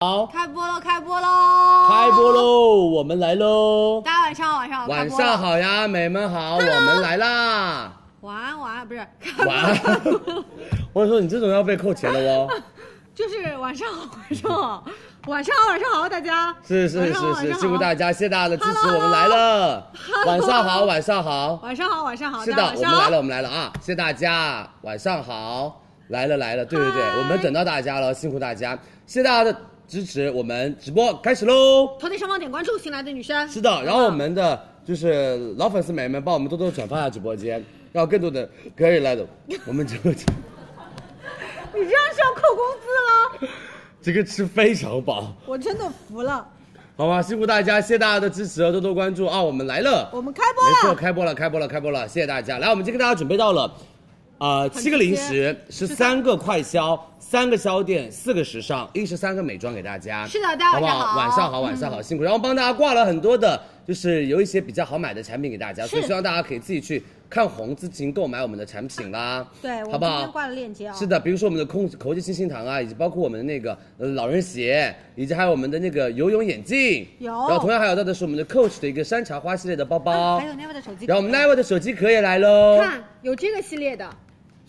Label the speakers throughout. Speaker 1: 好，
Speaker 2: 开播喽！开播喽！
Speaker 1: 开播！喽，我们来喽！
Speaker 2: 哦大家晚上好，晚上好，
Speaker 1: 晚
Speaker 2: 开播了
Speaker 1: 上。好呀，美们好，我们来 啦！
Speaker 2: 晚安，晚安，不是，
Speaker 1: 晚安。 我跟你说，你这种要被扣钱的哦。
Speaker 2: 就是晚上好，晚上好，晚上好，晚上好，大家。
Speaker 1: 是是
Speaker 2: 晚上好
Speaker 1: 是是，
Speaker 2: 晚
Speaker 1: 辛
Speaker 2: 上
Speaker 1: 苦
Speaker 2: 好
Speaker 1: 大家，谢谢大家的支持，我们来了。晚上好，晚上好。
Speaker 2: 晚上好，晚上好，
Speaker 1: 是
Speaker 2: 大
Speaker 1: 的
Speaker 2: 家，晚上
Speaker 1: 我们
Speaker 2: 好
Speaker 1: 来了，我们来了啊！谢谢大家，晚上好，来了来了，对对对，
Speaker 2: 嗨
Speaker 1: 我们等到大家了，辛苦大家，谢谢大家的支持，我们直播开始喽。
Speaker 2: 头顶上方点关注，新来的女生。
Speaker 1: 是的，然后我们的就是老粉丝美眉们，帮我们多多转发一下直播间，让更多的可以来的 我们直播间。
Speaker 2: 你这样是要扣工资了？
Speaker 1: 这个吃非常饱，
Speaker 2: 我真的服了。
Speaker 1: 好吧，辛苦大家，谢谢大家的支持哦，多多关注啊，我们来了，
Speaker 2: 我们开播
Speaker 1: 没错，
Speaker 2: 了。
Speaker 1: 开播了，开播了，开播了，谢谢大家。来，我们今天给大家准备到了，呃，七个零食，十三个快消，三个销店，四个时尚，一十三个美妆给大家。
Speaker 2: 是的大家
Speaker 1: 好不
Speaker 2: 晚上
Speaker 1: 好？
Speaker 2: 好嗯
Speaker 1: 晚上好，晚上好，辛苦。然后帮大家挂了很多的，就是有一些比较好买的产品给大家，
Speaker 2: 是
Speaker 1: 所以希望大家可以自己去看红自行购买我们的产品啦，
Speaker 2: 啊对，我
Speaker 1: 好
Speaker 2: 们
Speaker 1: 不
Speaker 2: 今天
Speaker 1: 好？
Speaker 2: 挂了链接啊。
Speaker 1: 是。的，比如说我们的空口气清新糖啊，以及包括我们的那个呃老人鞋，以及还有我们的那个游泳眼镜，
Speaker 2: 有
Speaker 1: 然后同样还有到的是我们的 Coach 的一个山茶花系列的包包，
Speaker 2: 啊还有 Never 的手机。
Speaker 1: 然后我们 Never 的手机壳也来喽，
Speaker 2: 看有这个系列的，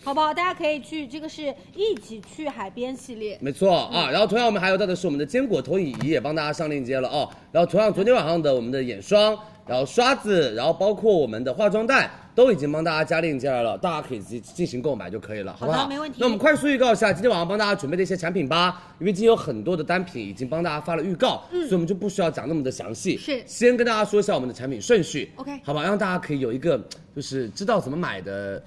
Speaker 2: 好不好？大家可以去，这个是一起去海边系列。
Speaker 1: 没错啊。然后同样我们还有到的是我们的坚果投影仪，也帮大家上链接了哦。然后同样昨天晚上的我们的眼霜，然后刷子，然后包括我们的化妆蛋。都已经帮大家加链接来了，大家可以自己进行购买就可以了，好
Speaker 2: 的
Speaker 1: 不好？
Speaker 2: 没问题
Speaker 1: 那我们快速预告一下今天晚上帮大家准备的一些产品吧，因为今天有很多的单品已经帮大家发了预告，所以我们就不需要讲那么的详细，
Speaker 2: 嗯是
Speaker 1: 先跟大家说一下我们的产品顺序
Speaker 2: OK
Speaker 1: 好吧，让大家可以有一个就是知道怎么买的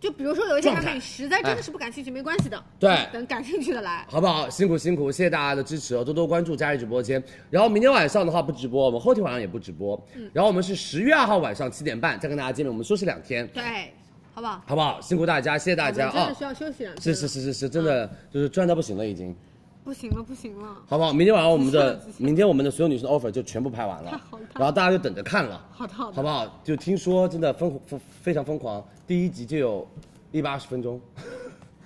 Speaker 2: 就比如说有一些
Speaker 1: 状
Speaker 2: 产
Speaker 1: 态
Speaker 2: 品实在真
Speaker 1: 哎
Speaker 2: 的是不感兴趣，没关系的。
Speaker 1: 对
Speaker 2: 等感兴趣的来。
Speaker 1: 好不好？辛苦辛苦，谢谢大家的支持哦，多多关注佳怡直播间。然后明天晚上的话不直播，我们后天晚上也不直播。
Speaker 2: 嗯
Speaker 1: 然后我们是十月二号晚上七点半再跟大家见面，我们休息两天，
Speaker 2: 对，好不好？
Speaker 1: 好不好？辛苦大家，谢谢
Speaker 2: 嗯
Speaker 1: 大
Speaker 2: 我们
Speaker 1: 家
Speaker 2: 真
Speaker 1: 啊
Speaker 2: 的！需嗯要休息两天。
Speaker 1: 是是，是是是，真的就是赚到不行了已经，
Speaker 2: 不行了，不行了。
Speaker 1: 好不好？明天晚上 我们的
Speaker 2: 不行了
Speaker 1: 明天我们的所有女生的 offer 就全部拍完
Speaker 2: 太
Speaker 1: 了
Speaker 2: 好了，
Speaker 1: 然后大家就等着看了，
Speaker 2: 好的，好的，
Speaker 1: 好不好？就听说真的疯疯非常疯狂，第一集就有一百二十分钟，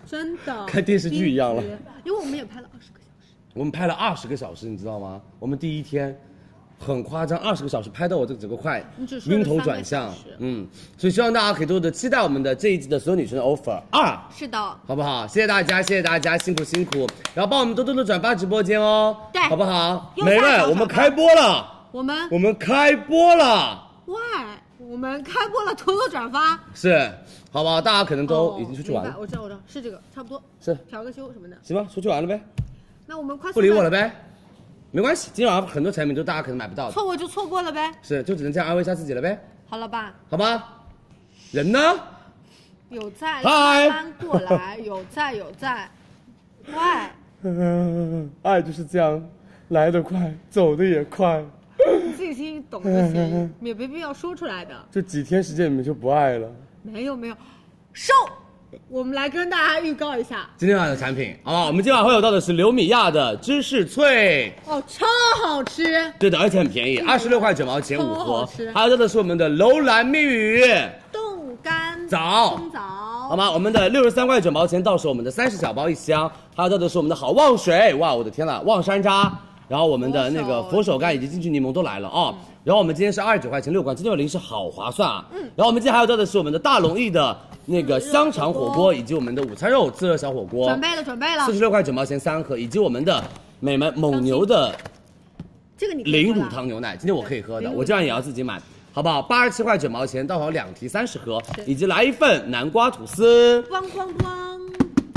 Speaker 2: 真的
Speaker 1: 看电视剧一样了
Speaker 2: 第集因为我们也拍了二十个小时，
Speaker 1: 我们拍了二十个小时，你知道吗？我们第一天很夸张，二十个小时拍到我这整个快
Speaker 2: 你只睡了
Speaker 1: 晕头转向
Speaker 2: 三个小时，
Speaker 1: 嗯，所以希望大家可以多多地期待我们的这一季的所有女生的 offer 二，
Speaker 2: 是的，
Speaker 1: 好不好？谢谢大家，谢谢大家，辛苦辛苦，然后帮我们多多的转发直播间哦，
Speaker 2: 对
Speaker 1: 好不好？
Speaker 2: 右
Speaker 1: 美
Speaker 2: 下角
Speaker 1: 们，我们开播了，
Speaker 2: 我们
Speaker 1: 我们开播了。
Speaker 2: why 我们开播了，多多转发，
Speaker 1: 是，好不好？大家可能都
Speaker 2: 哦
Speaker 1: 已经出去玩
Speaker 2: 明白
Speaker 1: 了，
Speaker 2: 我知道，我知道，是这个，差不多，
Speaker 1: 是
Speaker 2: 调个休什么的。
Speaker 1: 行吧？出去玩了呗，
Speaker 2: 那我们快速
Speaker 1: 不理我了，呗，没关系。今天晚上很多产品都大家可能买不到的，
Speaker 2: 错过就错过了呗，
Speaker 1: 是，就只能这样安慰一下自己了呗，
Speaker 2: 好了吧？
Speaker 1: 好吧？人呢？
Speaker 2: 有在
Speaker 1: 嗨
Speaker 2: 搬过来，有在有在，why
Speaker 1: 嗯， 爱就是这样，来得快，走得也快，
Speaker 2: 你自己心里懂就行，也没必要说出来的。
Speaker 1: 就几天时间你们就不爱了。
Speaker 2: 没有没有，瘦，我们来跟大家预告一下，
Speaker 1: 今天晚上的产品，好不好？我们今晚会有到的是刘米亚的芝士脆，
Speaker 2: 哦，超好吃，
Speaker 1: 对的，而且很便宜，二十六块九毛钱五
Speaker 2: 哦好好
Speaker 1: 盒
Speaker 2: 吃。
Speaker 1: 还有到的是我们的楼兰蜜语
Speaker 2: 冻干
Speaker 1: 枣，
Speaker 2: 冬枣
Speaker 1: 好。吗？我们的六十三块九毛钱，到手我们的三十小包一箱，还有到的是我们的好望水，哇，我的天呐，望山楂，然后我们的那个佛手柑以及金桔柠檬都来了啊、然后我们今天是二十九块钱六罐，今天的零食好划算啊。嗯。然后我们今天还有到的是我们的大龙燚的那个香肠火锅，以及我们的午餐肉自热小火锅，
Speaker 2: 哦准备了，准备了
Speaker 1: 四。十六块九毛钱三盒，以及我们的美们蒙牛的
Speaker 2: 这个你可以
Speaker 1: 零
Speaker 2: 喝
Speaker 1: 乳
Speaker 2: 了
Speaker 1: 糖牛奶，今天我可以喝
Speaker 2: 零
Speaker 1: 的，
Speaker 2: 乳糖
Speaker 1: 我这样也要自己买，好不好？八十七块九毛钱，到手两提三十盒，
Speaker 2: 是
Speaker 1: 以及来一份南瓜吐司。
Speaker 2: 咣咣咣，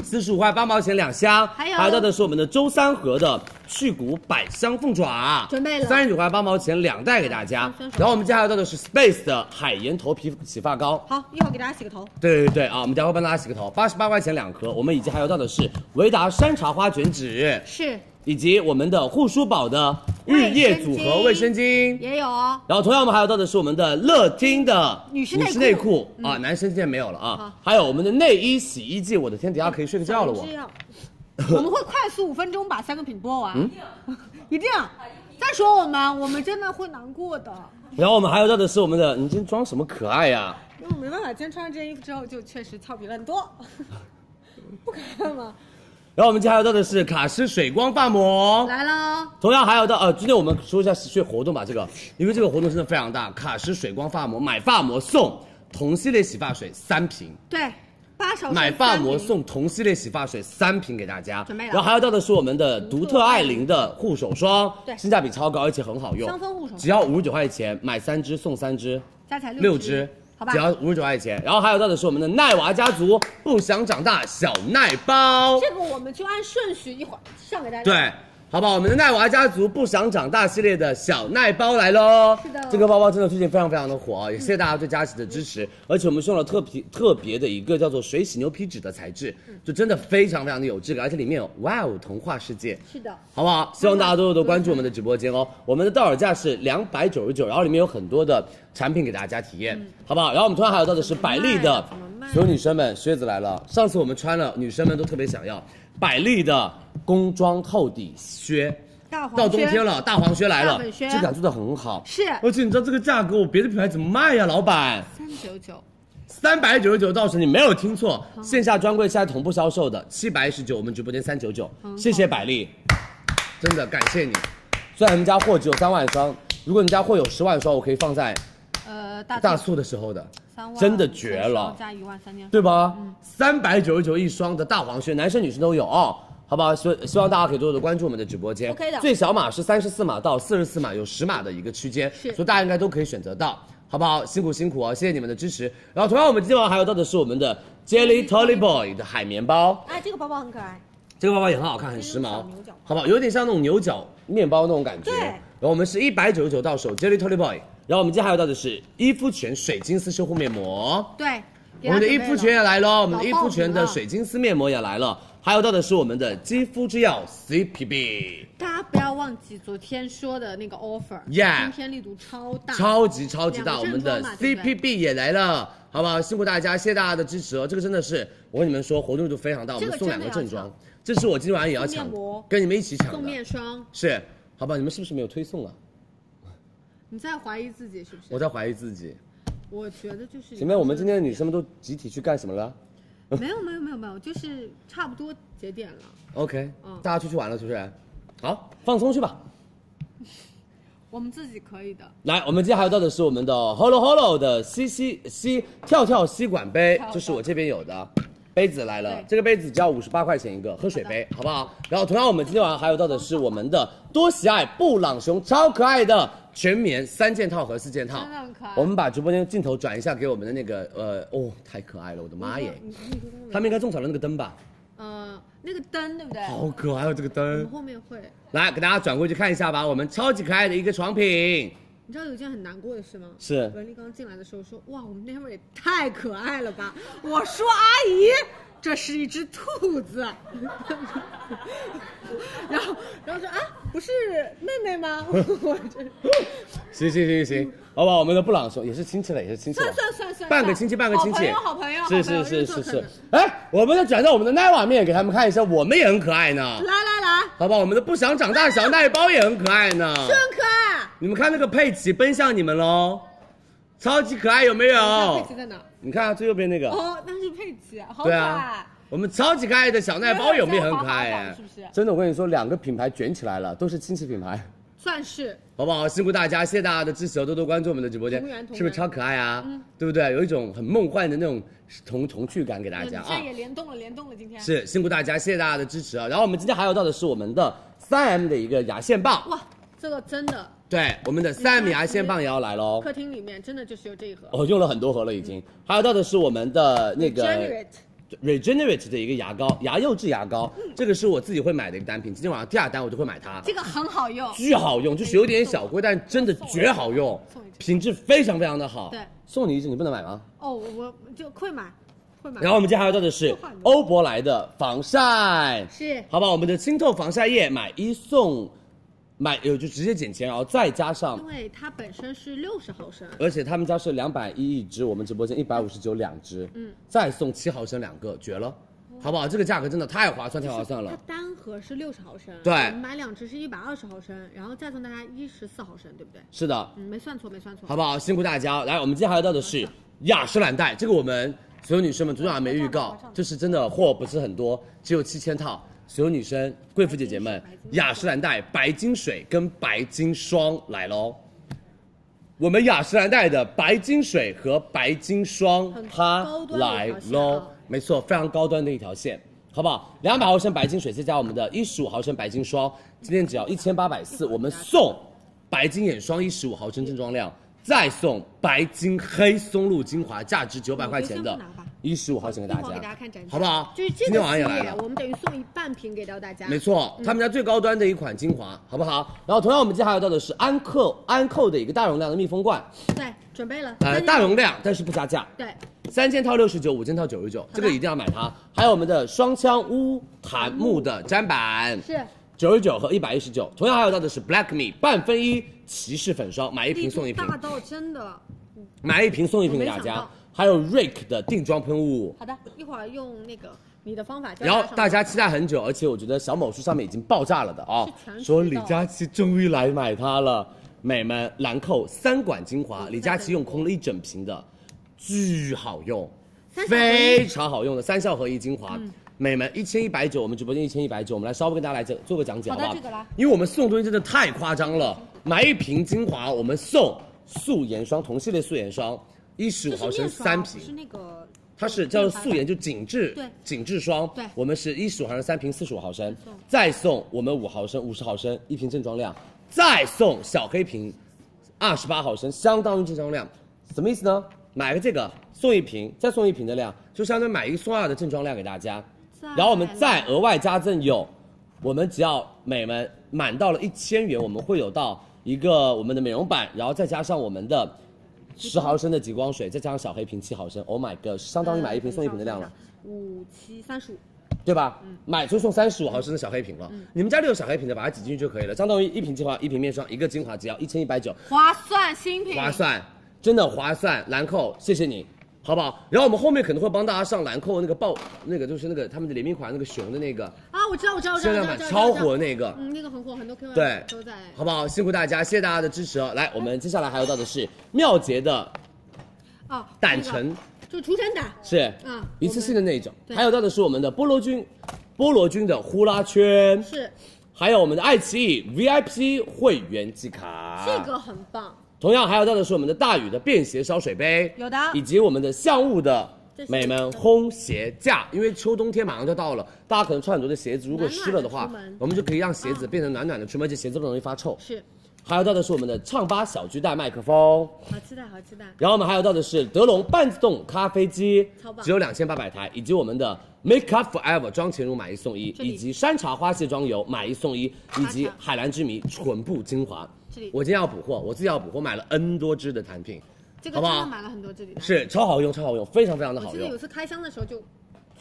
Speaker 1: 四十五块八毛钱两箱，
Speaker 2: 还有
Speaker 1: 到的是我们的周三盒的去骨百香凤爪，
Speaker 2: 准备了
Speaker 1: 三十九块八毛钱两袋给大家
Speaker 2: 嗯。
Speaker 1: 然后我们家还有到的是 Space 的海盐头皮洗发膏，
Speaker 2: 好，一会儿给大家洗个头。
Speaker 1: 对对对啊，我们家会帮大家洗个头，八十八块钱两盒。我们以及还有到的是维达山茶花卷纸，
Speaker 2: 是，
Speaker 1: 以及我们的护舒宝的日夜组合卫
Speaker 2: 卫
Speaker 1: 生
Speaker 2: 生
Speaker 1: 巾。
Speaker 2: 也有哦。
Speaker 1: 然后同样我们还有到的是我们的乐听的
Speaker 2: 女士内裤嗯
Speaker 1: 裤啊，男生今天没有了啊
Speaker 2: 好。
Speaker 1: 还有我们的内衣洗衣剂，我的天，等一下可以睡个觉了我
Speaker 2: 这。 样我们会快速五分钟把三个品播完，
Speaker 1: 嗯
Speaker 2: 一定。再说我们，我们真的会难过的，
Speaker 1: 然后我们还有到的是我们的，你今天装什么可爱呀、
Speaker 2: 因为 我没办法，今天穿上这件衣服之后就确实俏皮了很多，不可爱吗？
Speaker 1: 然后我们接下来到的是卡诗水光发膜，
Speaker 2: 来了，
Speaker 1: 同样还有到呃，今天我们说一下喜鹊活动吧，这个，因为这个活动真的非常大，卡诗水光发膜买发膜送同系列洗发水三瓶，
Speaker 2: 对，八小时
Speaker 1: 买发膜
Speaker 2: 哦三瓶，
Speaker 1: 送同系列洗发水三瓶给大家，
Speaker 2: 准备了
Speaker 1: 然后还要到的是我们的独特艾琳的护手霜，
Speaker 2: 对
Speaker 1: 性价比超高，而且很好用，
Speaker 2: 香氛护手霜
Speaker 1: 只要五十九块钱，买三支送三支，
Speaker 2: 加起来
Speaker 1: 六
Speaker 2: 支
Speaker 1: 支，，
Speaker 2: 好吧
Speaker 1: 只，要五十九块钱。然后还有到的是我们的奈娃家族不想长大小奈包，
Speaker 2: 这个我们就按顺序一会儿上给大家。
Speaker 1: 对。好吧，我们的奈娃家族不想长大系列的小奈包来喽！
Speaker 2: 是的
Speaker 1: 这个包包真的最近非常非常的火啊，也谢谢大家对佳琦的支
Speaker 2: 嗯
Speaker 1: 持。而且我们是用了特别特别的一个叫做水洗牛皮纸的材质，
Speaker 2: 嗯
Speaker 1: 就真的非常非常的有质感，而且里面有哇哦童话世界，
Speaker 2: 是的，
Speaker 1: 好不好？希望大家多多关注我们的直播间哦。我们的到手价是两百九十九，然后里面有很多的产品给大家体验，好不好？然后我们同样还有到的是百丽的
Speaker 2: 嗯怎么卖啊，
Speaker 1: 所有女生们靴子来了。上次我们穿了，女生们都特别想要百丽的工装厚底靴，
Speaker 2: 大黄
Speaker 1: 到冬
Speaker 2: 圈
Speaker 1: 天了，大黄靴来
Speaker 2: 大
Speaker 1: 了
Speaker 2: 粉，靴
Speaker 1: 质感做的很好。
Speaker 2: 是
Speaker 1: 而且你知道这个价格，我别的品牌怎么卖呀、老板？
Speaker 2: 三九九，
Speaker 1: 三百九十九，到手你没有听错，线下专柜现在同步销售的七百一十九，我们直播间三九九，谢谢百丽，真的感谢你。虽然我们家货只有三万双，如果你家货有十万双，我可以放在
Speaker 2: 呃，大
Speaker 1: 大促的时候的，
Speaker 2: 三万，
Speaker 1: 真的绝了，
Speaker 2: 加一万三千，
Speaker 1: 对吧？
Speaker 2: 嗯
Speaker 1: 三百九十九一双的大黄靴，男生女生都有哦。好不好？希希望大家可以多多地关注我们的直播间。
Speaker 2: OK 的
Speaker 1: 最小码是三十四码到四十四码，有十码的一个区间，
Speaker 2: 是
Speaker 1: 所以大家应该都可以选择到，好不好？辛苦辛苦哦，谢谢你们的支持。然后同样，我们今天晚上还有到的是我们的 Jelly Tolly Boy 的海绵包，
Speaker 2: 哎，这个包包很可爱，
Speaker 1: 这个包包也很好看，很时髦
Speaker 2: 小牛角包，
Speaker 1: 好不好？有点像那种牛角面包那种感觉。
Speaker 2: 对
Speaker 1: 然后我们是一百九十九到手，Jelly Tolly Boy。然后我们接下来到的是伊肤泉水晶丝修护面膜，
Speaker 2: 对，给
Speaker 1: 我们
Speaker 2: 大家
Speaker 1: 的伊
Speaker 2: 准备
Speaker 1: 肤泉
Speaker 2: 了
Speaker 1: 也来了，我们的
Speaker 2: 老
Speaker 1: 伊
Speaker 2: 爆
Speaker 1: 肤泉
Speaker 2: 品了
Speaker 1: 的水晶丝面膜也来了，还有到的是我们的肌肤之钥 CPB，
Speaker 2: 大家不要忘记昨天说的那个 offer，
Speaker 1: Yeah
Speaker 2: 今天力度超大，
Speaker 1: 超级超级大，
Speaker 2: 两
Speaker 1: 我
Speaker 2: 个正
Speaker 1: 们的
Speaker 2: 装嘛对不对
Speaker 1: CPB 也来了，好不好？辛苦大家，谢谢大家的支持哦，这个真的是我跟你们说，活动力度非常大，我
Speaker 2: 这个
Speaker 1: 们送两个
Speaker 2: 真的要
Speaker 1: 正装
Speaker 2: 抢，
Speaker 1: 这是我今天晚上也要
Speaker 2: 送
Speaker 1: 抢
Speaker 2: 面膜，
Speaker 1: 跟你们一起抢
Speaker 2: 送
Speaker 1: 的，
Speaker 2: 面霜，
Speaker 1: 是，好吧？你们是不是没有推送啊？
Speaker 2: 你在怀疑自己是不是？
Speaker 1: 我
Speaker 2: 我
Speaker 1: 在怀疑自己。
Speaker 2: 嗯觉得就是
Speaker 1: 前面我们今天的女生们都集体去干什么了
Speaker 2: 没有没有没有没有，就是差不多节点了。
Speaker 1: ？OK，、
Speaker 2: 嗯
Speaker 1: 大家出去玩了是不是？好，放松去吧。
Speaker 2: 我们自己可以的，
Speaker 1: 来，我们接下来还有到的是我们的 Holo Holo 的吸吸吸跳跳吸管杯
Speaker 2: 跳，跳
Speaker 1: 这是我这边有的。杯子来了
Speaker 2: 对，
Speaker 1: 这个杯子只要五十八块钱一个，喝水杯，好不好？然后同样，我们今天晚上还有到的是我们的多喜爱布朗熊超可爱的全棉三件套和四件套
Speaker 2: 真的很可爱，
Speaker 1: 我们把直播间镜头转一下给我们的那个呃，哦，太可爱了，我的妈耶！
Speaker 2: 你你你
Speaker 1: 他们应该种草了那个灯吧？
Speaker 2: 呃，那个灯对不对？
Speaker 1: 好可爱哦，这个
Speaker 2: 我
Speaker 1: 灯
Speaker 2: 们。后面会。
Speaker 1: 来，给大家转过去看一下吧，我们超级可爱的一个床品，
Speaker 2: 你知道有一件很难过的事吗？
Speaker 1: 是
Speaker 2: 文丽刚进来的时候说：“哇，我们那会儿也太可爱了吧！” 我说：“阿姨，这是一只兔子。” 然后，然后说：“啊，不是妹妹吗？” 我这
Speaker 1: 行行行行，好不好？我们的布朗熊也是亲戚了，也是亲戚了
Speaker 2: 算。算算算，
Speaker 1: 半个亲戚，半个亲
Speaker 2: 好
Speaker 1: 戚，
Speaker 2: 朋友，好朋友，
Speaker 1: 是是是是是
Speaker 2: 认错可能。
Speaker 1: 哎，我们再转到我们的奈瓦面，给他们看一下，我们也很可爱呢，
Speaker 2: 来来来，
Speaker 1: 好吧？我们的不想长大小奈包也很可爱呢。
Speaker 2: 更可爱。
Speaker 1: 你们看那个佩奇奔向你们喽，超级可爱，有没
Speaker 2: 那
Speaker 1: 有
Speaker 2: 佩奇？在哪？
Speaker 1: 你看啊最右边那个，
Speaker 2: 哦，那是佩奇，好可
Speaker 1: 对
Speaker 2: 爱。
Speaker 1: 啊，我们超级可爱的小奈包有没有很可爱？哎
Speaker 2: 是不是
Speaker 1: 真的，我跟你说，两个品牌卷起来了，都是亲戚品牌。
Speaker 2: 算是
Speaker 1: 好不好？辛苦大家，谢谢大家的支持哦，多多关注我们的直播间
Speaker 2: 同源，嗯同源
Speaker 1: 是不是超可爱啊？对不对？有一种很梦幻的那种童童趣感给大
Speaker 2: 你
Speaker 1: 家
Speaker 2: 现
Speaker 1: 啊。
Speaker 2: 嗯在也联动了，联动了，今天
Speaker 1: 是辛苦大家，谢谢大家的支持啊！然后我们今天还有到的是我们的三 M 的一个牙线棒，
Speaker 2: 哇，这个真的
Speaker 1: 对，我们的三 M 牙线棒也要来喽。
Speaker 2: 客厅里面真的就是有这一盒。
Speaker 1: 我、用了很多盒了已经，还有到的是我们的那个
Speaker 2: Generate
Speaker 1: Regenerate 的一个牙膏，牙釉质牙膏，这个是我自己会买的一个单品，今天晚上第二单我就会买它，
Speaker 2: 嗯这个很好用，
Speaker 1: 巨好用，就是有点小贵，但真的绝好用
Speaker 2: 送一支，
Speaker 1: 品质非常非常的好。
Speaker 2: 对
Speaker 1: 送你一支，你不能买吗？
Speaker 2: 哦，我我就会买，会买。
Speaker 1: 然后我们接下来到的是欧珀莱的防晒，
Speaker 2: 是
Speaker 1: 好吧？我们的清透防晒液买一送，买有就直接减钱，然后再加上
Speaker 2: 因，为它本身是六十毫升，
Speaker 1: 而且他们家是两百一一支，我们直播间一百五十九两支，嗯，再送七毫升两个，绝了，好不好？这个价格真的太划算，太划哦 算
Speaker 2: 它
Speaker 1: 了。
Speaker 2: 单盒是六十毫升，
Speaker 1: 对
Speaker 2: 我们买两支是一百二十毫升，然后再送大家一十四毫升，对不对？
Speaker 1: 是的，
Speaker 2: 嗯，没算错，没算错。
Speaker 1: 好不好？辛苦大家。来，我们接下来到的是雅诗兰黛，这个我们所有女生们昨天晚上没预告，就是真的货不是很多，只有七千套。所有女生、贵妇姐姐们，雅诗兰黛白金水跟白金霜来喽！我们雅诗兰黛的白金水和白金霜
Speaker 2: 很
Speaker 1: 它
Speaker 2: 高端的一
Speaker 1: 来
Speaker 2: 条线
Speaker 1: 喽
Speaker 2: 啊，
Speaker 1: 没错，非常高端的一条线，好不好？两百毫升白金水，再加我们的一十五毫升白金霜，今天只要一千八百四，我们送白金眼霜一十五毫升正装量，再送白金黑松露精华，价值九百块钱
Speaker 2: 我
Speaker 1: 的
Speaker 2: 觉得先不拿吧
Speaker 1: 一十五毫升给大
Speaker 2: 一会
Speaker 1: 家，
Speaker 2: 儿给大家看展示
Speaker 1: 好不好？
Speaker 2: 就是这
Speaker 1: 今
Speaker 2: 个
Speaker 1: 天晚上
Speaker 2: 系
Speaker 1: 也来
Speaker 2: 列啊嗯
Speaker 1: 了，。
Speaker 2: 我们等于送一半瓶给到大家。
Speaker 1: 没错，他们家最高端的一款精华，好不好？然后同样我们接下来要到的是安克安扣的一个大容量的密封罐，
Speaker 2: 对，准备了。
Speaker 1: 呃，
Speaker 2: 三
Speaker 1: 大容量但是不加价，
Speaker 2: 对，
Speaker 1: 三件套六十九，五件套九十九，这个一定要买它。还有我们的双枪乌檀木的砧板，
Speaker 2: 是
Speaker 1: 九十九和一百一十九。同样还有到的是 Black Me 半分一骑士粉霜，买一
Speaker 2: 力
Speaker 1: 瓶送
Speaker 2: 度
Speaker 1: 一瓶，
Speaker 2: 大到真的。
Speaker 1: 买一瓶送一瓶给大
Speaker 2: 我没想
Speaker 1: 家
Speaker 2: 到。
Speaker 1: 还有 Rick 的定妆喷雾，
Speaker 2: 好的，一会儿用那个你的方法教
Speaker 1: 然后
Speaker 2: 上
Speaker 1: 大家期待很久，而且我觉得小某书上面已经爆炸了的啊
Speaker 2: 是全，
Speaker 1: 说
Speaker 2: 吃
Speaker 1: 李
Speaker 2: 的
Speaker 1: 佳琦终于来买它了，美们兰蔻三管精华，李佳琦用空了一整瓶的，巨好用，
Speaker 2: 三效合一嗯
Speaker 1: 非常好用的三效合一精华。美们，一千一百九，我们直播间一千一百九，我们来稍微跟大家来讲做个讲解，好
Speaker 2: 好的
Speaker 1: 不好？
Speaker 2: 这个来
Speaker 1: 因为我们送东西真的太夸张了，买一瓶精华，我们送素颜霜，同系列素颜霜，一十五
Speaker 2: 这是
Speaker 1: 毫升
Speaker 2: 面霜
Speaker 1: 三瓶，
Speaker 2: 是那个
Speaker 1: 它是叫做素颜，就紧致，
Speaker 2: 对
Speaker 1: 紧致霜，
Speaker 2: 对
Speaker 1: 我们是一十五毫升三瓶，四十五毫升
Speaker 2: 送，
Speaker 1: 再送我们五毫升、五十毫升一瓶正装量，再送小黑瓶，二十八毫升，相当于正装量，什么意思呢？买个这个送一瓶，再送一瓶的量，就相当于买一个送二的正装量给大家，
Speaker 2: 啊
Speaker 1: 然后我们再呃额外加赠有，我们只要美们满到了一千元，我们会有到一个我们的美容版，然后再加上我们的十毫升的极光水，再加上小黑瓶七毫升，Oh my god，相当于
Speaker 2: 呃
Speaker 1: 买一瓶送一瓶的量
Speaker 2: 嗯
Speaker 1: 了，，
Speaker 2: 五七三十五，
Speaker 1: 对吧？买就送三十五毫升的小黑瓶了，你们家里有小黑瓶的，把它挤进去就可以了，相当于一瓶精华、一瓶面霜、一个精华只要一千一百九，
Speaker 2: 划算新品，
Speaker 1: 划算，真的划算。兰蔻，谢谢你，好不好？然后我们后面可能会帮大家上兰蔻那个爆，那个就是那个他们的联名款那个熊的那个
Speaker 2: 啊！我知道，我知道，我知道
Speaker 1: 限量
Speaker 2: 我
Speaker 1: 版
Speaker 2: 知道，
Speaker 1: 超
Speaker 2: 我知道
Speaker 1: 火，那个，
Speaker 2: 嗯，那个很火，很多 Q
Speaker 1: 对
Speaker 2: 都在。
Speaker 1: 好不好？辛苦大家，谢谢大家的支持哦。来，我们接下来还有到的是妙洁的
Speaker 2: 哦，
Speaker 1: 胆
Speaker 2: 那个
Speaker 1: 橙，
Speaker 2: 就除尘胆，
Speaker 1: 是
Speaker 2: 嗯
Speaker 1: 一次性的那一种，
Speaker 2: 对
Speaker 1: 还有到的是我们的菠萝君，菠萝君的呼啦圈，
Speaker 2: 是
Speaker 1: 还有我们的爱奇艺 VIP 会员季卡，
Speaker 2: 这个很棒，
Speaker 1: 同样还有到的是我们的大宇的便携烧水杯，
Speaker 2: 有的
Speaker 1: 以及我们的象雾的
Speaker 2: 这是
Speaker 1: 美们烘鞋架，因为秋冬天马上就到了，大家可能穿很多的鞋子，如果湿了的话
Speaker 2: 暖暖地出门，啊
Speaker 1: 我们就可以让鞋子变得暖暖的出门，而且鞋子不容易发臭。
Speaker 2: 是
Speaker 1: 还有到的是我们的唱吧小巨蛋麦克风，
Speaker 2: 好期待，好期待。
Speaker 1: 然后我们还有到的是德龙半自动咖啡机
Speaker 2: 超，棒
Speaker 1: 只有两千八百台，以及我们的 Make Up Forever 妆前乳买一送一，
Speaker 2: 这里
Speaker 1: 以及山茶花卸妆油买一送一，以及海蓝之谜唇部精华
Speaker 2: 这里。
Speaker 1: 我今天要补货，我自己要补货，买了 N 多支的产品，
Speaker 2: 这个
Speaker 1: 好
Speaker 2: 真
Speaker 1: 不
Speaker 2: 的
Speaker 1: 好？
Speaker 2: 买了很多这里的，
Speaker 1: 是超好用，超好用，非常非常的
Speaker 2: 我
Speaker 1: 好
Speaker 2: 记得
Speaker 1: 用
Speaker 2: 有。次开箱的时候就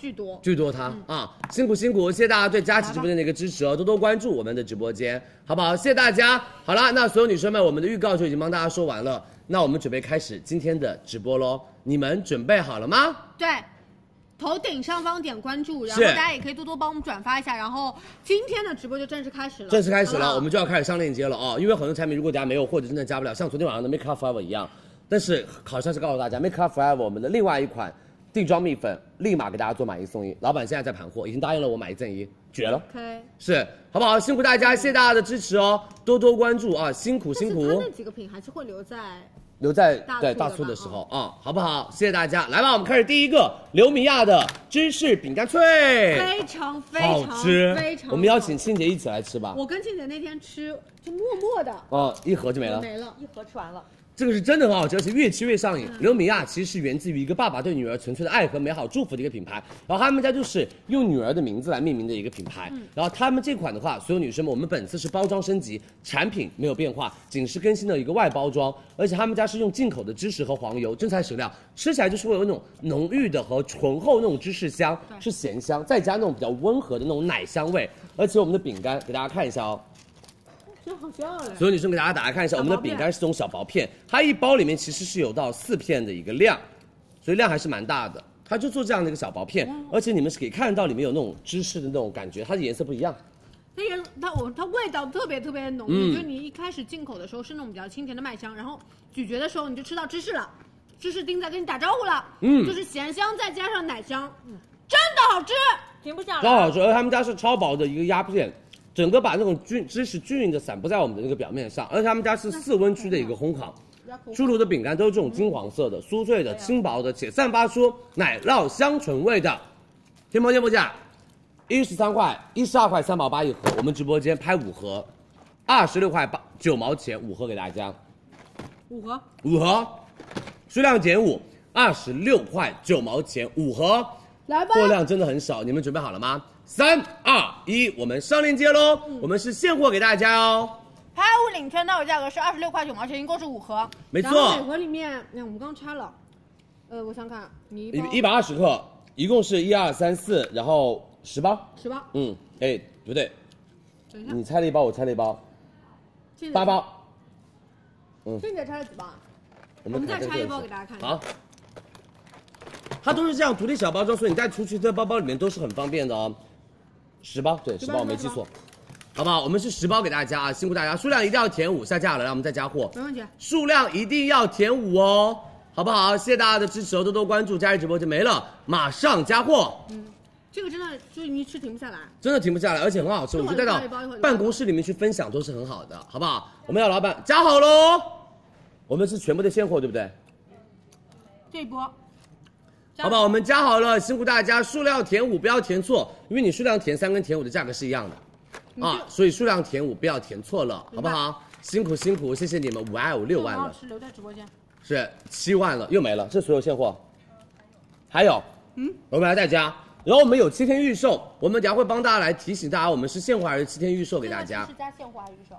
Speaker 2: 巨多，
Speaker 1: 巨多它、啊，辛苦辛苦，谢谢大家对佳琦直播间的一个支持哦，多多关注我们的直播间，好不好？谢谢大家。好啦，那所有女生们，我们的预告就已经帮大家说完了，那我们准备开始今天的直播喽，你们准备好了吗？
Speaker 2: 对。头顶上方点关注，然后
Speaker 1: 是
Speaker 2: 大家也可以多多帮我们转发一下。然后今天的直播就正式开始了，
Speaker 1: 正式开
Speaker 2: 好
Speaker 1: 始
Speaker 2: 不
Speaker 1: 了，
Speaker 2: 好
Speaker 1: 我们就要开始上链接了啊、因为很多产品如果大家没有或者真的加不了，像昨天晚上的 Make Up Forever 一样，但是好像是告诉大家 Make Up Forever 我们的另外一款定妆蜜粉，立马给大家做买一送一，老板现在在盘货，已经答应了我买一赠一，绝了。
Speaker 2: OK。
Speaker 1: 是，好不好？辛苦大家，谢谢大家的支持哦，多多关注啊，辛苦辛
Speaker 2: 但是
Speaker 1: 苦
Speaker 2: 它那，几个品还是会留在
Speaker 1: 留在
Speaker 2: 大促的
Speaker 1: 对大
Speaker 2: 吧
Speaker 1: 促的时候啊，好不好？谢谢大家，来吧，我们开始第一个刘米亚的芝士饼干脆，
Speaker 2: 非常非
Speaker 1: 哎好
Speaker 2: 常
Speaker 1: 吃
Speaker 2: 非，常。
Speaker 1: 我们邀请，庆姐一起来吃吧，
Speaker 2: 我跟静姐那天吃，就默默的
Speaker 1: 哦，一盒就没了。
Speaker 2: 没了。
Speaker 3: 一盒吃完了，
Speaker 1: 这个是真的很好吃，而且越吃越上瘾。刘米亚其实是源自于一个爸爸对女儿纯粹的爱和美好祝福的一个品牌，然后他们家就是用女儿的名字来命名的一个品牌。然后他们这款的话，所有女生们，我们本次是包装升级，产品没有变化，仅是更新了一个外包装，而且他们家是用进口的芝士和黄油，真材实料，吃起来就是会有那种浓郁的和醇厚那种芝士香，是咸香，再加那种比较温和的那种奶香味。而且我们的饼干给大家看一下哦，
Speaker 2: 真好笑哎！
Speaker 1: 所有女生给大家打开看一下，
Speaker 2: 小
Speaker 1: 我
Speaker 2: 薄
Speaker 1: 们
Speaker 2: 片
Speaker 1: 的饼干是这种小薄片，它一包里面其实是有到四片的一个量，所以量还是蛮大的。它就做这样的一个小薄片，而且你们是可以看到里面有那种芝士的那种感觉，它的颜色不一样。
Speaker 2: 它也它我它味道特别特别浓郁，
Speaker 1: 嗯
Speaker 2: 就你一开始进口的时候是那种比较清甜的麦香，然后咀嚼的时候你就吃到芝士了，芝士丁在跟你打招呼了，嗯，就是咸香再加上奶香，嗯，真的好吃，停不下
Speaker 1: 超
Speaker 2: 来。
Speaker 1: 好吃，呃而且他们家是超薄的一个鸭片，整个把那种菌芝士均匀的散布在我们的那个表面上，而且他们家是四温区的一个烘烤。出炉的饼干都是这种金黄色的、酥脆
Speaker 4: 嗯啊
Speaker 1: 的、轻薄的，且散发出奶酪香醇味的。天猫店铺价一十三块，一十二块三毛八一盒，我们直播间拍五盒，二十六块八九毛钱五盒给大家，
Speaker 4: 五盒，
Speaker 1: 五盒，数量减五，二十六块九毛钱五盒。
Speaker 4: 来吧，
Speaker 1: 货量真的很少，你们准备好了吗？三二一，我们上链接喽！
Speaker 4: 嗯
Speaker 1: 我们是现货给大家哦，
Speaker 2: 拍物领券到手价格是二十六块九毛钱，一共是五盒。
Speaker 1: 没
Speaker 4: 然后每
Speaker 1: 错，
Speaker 4: 盒里面，哎，我们刚拆了，呃，我想看，你一包
Speaker 1: 一一百二十克，一共是一二三四，然后十包。
Speaker 4: 十包，
Speaker 1: 嗯，哎，不对，
Speaker 4: 等一下，
Speaker 1: 你拆了一包，我拆了一包，
Speaker 4: 倩姐
Speaker 1: 八，包。
Speaker 4: 倩姐拆了几包？
Speaker 1: 我
Speaker 4: 我们
Speaker 1: 看
Speaker 4: 再拆
Speaker 1: 这
Speaker 4: 一
Speaker 1: 个
Speaker 4: 包
Speaker 1: 是
Speaker 4: 给大家看
Speaker 1: 好，它都是这样独立小包装，所以你带出去在包包里面都是很方便的哦。十包，对，
Speaker 4: 十
Speaker 1: 十
Speaker 4: 包
Speaker 1: 包，我没
Speaker 4: 十
Speaker 1: 记
Speaker 4: 包
Speaker 1: 错，好不好？我们是十包给大家啊，辛苦大家，数量一定要填五，下架了，让我们再加货。
Speaker 4: 没问题，
Speaker 1: 数量一定要填五哦，好不好？谢谢大家的支持哦，多多关注，佳怡直播间没了，马上加货，
Speaker 4: 这个真的就是你吃停不下来，
Speaker 1: 真的停不下来，而且很好吃，
Speaker 4: 这
Speaker 1: 我
Speaker 4: 么
Speaker 1: 觉得带到
Speaker 4: 一包一包一包
Speaker 1: 办公室里面去分享都是很好的，好不好？我们要老板加好喽，我们是全部的现货，对不对？
Speaker 4: 这一波，
Speaker 1: 好不好？我们加好了，辛苦大家，数量填五，不要填错，因为你数量填三跟填五的价格是一样的，啊，所以数量填五不要填错了，好不好？辛苦辛苦，谢谢你们，五爱我
Speaker 4: 这
Speaker 1: 六
Speaker 4: 个
Speaker 1: 万
Speaker 4: 很好
Speaker 1: 了，
Speaker 4: 吃，留在直播间，
Speaker 1: 是七万了，又没了，这所有现货，还有，嗯，我们来再加，然后我们有七天预售，我们等下会帮大家来提醒大家，我们是现货还是七天预售给大家
Speaker 2: 是，加现货还是预售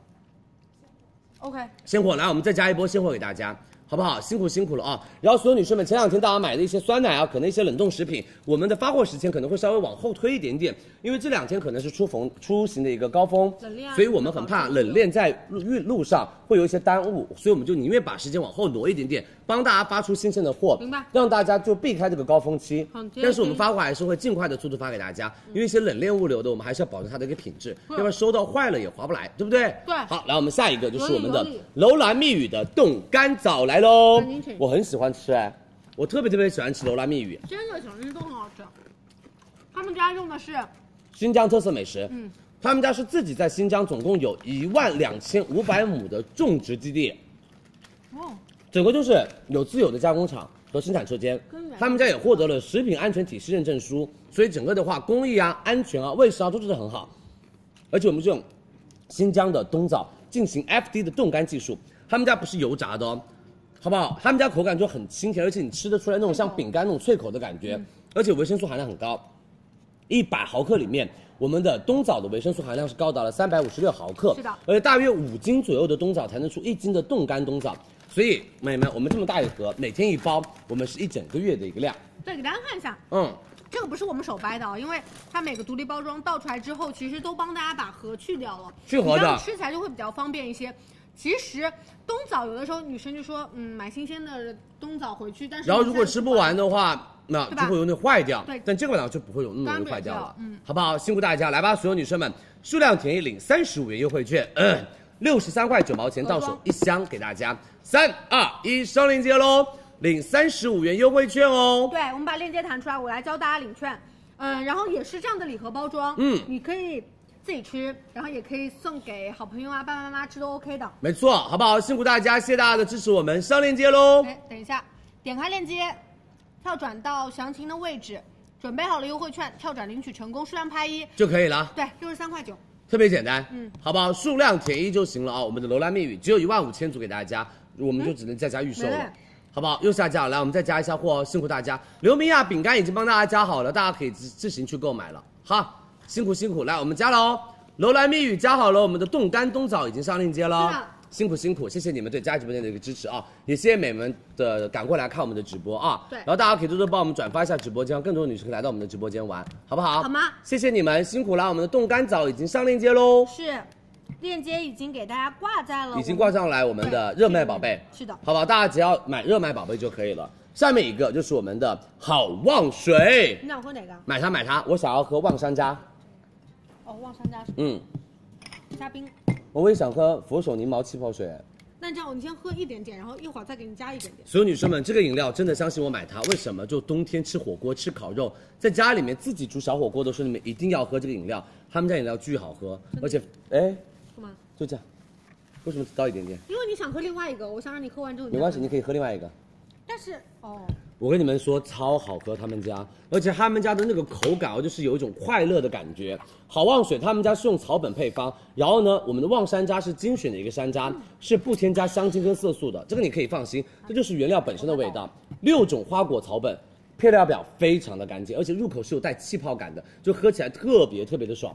Speaker 2: ？OK，
Speaker 1: 现货来，我们再加一波现货给大家。好不好？辛苦辛苦了啊！然后所有女生们，前两天大家买的一些酸奶啊，可能一些冷冻食品，我们的发货时间可能会稍微往后推一点点，因为这两天可能是出逢出行的一个高峰，
Speaker 4: 冷链啊
Speaker 1: 所以我们很怕冷链在路运路上会有一些耽误，所以我们就宁愿把时间往后挪一点点，帮大家发出新鲜的货，
Speaker 4: 明白
Speaker 1: 让大家就避开这个高峰期
Speaker 4: 好。嗯的
Speaker 1: 但是我们发货还是会尽快的速度发给大家，因为一些冷链物流的，我们还是要保证它的一个品质，要不然收到坏了也划不来，对不对？
Speaker 4: 嗯对
Speaker 1: 好，来我们下一个就是我们
Speaker 4: 有
Speaker 1: 的
Speaker 4: 理有理
Speaker 1: 楼兰蜜语的冻干枣来喽
Speaker 4: 赶紧请！
Speaker 1: 我很喜欢吃哎，我特别特别喜欢吃楼兰蜜语，
Speaker 4: 真的小吃都很好吃，他们家用的是
Speaker 1: 新疆特色美食。嗯，他们家是自己在新疆总共有一万两千五百亩的种植基地，
Speaker 4: 哦，
Speaker 1: 整个就是有自有的加工厂和生产车间
Speaker 4: 跟原。
Speaker 1: 他们家也获得了食品安全体系认证书，所以整个的话工艺啊、安全啊、卫生啊都做得很好。而且我们这种新疆的冬枣进行 FD 的冻干技术，他们家不是油炸的哦，好不好？他们家口感就很清甜，而且你吃得出来那种像
Speaker 4: 嗯
Speaker 1: 饼干那种脆口的感觉，而且维生素含量很高，一百毫克里面。我们的冬枣的维生素含量是高达了三百五十六毫克，
Speaker 4: 是的
Speaker 1: 而且大约五斤左右的冬枣才能出一斤的冻干冬枣，所以美们，我们这么大一盒，每天一包，我们是一整个月的一个量，
Speaker 4: 对，给大家看一下，
Speaker 1: 嗯，
Speaker 4: 这个不是我们手掰的啊，因为它每个独立包装倒出来之后，其实都帮大家把核去掉了，
Speaker 1: 去核的
Speaker 4: 你这样吃起来就会比较方便一些。其实冬枣有的时候女生就说，嗯，买新鲜的冬枣回去，但是
Speaker 1: 然后
Speaker 4: 你
Speaker 1: 如果
Speaker 4: 现在
Speaker 1: 吃不完的话，那
Speaker 4: 对
Speaker 1: 就
Speaker 4: 吧
Speaker 1: 会有点坏掉。
Speaker 4: 对
Speaker 1: 但这个呢就不会有那么容易坏掉
Speaker 4: 干瘪掉
Speaker 1: 了，
Speaker 4: 嗯，
Speaker 1: 好不好？辛苦大家，来吧，所有女生们，数量填一领三十五元优惠券，嗯六十三块九毛钱到手
Speaker 4: 盒装
Speaker 1: 一箱给大家。三二一，上链接喽，领三十五元优惠券哦。
Speaker 4: 对，我们把链接弹出来，我来教大家领券。嗯，然后也是这样的礼盒包装，
Speaker 1: 嗯
Speaker 4: 你可以自己吃，然后也可以送给好朋友啊、爸爸妈妈吃都 OK 的。
Speaker 1: 没错，好不好？辛苦大家，谢谢大家的支持，我们上链接喽。
Speaker 4: 哎，等一下，
Speaker 2: 点开链接，跳转到详情的位置，准备好了优惠券，跳转领取成功，数量拍一。
Speaker 1: 就可以了，
Speaker 4: 对，六十三块九，
Speaker 1: 特别简单，
Speaker 4: 嗯
Speaker 1: 嗯，好不好？数量填一就行了啊、我们的楼兰蜜语只有一万五千组给大家，我们就只能再加预售
Speaker 4: 嗯没
Speaker 1: 了，
Speaker 4: 了
Speaker 1: 好不好？又下架了，来，我们再加一下货哦，辛苦大家。刘明亚饼干已经帮大家加好了，大家可以自自行去购买了，好，辛苦辛苦，来，我们加了哦。楼兰蜜语加好了，我们的冻干冬枣已经上链接了
Speaker 4: 是
Speaker 1: 哦
Speaker 4: 的，
Speaker 1: 辛苦辛苦，谢谢你们对佳怡直播间的一个支持啊，也谢谢美们的赶过来看我们的直播啊，
Speaker 4: 对
Speaker 1: 然后大家可以多多帮我们转发一下直播间，让更多的女生可以来到我们的直播间玩，好不好？
Speaker 4: 好吗
Speaker 1: 谢谢你们辛苦了，我们的冻干枣已经上链接喽，
Speaker 2: 是，链接已经给大家挂在了，
Speaker 1: 已经挂。上来我们的热卖宝贝，
Speaker 4: 是的
Speaker 1: 好不好？大家只要买热卖宝贝就可以了。下面一个就是我们的好望水，
Speaker 4: 你想喝哪个？
Speaker 1: 买它买它，我想要喝望山楂，
Speaker 2: 哦，望山楂
Speaker 1: 嗯，
Speaker 2: 加冰，
Speaker 1: 我也想喝佛手柠檬气泡水，
Speaker 2: 那这样，我你先喝一点点，然后一会儿再给你加一点点。
Speaker 1: 所有女生们，这个饮料真的相信我，买它。为什么？就冬天吃火锅、吃烤肉，在家里面自己煮小火锅的时候，你们一定要喝这个饮料。他们家饮料巨好喝，而且，哎，
Speaker 2: 干嘛？
Speaker 1: 就这样。为什么只倒一点点？
Speaker 2: 因为你想喝另外一个，我想让你喝完之后你
Speaker 1: 没
Speaker 2: 再
Speaker 1: 关系，
Speaker 2: 喝
Speaker 1: 你可以喝另外一个。
Speaker 2: 但是哦，
Speaker 1: 我跟你们说，超好喝他们家，而且他们家的那个口感哦，就是有一种快乐的感觉。好望水他们家是用草本配方，然后呢，我们的望山楂是精选的一个山 楂，是不添加香精跟色素的，这个你可以放心，这就是原料本身的味道。六种花果草本，配料表非常的干净，而且入口是有带气泡感的，就喝起来特别特别的爽。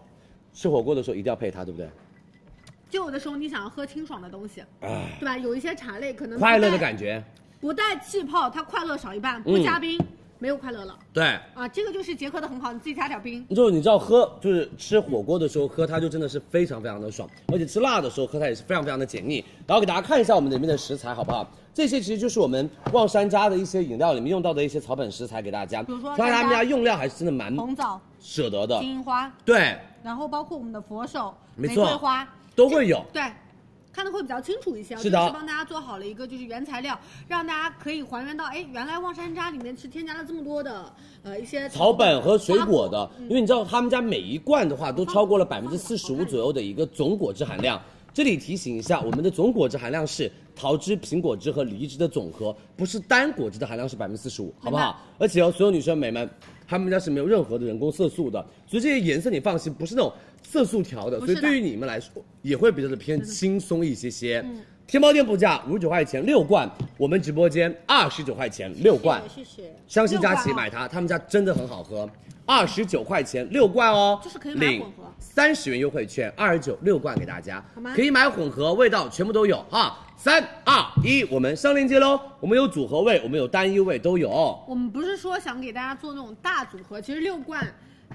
Speaker 1: 吃火锅的时候一定要配它，对不对？
Speaker 2: 就有的时候你想要喝清爽的东西，
Speaker 1: 哎，
Speaker 2: 对吧？有一些茶类可能
Speaker 1: 快乐的
Speaker 2: 觉，
Speaker 1: 感觉，嗯
Speaker 2: 不带气泡，它快乐少一半，不加冰、没有快乐了
Speaker 1: 对。
Speaker 2: 啊。这个就是结合的很好，你自己加点冰。
Speaker 1: 就是你知道喝，就是吃火锅的时候喝它就真的是非常非常的爽，而且吃辣的时候喝它也是非常非常的解腻。然后给大家看一下我们里面的食材好不好？这些其实就是我们望山楂的一些饮料里面用到的一些草本食材给大家。
Speaker 2: 比如说
Speaker 1: 看他们家
Speaker 2: 山楂哦
Speaker 1: 用料还是真的蛮
Speaker 2: 红枣、
Speaker 1: 舍得的，
Speaker 2: 金银花，
Speaker 1: 对，
Speaker 2: 然后包括我们的佛手、
Speaker 1: 没
Speaker 2: 玫
Speaker 1: 错
Speaker 2: 瑰花，
Speaker 1: 都会有。
Speaker 2: 对，看的会比较清楚一些。
Speaker 1: 是的
Speaker 2: 我就是帮大家做好了一个就是原材料，让大家可以还原到，哎，原来望山楂里面是添加了这么多的呃一些
Speaker 1: 草本和水
Speaker 2: 花嗯
Speaker 1: 果的，因为你知道他们家每一罐的话都超过了百分之四十五左右的一个总果汁含量。这里提醒一下，我们的总果汁含量是桃汁、苹果汁和梨汁的总和，不是单果汁的含量是百分之四十五，好不
Speaker 2: 明
Speaker 1: 好？而且哦，所有女生美们，他们家是没有任何的人工色素的，所以这些颜色你放心，不是那种色素调的，
Speaker 2: 不
Speaker 1: 所
Speaker 2: 是
Speaker 1: 以
Speaker 2: 的
Speaker 1: 对于你们来说也会比较的偏轻松一些些。
Speaker 2: 嗯
Speaker 1: 天猫店铺价五十九块钱六罐，我们直播间二十九块钱六罐。
Speaker 2: 谢谢。
Speaker 1: 相信佳琪
Speaker 2: 六罐哦
Speaker 1: 买它，他们家真的很好喝，二十九块钱六罐哦，
Speaker 2: 就是可以买
Speaker 1: 领
Speaker 2: 混合
Speaker 1: 三十元优惠券，二十九六罐给大家
Speaker 2: 好吗，
Speaker 1: 可以买混合，味道全部都有哈。三二一，我们上链接喽，我们有组合味，我们有单一味都有。
Speaker 2: 我们不是说想给大家做那种大组合，其实六罐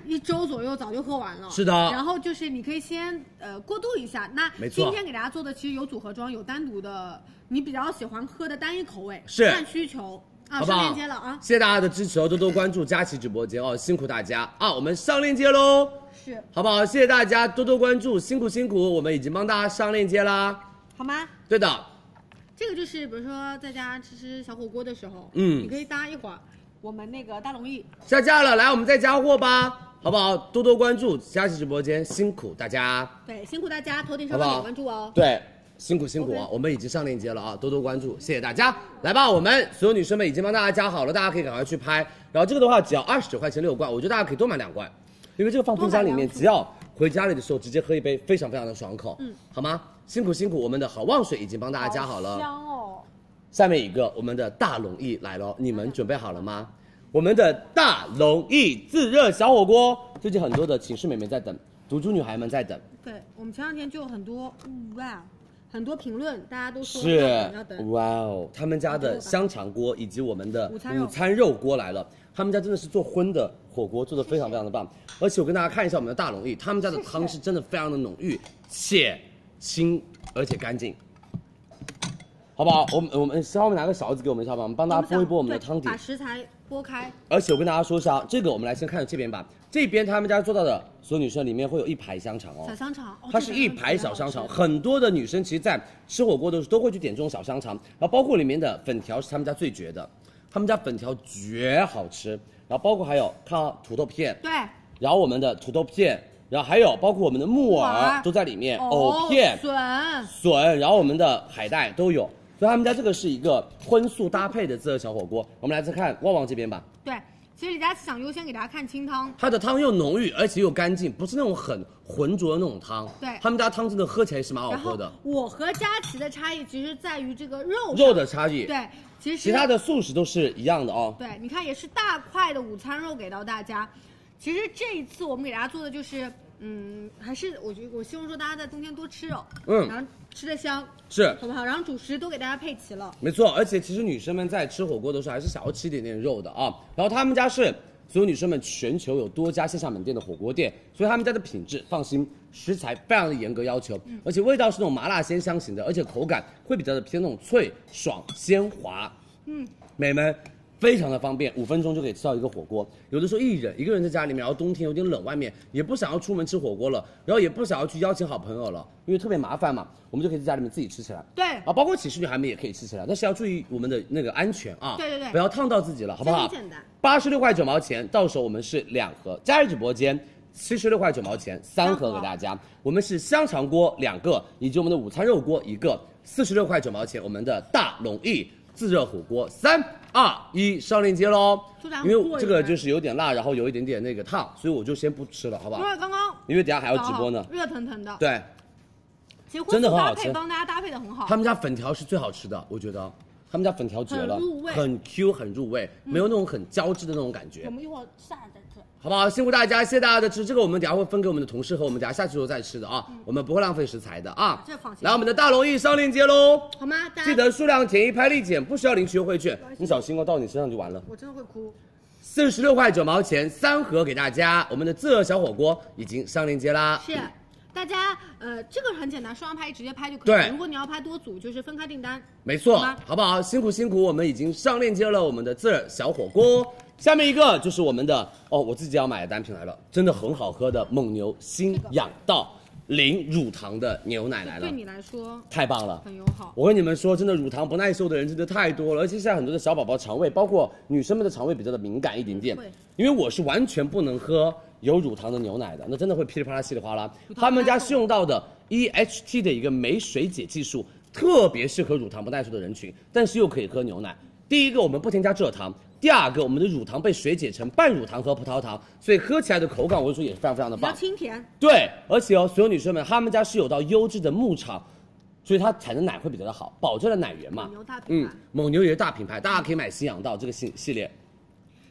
Speaker 2: 一周左右早就喝完了。
Speaker 1: 是的
Speaker 2: 然后就是你可以先呃过渡一下。那
Speaker 1: 没错
Speaker 2: 今天给大家做的其实有组合装，有单独的，你比较喜欢喝的单一口味，
Speaker 1: 是
Speaker 2: 看需求啊。
Speaker 1: 好不
Speaker 2: 上
Speaker 1: 好？
Speaker 2: 链接了啊，
Speaker 1: 谢谢大家的支持哦，多多关注佳琦直播间哦，辛苦大家啊！我们上链接喽，
Speaker 2: 是
Speaker 1: 好不好？谢谢大家多多关注，辛苦辛苦，我们已经帮大家上链接啦。
Speaker 2: 好吗？
Speaker 1: 对的，
Speaker 2: 这个就是比如说在家吃吃小火锅的时候，
Speaker 1: 嗯
Speaker 2: 你可以搭一会儿我们那个大龙燚。
Speaker 1: 下架了，来我们再加货吧，好不好？多多关注佳琦直播间，辛苦大家，
Speaker 2: 对，辛苦大家头顶
Speaker 1: 好
Speaker 2: 上
Speaker 1: 不
Speaker 2: 方点
Speaker 1: 好？
Speaker 2: 关注哦。
Speaker 1: 对，辛苦辛苦啊！我们已经上链接了啊，多多关注，谢谢大家。来吧，我们所有女生们已经帮大家加好了，大家可以赶快去拍。然后这个的话只要二十九块钱六罐，我觉得大家可以多买两罐，因为这个放冰箱里面，只要回家里的时候直接喝一杯，非常非常的爽口，嗯，好吗？辛苦辛苦，我们的好望水已经帮大家加好了。
Speaker 2: 香哦，
Speaker 1: 下面一个我们的大龙燚来了，你们准备好了吗？我们的大龙燚自热小火锅，最近很多的寝室美眉在等，读书女孩们在等，
Speaker 2: 对我们前两天就有很多嗯哇，很多评论，大家都说
Speaker 1: 是
Speaker 2: 要等要等，
Speaker 1: 哇哦，他们家的香肠锅以及我们的
Speaker 2: 午餐肉
Speaker 1: 午餐肉锅来了，他们家真的是做荤的火锅做的非常非常的棒，而且我跟大家看一下我们的大龙燚，他们家的汤是真的非常的浓郁且清而且干净。好不好？我们我们稍微拿个勺子给我们一下吧，我们帮大家拨一拨我们的
Speaker 2: 对
Speaker 1: 汤底。
Speaker 2: 把食材拨开，
Speaker 1: 而且我跟大家说一下，啊这个我们来先看这边吧。这边他们家做到的，所有女生里面会有一排香肠哦
Speaker 2: 小，香肠，哦
Speaker 1: 它是一排小香肠。很多的女生其实，在吃火锅的时候都会去点这种小香肠，然后包括里面的粉条是他们家最绝的，他们家粉条绝好吃，然后包括还有看啊土豆片，
Speaker 2: 对，
Speaker 1: 然后我们的土豆片，然后还有包括我们的木
Speaker 2: 木
Speaker 1: 耳
Speaker 2: 耳
Speaker 1: 都在里面，
Speaker 2: 藕
Speaker 1: 藕片、
Speaker 2: 笋，
Speaker 1: 笋，然后我们的海带都有，所以他们家这个是一个荤素搭配的自热小火锅。我们来再看旺旺这边吧。
Speaker 2: 对。其实李佳琦想优先给大家看清汤，
Speaker 1: 它的汤又浓郁，而且又干净，不是那种很浑浊的那种汤。
Speaker 2: 对
Speaker 1: 他们家汤真的喝起来是蛮好
Speaker 2: 然
Speaker 1: 喝
Speaker 2: 后
Speaker 1: 的，
Speaker 2: 我和佳琦的差异其实在于这个肉上
Speaker 1: 肉的差异。，
Speaker 2: 对，其实
Speaker 1: 其他的素食都是一样的哦。
Speaker 2: 对，你看也是大块的午餐肉给到大家。其实这一次我们给大家做的就是，嗯，还是我觉得我希望说大家在冬天多吃肉，
Speaker 1: 嗯
Speaker 2: 然后吃的香，
Speaker 1: 是，
Speaker 2: 好不好？然后主食都给大家配齐了，
Speaker 1: 没错。而且其实女生们在吃火锅的时候，还是想要吃一点点肉的啊。然后他们家是所有女生们全球有多家线下门店的火锅店，所以他们家的品质放心，食材非常的严格要求，
Speaker 2: 嗯
Speaker 1: 而且味道是那种麻辣鲜香型的，而且口感会比较的偏那种脆爽鲜滑。嗯，美们，非常的方便，五分钟就可以吃到一个火锅。有的时候一人一个人在家里面，然后冬天有点冷，外面也不想要出门吃火锅了，然后也不想要去邀请好朋友了，因为特别麻烦嘛，我们就可以在家里面自己吃起来。
Speaker 2: 对
Speaker 1: 啊，包括寝室女孩们也可以吃起来，但是要注意我们的那个安全啊，
Speaker 2: 对对对
Speaker 1: 不要烫到自己了，好不
Speaker 2: 真
Speaker 1: 好？
Speaker 2: 的简单
Speaker 1: 八十六块九毛钱，到手我们是两盒，佳怡直播间。七十六块九毛钱三盒给大家，我们是香肠锅两个，以及我们的午餐肉锅一个，四十六块九毛钱。我们的大龙燚自热火锅，三二一，上链接喽
Speaker 2: 就这样。
Speaker 1: 因
Speaker 2: 过
Speaker 1: 为
Speaker 2: 一
Speaker 1: 这个
Speaker 2: 遍
Speaker 1: 就是有点辣，然后有一点点那个烫，所以我就先不吃了，好不好
Speaker 2: 因？为刚刚
Speaker 1: 因为等下还要直播呢。
Speaker 2: 热腾腾的，
Speaker 1: 对，
Speaker 2: 其实荤
Speaker 1: 真的
Speaker 2: 素
Speaker 1: 很
Speaker 2: 搭
Speaker 1: 好
Speaker 2: 配
Speaker 1: 吃
Speaker 2: 帮大家搭配的很好
Speaker 1: 他。们家粉条是最好吃的，我觉得。他们家粉条绝了，
Speaker 2: 很入味嗯
Speaker 1: 很 Q，很入味，没有那种很胶质的那种感觉。
Speaker 5: 我们一会儿下来再吃。
Speaker 1: 好不好？辛苦大家，谢谢大家的吃。这个我们等下会分给我们的同事和我们等下下去之后再吃的啊，我们不会浪费食材的啊。
Speaker 2: 嗯这放心
Speaker 1: 来，我们的大龙燚上链接喽，
Speaker 2: 好吗？大家
Speaker 1: 记得数量填一拍立减，不需要领取优惠券，你小心哦，到你身上就完了。
Speaker 2: 我真的会哭。
Speaker 1: 四十六块九毛钱三盒给大家，我们的自热小火锅已经上链接啦。
Speaker 2: 是，大家呃，这个很简单，双拍直接拍就可以。
Speaker 1: 对
Speaker 2: 如果你要拍多组，就是分开订单。
Speaker 1: 没错
Speaker 2: 好吧，
Speaker 1: 好不好？辛苦辛苦，我们已经上链接了我们的自热小火锅。下面一个就是我们的哦，我自己要买的单品来了，真的很好喝的蒙牛新养道零乳糖的牛奶来了
Speaker 2: 对，你来说
Speaker 1: 太棒了。
Speaker 2: 很友好。
Speaker 1: 我跟你们说，真的乳糖不耐受的人真的太多了，而且现在很多的小宝宝肠胃，包括女生们的肠胃比较的敏感一点点
Speaker 2: 会。
Speaker 1: 因为我是完全不能喝有乳糖的牛奶的，那真的会噼里啪啦稀里哗啦。他们家是用到的 EHT 的一个酶水解技术，特别适合乳糖不耐受的人群，但是又可以喝牛奶。第一个，我们不添加蔗糖；第二个，我们的乳糖被水解成半乳糖和葡萄糖，所以喝起来的口感，我就说也是非常非常的
Speaker 2: 比较
Speaker 1: 棒。
Speaker 2: 清甜，
Speaker 1: 对，而且哦，所有女生们，她们家是有到优质的牧场，所以它产的奶会比较的好，保证了奶源嘛
Speaker 2: 蒙。牛大品
Speaker 1: 嗯
Speaker 2: 牌，
Speaker 1: 蒙牛也是大品牌，大家可以买新养道这个系系列。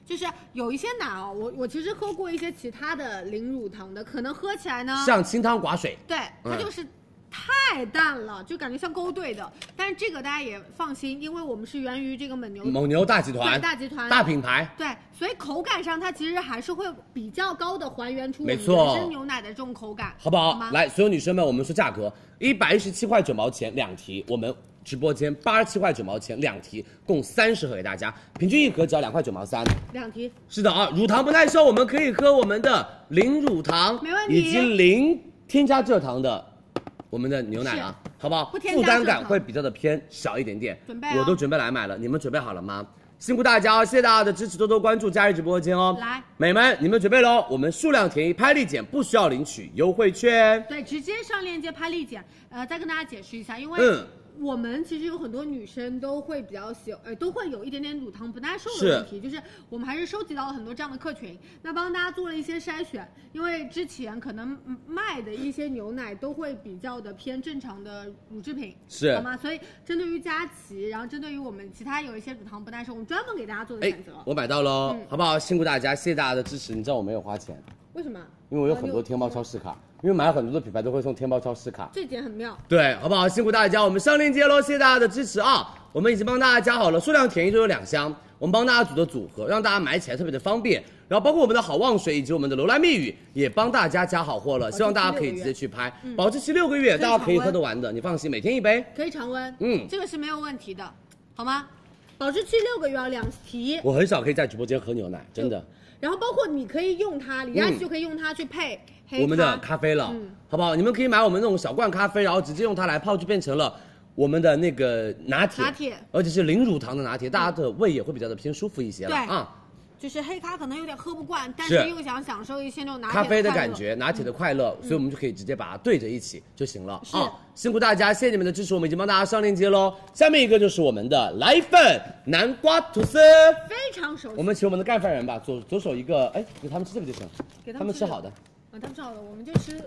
Speaker 2: 就是有一些奶哦，我我其实喝过一些其他的零乳糖的，可能喝起来呢，
Speaker 1: 像清汤寡水，
Speaker 2: 对它
Speaker 1: 嗯
Speaker 2: 就是太淡了，就感觉像勾兑的。但是这个大家也放心，因为我们是源于这个蒙牛
Speaker 1: 蒙牛大集团，
Speaker 2: 对大集团
Speaker 1: 大品牌，
Speaker 2: 对，所以口感上它其实还是会比较高的还原出我们
Speaker 1: 没错
Speaker 2: 原生牛奶的这种口感，
Speaker 1: 好不好？
Speaker 2: 吗？
Speaker 1: 来，所有女生们，我们说价格，一百一十七块九毛钱两提，我们直播间八十七块九毛钱两提，共三十盒给大家，平均一盒只要两块九毛三。
Speaker 2: 两题，
Speaker 1: 是的啊，乳糖不耐受，我们可以喝我们的零乳糖，
Speaker 2: 没问题
Speaker 1: 以及零添加蔗糖的我们的牛奶啊，好不好？
Speaker 2: 不添加
Speaker 1: 负担
Speaker 2: 蔗
Speaker 1: 感
Speaker 2: 糖
Speaker 1: 会比较的偏少一点点。
Speaker 2: 准备啊
Speaker 1: 我都准备来买了，你们准备好了吗？辛苦大家哦，谢谢大家的支持，多多关注佳怡直播间哦。
Speaker 2: 来，
Speaker 1: 美们，你们准备喽，我们数量填一，拍立减，不需要领取优惠券。
Speaker 2: 对，直接上链接拍立减。呃，再跟大家解释一下，因为
Speaker 1: 嗯
Speaker 2: 我们其实有很多女生都会比较喜，呃，都会有一点点乳糖不耐受
Speaker 1: 是
Speaker 2: 的问题，就是我们还是收集到了很多这样的客群，那帮大家做了一些筛选，因为之前可能嗯卖的一些牛奶都会比较的偏正常的乳制品，
Speaker 1: 是
Speaker 2: 好吗？所以针对于佳琦，然后针对于我们其他有一些乳糖不耐受，我们专门给大家做的
Speaker 1: 哎
Speaker 2: 选择，。
Speaker 1: 我买到喽，
Speaker 2: 嗯
Speaker 1: 好不好？辛苦大家，谢谢大家的支持。你知道我没有花钱，
Speaker 2: 为什么？
Speaker 1: 因为我有
Speaker 2: 呃
Speaker 1: 很
Speaker 2: 你
Speaker 1: 多天猫超市卡，因为买很多的品牌都会送天猫超市卡。
Speaker 2: 这点很妙。
Speaker 1: 对，好不好？辛苦大家，我们上链接喽，谢谢大家的支持啊！我们已经帮大家加好了，数量填一都有两箱，我们帮大家组的组合，让大家买起来特别的方便。然后包括我们的好望水以及我们的楼兰蜜语也帮大家加好
Speaker 2: 哦
Speaker 1: 货了，希望大家可以直接去拍，保质期六个月，
Speaker 2: 嗯可以
Speaker 1: 大家可
Speaker 2: 常
Speaker 1: 以
Speaker 2: 温
Speaker 1: 喝得完的，你放心，每天一杯。
Speaker 2: 可以常温，
Speaker 1: 嗯
Speaker 2: 这个是没有问题的，好吗？保质期六个月啊，两提，
Speaker 1: 我很少可以在直播间喝牛奶，真的。
Speaker 2: 然后包括你可以用它，李佳琦就可以用它去配黑咖
Speaker 1: 嗯我们的咖啡了，
Speaker 2: 嗯
Speaker 1: 好不好？你们可以买我们那种小罐咖啡，然后直接用它来泡，就变成了我们的那个拿铁，
Speaker 2: 拿铁
Speaker 1: 而且是零乳糖的拿铁，大家的胃也会比较的偏舒服一些了
Speaker 2: 对
Speaker 1: 啊。
Speaker 2: 就是黑咖可能有点喝不惯，但
Speaker 1: 是
Speaker 2: 是又想享受一些那种拿铁
Speaker 1: 咖啡
Speaker 2: 的
Speaker 1: 的
Speaker 2: 快乐嗯
Speaker 1: 感。觉，拿铁的快乐，所以我们就可以直接把它兑着一起就行了
Speaker 2: 是
Speaker 1: 啊！辛苦大家，谢谢你们的支持，我们已经帮大家上链接喽。下面一个就是我们的来一份南瓜吐司，
Speaker 2: 非常熟悉，
Speaker 1: 我们请我们的干饭人吧，左左手一个，哎，给他们吃这个就行，
Speaker 2: 给他们
Speaker 1: 他们
Speaker 2: 吃
Speaker 1: 吃
Speaker 2: 这个
Speaker 1: 好的。
Speaker 2: 啊，他们好的，我们就吃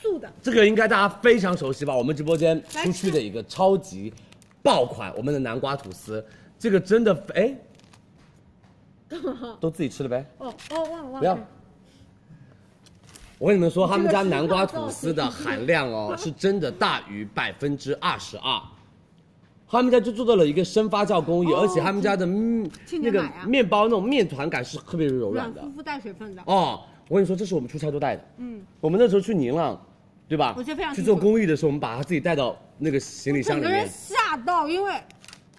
Speaker 2: 素的，
Speaker 1: 这个应该大家非常熟悉吧？我们直播间
Speaker 2: 来
Speaker 1: 出去的一个超级爆款，我们的南瓜吐司，这个真的 哎，都自己吃了呗。
Speaker 2: 哦哦，忘了忘了，
Speaker 1: 不要。我跟你们说，他们家
Speaker 2: 这个是
Speaker 1: 南瓜吐司的含量 哦，是真的大于百分之二十二。他们家就做到了一个深发酵工艺，
Speaker 2: 哦
Speaker 1: 而且他们家的嗯
Speaker 2: 青
Speaker 1: 那
Speaker 2: 年
Speaker 1: 个
Speaker 2: 奶啊
Speaker 1: 面包那种面团感是特别柔软
Speaker 2: 软
Speaker 1: 的
Speaker 2: 乎乎带水分的，
Speaker 1: 哦。我跟你说，这是我们出差都带的。
Speaker 2: 嗯，
Speaker 1: 我们那时候去宁浪，对吧？
Speaker 2: 我觉得非常
Speaker 1: 去
Speaker 2: 清
Speaker 1: 做
Speaker 2: 楚
Speaker 1: 公益的时候，我们把它自己带到那个行李箱
Speaker 2: 整
Speaker 1: 里
Speaker 2: 个人
Speaker 1: 面。
Speaker 2: 吓到，因为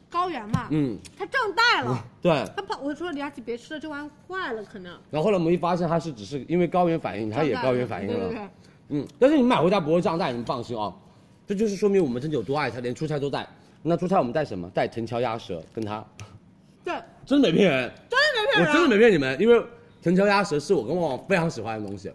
Speaker 4: 高原嘛，
Speaker 1: 嗯，
Speaker 4: 它胀大了，
Speaker 1: 对。
Speaker 4: 它跑，我说李佳琦别吃了，这玩意儿坏了可能。
Speaker 1: 然后后来我们一发现它是只是因为高原反应，它也高原反应
Speaker 4: 对
Speaker 1: 了
Speaker 4: 对。对，
Speaker 1: 嗯，但是你买回家不会胀大，你们放心哦。这就是说明我们真的有多爱它，连出差都带。那出差我们带什么？带藤条鸭舌跟它，
Speaker 4: 对，
Speaker 1: 真的没骗人，
Speaker 4: 真的没骗
Speaker 1: 我
Speaker 2: 啊
Speaker 4: 人。
Speaker 1: 真的没骗你们，因为藤条鸭舌是我跟旺旺非常喜欢的东西，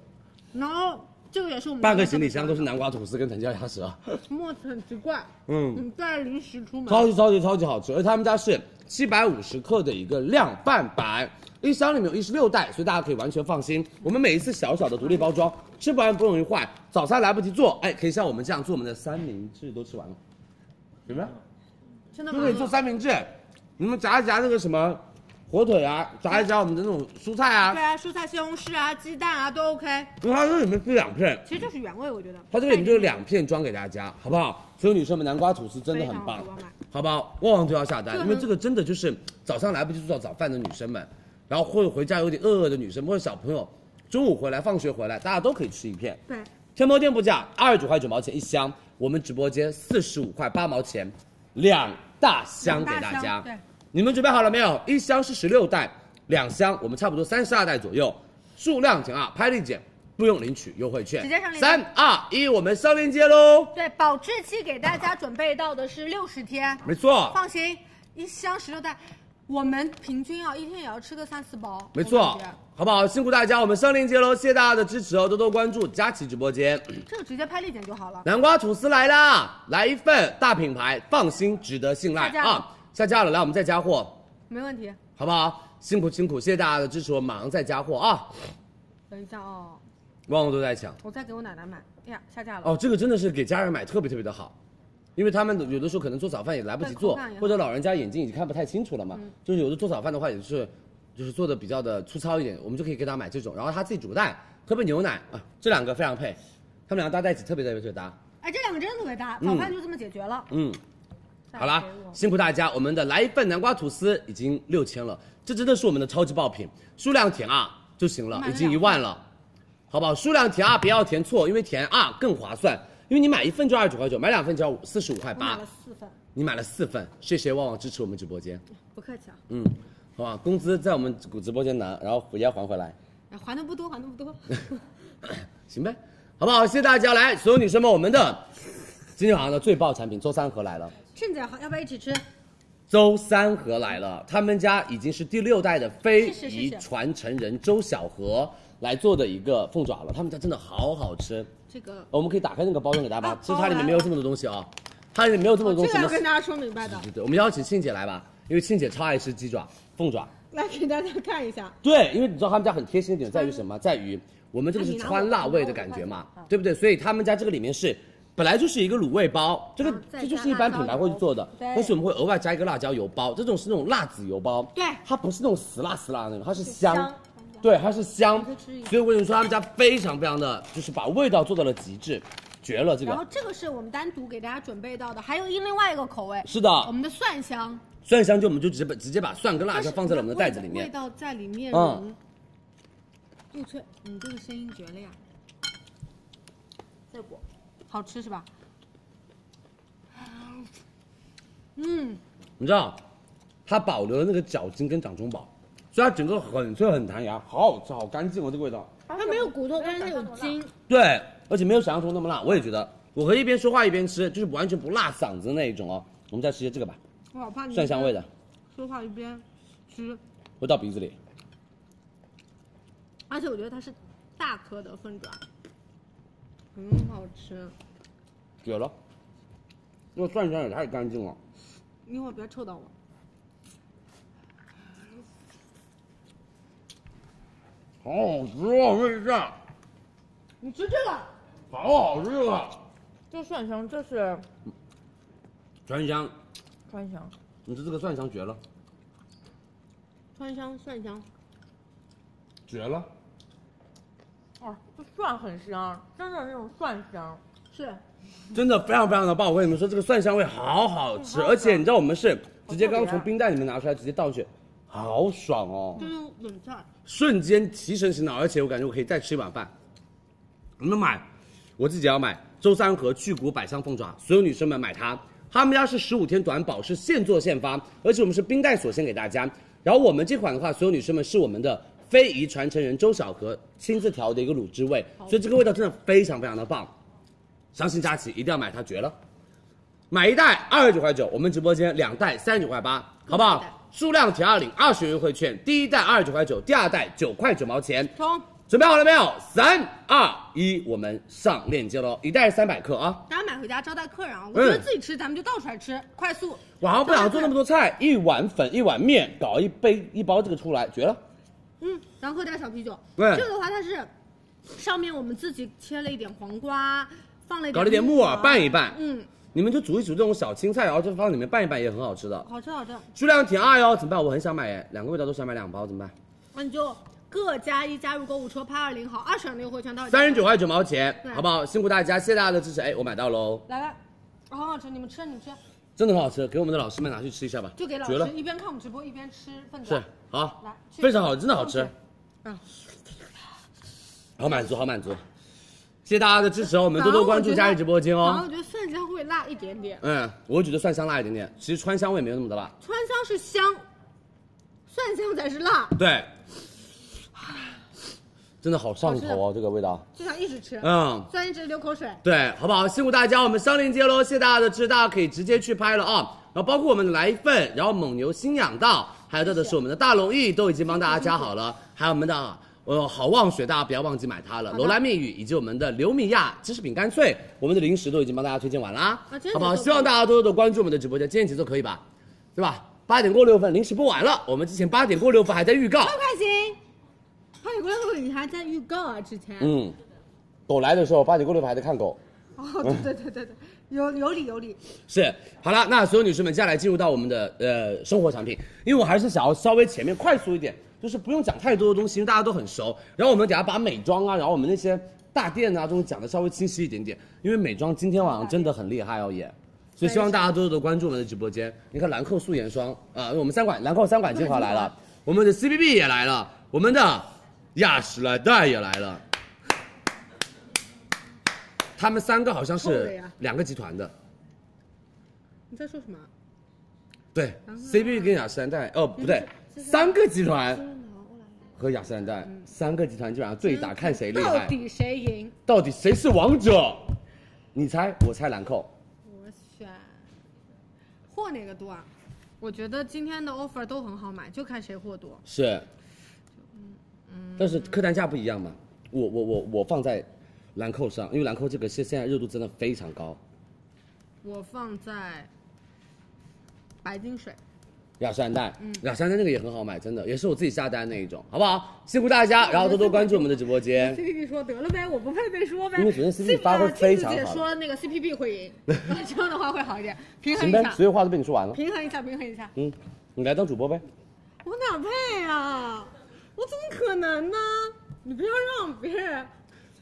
Speaker 4: 然后这个也是我们
Speaker 1: 半个行李箱都是南瓜吐司跟藤条鸭舌，
Speaker 4: 莫很奇怪，
Speaker 1: 嗯，
Speaker 4: 你带零食出门，
Speaker 1: 超级超级超级好吃，而且他们家是七百五十克的一个量贩版。一箱里面有一十六袋，所以大家可以完全放心。我们每一次小小的独立包装，吃不完不容易坏，早餐来不及做，哎，可以像我们这样做我们的三明治，都吃完了，有没有？
Speaker 4: 真的
Speaker 1: 就
Speaker 4: 吗？
Speaker 1: 可以做三明治，你们夹一夹那个什么火腿啊，夹一夹我们的那种蔬菜啊
Speaker 4: 对，啊，蔬菜、西红柿啊、鸡蛋啊都 OK，
Speaker 1: 因为它这里面是两片，
Speaker 4: 其实就是原味，我觉得。
Speaker 1: 它这个里面就是两片装给大家，好不好？所有女生们，南瓜吐司真的很棒
Speaker 4: 非常好我要买，
Speaker 1: 好不好？旺旺就要下单，
Speaker 4: 这个
Speaker 1: 因
Speaker 4: 很
Speaker 1: 为这个真的就是早上来不及做早饭的女生们，然后或者回家有点饿饿的女生，或者小朋友中午回来、放学回来，大家都可以吃一片。
Speaker 4: 对，
Speaker 1: 天猫店铺价二十九块九毛钱一箱，我们直播间四十五块八毛钱，两大箱给大
Speaker 4: 两大
Speaker 1: 家。
Speaker 4: 箱对，
Speaker 1: 你们准备好了没有？一箱是十六袋，两箱我们差不多三十二袋左右，数量减二，拍立减，不用领取优惠券。
Speaker 2: 直接上链接
Speaker 1: 三二一，我们上链接喽。
Speaker 2: 对，保质期给大家准备到的是六十天，
Speaker 1: 没错，
Speaker 2: 放心，一箱十六袋，我们平均啊一天也要吃个三四包，
Speaker 1: 没
Speaker 2: 我
Speaker 1: 错
Speaker 2: 感觉，
Speaker 1: 好不好？辛苦大家，我们上链接喽，谢谢大家的支持哦，多多关注佳琦直播间。
Speaker 2: 这个直接拍立减就好了。
Speaker 1: 南瓜吐司来啦，来一份大品牌，放心，值得信赖
Speaker 2: 下架了
Speaker 1: 啊！下架了，来我们再加货，
Speaker 2: 没问题。
Speaker 1: 好不好？辛苦辛苦，谢谢大家的支持，我马上再加货啊！
Speaker 2: 等一下哦，
Speaker 1: 旺旺都在抢
Speaker 2: 我再给我奶奶买。哎呀，下架了。
Speaker 1: 哦，这个真的是给家人买特别特别的好，因为他们有的时候可能做早饭也来不及
Speaker 2: 对口
Speaker 1: 做
Speaker 2: 感也，好嗯
Speaker 1: 或者老人家眼睛已经看不太清楚了嘛，就是有的做早饭的话也是，就是做的比较的粗糙一点，我们就可以给他买这种，然后他自己煮蛋，喝杯牛奶啊，这两个非常配，他们两个搭在一起特别特别特别搭，
Speaker 2: 哎，这两个真的特别搭，
Speaker 1: 嗯
Speaker 2: 早饭就这么解决了。
Speaker 1: 嗯。
Speaker 2: 再
Speaker 1: 好啦
Speaker 2: 给我，
Speaker 1: 辛苦大家，我们的来一份南瓜吐司已经六千了，这真的是我们的超级爆品，数量填啊就行了
Speaker 2: 买，了
Speaker 1: 已经一万了，好不好？数量填啊，不要填错，因为填啊更划算，因为你买一份就二十九块九，买两份就要四十五块
Speaker 2: 我买
Speaker 1: 八
Speaker 2: 了，四份，
Speaker 1: 你买了四份，谢谢旺旺支持我们直播间，
Speaker 2: 不客气啊，
Speaker 1: 嗯，好吧，工资在我们直播间拿，然后也要还回来，
Speaker 2: 哎还的不多，还的不多。
Speaker 1: 行呗，好不好？谢谢大家，来，所有女生们，我们的今天晚上的最爆产品周三盒来了。
Speaker 2: 趁姐要不要一起吃？
Speaker 1: 周三和来了，他们家已经是第六代的非
Speaker 2: 是是是
Speaker 1: 遗
Speaker 2: 是
Speaker 1: 传承人周小荷来做的一个凤爪了，他们家真的好好吃。
Speaker 2: 这个
Speaker 1: 我们可以打开那个包装给大家吧
Speaker 2: 啊，哦
Speaker 1: 其实
Speaker 2: 包
Speaker 1: 它里面
Speaker 2: 来
Speaker 1: 没有这么多东西啊，它里面没有这么多东
Speaker 4: 这
Speaker 1: 西。
Speaker 4: 个要
Speaker 1: 什么
Speaker 4: 跟大家说明白的，
Speaker 1: 对对，我们邀请庆姐来吧，因为庆姐超爱吃鸡爪、凤爪。
Speaker 4: 来给大家看一下。
Speaker 1: 对，因为你知道他们家很贴心的点在于什么？在于我们这个
Speaker 2: 哎
Speaker 1: 是川辣味的感觉嘛，
Speaker 2: 嗯
Speaker 1: 对不对？所以他们家这个里面是本来就是一个卤味包，这个
Speaker 2: 嗯再
Speaker 1: 这就是
Speaker 2: 加
Speaker 1: 一般
Speaker 2: 辣
Speaker 1: 品牌
Speaker 2: 椒
Speaker 1: 会去
Speaker 2: 油
Speaker 1: 做的，
Speaker 2: 对
Speaker 1: 但是我们会额外加一个辣椒油包，这种是那种辣子油包，
Speaker 2: 对
Speaker 1: 它不是那种死辣死辣的那种，它是香
Speaker 2: 香。
Speaker 1: 对，它是香
Speaker 2: 可以吃一，个
Speaker 1: 所以我跟你说，他们家非常非常的，就是把味道做到了极致，绝了！这
Speaker 2: 然后
Speaker 1: 个
Speaker 2: 这个是我们单独给大家准备到的，还有一另外一个口味，
Speaker 1: 是的
Speaker 2: 我，们的蒜香，
Speaker 1: 蒜香就我们就直接把直接把蒜跟辣
Speaker 2: 但
Speaker 1: 椒
Speaker 2: 是
Speaker 1: 放在了我们的袋子里
Speaker 2: 味
Speaker 1: 面，
Speaker 2: 道在里面。
Speaker 1: 嗯
Speaker 2: 嗯，又脆，你这个声音绝了呀！这果好吃是吧？嗯，
Speaker 1: 你知道，它保留了那个嚼劲跟掌中宝，所以它整个很脆很弹牙，好好吃，好干净哦，这个味道。
Speaker 4: 它没有骨头，但是它有筋，
Speaker 1: 对，而且没有想象中那么辣，我也觉得，我可以一边说话一边吃，就是完全不辣嗓子那一种哦。我们再吃些这个吧，
Speaker 4: 我好怕你
Speaker 1: 蒜香味的，
Speaker 4: 说话一边吃，
Speaker 1: 会到鼻子里。
Speaker 4: 而且我觉得它是大颗的凤
Speaker 2: 啊
Speaker 4: 爪，很
Speaker 2: 嗯
Speaker 4: 好吃。
Speaker 1: 绝了，那个蒜香也太干净了。
Speaker 4: 一会儿别臭到我。
Speaker 1: 好好吃啊！我跟你讲，
Speaker 4: 你吃这个，
Speaker 1: 好好吃啊！
Speaker 6: 这蒜香，这是
Speaker 1: 川香，
Speaker 6: 川香，
Speaker 1: 你吃这个蒜香绝了，
Speaker 4: 川香蒜香，
Speaker 1: 绝了！
Speaker 6: 哦，这蒜很香，真的那种蒜香。
Speaker 4: 是
Speaker 1: 真的非常非常的棒，我跟你们说，这个蒜香味好好吃，而且你知道我们是直接刚从冰袋里面拿出来，直接倒进去，好爽哦！
Speaker 4: 这种冷菜，
Speaker 1: 瞬间提神醒脑，而且我感觉我可以再吃一碗饭。你们买，我自己也要买。周三和去骨百香凤爪，所有女生们买它，他们家是十五天短保，是现做现发，而且我们是冰袋锁先给大家。然后我们这款的话，所有女生们是我们的非遗传承人周小荷亲自调的一个乳汁味，所以这个味道真的非常非常的棒，相信佳琪一定要买它，绝了！买一袋二十九块九，我们直播间两袋三十九块八，好不好？数量填二领，二十元优惠券，第一袋二十九块九，第二袋九块九毛钱。
Speaker 2: 冲！
Speaker 1: 准备好了没有？三二一，我们上链接喽！一袋是三百克啊！
Speaker 2: 大家买回家招待客人啊！我觉
Speaker 1: 哎
Speaker 2: 得自己吃，咱们就倒出来吃，快速。
Speaker 1: 晚上不想啊做那么多菜，一碗粉一碗面，搞一杯一包这个出来，绝了！
Speaker 2: 嗯，然后喝点小啤酒。
Speaker 1: 对
Speaker 2: 这个的话它是上面我们自己切了一点黄瓜，放了一点
Speaker 1: 搞了点木耳拌一拌，
Speaker 2: 嗯，
Speaker 1: 你们就煮一煮这种小青菜，然后就放里面拌一拌，也很好吃的。
Speaker 2: 好吃好吃。
Speaker 1: 数量挺二哟，怎么办？我很想买耶，两个味道都想买两包，怎么办？
Speaker 2: 那你就各加一加入购物车拍二零好，二十元的优惠券到手。
Speaker 1: 三十九块九毛钱
Speaker 2: 对，
Speaker 1: 好不好？辛苦大家，谢谢大家的支持。哎，我买到喽，
Speaker 2: 来吧，好好吃，你们吃你们吃，
Speaker 1: 真的很好吃，给我们的老师们拿去吃一下吧，
Speaker 2: 就给老
Speaker 1: 绝了
Speaker 2: 师，一边看我们直播一边吃份子。啊
Speaker 1: 是好
Speaker 2: 来，去
Speaker 1: 非常好，真的好吃。
Speaker 2: 嗯，
Speaker 1: 好满足，好满足，谢谢大家的支持哦，我们
Speaker 2: 然
Speaker 1: 多
Speaker 2: 后
Speaker 1: 多关
Speaker 2: 我觉
Speaker 1: 注
Speaker 2: 得
Speaker 1: 佳怡直播间
Speaker 2: 然后
Speaker 1: 哦
Speaker 2: 我。觉得蒜香会辣一点点，
Speaker 1: 嗯，我觉得蒜香辣一点点，其实川香味没有那么的辣。
Speaker 2: 川香是香，蒜香才是辣，
Speaker 1: 对，真的好上头哦，这个味道。
Speaker 2: 就想一直吃，
Speaker 1: 嗯，
Speaker 2: 虽然一直流口水。
Speaker 1: 对，好不好？辛苦大家，我们上链接喽，谢谢大家的支持，大家可以直接去拍了啊。然后包括我们来一份，然后蒙牛新养道，还有到的是我们的大龙燚都已经帮大家加好了，还有我们的呃好望雪，大家不要忘记买它了。楼兰蜜语以及我们的刘米亚芝士饼干脆，我们的零食都已经帮大家推荐完啦，
Speaker 2: 啊今天
Speaker 1: 好不好？
Speaker 2: 节奏
Speaker 1: 希望大家多多的关注我们的直播间，今天节奏可以吧？对吧？八点过六分零食播完了，我们之前八点过六分还在预告，
Speaker 2: 不开心，八点过六你还在预告啊？之前，
Speaker 1: 嗯，狗来的时候八点过六分还在看狗。
Speaker 2: 哦，对对对对对，有有理有理。
Speaker 1: 是，好了，那所有女士们，接下来进入到我们的呃生活产品，因为我还是想要稍微前面快速一点，就是不用讲太多的东西，因为大家都很熟。然后我们等下把美妆啊，然后我们那些大店啊东西讲的稍微清晰一点点，因为美妆今天晚上真的很厉害哦也，所以希望大家多多的关注我们的直播间。你看兰蔻素颜霜啊、我们三款兰蔻三款精华来了，我们的 CBB 也来了，我们的雅诗兰黛也来了。他们三个好像
Speaker 2: 透了
Speaker 1: 是
Speaker 2: 呀
Speaker 1: 两个集团的，
Speaker 2: 你在说什么？
Speaker 1: 对，CBD 跟雅诗兰黛，哦不
Speaker 2: 嗯
Speaker 1: 对，三个集团
Speaker 2: 啊
Speaker 1: 和雅诗兰黛，三个集团基本上对打，看谁厉
Speaker 2: 嗯到
Speaker 1: 害，
Speaker 2: 底谁赢？
Speaker 1: 到底谁是王者？你猜，我猜兰蔻。
Speaker 2: 我选货哪个多啊？我觉得今天的 offer 都很好买，就看谁货多。
Speaker 1: 是，
Speaker 2: 嗯
Speaker 1: 但是客单价不一样嘛。我我我我放在兰蔻上，因为兰蔻这个现现在热度真的非常高。
Speaker 2: 我放在白金水，
Speaker 1: 雅诗兰黛，
Speaker 2: 嗯
Speaker 1: 雅诗兰黛那个也很好买，真的，也是我自己下单那一种，好不好？辛苦大家，然后多多关注我们的直播间。
Speaker 2: CPP 说得了呗，我不配被说呗。
Speaker 1: 因为昨天 CPP 发挥非常好
Speaker 2: 呃 Tiff 姐说那个 CPP 会 赢，啊这样的话会好一点，平衡
Speaker 1: 行
Speaker 2: 一
Speaker 1: 呗，
Speaker 2: 下，
Speaker 1: 所有话都被你说完了。
Speaker 2: 平衡一下，平衡一下。
Speaker 1: 嗯，你来当主播呗。
Speaker 2: 我哪配啊？我怎么可能呢？你不要让别人。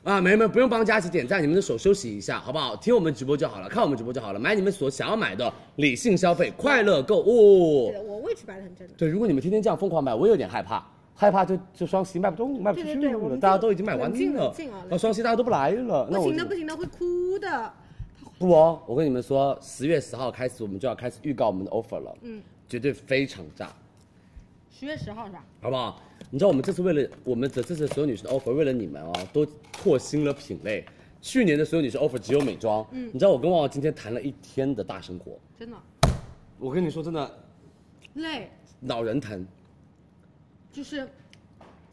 Speaker 1: 啊，美女们不用帮佳琪点赞，你们的手休息一下，好不好？听我们直播就好了，看我们直播就好了，买你们所想要买的，理性消费，快乐购物
Speaker 2: 对。的，我位置摆的很正的。
Speaker 1: 对，如果你们天天这样疯狂买，我有点害怕，害怕就就双十一卖不动，卖不出去了，
Speaker 2: 对对对我们就
Speaker 1: 大家都已经买完
Speaker 2: 冷静
Speaker 1: 了哦
Speaker 2: 冷静啊冷，静
Speaker 1: 那双十一大家都不来了，那
Speaker 2: 不
Speaker 1: 我
Speaker 2: 行的，
Speaker 1: 就
Speaker 2: 不行的，会哭的。
Speaker 1: 不哦，我跟你们说，十月十号开始，我们就要开始预告我们的 offer 了，嗯，绝对非常炸，
Speaker 2: 十月十号是吧？
Speaker 1: 好不好？你知道我们这次为了我们的这次所有女生的 offer，为了你们啊，都拓新了品类。去年的所有女生 offer 只有美妆，嗯，你知道我跟旺旺今天谈了一天的大生活，
Speaker 2: 真的
Speaker 1: 我跟你说，真的
Speaker 2: 累，
Speaker 1: 脑仁疼，
Speaker 2: 就是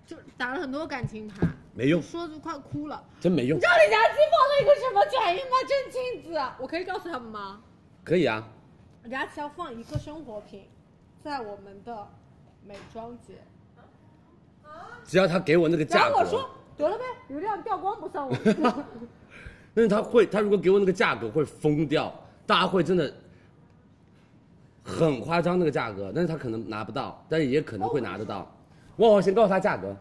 Speaker 2: 就打了很多感情牌，
Speaker 1: 没用
Speaker 2: 就说就快哭了。
Speaker 1: 真没用
Speaker 2: 你知。道李佳琦放了一个什么转印吗？真镜子，我可以告诉他们吗？
Speaker 1: 可以啊，
Speaker 2: 李佳琦要放一个生活品，在我们的美妆节。
Speaker 1: 只要他给我那个
Speaker 2: 然
Speaker 1: 价
Speaker 2: 后
Speaker 1: 格，
Speaker 2: 我说得了呗，流量掉光不算我们。
Speaker 1: 但是他会，他如果给我那个价格会疯掉，大家会真的很夸张那个价格，但是他可能拿不到，但是也可能会拿得到。旺旺先告诉他价格，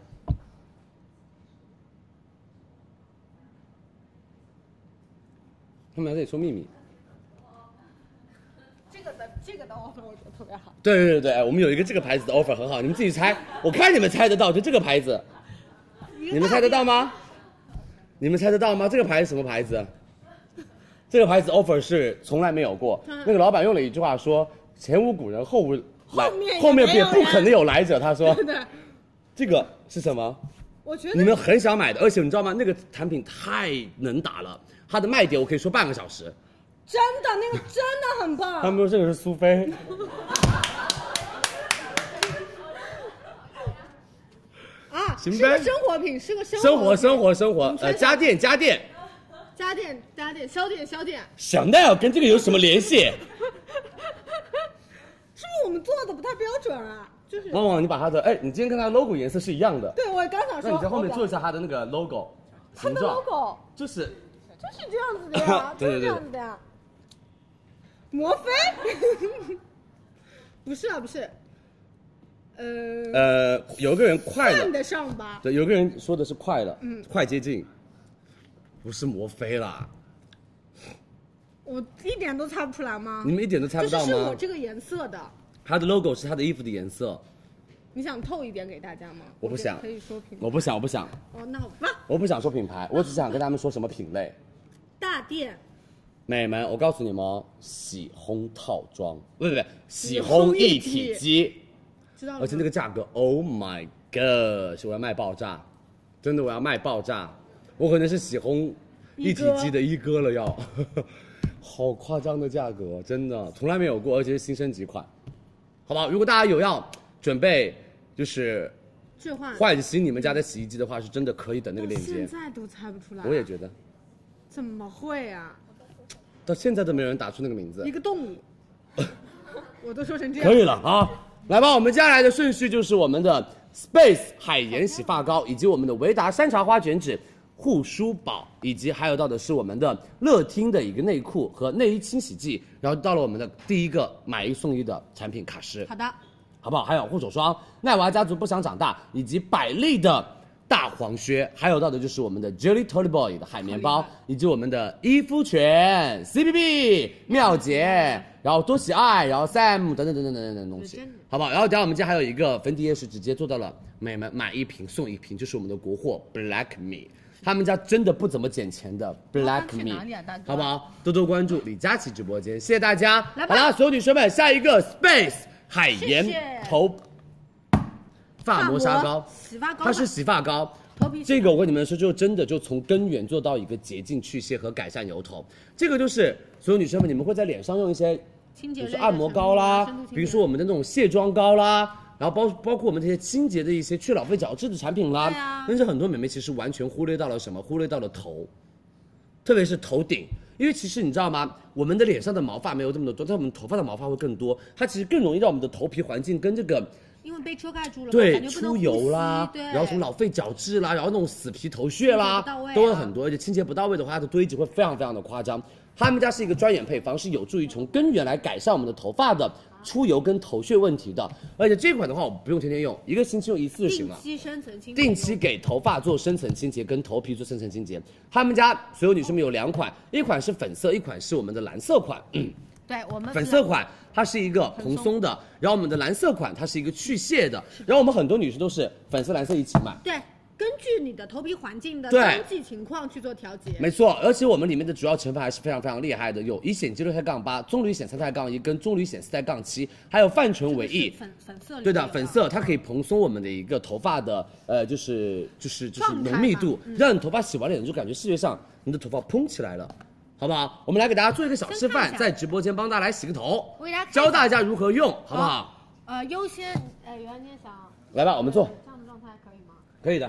Speaker 1: 他们还在说秘密。
Speaker 2: 这个的这个的 offer 我觉得特别好，
Speaker 1: 对对对哎对，我们有一个这个牌子的 offer 很好，你们自己猜，我看你们猜得到，就这个牌子，你们猜得到吗？你们猜得到吗？这个牌子什么牌子？这个牌子 offer 是从来没有过。
Speaker 4: 嗯
Speaker 1: 那个老板用了一句话说：“前无古人，后无来，
Speaker 6: 后面也
Speaker 1: 后面
Speaker 6: 没
Speaker 1: 也
Speaker 6: 有
Speaker 1: 不
Speaker 6: 人
Speaker 1: 可能有来者。”他说
Speaker 4: 对对，：“
Speaker 1: 这个是什么？
Speaker 6: 我觉
Speaker 1: 你
Speaker 6: 得
Speaker 1: 们很想买的，而且你知道吗？那个产品太能打了，它的卖点我可以说半个小时。
Speaker 6: 真的那个真的很棒
Speaker 1: 他。们说这个是苏菲。
Speaker 4: 啊，
Speaker 1: 行
Speaker 4: 是
Speaker 1: 呗
Speaker 4: 个生活品，是个生
Speaker 1: 生活，
Speaker 4: 品
Speaker 1: 生活，生活，呃，家电，家电，
Speaker 4: 家电家电小点小点，
Speaker 1: 香奈儿跟这个有什么联系？
Speaker 6: 是不是我们做的不太标准啊？就是
Speaker 1: 旺旺，你把它的，哎，你今天跟它的 logo 颜色是一样的，
Speaker 6: 对我刚想
Speaker 1: 那
Speaker 6: 说，
Speaker 1: 你在后面
Speaker 4: 哦
Speaker 6: 我
Speaker 1: 做一下它的那个 logo
Speaker 6: 它
Speaker 1: 形
Speaker 6: 的
Speaker 1: 状，
Speaker 6: logo
Speaker 1: 就是，
Speaker 6: 就是这样子的呀就是
Speaker 1: 对对对
Speaker 6: 这样子的呀。摩飞，
Speaker 4: 不是啊不是，呃，
Speaker 1: 呃，有个人快
Speaker 4: 看
Speaker 1: 了，
Speaker 4: 得上吧？
Speaker 1: 对，有个人说的是快了，嗯，啊快接近，不是摩飞啦，
Speaker 4: 我一点都猜不出来吗？
Speaker 1: 你们一点都猜
Speaker 4: 就
Speaker 1: 不
Speaker 4: 是
Speaker 1: 到
Speaker 4: 是我
Speaker 1: 吗？
Speaker 4: 这个颜色的，
Speaker 1: 它的 logo 是它的衣服的颜色，
Speaker 4: 你想透一点给大家吗？
Speaker 1: 我不
Speaker 4: 觉得
Speaker 1: 想
Speaker 4: 可以说品
Speaker 1: 我不想，我不想，
Speaker 4: 哦，那好吧，
Speaker 1: 我不想说品牌，我只想跟他们说什么品类。
Speaker 4: 大店
Speaker 1: 美们，我告诉你们哦，洗烘套装，不对不对，洗烘一体机，
Speaker 4: 知道了吗
Speaker 1: 而且那个价格，Oh my God，是我要卖爆炸，真的我要卖爆炸，我可能是洗烘一体机的一哥了要， 好夸张的价格，真的从来没有过，而且是新升级款，好不好？如果大家有要准备就是
Speaker 4: 置换，
Speaker 1: 换新你们家的洗衣机的话，是真的可以等那个
Speaker 4: 到
Speaker 1: 链接
Speaker 4: 现，在都猜不出来，
Speaker 1: 我也觉得
Speaker 4: 怎么会啊？
Speaker 1: 到现在都没有人打出那个名字
Speaker 4: 一，个 动物，我都说成这样
Speaker 1: 可，以了啊！来吧，我们接下来的顺序就是我们的 Space 海盐洗发膏，以及我们的维达山茶花卷纸护舒宝，以及还有到的是我们的乐听的一个内裤和内衣清洗剂，然后到了我们的第一个买一送一的产品卡诗，
Speaker 4: 好的，
Speaker 1: 好不好？还有护手霜、奈娃家族不想长大，以及百丽的大黄靴，还有到的就是我们的 Jelly Tolly Boy 的海绵包，以及我们的伊肤泉、CPB、妙洁，然后多喜爱，然后 Sam 等等等等等等等东西
Speaker 4: 真的，
Speaker 1: 好不好？然后等下我们家还有一个粉底液是直接做到了，美们买一瓶送一瓶，就是我们的国货 Black Me。他们家真的不怎么捡钱的 Black
Speaker 4: 去
Speaker 1: Me，、
Speaker 4: 哪里啊大哥
Speaker 1: 好不好？多多关注李佳琦直播间，谢谢大家。好啦，所有女生们，下一个 Space 海
Speaker 4: 谢
Speaker 1: 盐
Speaker 4: 谢
Speaker 1: 头发磨砂膏，
Speaker 4: 洗发膏吧，
Speaker 1: 它是洗发膏。
Speaker 4: 头皮
Speaker 1: 这个我跟你们说，就真的就从根源做到一个洁净、去屑和改善油头。这个就是所有女生们，你们会在脸上用一些，
Speaker 4: 清
Speaker 1: 比如
Speaker 4: 洁类
Speaker 1: 说
Speaker 4: 的啊
Speaker 1: 按摩膏啦
Speaker 4: 深度清，洁
Speaker 1: 比如说我们的那种卸妆膏啦，然后包包括我们这些清洁的一些去老废角质的产品啦。
Speaker 4: 对啊
Speaker 1: 但是很多美眉其实完全忽略到了什么？忽略到了头，特别是头顶。因为其实你知道吗？我们的脸上的毛发没有这么的多，但我们头发的毛发会更多，它其实更容易让我们的头皮环境跟这个
Speaker 4: 因为被遮盖住了嘛，
Speaker 1: 对
Speaker 4: 感觉不能
Speaker 1: 出油啦
Speaker 4: 呼吸，对，
Speaker 1: 然后什么老废角质啦，然后那种死皮头屑啦
Speaker 4: 清洁不到位啊，
Speaker 1: 都会很多，而且清洁不到位的话，它的堆积会非常非常的夸张。他们家是一个专研配方，是有助于从根源来改善我们的头发的出油跟头屑问题的。而且这款的话，我不用天天用，一个星期用一次就行
Speaker 4: 定
Speaker 1: 了。
Speaker 4: 期深层清洁，
Speaker 1: 定期给头发做深层清洁，跟头皮做深层清洁。他们家所有女生们有两款，一款是粉色，一款是我们的蓝色款。
Speaker 2: 对我们
Speaker 1: 粉色款它是一个蓬松的，然后我们的蓝色款它是一个去屑的，然后我们很多女生都是粉色蓝色一起买。
Speaker 4: 对，根据你的头皮环境的
Speaker 1: 对
Speaker 4: 冬季情况去做调节。
Speaker 1: 没错，而且我们里面的主要成分还是非常非常厉害的，有乙酰基六肽杠八、棕榈酰三肽杠一跟棕榈酰四肽杠七，还有泛醇维 E
Speaker 4: 是。粉粉色里
Speaker 1: 对的
Speaker 4: 面，啊
Speaker 1: 粉色它可以蓬松我们的一个头发的，呃，就是就是就是
Speaker 4: 状态吧
Speaker 1: 浓密度，让你头发洗完脸就感觉视觉上你的头发蓬起来了，好不好？我们来给大家做一个小示
Speaker 4: 看
Speaker 1: 范，
Speaker 4: 一下
Speaker 1: 在直播间帮大家来洗个头
Speaker 2: 我给大家，看一下
Speaker 1: 教大家如何用，好不好？
Speaker 2: 呃优先呃袁天祥，
Speaker 1: 来吧，我们做。
Speaker 2: 这样的状态可以吗？
Speaker 1: 可以的。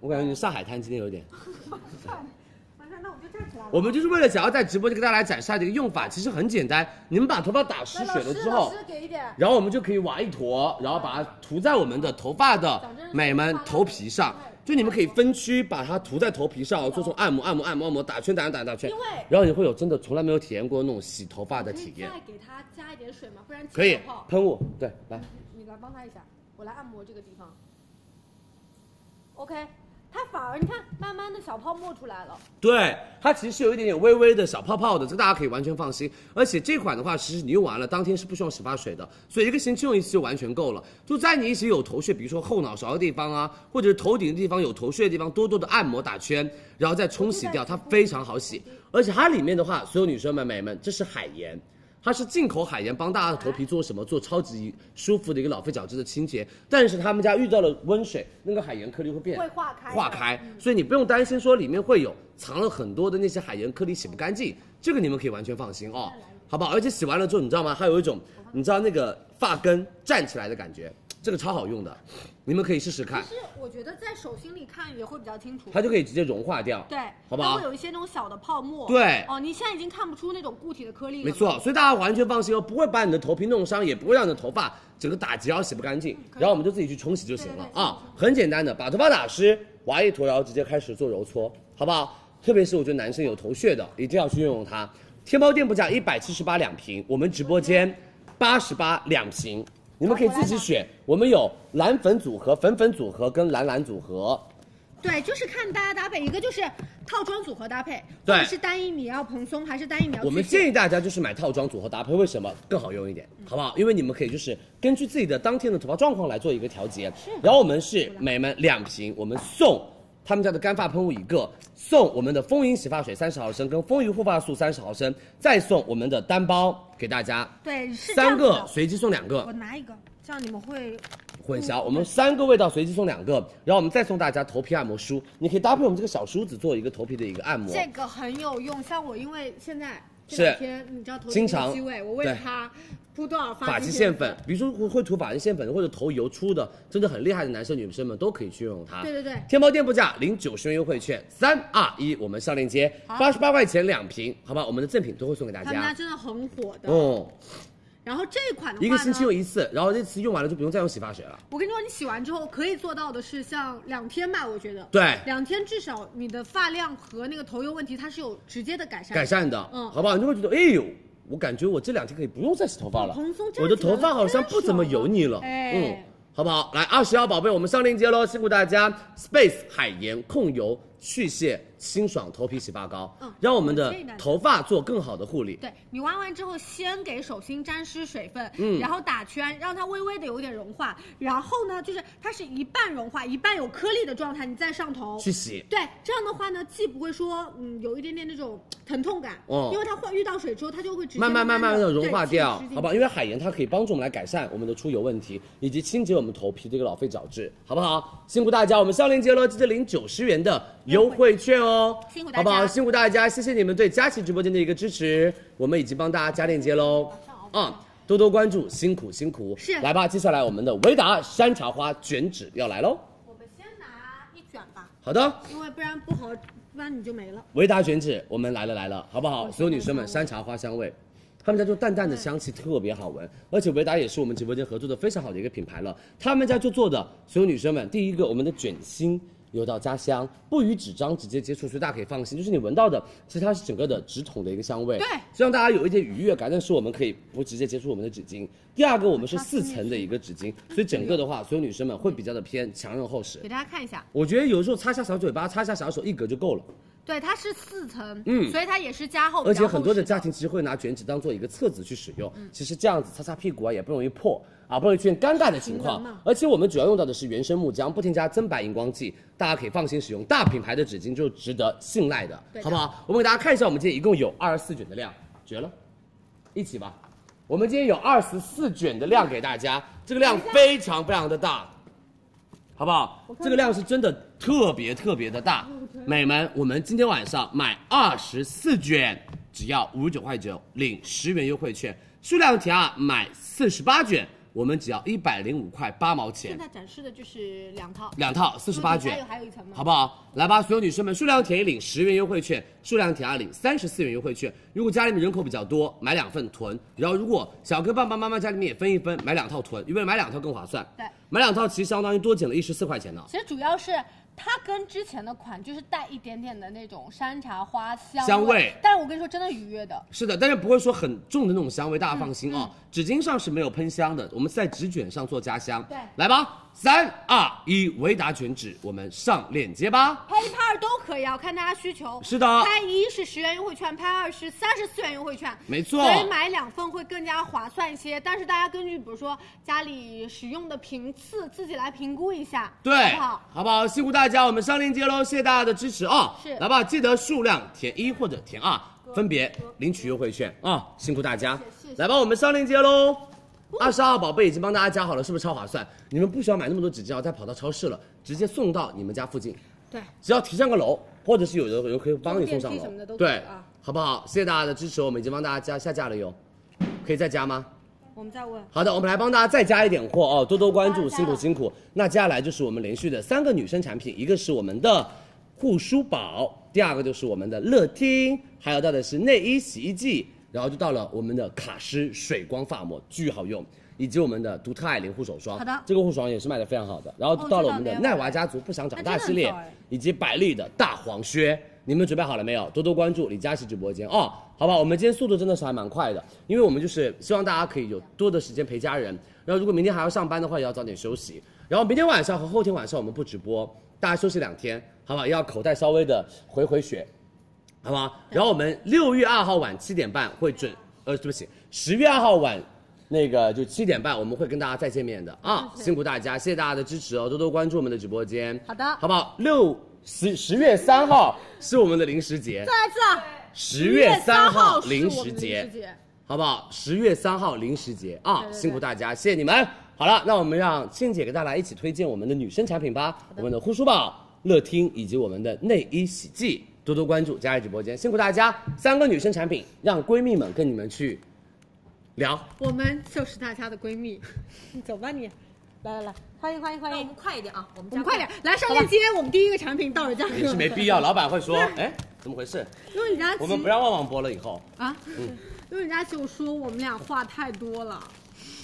Speaker 1: 我感觉你上海滩今天 有点。
Speaker 2: 完事，那我就站起来了。
Speaker 1: 我们就是为了想要在直播间给大家来展示它的一个用法，其实很简单，你们把头发打湿水了之后，
Speaker 2: 给一点。
Speaker 1: 然后我们就可以挖一坨，然后把它涂在我们的头发的美们头皮上。就你们可以分区把它涂在头皮上，做成按摩、按摩、按摩、按摩，打圈、打圈、打圈、打圈，然后你会有真的从来没有体验过那种洗头发的体验。
Speaker 2: 再给他加一点水嘛，不然起
Speaker 1: 可以
Speaker 2: 泡泡
Speaker 1: 喷雾，对，来，
Speaker 2: 你来帮他一下，我来按摩这个地方。OK，它反而你看，慢慢的小泡沫出来了，
Speaker 1: 对，它其实是有一点点微微的小泡泡的，这个大家可以完全放心。而且这款的话，其实你用完了当天是不需要洗发水的，所以一个星期用一次就完全够了。就在你一直有头屑，比如说后脑勺的地方啊，或者是头顶的地方有头屑的地方，多多的按摩打圈，然后再冲洗掉，它非常好洗。而且它里面的话，所有女生们、美们，这是海盐。它是进口海盐，帮大家的头皮做什么？做超级舒服的一个老废角质的清洁。但是他们家遇到了温水，那个海盐颗粒会变
Speaker 2: 会化开的嗯
Speaker 1: 化开，所以你不用担心说里面会有藏了很多的那些海盐颗粒洗不干净，这个你们可以完全放心哦，好不好？而且洗完了之后，你知道吗？它有一种你知道那个发根站起来的感觉，这个超好用的，你们可以试试看
Speaker 2: 其，实我觉得在手心里看也会比较清楚。
Speaker 1: 它就可以直接融化掉，
Speaker 2: 对，
Speaker 1: 好不
Speaker 2: 它
Speaker 1: 好
Speaker 2: 会？有一些那种小的泡沫。
Speaker 1: 对
Speaker 2: 哦，你现在已经看不出那种固体的颗粒了。
Speaker 1: 没。错，所以大家完全放心哦，不会把你的头皮弄伤，也不会让你的头发整个打结，然后洗不干净，然后我们就自己去冲洗就行了
Speaker 2: 嗯对对对
Speaker 1: 啊，很简单的，把头发打湿，挖一坨，然后直接开始做揉搓，好不好？特别是我觉得男生有头屑的，一定要去用用它。天猫店铺价一百七十八两瓶，我们直播
Speaker 2: 嗯
Speaker 1: 间八十八两瓶，你们可以自己选，我们有蓝粉组合、粉粉组合跟蓝蓝组合，
Speaker 2: 对，就是看大家搭配，一个就是套装组合搭配，
Speaker 1: 对
Speaker 2: 或者是单一你要蓬松，还是单一你要
Speaker 1: 我们
Speaker 2: 去屑
Speaker 1: 建议大家就是买套装组合搭配，为什么更好用一点，
Speaker 2: 嗯
Speaker 1: 好不好？因为你们可以就是根据自己的当天的头发状况来做一个调节。然后我们是每们两瓶，我们送他们家的干发喷雾一个，送我们的丰盈洗发水三十毫升跟丰盈护发素三十毫升，再送我们的单包给大家，
Speaker 2: 对，是这
Speaker 1: 三
Speaker 2: 样子的
Speaker 1: 个随机送两个
Speaker 2: 我。拿一个，这样你们会
Speaker 1: 混
Speaker 2: 嗯
Speaker 1: 淆，我们三个味道随机送两个，然后我们再送大家头皮按摩梳，你可以搭配我们这个小梳子做一个头皮的一个按摩。
Speaker 2: 这个很有用。像我因为现在
Speaker 1: 是
Speaker 2: 这两天，你知道头
Speaker 1: 经
Speaker 2: 皮
Speaker 1: 常
Speaker 2: 有机位，我为
Speaker 1: 对
Speaker 2: 了它铺多少
Speaker 1: 发
Speaker 2: 发
Speaker 1: 际
Speaker 2: 际
Speaker 1: 线粉，比如说会会涂发际线粉或者头油出的，真的很厉害的男生女生们都可以去用它。
Speaker 2: 对对对
Speaker 1: 天猫店铺价领九十元优惠券，三二一，我们上链接，八十八块钱两瓶，好吧？我们的赠品都会送给大
Speaker 4: 他们家
Speaker 1: 家。
Speaker 4: 真的很火的。
Speaker 1: 哦，
Speaker 4: 然后这款的话呢，
Speaker 1: 一个星期用一次，然后这次用完了就不用再用洗发水了。
Speaker 4: 我跟你说，你洗完之后可以做到的是，像两天吧，我觉得。
Speaker 1: 对，
Speaker 4: 两天至少你的发量和那个头油问题，它是有直接的改善。
Speaker 1: 改。善的，
Speaker 4: 嗯
Speaker 1: 好不好？你就会觉得，哎呦，我感觉我这两天可以不用再洗头发了，
Speaker 4: 蓬松
Speaker 1: 我的头发好像不怎么油腻了，
Speaker 4: 哎
Speaker 1: 嗯，好不好？来，二十号宝贝，我们上链接喽，辛苦大家，Space 海盐控油去屑清爽头皮洗发膏，
Speaker 4: 嗯
Speaker 1: 让我们的
Speaker 4: 我建议大家
Speaker 1: 头发做更好的护理。
Speaker 2: 对你挖完之后，先给手心沾湿水分，嗯，然后打圈，让它微微的有点融化。然后呢，就是它是一半融化，一半有颗粒的状态，你再上头。
Speaker 1: 去洗，
Speaker 2: 对，这样的话呢，既不会说嗯有一点点那种疼痛感，
Speaker 1: 哦
Speaker 2: 因为它化遇到水之后，它就会直接
Speaker 1: 慢慢慢
Speaker 2: 慢
Speaker 1: 慢的
Speaker 2: 地
Speaker 1: 融化掉，好不好？？因
Speaker 2: 对
Speaker 1: 为海盐它可以帮助我们来改善我们的出油问题，以及清洁我们头皮的一个老废角质，好不好？辛苦大家，我们上链接喽，记得领九十元的优惠券哦，
Speaker 2: 辛苦大
Speaker 1: 好
Speaker 2: 家
Speaker 1: 不好？辛苦大家，谢谢你们对佳琦直播间的一个支持，我们已经帮大家加链接喽，嗯，多多关注，辛苦辛苦，
Speaker 2: 是
Speaker 1: 来吧，接下来我们的维达山茶花卷纸要来喽，
Speaker 2: 我们先拿一卷吧，
Speaker 1: 好的，
Speaker 2: 因为不然不好，不然你就没了。
Speaker 1: 维达卷纸，我们来了来了，好不哦好？所有女生们，山茶花香味，他们家就淡淡的香气特别好闻，而且维达也是我们直播间合作的非常好的一个品牌了。他们家就做的，所有女生们，第一个我们的卷心。有到家香，不与纸张直接接触，所以大家可以放心。就是你闻到的，其实它是整个的纸筒的一个香味，
Speaker 2: 对
Speaker 1: 是让大家有一点愉悦感。但是我们可以不直接接触我们的纸巾。第二个，我们是四层的一个纸巾，所以整个的话，所有女生们会比较的偏强韧厚实
Speaker 2: 给。大家看一下，
Speaker 1: 我觉得有时候擦一下小嘴巴，擦一下小手，一格就够了。
Speaker 2: 对，它是四层，
Speaker 1: 嗯
Speaker 2: 所以它也是加厚，
Speaker 1: 而
Speaker 2: 比
Speaker 1: 且
Speaker 2: 较厚
Speaker 1: 很多的
Speaker 2: 实
Speaker 1: 家庭其实会拿卷纸当做一个厕纸去使用，其实这样子擦擦屁股啊也不容易破啊，不容易出现尴尬的情况。而且我们主要用到的是原生木浆，不添加增白荧光剂，大家可以放心使用。大品牌的纸巾就是值得信赖的，好不好？我们给大家看一下，我们今天一共有二十四卷的量，绝了，一起吧。我们今天有二十四卷的量给大家，这个量非常非常的大，好不好？这个量是真的特别特别的大，美们，我们今天晚上买二十四卷，只要五十九块九，领十元优惠券；数量填啊，买四十八卷，我们只要一百零五块八毛钱
Speaker 2: 现，在展示的就是两套，
Speaker 1: 两套四十八卷
Speaker 2: 还有。还有一层吗？
Speaker 1: 好不好？来吧，所有女生们，数量填一领十元优惠券，数量填二领三十四元优惠券。如果家里面人口比较多，买两份囤；然后如果想跟爸爸妈妈家里面也分一分，买两套囤，因为买两套更划算。
Speaker 2: 对，
Speaker 1: 买两套其实相当于多减了一十四块钱呢。
Speaker 2: 其实主要是它跟之前的款就是带一点点的那种山茶花香
Speaker 1: 香味
Speaker 2: 味，但是我跟你说真的愉悦的，
Speaker 1: 是的，但是不会说很重的那
Speaker 2: 嗯
Speaker 1: 啊种香味，大家放心哦。纸巾上是没有喷香的，我们在纸卷上做加香。
Speaker 2: 对
Speaker 1: 来吧，三二一，维达全脂，我们上链接吧。
Speaker 2: PayPal 都可以啊，我看大家需求。
Speaker 1: 是的
Speaker 2: 拍一是十元优惠券，拍二是三十四元优惠券，
Speaker 1: 没错
Speaker 2: 所以买两份会更加划算一些。但是大家根据比如说家里使用的频次，自己来评估一下，
Speaker 1: 对，
Speaker 2: 好不好？
Speaker 1: 不好？辛苦大家，我们上链接喽，谢谢大家的支持啊！
Speaker 2: 是
Speaker 1: 来吧，记得数量填一或者填二，分别领取优惠券啊！辛苦大家，来吧，我们上链接喽。
Speaker 2: 哦
Speaker 1: 二十二宝贝已经帮大家加好了，是不是超划算？你们不需要买那么多纸巾，然后再跑到超市了，直接送到你们家附近。
Speaker 2: 对，
Speaker 1: 只要提上个楼，或者是有的人可以帮你送
Speaker 2: 坐
Speaker 1: 上
Speaker 2: 电梯什么的
Speaker 1: 楼，
Speaker 2: 都可以
Speaker 1: 对
Speaker 2: 啊，
Speaker 1: 好不好？谢谢大家的支持，我们已经帮大家加下架了哟，可以再加吗？
Speaker 2: 我们再问。
Speaker 1: 好的，我们来帮大家再加一点货哦，多多关注，辛苦辛苦。那接下来就是我们连续的三个女生产品，一个是我们的护舒宝，第二个就是我们的乐听，还有到的是内衣洗衣剂，然后就到了我们的卡诗水光发膜，巨好用。以及我们的独特爱莲护手霜，
Speaker 2: 好的
Speaker 1: 这个护手霜也是卖的非常好的。然后
Speaker 2: 哦
Speaker 1: 到
Speaker 2: 知
Speaker 1: 了
Speaker 2: 道
Speaker 1: 我们的
Speaker 2: 没有
Speaker 1: 奈娃家族不想长大
Speaker 2: 那真的
Speaker 1: 系列
Speaker 2: 很好哎，
Speaker 1: 以及百丽的大黄靴，你们准备好了没有？多多关注李佳琦直播间哦，好吧，我们今天速度真的是还蛮快的，因为我们就是希望大家可以有多的时间陪家人。然后如果明天还要上班的话，也要早点休息。然后明天晚上和后天晚上我们不直播，大家休息两天，好吧？也要口袋稍微的回回血，好吗？然后我们六月二号晚七点半会准，呃，对不起，十月二号晚。那个就七点半，我们会跟大家再见面的啊！辛苦大家，谢谢大家的支持哦，多多关注我们的直播间。
Speaker 2: 嗯好的
Speaker 1: 好不好？六十十月三号是我们的零食
Speaker 2: 再
Speaker 1: 节，
Speaker 2: 来一次啊，
Speaker 1: 十月三号
Speaker 2: 是
Speaker 1: 零
Speaker 2: 我
Speaker 1: 食
Speaker 2: 们的
Speaker 1: 节
Speaker 2: 零，食节。
Speaker 1: 好不好？十月三号零食节啊，辛苦大家，谢谢你们。好了，那我们让倩姐给大家一起推荐我们的女生产品吧，我们的护舒宝、乐听以及我们的内衣洗剂，多多关注佳怡直播间，辛苦大家。三个女生产品，让闺蜜们跟你们去聊。
Speaker 4: 我们就是大家的 闺蜜，
Speaker 2: 你走吧你，来来来，欢迎欢迎欢
Speaker 6: 那我
Speaker 2: 迎
Speaker 6: 们，快一点啊，我们
Speaker 2: 我
Speaker 6: 加
Speaker 2: 们快点来上链接，我们第一个产品到手价格。
Speaker 1: 也是没必要，老板会说，哎，怎么回事？
Speaker 4: 陆李佳琦
Speaker 1: 我们不让旺嗯旺播了以后，
Speaker 4: 啊，陆李佳琦，我说我们俩话太多了，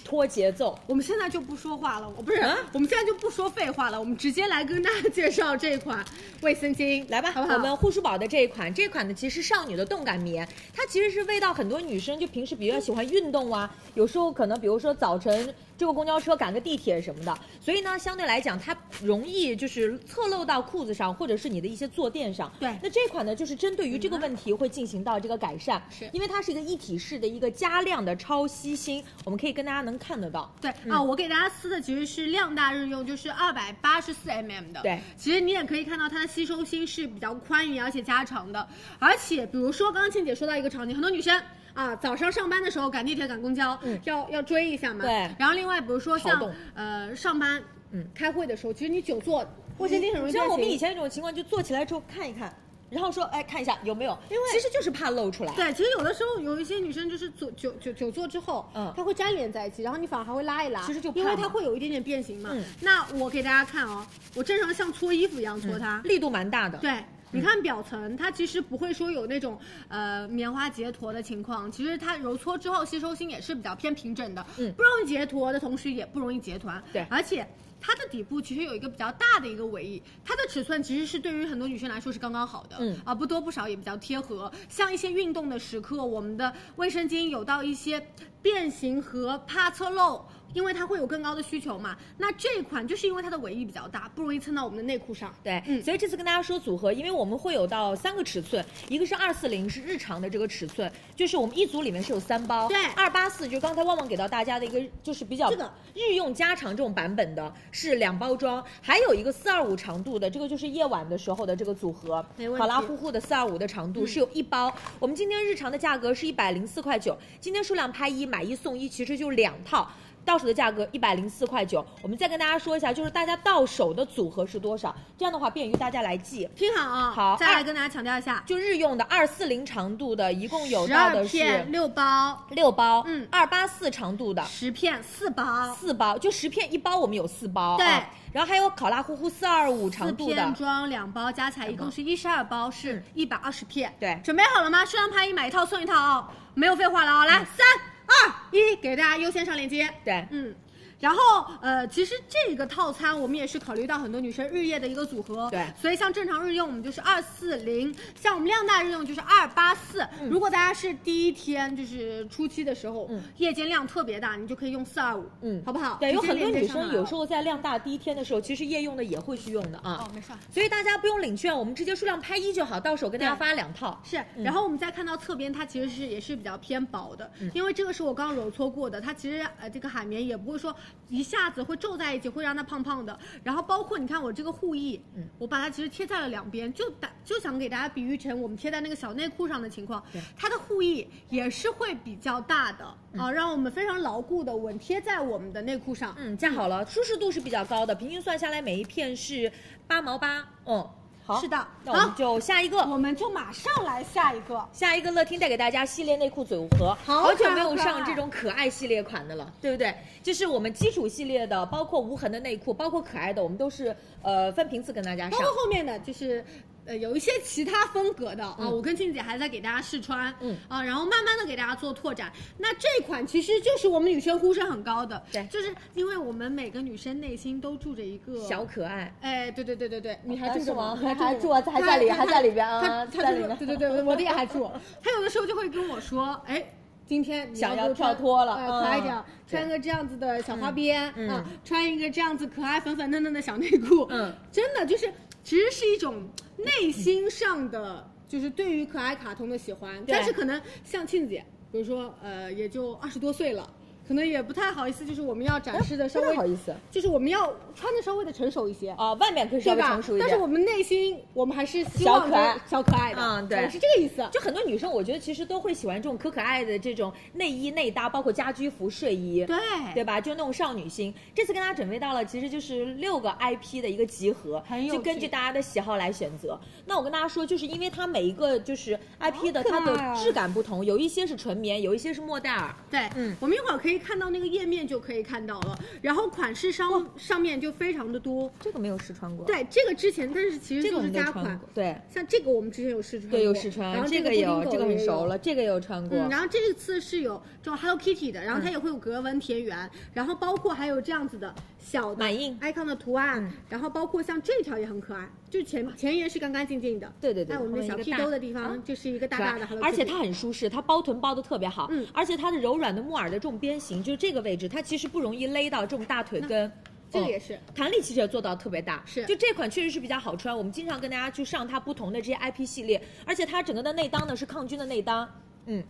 Speaker 6: 拖节奏。
Speaker 4: 我们现在就不说话了，我不是，
Speaker 6: 啊
Speaker 4: 我们现在就不说废话了，我们直接来跟大家介绍这款卫生巾，
Speaker 6: 来吧，
Speaker 4: 好不好？
Speaker 6: 我们护舒宝的这一款，这款呢其实是少女的动感棉，它其实是味道很多女生就平时比较喜欢运动啊，有时候可能比如说早晨坐个公交车、赶个地铁什么的，所以呢，相对来讲它容易就是侧漏到裤子上或者是你的一些坐垫上。
Speaker 2: 对
Speaker 6: 那这款呢就是针对于这个问题会进行到这个改善，
Speaker 2: 是
Speaker 6: 因为它是一个一体式的一个加量的超吸星，我们可以跟大家能看得到。
Speaker 4: 对
Speaker 6: 嗯
Speaker 4: 啊，我给大家撕的其实是量大日用，就是二百八十四 mm 的。
Speaker 6: 对，
Speaker 4: 其实你也可以看到它的吸收性是比较宽裕而且加长的。而且比如说刚刚倩姐说到一个场景，很多女生啊早上上班的时候赶地铁赶公交，
Speaker 6: 嗯
Speaker 4: 要要追一下嘛。
Speaker 6: 对
Speaker 4: 然后另外比如说
Speaker 6: 好
Speaker 4: 像
Speaker 6: 动
Speaker 4: 呃上班，
Speaker 6: 嗯，
Speaker 4: 开会的时候，其实你久坐，卫生巾很容易
Speaker 6: 你知道
Speaker 4: 变
Speaker 6: 我们
Speaker 4: 形
Speaker 6: 以前有种情况，就坐起来之后看一看，然后说哎看一下有没有，
Speaker 4: 因为
Speaker 6: 其实就是怕露出来。
Speaker 4: 对，其实有的时候有一些女生就是久久久久坐之后，
Speaker 6: 嗯
Speaker 4: 它会粘连在一起，然后你反而还会拉一拉，
Speaker 6: 其实就怕
Speaker 4: 因为它
Speaker 6: 嘛
Speaker 4: 会有一点点变形嘛。
Speaker 6: 嗯
Speaker 4: 那我给大家看哦，我正常像搓衣服一样搓它，
Speaker 6: 力度蛮大的。嗯
Speaker 4: 对。你看表层，它其实不会说有那种呃棉花结坨的情况。其实它揉搓之后，吸收性也是比较偏平整的，
Speaker 6: 嗯
Speaker 4: 不容易结坨的同时也不容易结团。
Speaker 6: 对
Speaker 4: 而且它的底部其实有一个比较大的一个尾翼，它的尺寸其实是对于很多女生来说是刚刚好的，
Speaker 6: 嗯
Speaker 4: 啊不多不少也比较贴合。像一些运动的时刻，我们的卫生巾有到一些变形和怕侧漏。因为它会有更高的需求嘛，那这款就是因为它的尾翼比较大，不容易蹭到我们的内裤上。
Speaker 6: 对，
Speaker 4: 嗯
Speaker 6: 所以这次跟大家说组合，因为我们会有到三个尺寸，一个是二四零是日常的这个尺寸，就是我们一组里面是有三包，
Speaker 4: 对
Speaker 6: 二八四就是刚才旺旺给到大家的一个就是比较
Speaker 4: 这个
Speaker 6: 日用加长这种版本的是两包装，还有一个四二五长度的，这个就是夜晚的时候的这个组合，
Speaker 4: 没问题嗯
Speaker 6: 好啦呼呼的四二五的长度是有一包，我们今天日常的价格是一百零四块九，今天数量拍一买一送一，其实就两套。到手的价格一百零四块九，我们再跟大家说一下，就是大家到手的组合是多少，这样的话便于大家来记。
Speaker 4: 听好啊，
Speaker 6: 好
Speaker 4: 再
Speaker 6: 二
Speaker 4: 来跟大家强调一下，
Speaker 6: 就日用的二四零长度的，一共有
Speaker 4: 十
Speaker 6: 到
Speaker 4: 二
Speaker 6: 的是
Speaker 4: 片六包，
Speaker 6: 六包，
Speaker 4: 嗯
Speaker 6: 二八四长度的
Speaker 4: 十片四包，
Speaker 6: 四包，就十片一包，我们有四包，
Speaker 4: 对
Speaker 6: 啊然后还有考拉呼呼四二五
Speaker 4: 四
Speaker 6: 长度
Speaker 4: 片
Speaker 6: 的，嗯
Speaker 4: 装两包，加起来一共是一十二包，是一百二十片。
Speaker 6: 对
Speaker 4: 准备好了吗？数量拍一，买一套送一套哦，没有废话了哦，来三二一，给大家优先上链接。
Speaker 6: 对
Speaker 4: 嗯，然后呃，其实这个套餐我们也是考虑到很多女生日夜的一个组合，
Speaker 6: 对
Speaker 4: 所以像正常日用我们就是二四零，像我们量大日用就是二八四。如果大家是第一天就是初期的时候，
Speaker 6: 嗯
Speaker 4: 夜间量特别大，你就可以用四二五，
Speaker 6: 嗯
Speaker 4: 好不好？
Speaker 6: 对，有很多女生有时
Speaker 4: 候
Speaker 6: 候在量大第一天的时候，其实夜用的也会去用的啊
Speaker 4: 哦，，没事儿。
Speaker 6: 所以大家不用领券，我们直接数量拍一就好，到手跟大家
Speaker 4: 对
Speaker 6: 发两套。
Speaker 4: 是，
Speaker 6: 嗯
Speaker 4: 然后我们再看到侧边，它其实是也是比较偏薄的，
Speaker 6: 嗯
Speaker 4: 因为这个是我刚刚揉搓过的，它其实呃这个海绵也不会说一下子会皱在一起，会让它胖胖的。然后包括你看我这个护翼，
Speaker 6: 嗯
Speaker 4: 我把它其实贴在了两边，就打就想给大家比喻成我们贴在那个小内裤上的情况
Speaker 6: 对，嗯
Speaker 4: 它的护翼也是会比较大的、啊，让我们非常牢固的稳贴在我们的内裤上。
Speaker 6: 嗯，架好了，舒适度是比较高的，平均算下来每一片是八毛八。嗯，好，
Speaker 4: 是的
Speaker 6: 那我们
Speaker 4: 好
Speaker 6: 就下一个。
Speaker 4: 我们就马上来下一个，
Speaker 6: 下一个乐听带给大家系列内裤组合，
Speaker 4: 好
Speaker 6: 久没有
Speaker 4: 可爱
Speaker 6: 上这种可爱系列款的了，对不对？就是我们基础系列的，包括无痕的内裤，包括可爱的，我们都是呃分频次跟大家
Speaker 4: 包
Speaker 6: 上
Speaker 4: 括。后面的就是。呃，有一些其他风格的啊，
Speaker 6: 嗯
Speaker 4: 我跟静姐还在给大家试穿，
Speaker 6: 嗯
Speaker 4: 啊，然后慢慢的给大家做拓展。那这款其实就是我们女生呼声很高的，
Speaker 6: 对
Speaker 4: 就是因为我们每个女生内心都住着一个
Speaker 6: 小，可爱，
Speaker 4: 哎，对对对对对，你还
Speaker 6: 啊
Speaker 4: 住
Speaker 6: 是
Speaker 4: 着
Speaker 6: 吗
Speaker 4: 吗？
Speaker 6: 还还
Speaker 4: 住
Speaker 6: 住
Speaker 4: 吗
Speaker 6: 啊还在里
Speaker 4: 她
Speaker 6: 还在里边啊
Speaker 4: 她她
Speaker 6: 在
Speaker 4: 住
Speaker 6: 里
Speaker 4: 着，
Speaker 6: 边
Speaker 4: 对对对，我的也还住。她有的时候就会跟我说，哎。今天你
Speaker 6: 想
Speaker 4: 给
Speaker 6: 要
Speaker 4: 我
Speaker 6: 跳
Speaker 4: 穿
Speaker 6: 脱了
Speaker 4: 哎可爱一点
Speaker 6: 嗯，
Speaker 4: 穿个这样子的小花边
Speaker 6: 嗯
Speaker 4: 啊，穿一个这样子可爱粉粉嫩嫩的小内裤，
Speaker 6: 嗯，
Speaker 4: 真的就是其实是一种内心上的，就是对于可爱卡通的喜欢，
Speaker 6: 对
Speaker 4: 但是可能像庆姐，比如说呃，也就二十多岁了。可能也不太好意思，就是我们要展示的稍
Speaker 6: 不
Speaker 4: 微，
Speaker 6: 太好意思，
Speaker 4: 就是我们要穿的稍微的成熟一些，
Speaker 6: 啊、外面可以稍
Speaker 4: 哦对
Speaker 6: 微
Speaker 4: 吧
Speaker 6: 成熟？一
Speaker 4: 但
Speaker 6: 点。
Speaker 4: 是我们内心，我们还是希望
Speaker 6: 小可爱
Speaker 4: 就是小可爱的，
Speaker 6: 嗯对
Speaker 4: 我是这个意思。
Speaker 6: 就很多女生，我觉得其实都会喜欢这种可可爱的这种内衣、内搭，包括家居服、睡衣，
Speaker 4: 对
Speaker 6: 对吧？就那种少女心。这次跟大家准备到了，其实就是六个 IP 的一个集合，
Speaker 4: 很有
Speaker 6: 就根
Speaker 4: 趣
Speaker 6: 据大家的喜好来选择。那我跟大家说，就是因为它每一个就是 IP 的
Speaker 4: 好可
Speaker 6: 它
Speaker 4: 爱啊
Speaker 6: 的质感不同，有一些是纯棉，有一些是莫代尔。
Speaker 4: 对，
Speaker 6: 嗯
Speaker 4: 我们一会儿可以看到那个页面就可以看到了，然后款式上、
Speaker 6: 哦
Speaker 4: 上面就非常的多。
Speaker 6: 这个没有试穿过，，
Speaker 4: 对，这个之前，但是其实
Speaker 6: 这个
Speaker 4: 就
Speaker 6: 我
Speaker 4: 是
Speaker 6: 没
Speaker 4: 加
Speaker 6: 穿过
Speaker 4: 款，，
Speaker 6: 对。
Speaker 4: 像这个我们之前有试穿过，
Speaker 6: 对，有试穿，
Speaker 4: 然后
Speaker 6: 这
Speaker 4: 个
Speaker 6: 个有，
Speaker 4: 布丁
Speaker 6: 这个
Speaker 4: 狗
Speaker 6: 很
Speaker 4: 也
Speaker 6: 熟
Speaker 4: 有。
Speaker 6: 了，这个也有穿过。
Speaker 4: 嗯，然后这一次是有这种 Hello Kitty 的，然后它
Speaker 6: 嗯
Speaker 4: 也会有格纹田园，然后包括还有这样子的小的
Speaker 6: 满印
Speaker 4: icon 的图案，
Speaker 6: 嗯
Speaker 4: 然后包括像这条也很可爱，就前前沿是干干净净的，
Speaker 6: 对对对
Speaker 4: 在我们的
Speaker 6: 后面
Speaker 4: 小
Speaker 6: 一个
Speaker 4: P
Speaker 6: 大
Speaker 4: 兜的地方就是一个大
Speaker 6: 可爱
Speaker 4: 大的 Hello Kitty，
Speaker 6: 而且它很舒适，它包臀包的特别好，
Speaker 4: 嗯
Speaker 6: 而且它的柔软的木耳的这种边形，就是这个位置，它其实不容易勒到这种大腿根。
Speaker 4: 这个
Speaker 6: 嗯
Speaker 4: 也是
Speaker 6: 弹力其实也做到特别大，
Speaker 4: 是
Speaker 6: 就这款确实是比较好穿，我们经常跟大家去上它不同的这些 IP 系列，而且它整个的内裆呢是抗菌的内裆，嗯，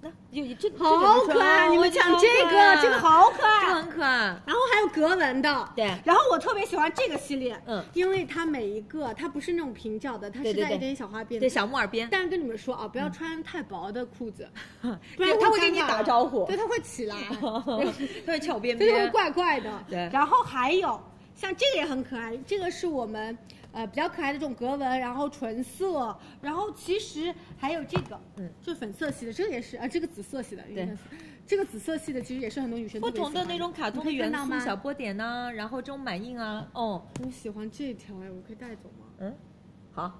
Speaker 6: 那有这这
Speaker 4: 好
Speaker 6: 怎么穿
Speaker 4: 可爱，
Speaker 6: 哦
Speaker 4: 你们讲
Speaker 6: 好
Speaker 4: 这
Speaker 6: 可爱
Speaker 4: 个，这个好可
Speaker 6: 这个
Speaker 4: 爱。
Speaker 6: 很可爱，
Speaker 4: 然后还有格纹的，
Speaker 6: 对
Speaker 4: 然后我特别喜欢这个系列，
Speaker 6: 嗯
Speaker 4: 因为它每一个它不是那种平角的，它
Speaker 6: 对
Speaker 4: 是
Speaker 6: 对
Speaker 4: 带
Speaker 6: 对
Speaker 4: 一点小花边的
Speaker 6: 对。小木耳边，
Speaker 4: 但是跟你们说啊，不要穿太薄的裤子，不
Speaker 6: 嗯对
Speaker 4: 然
Speaker 6: 它
Speaker 4: 会
Speaker 6: 会跟你
Speaker 4: 尴尬
Speaker 6: 打招呼
Speaker 4: 对，它会 起来，
Speaker 6: 它会翘边
Speaker 4: 对，它会
Speaker 6: 边，
Speaker 4: 怪怪的。
Speaker 6: 对
Speaker 4: 然后还有像这个也很可爱，这个是我们呃比较可爱的这种格纹，然后纯色，然后其实还有这个，
Speaker 6: 嗯，
Speaker 4: 就粉色系的，这个也是啊，这个紫色系的，
Speaker 6: 对，
Speaker 4: 这个紫色系的其实也是很多女生
Speaker 6: 不
Speaker 4: 特别喜
Speaker 6: 同
Speaker 4: 欢
Speaker 6: 的那种卡通的
Speaker 4: 你可以
Speaker 6: 元
Speaker 4: 看到
Speaker 6: 素
Speaker 4: 吗，
Speaker 6: 小波点呐、然后这种满印啊，哦、
Speaker 4: 我喜欢这条哎，我可以带走吗？
Speaker 6: 嗯，好，
Speaker 4: 好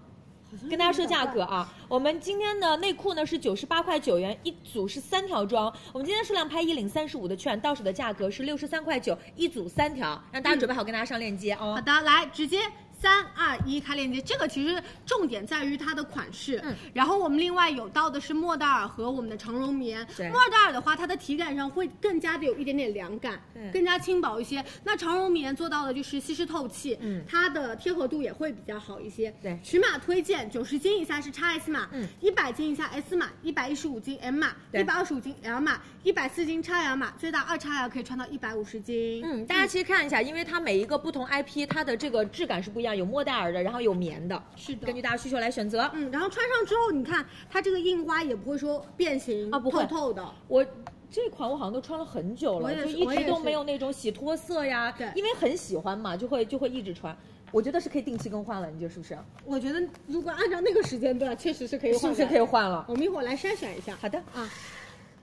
Speaker 4: 像
Speaker 6: 跟大家说
Speaker 4: 有点
Speaker 6: 价
Speaker 4: 怪
Speaker 6: 格啊，我们今天的内裤呢是九十八块九元一组，是三条装。我们今天数量拍一领三十五的券，到手的价格是六十三块九一组三条，让大家准备好跟大家上链接
Speaker 4: 好
Speaker 6: 哦。
Speaker 4: 的，来直接三二一开链接。这个其实重点在于它的款式，
Speaker 6: 嗯，
Speaker 4: 然后我们另外有到的是莫代尔和我们的长绒棉。
Speaker 6: 对
Speaker 4: 莫代尔的话，它的体感上会更加的有一点点凉感
Speaker 6: 对，
Speaker 4: 更加轻薄一些。那长绒棉做到的就是吸湿透气，
Speaker 6: 嗯
Speaker 4: 它的贴合度也会比较好一些。
Speaker 6: 对
Speaker 4: 尺码推荐九十斤以下是 XS 码，
Speaker 6: 嗯，
Speaker 4: 一百斤以下 S 码，一百一十五斤 M 码，
Speaker 6: 对
Speaker 4: 一百二十五斤 L 码，一百四斤 XL 码，最大二 XL 可以穿到一百五十斤。
Speaker 6: 嗯，大家其实看一下，因为它每一个不同 IP 它的这个质感是不一样，有莫代尔的，然后有棉的，
Speaker 4: 是的
Speaker 6: 根据大家需求来选择。
Speaker 4: 嗯，然后穿上之后，你看它这个印花也不会说变形
Speaker 6: 啊不会
Speaker 4: 透透的。
Speaker 6: 我这款我好像都穿了很久
Speaker 4: 我
Speaker 6: 了，
Speaker 4: 也
Speaker 6: 就是一
Speaker 4: 我
Speaker 6: 直
Speaker 4: 也
Speaker 6: 都
Speaker 4: 是
Speaker 6: 没有那种洗脱色呀，
Speaker 4: 对
Speaker 6: 因为很喜欢嘛，就会就会一直穿。我觉得是可以定期更换了，你觉得是不是？
Speaker 4: 我觉得如果按照那个时间段，确实是可以
Speaker 6: 是
Speaker 4: 换
Speaker 6: 不
Speaker 4: 的。
Speaker 6: 是可以换了？
Speaker 4: 我们一会儿来筛选一下。
Speaker 6: 好的，
Speaker 4: 啊，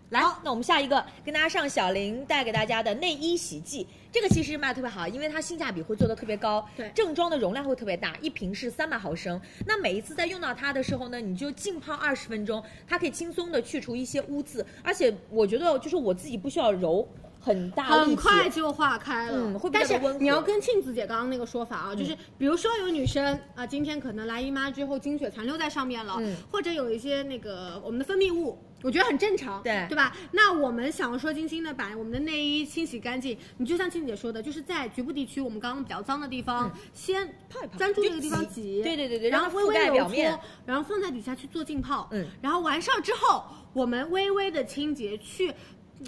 Speaker 6: 来，那我们下一个跟大家上小玲带给大家的内衣洗剂，这个其实卖的特别好，因为它性价比会做的特别高。
Speaker 4: 对
Speaker 6: 正装的容量会特别大，一瓶是三百毫升。那每一次在用到它的时候呢，你就浸泡二十分钟，它可以轻松的去除一些污渍，而且我觉得就是我自己不需要揉。很大力气，
Speaker 4: 很快就化开了。
Speaker 6: 嗯会比较
Speaker 4: 但
Speaker 6: 的
Speaker 4: 是
Speaker 6: 温和嗯
Speaker 4: 你要跟庆子姐刚刚那个说法啊，就是比如说有女生啊、今天可能来姨妈之后经血残留在上面了，
Speaker 6: 嗯
Speaker 4: 或者有一些那个我们的分泌物。我觉得很正常，
Speaker 6: 对
Speaker 4: 对吧？那我们想要说精心的把我们的内衣清洗干净，你就像庆姐说的，就是在局部地区，我们刚刚比较脏的地方，先
Speaker 6: 嗯泡一泡
Speaker 4: 专注这个地方
Speaker 6: 就挤对对对对
Speaker 4: 然
Speaker 6: 让
Speaker 4: 后
Speaker 6: 它
Speaker 4: 微
Speaker 6: 覆盖
Speaker 4: 微
Speaker 6: 表
Speaker 4: 揉搓
Speaker 6: 面
Speaker 4: 然后放在底下去做浸泡，
Speaker 6: 嗯
Speaker 4: 然后完事儿之后，我们微微的清洁去。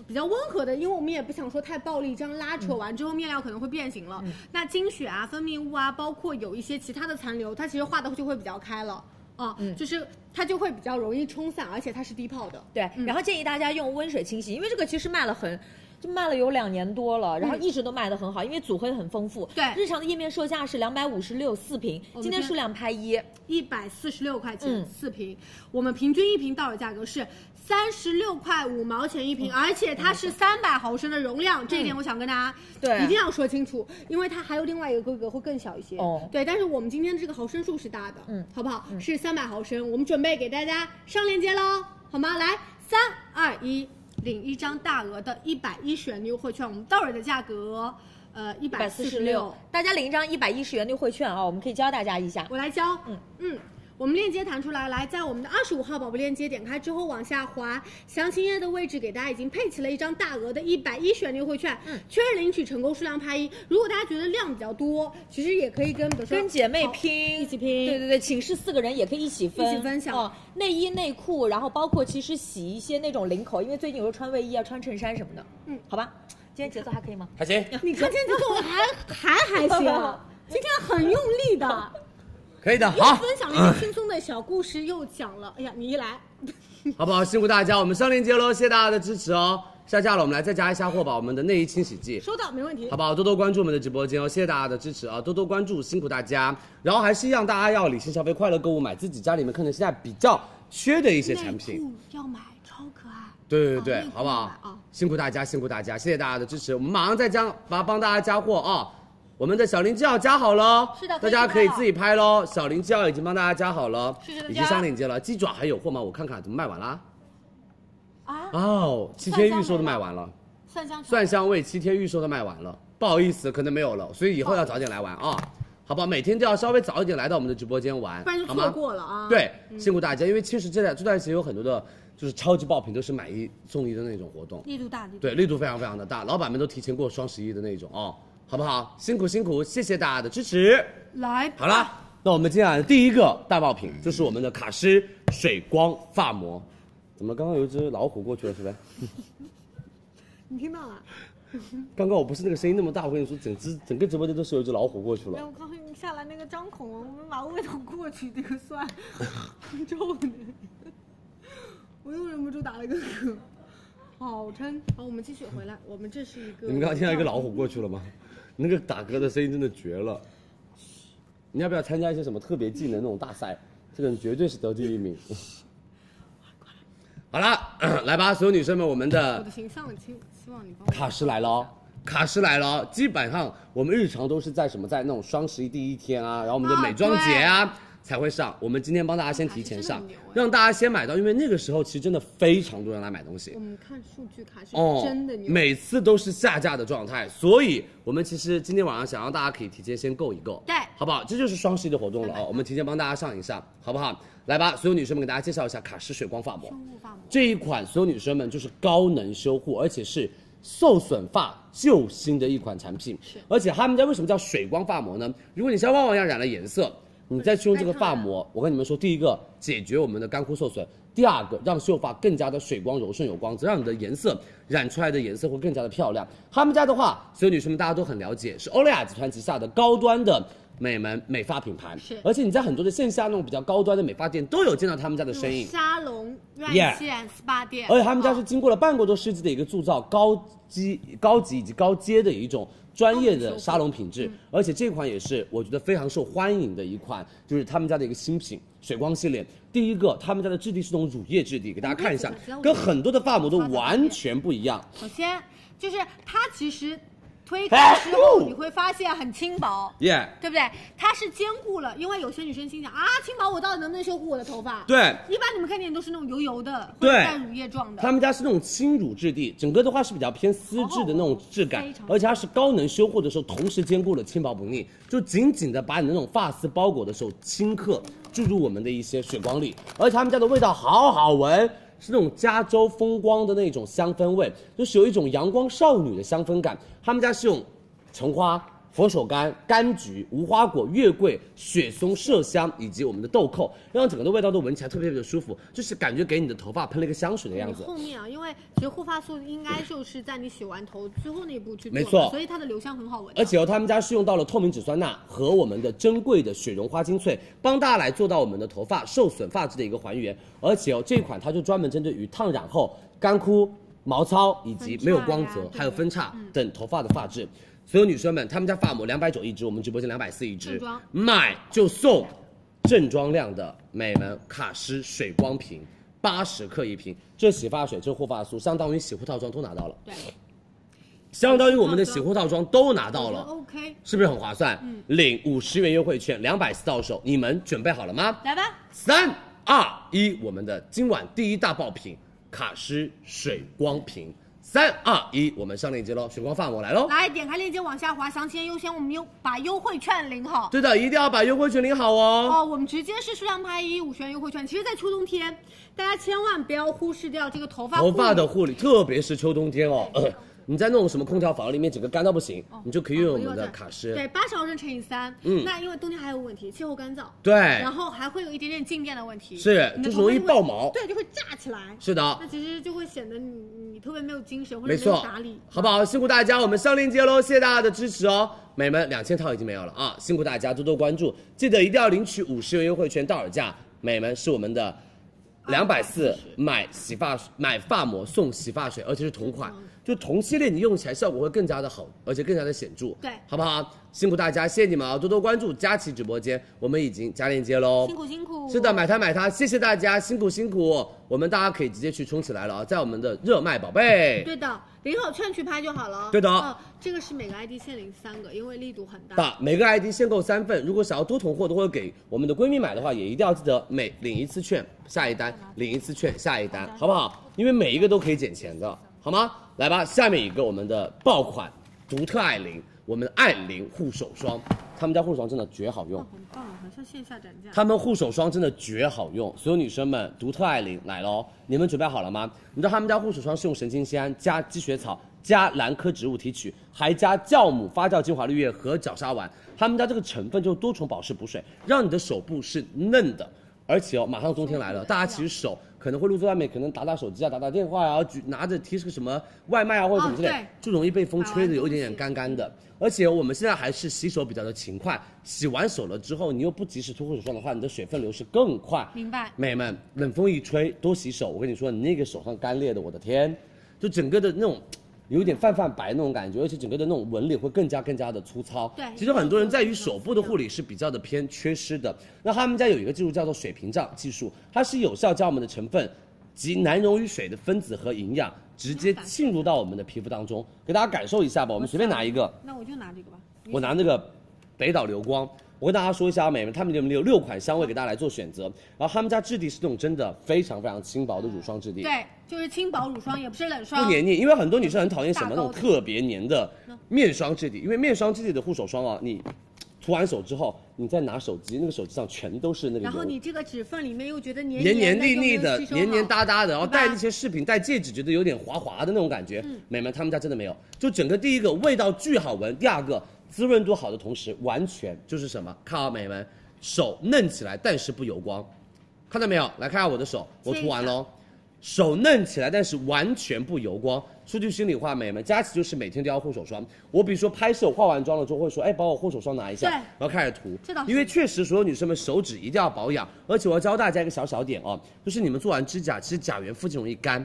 Speaker 4: 比较温和的，因为我们也不想说太暴力，这样拉
Speaker 6: 嗯
Speaker 4: 扯完之后面料可能会变形了。那经血啊、分泌物啊，包括有一些其他的残留，它其实化的就会比较开了，啊，
Speaker 6: 嗯
Speaker 4: 就是它就会比较容易冲散，而且它是低泡的。
Speaker 6: 对，然后建议大家用温水清洗，因为这个其实卖了很。就卖了有两年多了，然后一直都卖的很好，因为组合也很丰富。
Speaker 4: 嗯对
Speaker 6: 日常的页面售价是两百五十六四瓶，
Speaker 4: 我们
Speaker 6: 今天
Speaker 4: 今天
Speaker 6: 数量拍一。
Speaker 4: 一百四十六块
Speaker 6: 嗯
Speaker 4: 钱四瓶，我们平均一瓶到手价格是三十六块五毛钱
Speaker 6: 嗯
Speaker 4: 一瓶，而且它是三百毫升的容量，这一点我想跟大家
Speaker 6: 对
Speaker 4: 一定要说清楚，因为它还有另外一个规格会更小一些。
Speaker 6: 哦
Speaker 4: 对，但是我们今天这个毫升数是大的，
Speaker 6: 嗯
Speaker 4: 好不好？是三百毫升，我们准备给大家上链接喽，好吗？来，三二一，领一张大额的一百一十元的优惠券，我们到手的价格呃一
Speaker 6: 一
Speaker 4: 百四十六。，
Speaker 6: 大家领一张一百一十元的优惠券啊，我们可以教大家一下。
Speaker 4: 我来教。
Speaker 6: 嗯
Speaker 4: 嗯我们链接弹出来，来，在我们的二十五号宝贝链接点开之后往下滑，详情页的位置给大家已经配齐了一张大额的一百一十元的优惠券，
Speaker 6: 嗯
Speaker 4: 确认领取成功数量拍一。如果大家觉得量比较多，其实也可以跟比如说
Speaker 6: 跟姐妹拼，
Speaker 4: 一起拼
Speaker 6: 对对对，寝室四个人也可以一起分，
Speaker 4: 一起分享
Speaker 6: 哦内衣内裤，然后包括其实洗一些那种领口，因为最近有时候穿卫衣啊、穿衬衫什么的。
Speaker 4: 嗯，
Speaker 6: 好吧，今天节奏还可以吗？
Speaker 1: 还行，
Speaker 4: 你看今天 这我还还还行啊，今天很用力的，
Speaker 1: 可以的，
Speaker 4: 又
Speaker 1: 好，
Speaker 4: 分享了一些轻松的小故事，又讲了，哎呀，你一来，
Speaker 1: 好不好？辛苦大家，我们上链接喽，谢谢大家的支持哦。下架了，我们来再加一下货吧，我们的内衣清洗剂。
Speaker 4: 收到没问题
Speaker 1: 好。不好？多多关注我们的直播间哦，谢谢大家的支持啊，多多关注，辛苦大家。然后还是一样，大家要理性消费，快乐购物，买自己家里面可能现在比较缺的一些产品。
Speaker 4: 内裤要买，超可爱。
Speaker 1: 对对对，
Speaker 4: 啊内裤
Speaker 1: 好不好
Speaker 4: 要买啊？
Speaker 1: 辛苦大家，辛苦大家，谢谢大家的支持。我们马上再将把帮大家加货啊。我们的小林制药加好了，
Speaker 6: 是的
Speaker 1: 大家可以
Speaker 6: 可以拍
Speaker 1: 自己拍喽。
Speaker 6: 了
Speaker 1: 小林制药已经帮大家加好了，
Speaker 6: 是的
Speaker 1: 已
Speaker 6: 大
Speaker 1: 经
Speaker 6: 家
Speaker 1: 上链接了。鸡爪还有货吗？我看看怎么卖完啦。
Speaker 6: 啊，
Speaker 1: 哦，七天预售都卖完了。
Speaker 6: 蒜香
Speaker 1: 蒜香味七天预售都卖完了，不好意思，可能没有了，所以以后要早点来
Speaker 4: 嗯
Speaker 1: 玩啊，好不好？每天都要稍微早一点来到我们的直播间玩
Speaker 4: 不然，就
Speaker 1: 好
Speaker 4: 错
Speaker 1: 吗？
Speaker 4: 过了啊。
Speaker 1: 对，辛苦大家，因为其实这段这段时间有很多的，就是超级爆品，都是买一送一的那种活动，
Speaker 4: 力度大，力度大。
Speaker 1: 对，力度非常非常的大，老板们都提前过双十一的那种哦，好不好？辛苦辛苦，谢谢大家的支持。
Speaker 4: 来吧，
Speaker 1: 好啦，那我们接下来的第一个大爆品就是我们的卡诗水光发膜，怎么刚刚有一只老虎过去了是呗？
Speaker 4: 你听到了？
Speaker 1: 刚刚我不是那个声音那么大，我跟你说，整只整个直播间都是有一只老虎过去
Speaker 4: 没
Speaker 1: 了
Speaker 4: 有，。哎我告诉你，下来那个张孔，我们把味道过去，这个蒜很臭的， 我又忍不住打了个嗝，好撑。好，我们继续回来，我们这是一个。
Speaker 1: 你们刚刚听到一个老虎过去了吗？ 那个打嗝的声音真的绝了。你要不要参加一些什么特别技能那种大赛？这个人绝对是得第一名。 好啦， 来吧，所有女生们，我们
Speaker 4: 我
Speaker 1: 的
Speaker 4: 的形象，希希望你帮我。
Speaker 1: 卡诗来了哦，卡诗来了哦。基本上我们日常都是在什么，在那种双十一第一天啊，然后我们的
Speaker 4: 啊
Speaker 1: 美妆节啊。才会上，我们今天帮大家先提前上
Speaker 4: 卡诗真的很牛哎
Speaker 1: 让大家先买到，因为那个时候其实真的非常多人来买东西
Speaker 4: 我。们看数据卡是
Speaker 1: 哦，
Speaker 4: 真的牛，
Speaker 1: 每次都是下架的状态，所以我们其实今天晚上想让大家可以提前先购一购，
Speaker 4: 对
Speaker 1: 好不好？这就是双十一的活动了哦，我们提前帮大家上一上，好不好？来吧，所有女生们给大家介绍一下卡诗水光发膜
Speaker 4: 生物发膜，
Speaker 1: 这一款，所有女生们就是高能修护，而且是受损发救星的一款产品。
Speaker 4: 是
Speaker 1: 而且他们家为什么叫水光发膜呢？如果你像旺旺一样染了颜色，你再去用这个发
Speaker 4: 嗯
Speaker 1: 膜，我跟你们说，第一个解决我们的干枯受损，第二个让秀发更加的水光柔顺有光泽，让你的颜色染出来的颜色会更加的漂亮。他们家的话，所有女生们大家都很了解，是欧莱雅集团旗下的高端的。美门美发品牌，
Speaker 4: 是
Speaker 1: 而且你在很多的线下那种比较高端的美发店都有见到他们家的身影，
Speaker 4: 沙龙、院线、SPA 店，
Speaker 1: 而且哎他们家
Speaker 4: 啊
Speaker 1: 是经过了半个多世纪的一个铸造，高级、高级以及高阶的一种专业的沙龙品质，而且这款也是我觉得非常受欢迎的一款，就是他们家的一个新品水光系列。第一个，他们家的质地是那种乳液质地，给大家看一下
Speaker 4: 乳液质地，
Speaker 1: 跟很多的发膜都完全不一样。
Speaker 4: 首先就是它其实推
Speaker 1: 哎
Speaker 4: 开之后，
Speaker 1: 哦
Speaker 4: 你会发现很轻薄，
Speaker 1: 耶、
Speaker 4: 对不对？它是兼顾了，因为有些女生心想啊，轻薄我到底能不能修护我的头发？，
Speaker 1: 对，
Speaker 4: 一般你们看见都是那种油油的，或
Speaker 1: 对
Speaker 4: 者带乳液状的。
Speaker 1: 他们家是那种轻乳质地，整个的话是比较偏丝质的那种质感，
Speaker 4: 非常
Speaker 1: 而且它是高能修护的时候，同时兼顾了轻薄不腻，就紧紧的把你的那种发丝包裹的时候，顷刻注入我们的一些水光力，而且他们家的味道好好闻。是那种加州风光的那种香氛味，就是有一种阳光少女的香氛感。他们家是用橙花、佛手柑、柑橘、无花果、月桂、雪松、麝香以及我们的豆蔻，让整个的味道都闻起来特别特别的舒服，就是感觉给你的头发喷了一个香水的样
Speaker 4: 你
Speaker 1: 子。
Speaker 4: 后面啊，因为其实护发素应该就是在你洗完头最后那一步去做嘛，
Speaker 1: 没错
Speaker 4: 所以它的留香很好闻啊的。
Speaker 1: 而且哦，他们家是用到了透明质酸钠和我们的珍贵的雪绒花精粹，帮大家来做到我们的头发受损发质的一个还原。而且哦，这款它就专门针对于烫染后干枯、毛糙以及没有光泽
Speaker 4: 分叉呀，
Speaker 1: 还有分叉等头发的发质。所有女生们，他们家发膜两百九一支，我们直播间两百四一支
Speaker 4: 正装，
Speaker 1: 买就送正装量的美门卡诗水光瓶，八十克一瓶。这洗发水，这护发素，相当于洗护套装都拿到了，
Speaker 4: 对，
Speaker 1: 相当于我们的洗护套装都拿到
Speaker 4: 我觉
Speaker 1: 了
Speaker 4: 得。OK，
Speaker 1: 是不是很划算？
Speaker 4: 嗯
Speaker 1: 领五十元优惠券，两百四到手，你们准备好了吗？
Speaker 4: 来吧，
Speaker 1: 三二一，我们的今晚第一大爆品卡诗水光瓶，三二一，我们上链接喽，水光发膜来喽。
Speaker 4: 来点开链接往下滑，详情优先我们优把优惠券领好。
Speaker 1: 对的，一定要把优惠券领好哦。
Speaker 4: 哦，我们直接是数量拍一五十元优惠券。其实，在秋冬天，大家千万不要忽视掉这个头发
Speaker 1: 头发
Speaker 4: 护理
Speaker 1: 的护理，特别是秋冬天哦，呃你在那种什么空调房里面，整个干到不行，
Speaker 4: 哦
Speaker 1: 你就可以用我们的卡诗。
Speaker 4: 对，八十毫升乘以三。
Speaker 1: 嗯
Speaker 4: 那因为冬天还有个问题，气候干燥，
Speaker 1: 对
Speaker 4: 然后还会有一点点静电的问题，
Speaker 1: 是
Speaker 4: 你的
Speaker 1: 就是
Speaker 4: 头发
Speaker 1: 容易
Speaker 4: 会
Speaker 1: 爆毛
Speaker 4: 对，就会炸起来。
Speaker 1: 是的
Speaker 4: 那，其实就会显得你你特别没有精神，或者
Speaker 1: 没
Speaker 4: 没有
Speaker 1: 错
Speaker 4: 打理，。
Speaker 1: 好不好？辛苦大家，我们上链接喽，谢谢大家的支持哦。美们，两千套已经没有了啊，辛苦大家多多关注，记得一定要领取五十元优惠券到手价。美们是我们的两百四买洗发买发膜送洗发水，而且是同款，
Speaker 4: 嗯
Speaker 1: 就同系列你用起来效果会更加的好，而且更加的显著，
Speaker 4: 对
Speaker 1: 好不好？辛苦大家，谢谢你们啊，多多关注佳琦直播间，我们已经加链接喽，
Speaker 4: 辛苦辛苦。
Speaker 1: 哦是的，买它买它，谢谢大家，辛苦辛苦，我们大家可以直接去冲起来了啊，在我们的热卖宝贝。
Speaker 4: 对的，领好券去拍就好了。
Speaker 1: 对的
Speaker 4: 哦，这个是每个 ID 限领三个，因为力度很大。
Speaker 1: 把每个 ID 限购三份，如果想要多囤货的或者给我们的闺蜜买的话，也一定要记得每领一次券下一单，领一次券下一单，好不好？因为每一个都可以减钱的，好吗？来吧，下面一个我们的爆款独特爱琳，我们的爱琳护手霜，他们家护手霜真的绝好用
Speaker 4: 哦，，很棒，好像线下展架。
Speaker 1: 他们护手霜真的绝好用，所有女生们，独特爱琳来喽！你们准备好了吗？你知道他们家护手霜是用神经酰胺加积雪草加兰科植物提取，还加酵母发酵精华绿叶和角鲨烷。他们家这个成分就是多重保湿补水，让你的手部是嫩的。而且哦，马上冬天来了，大家其实手可能会露在外面，可能打打手机啊，打打电话啊，举拿着提示个什么外卖啊或者什么之类
Speaker 4: 哦对，
Speaker 1: 就容易被风吹
Speaker 4: 打完
Speaker 1: 的有一
Speaker 4: 东
Speaker 1: 点
Speaker 4: 西
Speaker 1: 点干干的。而且我们现在还是洗手比较的勤快，洗完手了之后，你又不及时涂护手霜的话，你的水分流失更快。
Speaker 4: 明白
Speaker 1: 美们，冷风一吹，多洗手。我跟你说，你那个手上干裂的，我的天，就整个的那种。有点泛泛白那种感觉，而且整个的那种纹理会更加更加的粗糙。
Speaker 4: 对
Speaker 1: 其实很多人在于手部的护理是比较的偏缺失的。那他们家有一个技术叫做水屏障技术，它是有效将我们的成分及难溶于水的分子和营养直接浸入到我们的皮肤当中，给大家感受一下吧。我们随便拿一个，
Speaker 4: 那我就拿这个吧。
Speaker 1: 我拿那个北岛流光，我跟大家说一下啊，美们，他们里面有六款香味给大家来做选择。然后他们家质地是那种真的非常非常轻薄的乳霜质地，
Speaker 4: 对，就是轻薄乳霜，也不是冷霜。
Speaker 1: 不黏腻，因为很多女生很讨厌什么那种
Speaker 4: 大包的
Speaker 1: 特别黏的面霜质地，因为面霜质地的护手霜啊，你涂完手之后，你再拿手机，那个手机上全都是那个
Speaker 4: 然后
Speaker 1: 油
Speaker 4: 你这个指缝里面又觉得黏
Speaker 1: 黏
Speaker 4: 黏
Speaker 1: 黏腻腻的、黏黏哒哒的，然后
Speaker 4: 对吧
Speaker 1: 戴那些饰品、戴戒指，觉得有点滑滑的那种感觉。美们，他们家真的没有，就整个第一个味道巨好闻，第二个滋润度好的同时，完全就是什么？看啊，美们，手嫩起来，但是不油光，看到没有？来看下我的手，我涂完喽。手嫩起来，但是完全不油光。说句心里话，美们，佳琪就是每天都要护手霜。我比如说拍摄，我化完妆了之后会说，哎，把我护手霜拿一下，
Speaker 4: 对
Speaker 1: 然后开始涂。
Speaker 4: 这倒是
Speaker 1: 因为确实所有女生们手指一定要保养，而且我要教大家一个小小点哦，就是你们做完指甲，其实甲缘附近容易干，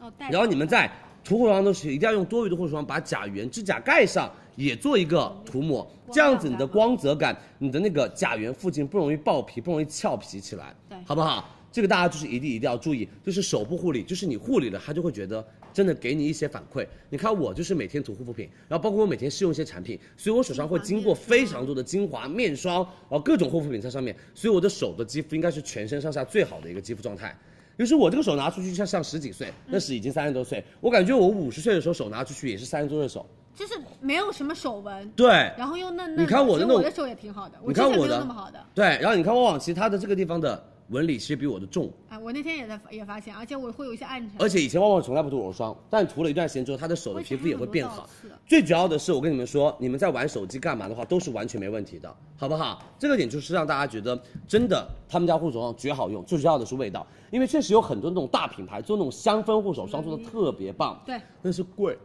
Speaker 4: 哦，戴
Speaker 1: 然后你们在涂护手霜的时候，一定要用多余的护手霜把甲缘、指甲盖上也做一个涂抹，
Speaker 4: 嗯
Speaker 1: 这样子你的光泽感、你的那个甲缘附近不容易爆皮，不容易翘皮起来，
Speaker 4: 对
Speaker 1: 好不好？这个大家就是一定一定要注意，就是手部护理，就是你护理了，它就会觉得真的给你一些反馈。你看我就是每天涂护肤品，然后包括我每天试用一些产品，所以我手上会经过非常多的精华、面霜，然后各种护肤品在上面，所以我的手的肌肤应该是全身上下最好的一个肌肤状态。于是我这个手拿出去像像十几岁，那是已经三十多岁，我感觉我五十岁的时候手拿出去也是三十多岁的手。
Speaker 4: 就是没有什么手纹，
Speaker 1: 对，
Speaker 4: 然后又嫩嫩的。
Speaker 1: 你看我的
Speaker 4: 其实
Speaker 1: 那
Speaker 4: 我
Speaker 1: 种
Speaker 4: 的手也挺好的，
Speaker 1: 你
Speaker 4: 之
Speaker 1: 看
Speaker 4: 前没
Speaker 1: 我
Speaker 4: 有
Speaker 1: 的
Speaker 4: 那么好的。
Speaker 1: 对，然后你看汪汪，其实它的这个地方的纹理其实比我的重，
Speaker 4: 哎，我那天也在也发现，而且我会有一些暗沉。
Speaker 1: 而且以前旺旺从来不涂裸霜，但涂了一段时间之后，她的手的皮肤也会变好。嗯最主要的是，我跟你们说，你们在玩手机干嘛的话，都是完全没问题的，好不好？这个点就是让大家觉得真的，他们家护手霜绝好用，最主要的是味道，因为确实有很多那种大品牌做那种香氛护手霜做的特别棒，
Speaker 4: 对，
Speaker 1: 但是贵，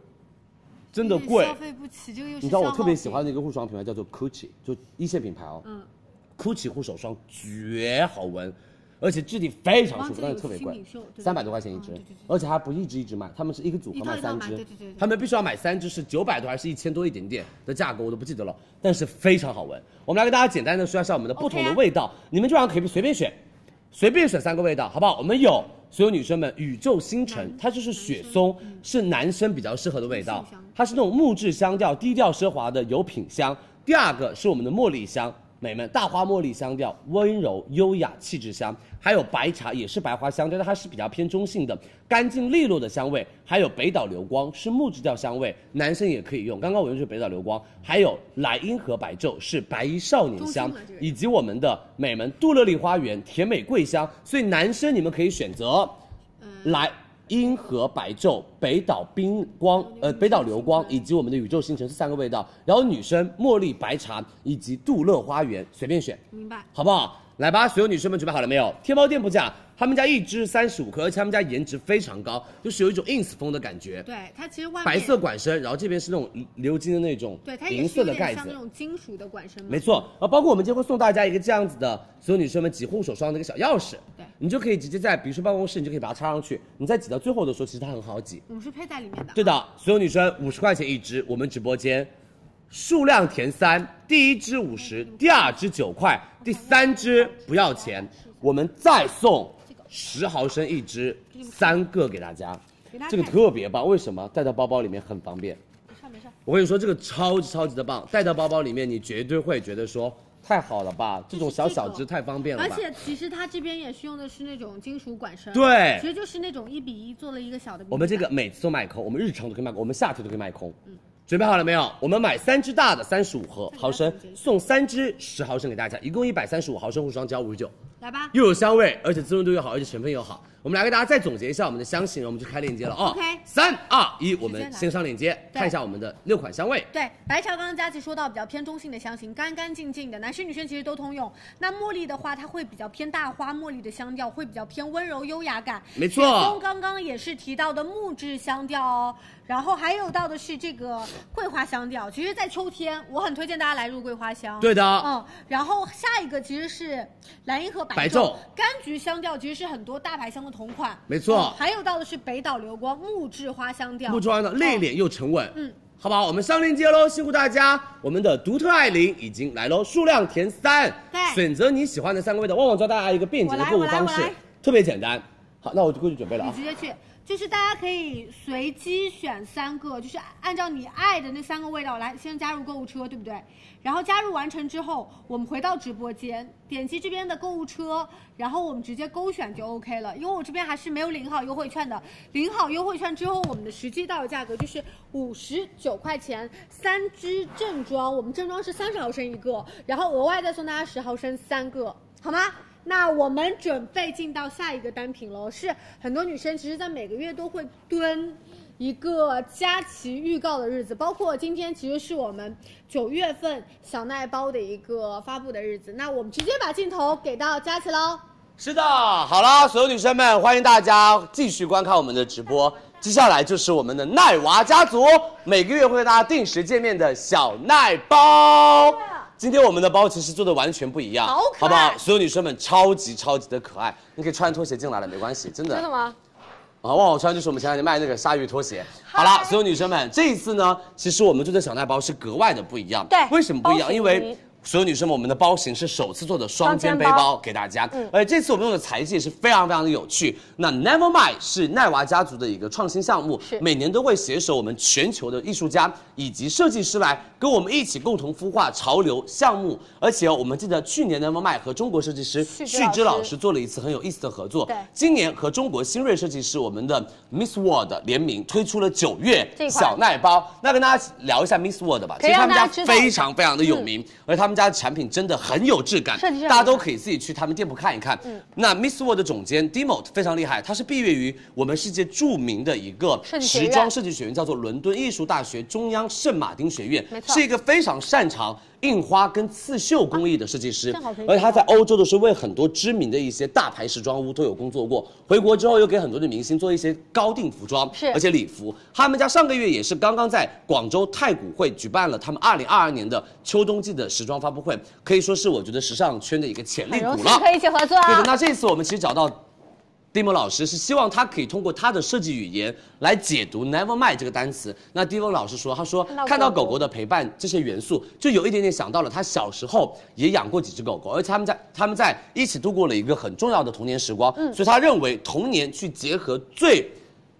Speaker 1: 真的贵
Speaker 4: 消。费不起，这个又是
Speaker 1: 你知道我
Speaker 4: 消耗
Speaker 1: 特别
Speaker 4: 品
Speaker 1: 喜欢的一个护手霜品牌叫做 Gucci，就一线品牌哦。
Speaker 4: 嗯。
Speaker 1: Gucci 护手霜绝好闻，而且质地非常舒服，但是特别贵，三百多块钱
Speaker 4: 嗯
Speaker 1: 一支，而且还不一支一支卖，他们是一个组合卖三支，他们必须要买三支，是九百多还是一千多一点点的价格，我都不记得了，但是非常好闻。我们来跟大家简单的说一下我们的不同的
Speaker 4: 啊
Speaker 1: 味道，你们这晚上可以随便选，随便选三个味道，好不好？我们有所有女生们宇宙星辰，它就是雪松，是男生比较适合的味道，它是那种木质香调、低调奢华的有品香。第二个是我们的茉莉香，美们大花茉莉香调，温柔优雅气质香，还有白茶也是白花香调，但它是比较偏中性的，干净利落的香味。还有北岛流光是木质调香味，男生也可以用。刚刚我用的就是北岛流光，还有莱茵河白昼是白衣少年香
Speaker 4: 中性的这，个
Speaker 1: 以及我们的美门杜乐丽花园甜美桂香。所以男生你们可以选择
Speaker 4: 嗯
Speaker 1: 来银河白昼、北岛冰光，
Speaker 4: 哦
Speaker 1: 呃，北岛流光以及我们的宇宙星辰这三个味道。然后女生茉莉白茶以及杜乐花园随便选，
Speaker 4: 明白。
Speaker 1: 好不好？来吧，所有女生们准备好了没有？天猫店铺价，他们家一支三十五克，而且他们家颜值非常高，就是有一种 ins 风的感觉，
Speaker 4: 对，它其实外面
Speaker 1: 白色，管身，然后这边是那种鎏金的那种
Speaker 4: 对，它
Speaker 1: 银
Speaker 4: 也是有
Speaker 1: 色的
Speaker 4: 点
Speaker 1: 盖子，
Speaker 4: 像那种金属的管身嘛。
Speaker 1: 没错，啊，包括我们今天会送大家一个这样子的，所有女生们挤护手霜的一个小钥匙，
Speaker 4: 对
Speaker 1: 你就可以直接在，比如说办公室，你就可以把它插上去，你在挤到最后的时候，其实它很好挤。
Speaker 4: 我们是配在里面的。
Speaker 1: 对的，所有女生五十块钱一支，我们直播间数量填三，第一支五十，
Speaker 4: 嗯
Speaker 1: 第二支九块，第三支不要钱，我们再送十毫升一支，三个给大家
Speaker 4: 给大。家
Speaker 1: 这个
Speaker 4: 看
Speaker 1: 特别棒，为什么？带到包包里面很方便。
Speaker 4: 没事没事，
Speaker 1: 我跟你说，这个超级超级的棒，带到包包里面，你绝对会觉得说太好了吧，这种小小只太方便了
Speaker 4: 而
Speaker 1: 吧。
Speaker 4: 且其实它这边也是用的是那种金属管身，
Speaker 1: 对
Speaker 4: 其实就是那种一比一做了一个小的。
Speaker 1: 我们这个每次都卖空，我们日常都可以卖空，我们夏天都可以卖空。准备好了没有？我们买三支大的，三十五毫毫升，送嗯三支十毫升给大家，一共一百三十五毫升护手霜，只要五十九，
Speaker 4: 来吧，
Speaker 1: 又有香味，而且滋润度又好，而且成分又好。我们来给大家再总结一下我们的香型，然后我们就开链接了啊、
Speaker 4: OK
Speaker 1: 三二一，我
Speaker 4: 直
Speaker 1: 们
Speaker 4: 接来
Speaker 1: 先上链接，
Speaker 4: 对
Speaker 1: 看一下我们的六款香味。
Speaker 4: 对，白茶刚刚佳琪说到比较偏中性的香型，干干净净的，男生女生其实都通用。那茉莉的话，它会比较偏大花茉莉的香调，会比较偏温柔优雅感。
Speaker 1: 没错
Speaker 4: 雪松刚刚也是提到的木质香调哦，然后还有到的是这个桂花香调。其实，在秋天，我很推荐大家来入桂花香。
Speaker 1: 对的
Speaker 4: 嗯，然后下一个其实是蓝银河白
Speaker 1: 白昼
Speaker 4: 柑橘香调，其实是很多大牌香的同款。
Speaker 1: 没错
Speaker 4: 嗯还有到的是北岛流光木质花香调。
Speaker 1: 不装的，内敛又沉稳，
Speaker 4: 嗯，
Speaker 1: 好不好？我们上链接喽，辛苦大家，我们的独特爱琳已经来喽，数量填三，
Speaker 4: 对
Speaker 1: 选择你喜欢的三个味道。旺旺教大家一个便捷的购
Speaker 4: 我
Speaker 1: 物
Speaker 4: 来我来
Speaker 1: 方
Speaker 4: 我
Speaker 1: 式
Speaker 4: 来，
Speaker 1: 特别简单。好，那我就过去准备了
Speaker 4: 你
Speaker 1: 啊。
Speaker 4: 直接去，就是大家可以随机选三个，就是按照你爱的那三个味道来，先加入购物车，对不对？然后加入完成之后，我们回到直播间，点击这边的购物车，然后我们直接勾选就 OK 了。因为我这边还是没有领好优惠券的，领好优惠券之后，我们的实际到手价格就是五十九块钱三支正装，我们正装是三十毫升一个，然后额外再送大家十毫升三个，好吗？那我们准备进到下一个单品喽，是很多女生其实，在每个月都会蹲一个佳琦预告的日子，包括今天其实是我们九月份小奈包的一个发布的日子。那我们直接把镜头给到佳琦喽。
Speaker 1: 是的，好啦，所有女生们，欢迎大家继续观看我们的直播。接下来就是我们的奈娃家族，每个月会跟大家定时见面的小奈包。今天我们的包其实做的完全不一样，
Speaker 4: 好可爱
Speaker 1: 不好？所有女生们超级超级的可爱，你可以穿拖鞋进来了，没关系，真的。
Speaker 4: 吗？
Speaker 1: 啊，旺旺穿就是我们前两天卖那个鲨鱼拖鞋。好啦，所有女生们，这一次呢，其实我们做的小奈包是格外的不一样。
Speaker 4: 对
Speaker 1: 为什么不一
Speaker 4: 包
Speaker 1: 样？
Speaker 4: 水
Speaker 1: 因
Speaker 4: 泥
Speaker 1: 为所有女生们，我们的包型是首次做的双肩背
Speaker 6: 双肩
Speaker 1: 包嗯给大家。而且这次我们用的材质也是非常非常的有趣。那 Never Mind 是奈娃家族的一个创新项目，
Speaker 6: 是
Speaker 1: 每年都会携手我们全球的艺术家以及设计师来跟我们一起共同孵化潮流项目。而且哦我们记得去年 Never Mind 和中国设计师
Speaker 6: 旭之
Speaker 1: 旭之
Speaker 6: 老
Speaker 1: 老
Speaker 6: 师
Speaker 1: 师做了一次很有意思的合作。
Speaker 6: 对
Speaker 1: 今年和中国新锐设计师我们的 Miss World 联名推出了九月
Speaker 6: 这款
Speaker 1: 小奈包。那跟大家聊一下 Miss World 吧，
Speaker 6: 可以
Speaker 1: 其实他们家
Speaker 6: 让大家知道嗯
Speaker 1: 非常非常的有名，而他们家的产品真的很有质感，
Speaker 6: 设计上
Speaker 1: 大家都可以自己去他们店铺看一看。
Speaker 6: 嗯
Speaker 1: 那 Miss World 的总监 Dimot 非常厉害，他是毕业于我们世界著名的一个
Speaker 6: 设计学
Speaker 1: 时
Speaker 6: 院
Speaker 1: 装设计学院，叫做伦敦艺术大学中央圣马丁学院
Speaker 6: 没，错
Speaker 1: 是一个非常擅长印花跟刺绣工艺的设计师。
Speaker 6: 正好可以
Speaker 1: 而他在欧洲的时候，为很多知名的一些大牌时装屋都有工作过。回国之后，又给很多的明星做一些高定服装，
Speaker 6: 是
Speaker 1: 而且礼服。他们家上个月也是刚刚在广州太古汇举办了他们二零二二年的秋冬季的时装发布会，可以说是我觉得时尚圈的一个潜力
Speaker 6: 很荣
Speaker 1: 股
Speaker 6: 幸
Speaker 1: 了。
Speaker 6: 可以一起合作
Speaker 1: 对的，
Speaker 6: 啊。
Speaker 1: 那这次我们其实找到 Dimo 老师，是希望他可以通过他的设计语言来解读 “never mind” 这个单词。那 Dimo 老师说，他说
Speaker 6: 看到狗狗
Speaker 1: 看到狗狗的陪伴这些元素，就有一点点想到了他小时候也养过几只狗狗，而且他们在他们在一起度过了一个很重要的童年时光。
Speaker 6: 嗯
Speaker 1: 所以他认为童年去结合最。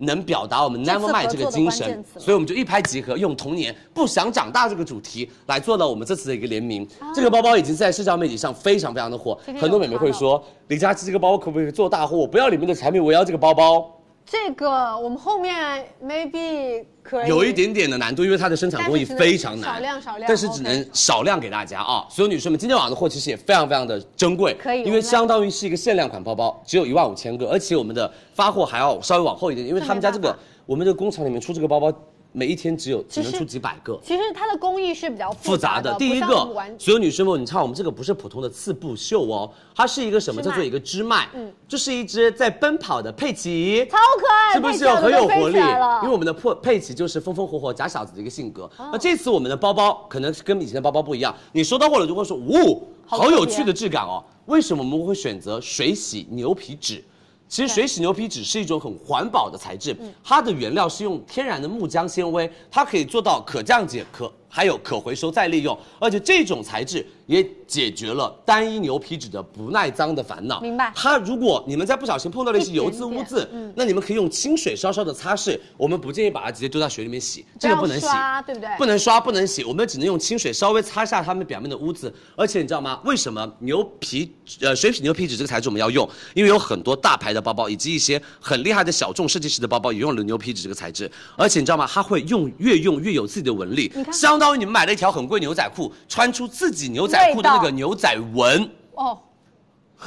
Speaker 1: 能表达我们 Never Mind 这个精
Speaker 6: 合作的关
Speaker 1: 神
Speaker 6: 键，词
Speaker 1: 所以我们就一拍即合，用童年不想长大这个主题来做了我们这次的一个联名。
Speaker 6: 啊
Speaker 1: 这个包包已经在社交媒体上非常非常的火，
Speaker 6: 天有
Speaker 1: 很多美眉会说李佳琦这个包可不可以做大货？我不要里面的产品，我要这个包包。
Speaker 2: 这个我们后面 maybe 可以
Speaker 1: 有一点点的难度，因为它的生产工艺非常难，
Speaker 2: 但是只能少量少量
Speaker 1: 但是只能少量给大家啊。所有女生们，今天晚上的货其实也非常非常的珍贵，
Speaker 6: 可以
Speaker 1: 因
Speaker 6: 我
Speaker 1: 为
Speaker 6: 们
Speaker 1: 相当于是一个限量款包包，只有一万五千个，而且我们的发货还要稍微往后一点，因为他们家这
Speaker 2: 这没
Speaker 1: 个
Speaker 2: 办
Speaker 1: 我们这个工厂里面出这个包包，每一天只有
Speaker 2: 其
Speaker 1: 只
Speaker 2: 实
Speaker 1: 能出几百个。
Speaker 2: 其实它的工艺是比较
Speaker 1: 复
Speaker 2: 复
Speaker 1: 杂
Speaker 2: 杂
Speaker 1: 的
Speaker 2: 的，。
Speaker 1: 第一
Speaker 2: 不像我们
Speaker 1: 个
Speaker 2: 玩，
Speaker 1: 所有女生们，你看我们这个不是普通的刺布绣哦，它是一个什么
Speaker 2: 织
Speaker 1: 叫
Speaker 2: 麦
Speaker 1: 做一个织麦，
Speaker 2: 嗯
Speaker 1: 这是一只在奔跑的佩奇，
Speaker 2: 超可爱
Speaker 1: 是不
Speaker 2: 佩
Speaker 1: 是
Speaker 2: 奇我
Speaker 1: 很有
Speaker 2: 都飞
Speaker 1: 活力？
Speaker 2: 起来了哦
Speaker 1: 因为我们的破佩奇就是风风火火假小子的一个性格。那这次我们的包包可能是跟以前的包包不一样，你收到货了就会说，呜，
Speaker 2: 好特
Speaker 1: 好
Speaker 2: 别
Speaker 1: 有趣的质感哦。为什么我们会选择水洗牛皮纸？其实水洗牛皮纸是一种很环保的材质，
Speaker 2: 嗯
Speaker 1: 它的原料是用天然的木浆纤维，它可以做到可降解、可还有可回收再利用，而且这种材质也解决了单一牛皮纸的不耐脏的烦恼。
Speaker 2: 明白
Speaker 1: 它如果你们在不小心碰到了一些
Speaker 2: 一点
Speaker 1: 油渍、污
Speaker 2: 点
Speaker 1: 渍，那你们可以用清水稍稍的擦拭，我们不建议把它直接丢到水里面洗，这个
Speaker 2: 不要
Speaker 1: 不能洗。
Speaker 2: 刷对不对？
Speaker 1: 不能刷，不能洗，我们只能用清水稍微擦下它们表面的污渍。而且你知道吗？为什么牛皮呃水洗牛皮纸这个材质我们要用？因为有很多大牌的包包以及一些很厉害的小众设计师的包包也用了牛皮纸这个材质。而且你知道吗？它会用越用越有自己的纹理，相当于你们买了一条很贵牛仔裤，穿出自己牛仔裤的那个
Speaker 2: 味道
Speaker 1: 牛仔纹。
Speaker 2: 哦，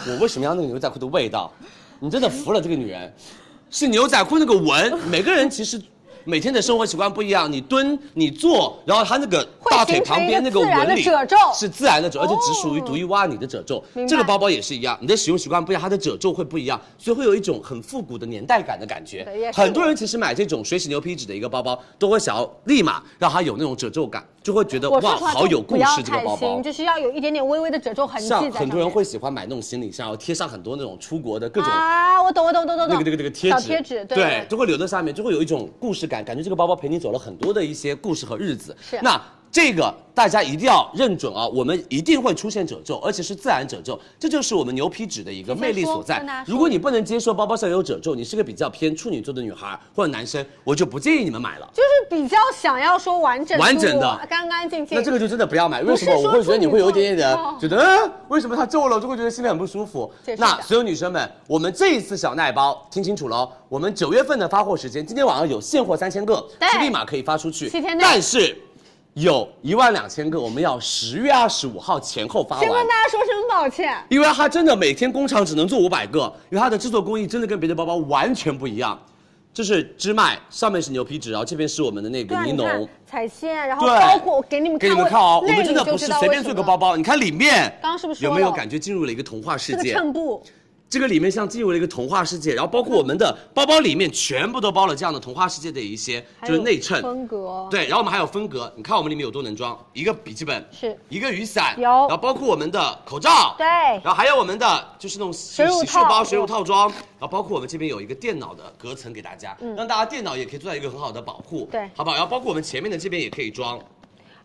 Speaker 1: 我为什么要那个牛仔裤的味道？你真的服了这个女人，是牛仔裤那个纹。每个人其实每天的生活习惯不一样，你蹲，你坐，然后它那个大腿旁边那个纹理
Speaker 2: 会形成一个自然的褶皱哦
Speaker 1: 是自然的褶，而且只属于独一无二你的褶皱。
Speaker 2: 明白
Speaker 1: 这个包包也是一样，你的使用习惯不一样，它的褶皱会不一样，所以会有一种很复古的年代感的感觉
Speaker 2: 对也。是
Speaker 1: 很多人其实买这种水洗牛皮纸的一个包包，都会想要立马让它有那种褶皱感，就会觉得
Speaker 2: 我
Speaker 1: 哇，
Speaker 2: 说实话
Speaker 1: 好有
Speaker 2: 就
Speaker 1: 故
Speaker 2: 不要
Speaker 1: 事这个
Speaker 2: 太
Speaker 1: 包包
Speaker 2: 新，。就是要有一点点微微的褶皱痕迹在上
Speaker 1: 像
Speaker 2: 面。
Speaker 1: 很多人会喜欢买那种行李箱，然后贴上很多那种出国的各种
Speaker 2: 啊，我懂，我懂，懂懂
Speaker 1: 那
Speaker 2: 懂。
Speaker 1: 个那个那个贴纸，
Speaker 2: 小贴纸，对
Speaker 1: 对，就会留在下面，就会有一种故事感，感觉这个包包陪你走了很多的一些故事和日子。
Speaker 2: 是
Speaker 1: 那。这个大家一定要认准啊！我们一定会出现褶皱，而且是自然褶皱，这就是我们牛皮纸的一个魅力所在
Speaker 2: 跟大家。说
Speaker 1: 如果你不能接受包包上有褶皱，你是个比较偏处女座的女孩或者男生，我就不建议你们买了。
Speaker 2: 就是比较想要说完整度、
Speaker 1: 完整的
Speaker 2: 干干净净。
Speaker 1: 那这个就真的不要买，为什么？
Speaker 2: 不是说
Speaker 1: 我会觉得你会有一点点
Speaker 2: 处女座哦
Speaker 1: 觉得，嗯，为什么它皱了，就会觉得心里很不舒服
Speaker 2: 这。是的
Speaker 1: 那所有女生们，我们这一次小奈包听清楚喽，我们九月份的发货时间，今天晚上有现货三千个，
Speaker 2: 对
Speaker 1: 是立马可以发出去，
Speaker 2: 七天内
Speaker 1: 但是。有一万两千个，我们要十月二十五号前后发完。
Speaker 2: 先跟大家说声抱歉，
Speaker 1: 因为它真的每天工厂只能做五百个，因为它的制作工艺真的跟别的包包完全不一样。这是织麦，上面是牛皮纸，然后这边是我们的那个
Speaker 2: 对啊，
Speaker 1: 尼
Speaker 2: 你
Speaker 1: 龙。
Speaker 2: 看彩线，然后
Speaker 1: 对，
Speaker 2: 包括我给你们看，
Speaker 1: 给你们看哦，我
Speaker 2: 那
Speaker 1: 们真的
Speaker 2: 你就
Speaker 1: 不是
Speaker 2: 知道
Speaker 1: 随便
Speaker 2: 为
Speaker 1: 做
Speaker 2: 什
Speaker 1: 一个
Speaker 2: 么
Speaker 1: 包包，你看里面，
Speaker 2: 刚刚是不是说
Speaker 1: 有没有
Speaker 2: 了
Speaker 1: 感觉进入了一个童话世
Speaker 2: 这个
Speaker 1: 界？
Speaker 2: 衬布，
Speaker 1: 这个里面像进入了一个童话世界，然后包括我们的包包里面全部都包了这样的童话世界的一些就是内衬。
Speaker 2: 风格，
Speaker 1: 对，然后我们还有分隔，你看我们里面有多能装，一个笔记本，
Speaker 2: 是
Speaker 1: 一个雨伞，
Speaker 2: 有
Speaker 1: 然后包括我们的口罩，
Speaker 2: 对
Speaker 1: 然后还有我们的就是那种洗
Speaker 2: 乳
Speaker 1: 洗漱包、
Speaker 2: 套
Speaker 1: 水乳套装，然后包括我们这边有一个电脑的隔层给大
Speaker 4: 嗯
Speaker 1: 家，让大家电脑也可以做到一个很好的保护，
Speaker 2: 对
Speaker 1: 好不好？然后包括我们前面的这边也可以装，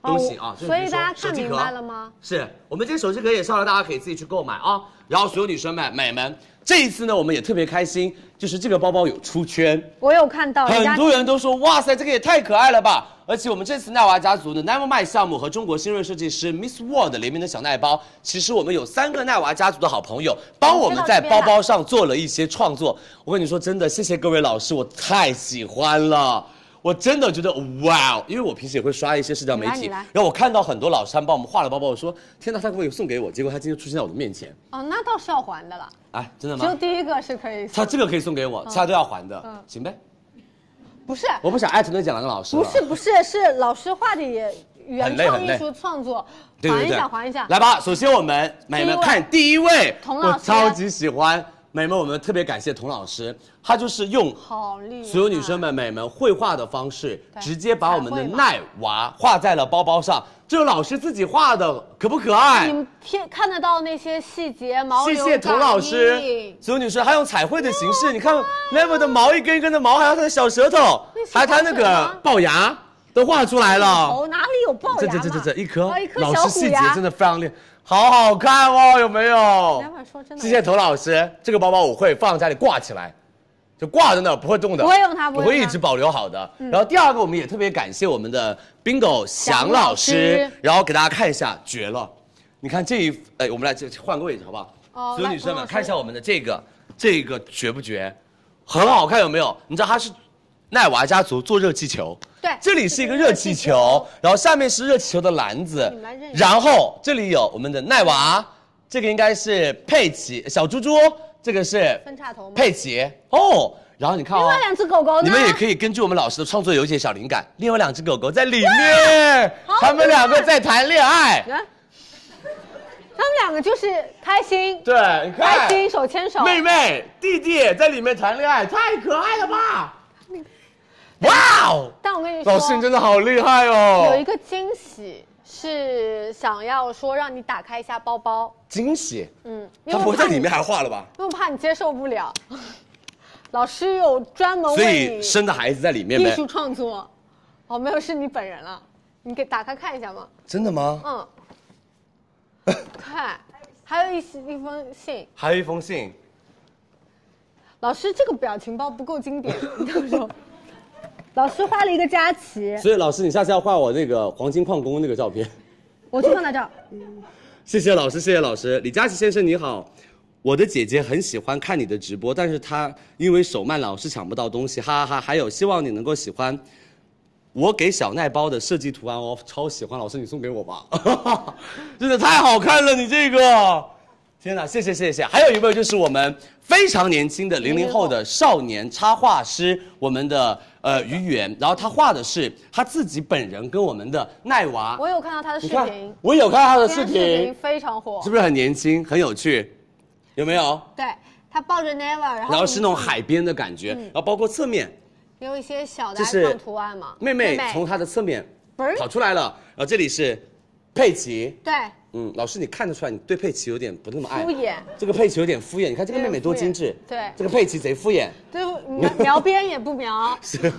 Speaker 1: 都行啊。就是
Speaker 4: 哦所
Speaker 1: 比
Speaker 4: 以
Speaker 1: 如说
Speaker 4: 大家
Speaker 1: 手
Speaker 4: 看
Speaker 1: 机
Speaker 4: 明
Speaker 1: 壳
Speaker 4: 白了吗？
Speaker 1: 是我们今天手机壳也上了，大家可以自己去购买啊。然后所有女生们、美们，这一次呢，我们也特别开心，就是这个包包有出圈，
Speaker 4: 我有看到哦人
Speaker 1: 很
Speaker 4: 家
Speaker 1: 多人都说哇塞，这个也太可爱了吧！而且我们这次奈娃家族的 Never Mind 项目和中国新锐设计师 Miss World 联名的小奈包，其实我们有三个奈娃家族的好朋友帮我们在包包上做了一些创作。我跟你说，真的，谢谢各位老师，我太喜欢了。我真的觉得哇哦，因为我平时也会刷一些社交媒
Speaker 4: 你来你
Speaker 1: 体
Speaker 4: 来，
Speaker 1: 然后我看到很多老师他们帮我们画了包包，我说天哪，他会不会送给我？结果他今天出现在我的面前，
Speaker 4: 哦，那倒是要还的了，
Speaker 1: 哎，真的
Speaker 4: 只有
Speaker 1: 吗？
Speaker 4: 第一个是可以，
Speaker 1: 他这个可以送给我，其他都要还的
Speaker 4: 嗯，
Speaker 1: 行呗？
Speaker 4: 不是
Speaker 1: 我不想艾特那讲两个老师了。
Speaker 4: 不是不是是老师画的也原
Speaker 1: 很累
Speaker 4: 创
Speaker 1: 很累
Speaker 4: 艺术创作，
Speaker 1: 对对
Speaker 4: 还一
Speaker 1: 对，
Speaker 4: 下还一下，
Speaker 1: 来吧，首先我们美们看第一位，
Speaker 4: 童
Speaker 1: 我
Speaker 4: 老师
Speaker 1: 超级喜欢美们，我们特别感谢童老师，他就是用
Speaker 4: 好厉害！
Speaker 1: 所有女生们美们绘画的方式，
Speaker 4: 啊对
Speaker 1: 直接把我们的
Speaker 4: 彩绘嘛
Speaker 1: 奈娃画在了包包上，这是老师自己画的，可不可爱
Speaker 4: 你？们天看得到那些细节毛
Speaker 1: 谢
Speaker 4: 流
Speaker 1: 谢童老
Speaker 4: 感
Speaker 1: 师
Speaker 4: 应，
Speaker 1: 所有女生还用彩绘的形式，你看 Never 的毛一根一根的毛，还有她的小舌头
Speaker 4: 那，是
Speaker 1: 还有她那
Speaker 4: 小舌头
Speaker 1: 个
Speaker 4: 吗
Speaker 1: 龅牙都画出来了。
Speaker 4: 哦，哪里有龅
Speaker 1: 这
Speaker 4: 牙
Speaker 1: 这
Speaker 4: 嘛？
Speaker 1: 这这这一颗
Speaker 4: 哦，一颗
Speaker 1: 老
Speaker 4: 小
Speaker 1: 师
Speaker 4: 虎
Speaker 1: 细节
Speaker 4: 牙
Speaker 1: 真的非常厉害，好好看哦，有没有
Speaker 4: 两本说真的
Speaker 1: 谢谢童老师，这个包包我会放家里挂起来。就挂在那儿不会动的，
Speaker 4: 不会用它不
Speaker 1: 我
Speaker 4: 会
Speaker 1: 会一
Speaker 4: 用它嗯
Speaker 1: 直保留好的。然后第二个，我们也特别感谢我们的 Bingo
Speaker 4: 翔
Speaker 1: 翔
Speaker 4: 老
Speaker 1: 老
Speaker 4: 师
Speaker 1: 师，然后给大家看一下，绝了！你看这一，哎，我们来这换个位置好不好？
Speaker 4: 哦
Speaker 1: 所有
Speaker 4: 来
Speaker 1: 女生
Speaker 4: 童老
Speaker 1: 们
Speaker 4: 师
Speaker 1: 看一下我们的这个，这个绝不绝？很好看，有没有？你知道它是奈娃家族做热气球，
Speaker 4: 对
Speaker 1: 这里是一个热气 球，然后下面是热气球的篮子
Speaker 4: 你们来认，识
Speaker 1: 然后这里有我们的奈娃，这个应该是佩奇小猪猪，这个是
Speaker 4: 分叉头吗？
Speaker 1: 佩奇哦。然后你看
Speaker 4: 另
Speaker 1: 哦
Speaker 4: 外，两只狗狗呢？
Speaker 1: 你们也可以根据我们老师的创作有一些小灵感。另外两只狗狗在里面，他们两个在谈恋爱。
Speaker 4: 啊他们两个就是开心，
Speaker 1: 对，你
Speaker 4: 开
Speaker 1: 看，
Speaker 4: 心手牵手。
Speaker 1: 妹妹弟弟在里面谈恋爱，太可爱了吧！哇哦，
Speaker 4: 但我跟你说，
Speaker 1: 老师你真的好厉害哦！
Speaker 4: 有一个惊喜是想要说让你打开一下包包，
Speaker 1: 惊喜，
Speaker 4: 嗯，因
Speaker 1: 他
Speaker 4: 为
Speaker 1: 不
Speaker 4: 我
Speaker 1: 会在
Speaker 4: 怕
Speaker 1: 里
Speaker 4: 你，
Speaker 1: 面还画了吧？
Speaker 4: 因为怕你接受不了。老师有专门
Speaker 1: 所
Speaker 4: 为
Speaker 1: 以
Speaker 4: 你
Speaker 1: 生的孩子在里面
Speaker 4: 艺
Speaker 1: 呗
Speaker 4: 术？创作，哦，没有是你本人了，你给打开看一下嘛，
Speaker 1: 真的吗？
Speaker 4: 嗯，看，还有一些一封信，
Speaker 1: 还有一封信，
Speaker 4: 老师这个表情包不够经典，你知道吗？老师画了一个佳琪，
Speaker 1: 所以老师你下次要画我那个黄金矿工那个照片。
Speaker 4: 我就放在这儿。
Speaker 1: 谢谢老师，谢谢老师。李佳琦先生你好，我的姐姐很喜欢看你的直播，但是她因为手慢老是抢不到东西，哈哈哈。还有，希望你能够喜欢我给小奈包的设计图案哦，超喜欢。老师你送给我吧， 真的太好看了，你这个。天哪，谢谢谢谢！还有一位就是我们非常年轻的零零后的少年插画师，我们的呃于源，然后他画的是他自己本人跟我们的奈娃，
Speaker 4: 我有看到他的视
Speaker 1: 你看
Speaker 4: 频，，
Speaker 1: 我有看他的
Speaker 4: 今
Speaker 1: 视
Speaker 4: 天
Speaker 1: 频，
Speaker 4: 非常火
Speaker 1: 是，不是很年轻，很有趣？有没有？
Speaker 4: 对他抱着 Never，然后
Speaker 1: 然后是那种海边的感觉，然后包括侧面，
Speaker 4: 有一些小的
Speaker 1: 这是
Speaker 4: icon 图案嘛，
Speaker 1: 妹妹
Speaker 4: 妹
Speaker 1: 从她的侧面
Speaker 4: 不是
Speaker 1: 跑出来了，然后这里是佩奇，
Speaker 4: 对
Speaker 1: 嗯，老师你看得出来，你对佩奇有点不那么爱
Speaker 4: 敷，衍，
Speaker 1: 这个佩奇有点敷衍，你看这个妹妹多精致，
Speaker 4: 有点敷衍对
Speaker 1: 这个佩奇贼敷衍，
Speaker 4: 对描描边也不描，
Speaker 1: 是，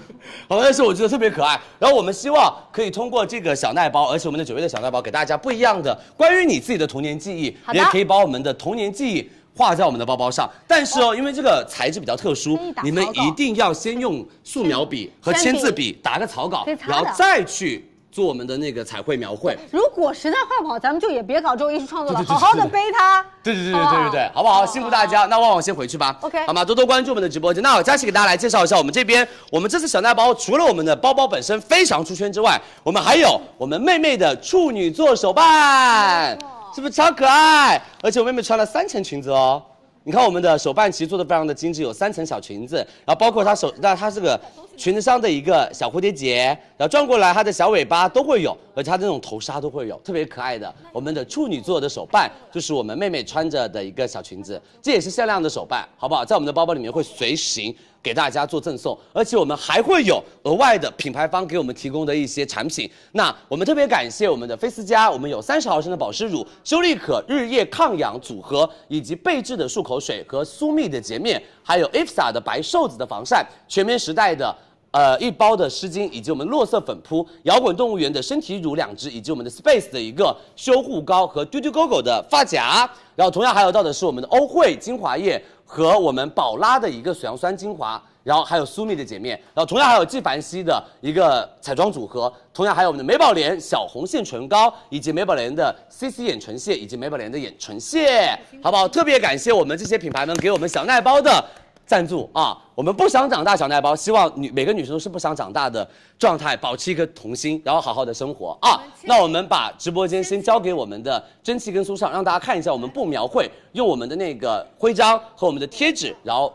Speaker 1: 好，但是我觉得特别可爱。然后我们希望可以通过这个小奈包，而且我们的九月的小奈包，给大家不一样的关于你自己的童年记忆
Speaker 4: 好，的
Speaker 1: 也可以把我们的童年记忆画在我们的包包上。但是哦，因为这个材质比较特殊
Speaker 4: 可以打，
Speaker 1: 你们
Speaker 4: 草稿
Speaker 1: 一定要先用素描笔和
Speaker 4: 铅
Speaker 1: 签
Speaker 4: 笔
Speaker 1: 字笔打个草稿
Speaker 4: 可以，擦的
Speaker 1: 然后再去做我们的那个彩绘描绘。
Speaker 4: 如果实在画不好，咱们就也别搞这种艺术创作了，
Speaker 1: 对对对
Speaker 4: 好好的
Speaker 1: 对对
Speaker 4: 背它。
Speaker 1: 对对对
Speaker 4: 好
Speaker 1: 对
Speaker 4: 不好
Speaker 1: 对对对，好不好？辛苦大家，那旺旺先回去吧。
Speaker 4: OK
Speaker 1: 好吗？多多关注我们的直播间。那我佳琪给大家来介绍一下，我们这边，我们这次小奈包除了我们的包包本身非常出圈之外，我们还有我们妹妹的处女座手办，是不是超可爱？而且我妹妹穿了三层裙子哦。你看我们的手办其实做的非常的精致，有三层小裙子，然后包括她手，那她这个裙子上的一个小蝴蝶结，然后转过来她的小尾巴都会有，而且她的那种头纱都会有，特别可爱的。我们的处女座的手办就是我们妹妹穿着的一个小裙子，这也是限量的手办，好不好？在我们的包包里面会随行给大家做赠送，而且我们还会有额外的品牌方给我们提供的一些产品。那我们特别感谢我们的菲思佳，我们有三十毫升的保湿乳、修丽可日夜抗氧组合，以及贝致的漱口水和苏密的洁面，还有 IFSA 的白瘦子的防晒，全棉时代的。呃一包的湿巾，以及我们洛色粉扑、摇滚动物园的身体乳两支，以及我们的 Space 的一个修护膏和嘟嘟狗狗的发夹。然后同样还有到的是我们的欧惠精华液和我们宝拉的一个水杨酸精华。然后还有苏密的洁面，然后同样还有纪梵希的一个彩妆组合，同样还有我们的美宝莲小红线唇膏，以及美宝莲的 CC 眼唇卸，以及美宝莲的眼唇卸，好不好？特别感谢我们这些品牌们给我们小奶包的赞助啊！我们不想长大小奶包，希望女每个女生都是不想长大的状态，保持一颗童心，然后好好的生活啊！那我们把直播间先交给我们的蒸汽跟苏尚，让大家看一下我们不描绘，用我们的那个徽章和我们的贴纸，然后。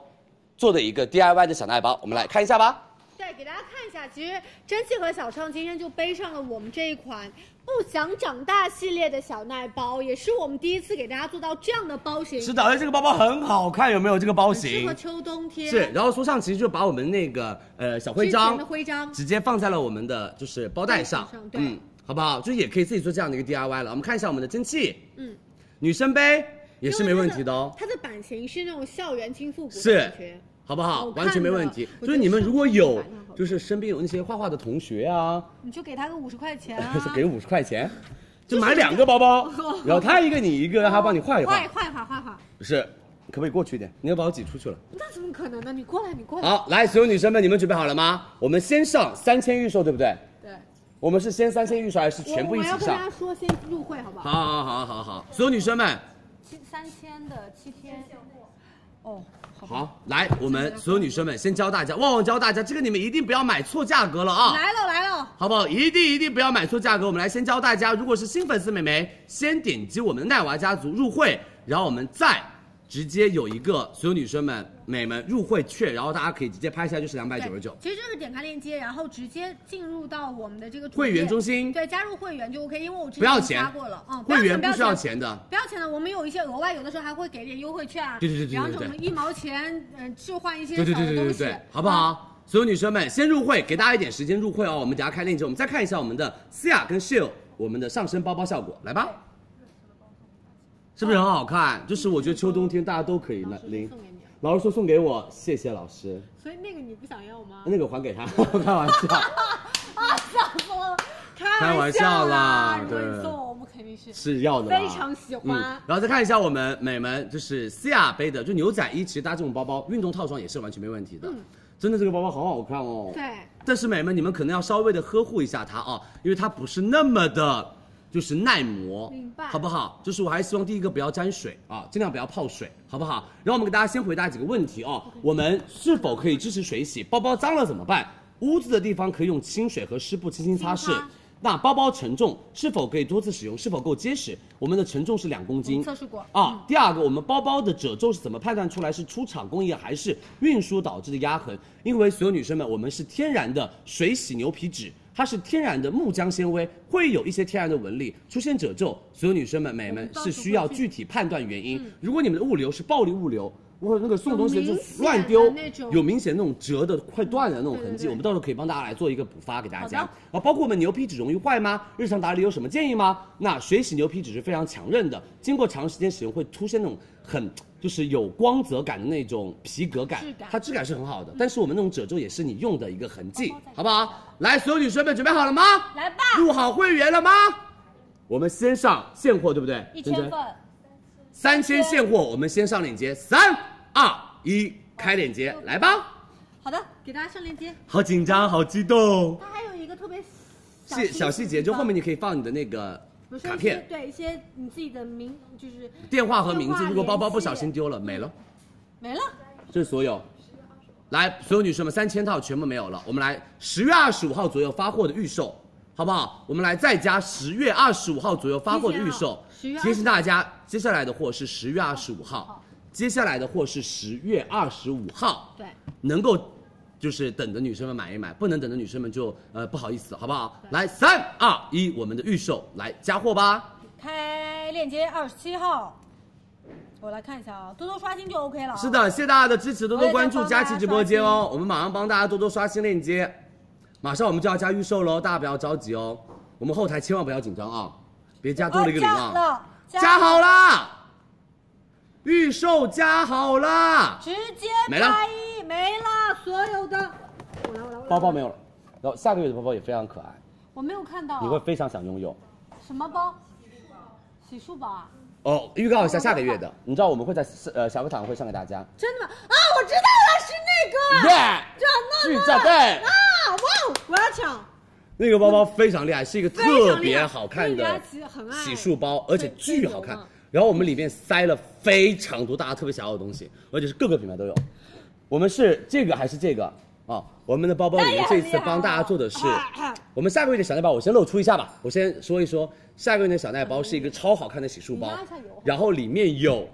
Speaker 1: 做的一个 DIY 的小奶包，我们来看一下吧。
Speaker 4: 对，给大家看一下，其实蒸汽和小畅今天就背上了我们这一款不想长大系列的小奶包，也是我们第一次给大家做到这样的包型，
Speaker 1: 是的，而且这个包包很好看，有没有这个包
Speaker 4: 很适合
Speaker 1: 型？
Speaker 4: 秋冬天。
Speaker 1: 是，然后苏尚其实就把我们那个呃小徽
Speaker 4: 之前
Speaker 1: 章
Speaker 4: 的徽章
Speaker 1: 直接放在了我们的就是包带上
Speaker 4: 包带上，对
Speaker 1: 嗯，好不好？就是也可以自己做这样的一个 DIY 了。我们看一下我们的蒸汽，
Speaker 4: 嗯，
Speaker 1: 女生杯也是没问题的哦。
Speaker 4: 因为它的它的版型是那种校园轻复古的
Speaker 1: 是
Speaker 4: 感觉。
Speaker 1: 好不好？
Speaker 4: 好看
Speaker 1: 完全没问题
Speaker 4: 的。我
Speaker 1: 就
Speaker 4: 觉
Speaker 1: 是
Speaker 4: 得
Speaker 1: 你们如果有
Speaker 4: 上面好，看
Speaker 1: 就是身边有那些画画的同学啊，
Speaker 4: 你就给他个五十块 钱啊，
Speaker 1: 就给五十块钱，就买两个包包， 然后他一个你一个，让他帮你画一画。
Speaker 4: 画一画一画画一画，
Speaker 1: 是，可不可以过去一点？你要把我挤出去了。
Speaker 4: 那怎么可能呢？你过来，你过来，
Speaker 1: 好，来，所有女生们，你们准备好了吗？我们先上三千预售，对不对？
Speaker 4: 对，
Speaker 1: 我们是先三千预售还是全部一
Speaker 4: 我我要
Speaker 1: 起
Speaker 4: 跟
Speaker 1: 上
Speaker 4: 大？家说，先入会好不
Speaker 1: 好
Speaker 4: 好？
Speaker 1: 好好好好，所有女生们，
Speaker 4: 七三千的七天，哦，好吧，
Speaker 1: 好，来，我们所有女生们先教大家，旺旺教大家，这个你们一定不要买错价格了啊！
Speaker 4: 来了来了，
Speaker 1: 好不好？一定一定不要买错价格。我们来先教大家，如果是新粉丝美眉，先点击我们的奈娃家族入会，然后我们再直接有一个所有女生们美们入会券，然后大家可以直接拍下，就是两百
Speaker 4: 对
Speaker 1: 九十九。
Speaker 4: 其实就是点开链接，然后直接进入到我们的这个主页
Speaker 1: 会员中心
Speaker 4: 对，加入会员就 OK，因为我之
Speaker 1: 不要
Speaker 4: 前
Speaker 1: 钱
Speaker 4: 加过了，嗯，
Speaker 1: 会员不
Speaker 4: 要
Speaker 1: 需要。钱的，
Speaker 4: 不要钱的，我们有一些额外，有的时候还会给点优惠券啊，
Speaker 1: 对对对对对
Speaker 4: 然后
Speaker 1: 对
Speaker 4: 什么一毛钱，嗯、置换一些
Speaker 1: 对对
Speaker 4: 小
Speaker 1: 对
Speaker 4: 的
Speaker 1: 对
Speaker 4: 东
Speaker 1: 对
Speaker 4: 西
Speaker 1: 对，好不？好？所有女生们先入会，给大家一点时间入会哦。我们等下开链接，我们再看一下我们的思雅跟 Shill 我们的上身包包效果，来吧。是不是很好看？嗯就是我觉得秋冬天大家都可以来拎。
Speaker 4: 送给你啊，
Speaker 1: 老师说送给我，谢谢老师。
Speaker 4: 所以那个你不想要吗？
Speaker 1: 那个还给他， 开玩笑。
Speaker 4: 啊，笑死我了！
Speaker 1: 开
Speaker 4: 开
Speaker 1: 玩
Speaker 4: 玩
Speaker 1: 笑啦
Speaker 4: 啦！如果
Speaker 1: 对
Speaker 4: 你送我，我们肯定是
Speaker 1: 是要的啦，
Speaker 4: 非常喜欢
Speaker 1: 嗯，然后再看一下我们美们，就是西亚杯的，就牛仔衣，其实搭这种包包，运动套装也是完全没问题的。真的，这个包包好好看哦。
Speaker 4: 对。
Speaker 1: 但是美们，你们可能要稍微的呵护一下它啊，因为它不是那么的，就是耐磨，
Speaker 4: 明白
Speaker 1: 好不好？就是我还是希望第一个不要沾水啊，尽量不要泡水，好不好？然后我们给大家先回答几个问题哦，我们是否可以支持水洗？包包脏了怎么办？污渍的地方可以用清水和湿布轻轻擦拭
Speaker 4: 轻擦。
Speaker 1: 那包包承重是否可以多次使用？是否够结实？我们的承重是两公斤，
Speaker 4: 测试过
Speaker 1: 啊。第二个，我们包包的褶皱是怎么判断出来是出厂工艺还是运输导致的压痕？因为所有女生们，我们是天然的水洗牛皮纸，它是天然的木浆纤维，会有一些天然的纹理，出现褶皱，所有女生们、美们
Speaker 4: 到
Speaker 1: 是
Speaker 4: 时
Speaker 1: 需
Speaker 4: 会
Speaker 1: 要
Speaker 4: 去
Speaker 1: 具体判断原因。如果你们的物流是暴力物流，或者那个送东西
Speaker 4: 有
Speaker 1: 就
Speaker 4: 明显
Speaker 1: 乱
Speaker 4: 的
Speaker 1: 丢
Speaker 4: 那，种
Speaker 1: 有明显那种折的、快断的那种
Speaker 4: 对对
Speaker 1: 痕迹，
Speaker 4: 对
Speaker 1: 我们到时候可以帮大家来做一个补发给大家。然
Speaker 4: 好的
Speaker 1: 后包括我们牛皮纸容易坏吗？日常打理有什么建议吗？那水洗牛皮纸是非常强韧的，经过长时间使用会出现那种很就是有光泽感的那种皮革感，
Speaker 4: 质感
Speaker 1: 它质感是很好的。但是我们那种褶皱也是你用的一个痕迹，好不
Speaker 4: 嗯
Speaker 1: 好？来，所有女生们准备好了吗？
Speaker 4: 来吧，
Speaker 1: 入好会员了吗？我们先上现货，对不对？
Speaker 4: 一
Speaker 1: 珍珍
Speaker 4: 千份，
Speaker 1: 三千现货，我们先上链接，三二一，开链接，来吧！
Speaker 4: 好的，给大家上链接。
Speaker 1: 好紧张，好激动，
Speaker 4: 它还有一个特别
Speaker 1: 细小细节，就后面你可以放你的那个
Speaker 4: 比如说
Speaker 1: 卡
Speaker 4: 一些
Speaker 1: 片、
Speaker 4: 对一些你自己的名，就是
Speaker 1: 电话和名字。
Speaker 4: 电话
Speaker 1: 如果包包
Speaker 4: 联系
Speaker 1: 不小心丢了，没了，
Speaker 4: 没了。
Speaker 1: 这是所有。来，所有女生们，三千套全部没有了，我们来十月二十五号左右发货的预售，好不好？我们来再加十月二十五号左右发货的预售，
Speaker 4: 提醒啊10月25
Speaker 1: 提醒大家，接下来的货是十月二十五号，接下来的货是十月二十五号。
Speaker 4: 对，
Speaker 1: 能够就是等的女生们买一买，不能等的女生们就呃不好意思，好不好？来，三二一，我们的预售来加货吧。
Speaker 4: 开链接二十七号，我来看一下啊，多多刷新就 OK 了啊。
Speaker 1: 是的，谢谢大家的支持，多多关注
Speaker 4: 我也在
Speaker 1: 佳
Speaker 4: 帮
Speaker 1: 琦直播间哦。我们马上帮大家多多刷新链接，马上我们就要加预售喽，大家不要着急哦。我们后台千万不要紧张啊，别加多了一个零
Speaker 4: 哦加
Speaker 1: 啊，
Speaker 4: 了，
Speaker 1: 加好啦，预售加好啦。
Speaker 4: 直接
Speaker 1: 没了
Speaker 4: 拍一没了，所有的，我来我来我来，
Speaker 1: 包包没有了，然后下个月的包包也非常可爱，
Speaker 4: 我没有看到啊
Speaker 1: 你会非常想拥有。
Speaker 4: 什么包，洗漱包啊？
Speaker 1: 哦，预告一下下个月的，你知道我们会在呃小课堂会上给大家。
Speaker 4: 真的吗？啊，我知道了，是那个
Speaker 1: 耶、
Speaker 4: 转
Speaker 1: 巨
Speaker 4: 到
Speaker 1: 炸弹！
Speaker 4: 啊！哇，我要抢，
Speaker 1: 那个包包非常厉害，是一个特别好看
Speaker 4: 非常厉害
Speaker 1: 的
Speaker 4: 那个佳琪很爱
Speaker 1: 洗漱包，而且巨好
Speaker 4: 真
Speaker 1: 看
Speaker 4: 的吗。
Speaker 1: 然后我们里面塞了非常多大家特别想要的东西，而且是各个品牌都有。我们是这个还是这个啊？我们的包包里面
Speaker 4: 那
Speaker 1: 这
Speaker 4: 也很
Speaker 1: 次帮大家做的是
Speaker 4: 哎厉害啊，
Speaker 1: 我们下个月的小奶包，我先露出一下吧。我先说一说，下个月的小奶包是一个超好看的洗漱包
Speaker 4: 你拉一下油，
Speaker 1: 然后里面有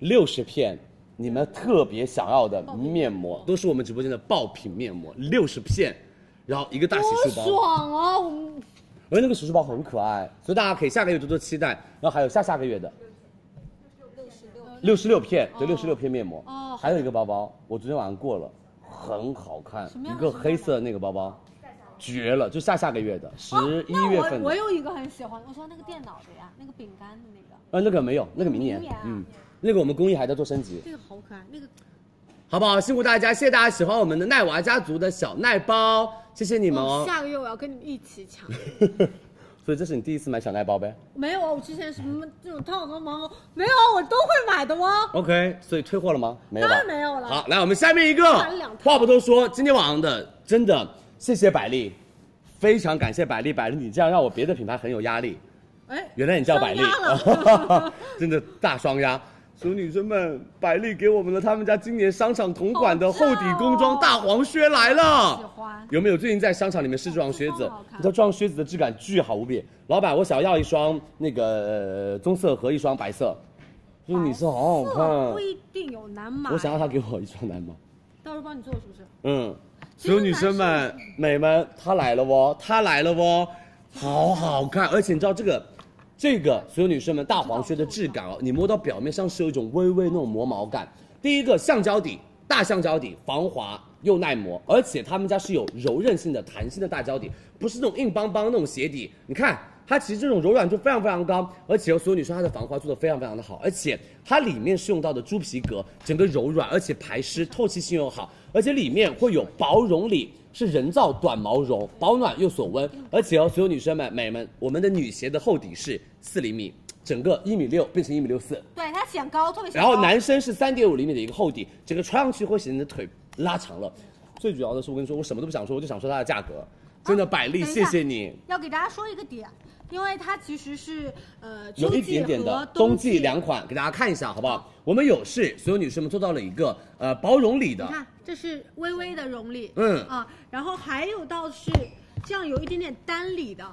Speaker 1: 六十片你们特别想要的面膜，都是我们直播间的爆品面膜，六十片，然后一个大洗
Speaker 4: 多
Speaker 1: 漱包。
Speaker 4: 哎爽哦！我们
Speaker 1: 而且那个洗漱包很可爱，所以大家可以下个月多多期待。然后还有下下个月的，六十六片，对，六十六片面膜。
Speaker 4: 哦
Speaker 1: 还有一个包包，我昨天晚上过了，很好看，
Speaker 4: 么
Speaker 1: 一
Speaker 4: 样的
Speaker 1: 个黑色的那个包包，绝了，就下下个月的十
Speaker 4: 哦
Speaker 1: 一
Speaker 4: 那
Speaker 1: 月
Speaker 4: 我
Speaker 1: 份
Speaker 4: 我
Speaker 1: 的。
Speaker 4: 有一个很喜欢的，我说那个电脑的呀，那个饼干的那个，
Speaker 1: 呃，那个没有，那个明年，
Speaker 4: 明年啊
Speaker 1: 嗯，那个我们工艺还在做升级，
Speaker 2: 这个好可爱，那个
Speaker 1: 好不好？辛苦大家，谢谢大家喜欢我们的奈娃家族的小奈包，谢谢你们哦。
Speaker 2: 下个月我要跟你们一起抢。
Speaker 1: 所以这是你第一次买小奈包呗
Speaker 4: 没有啊，我之前什么这种套和盲盒没有，我都会买的哦。
Speaker 1: ？OK，所以退货了吗？没有吧
Speaker 4: 当然没有了。
Speaker 1: 好，来我们下面一个
Speaker 4: 了两，套
Speaker 1: 话不多说，今天晚上的真的谢谢百丽，非常感谢百丽，百丽你这样让我别的品牌很有压力。
Speaker 4: 哎，
Speaker 1: 原来你叫百丽
Speaker 4: 双压，
Speaker 1: 真的大双压。所有女生们，百丽给我们了他们家今年商场同款的厚底工装大黄靴来了，
Speaker 4: 哦喜欢
Speaker 1: 有没有？最近在商场里面试这双靴
Speaker 4: 这
Speaker 1: 子
Speaker 4: 双好，看
Speaker 1: 你知道这双靴子的质感巨好无比。老板，我想要一双那个、呃、棕色和一双白色，就是女生好好
Speaker 4: 这
Speaker 1: 看
Speaker 4: 不。一定有难买。
Speaker 1: 我想要他给我一双男帽。
Speaker 4: 到时候帮你做是不是？
Speaker 1: 嗯，
Speaker 4: 其
Speaker 1: 所
Speaker 4: 实
Speaker 1: 有女生们、美们，她来了哦，她来了哦，好好看，而且你知道这个，这个所有女生们大黄靴的质感哦，你摸到表面上是有一种微微那种磨毛感。第一个橡胶底，大橡胶底，防滑又耐磨，而且他们家是有柔韧性的、弹性的大胶底，不是那种硬邦邦那种鞋底。你看。它其实这种柔软度非常非常高，而且所有女生它的防滑做的非常非常的好，而且它里面是用到的猪皮革，整个柔软，而且排湿、透气性又好，而且里面会有薄绒里是人造短毛绒，保暖又锁温，而且哦，所有女生们、美们，我们的女鞋的厚底是四厘米，整个一米六变成一米六四，
Speaker 4: 对，它显高，特别显
Speaker 1: 然
Speaker 4: 高。
Speaker 1: 后男生是三点五厘米的一个厚底，整个穿上去会显得你的腿拉长了。最主要的是，我跟你说，我什么都不想说，我就想说它的价格，真的百丽，
Speaker 4: 等一
Speaker 1: 谢
Speaker 4: 下
Speaker 1: 谢你。
Speaker 4: 要给大家说一个点，因为它其实是呃
Speaker 1: 有
Speaker 4: 秋
Speaker 1: 一
Speaker 4: 季
Speaker 1: 点点
Speaker 4: 和
Speaker 1: 的
Speaker 4: 冬
Speaker 1: 冬季两款给大家看一下，好不好？我们有是所有女生们做到了一个呃薄绒里的
Speaker 4: 你，看，这是微微的绒里，
Speaker 1: 嗯
Speaker 4: 啊，然后还有到是这样有一点点单里的，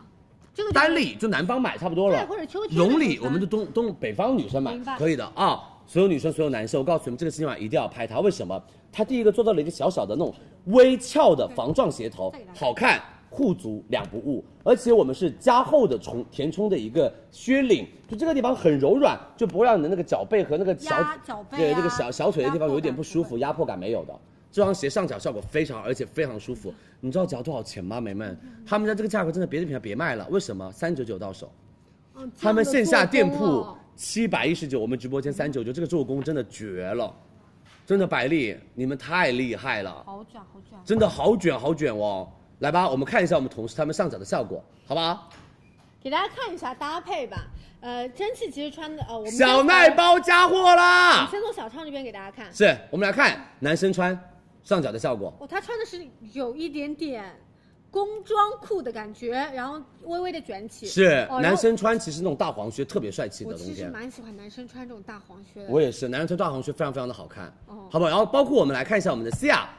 Speaker 4: 这个就是
Speaker 1: 单里就南方买差不多了，
Speaker 4: 对或者秋天的
Speaker 1: 绒里
Speaker 4: 那种
Speaker 1: 我们就东东北方女生买
Speaker 4: 明白
Speaker 1: 可以的啊。所有女生，所有男生，我告诉你们，这个今晚一定要拍它。为什么？它第一个做到了一个小小的那种微翘的防撞鞋头
Speaker 4: 给大，家
Speaker 1: 好看护足两不误。而且我们是加厚的重填充的一个靴领，就这个地方很柔软，就不会让你的那个脚背和那个小
Speaker 4: 压脚背啊
Speaker 1: 对那个小小腿的地方有点不舒
Speaker 4: 压迫感不
Speaker 1: 服，压迫感没有的。这双鞋上脚效果非常好，而且非常舒服。你知道只要多少钱吗，梅们？
Speaker 4: 嗯
Speaker 1: 他们家这个价格真的别的品牌别卖了，为什么？三九九到手。
Speaker 4: 嗯
Speaker 1: 他们线下店铺
Speaker 4: 哦
Speaker 1: 七百一十九，我们直播间三九九，这个做工真的绝了，真的百丽，你们太厉害了，
Speaker 4: 好卷好卷，
Speaker 1: 真的好卷好卷哦！来吧，我们看一下我们同事他们上脚的效果，好不好？
Speaker 4: 给大家看一下搭配吧。呃，蒸汽其实穿的呃，我们先
Speaker 1: 小
Speaker 4: 从
Speaker 1: 奈，包加货
Speaker 4: 我们
Speaker 1: 啦！
Speaker 4: 先从小畅这边给大家看。
Speaker 1: 是我们来看男生穿上脚的效果，
Speaker 4: 哦，他穿的是有一点点工装裤的感觉，然后微微的卷起。
Speaker 1: 是
Speaker 4: 哦、然后
Speaker 1: 男生穿其实那种大黄靴特别帅气
Speaker 4: 我
Speaker 1: 的，冬
Speaker 4: 其实
Speaker 1: 天。
Speaker 4: 蛮喜欢男生穿这种大黄靴的。
Speaker 1: 我也是，男人穿大黄靴非常非常的好看，
Speaker 4: 哦
Speaker 1: 好不好？然后包括我们来看一下我们的西亚，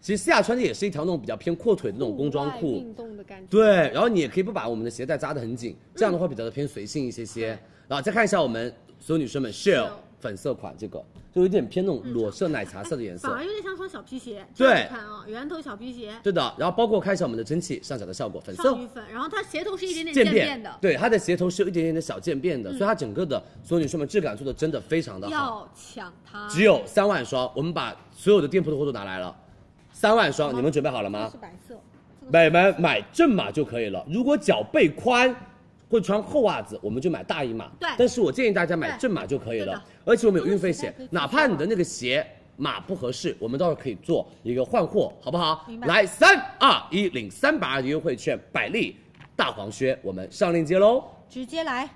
Speaker 1: 其实西亚穿的也是一条那种比较偏阔腿的那种工装
Speaker 4: 户外
Speaker 1: 裤，
Speaker 4: 运动的感觉。
Speaker 1: 对，然后你也可以不把我们的鞋带扎得很紧，
Speaker 4: 嗯
Speaker 1: 这样的话比较的偏随性一些些。然后再看一下我们所有女生们 shell 粉色款，这个就有点偏那种裸色奶茶色的颜色
Speaker 4: 嗯反。而有点像双小皮鞋，
Speaker 1: 对
Speaker 4: 这样你看啊、圆头小皮鞋，
Speaker 1: 对的，然后包括看一下我们的蒸汽上脚的效果，粉色
Speaker 4: 少女粉，然后它鞋头是一点点
Speaker 1: 渐
Speaker 4: 渐变的，嗯
Speaker 1: 对，它的鞋头是有一点点的小渐变的，所以它整个的所有女生们质感做的真的非常的好。
Speaker 4: 要抢它。
Speaker 1: 只有三万双，我们把所有的店铺的货都拿来了，三万双，你们准备好了吗
Speaker 4: 这？是白色，
Speaker 1: 美们买正码就可以了。如果脚背宽，会穿厚袜子，我们就买大一码。
Speaker 4: 对
Speaker 1: 但是我建议大家买
Speaker 4: 对
Speaker 1: 正码就可以
Speaker 4: 对
Speaker 1: 了
Speaker 4: 的，
Speaker 1: 而且我们有运费险
Speaker 4: 这个鞋带可以，
Speaker 1: 哪怕你的那个鞋码不合适，我们到时候可以做一个换货，好不好？来，三二一，领三百二的优惠券，百丽大黄靴，我们上链接喽。
Speaker 4: 直接来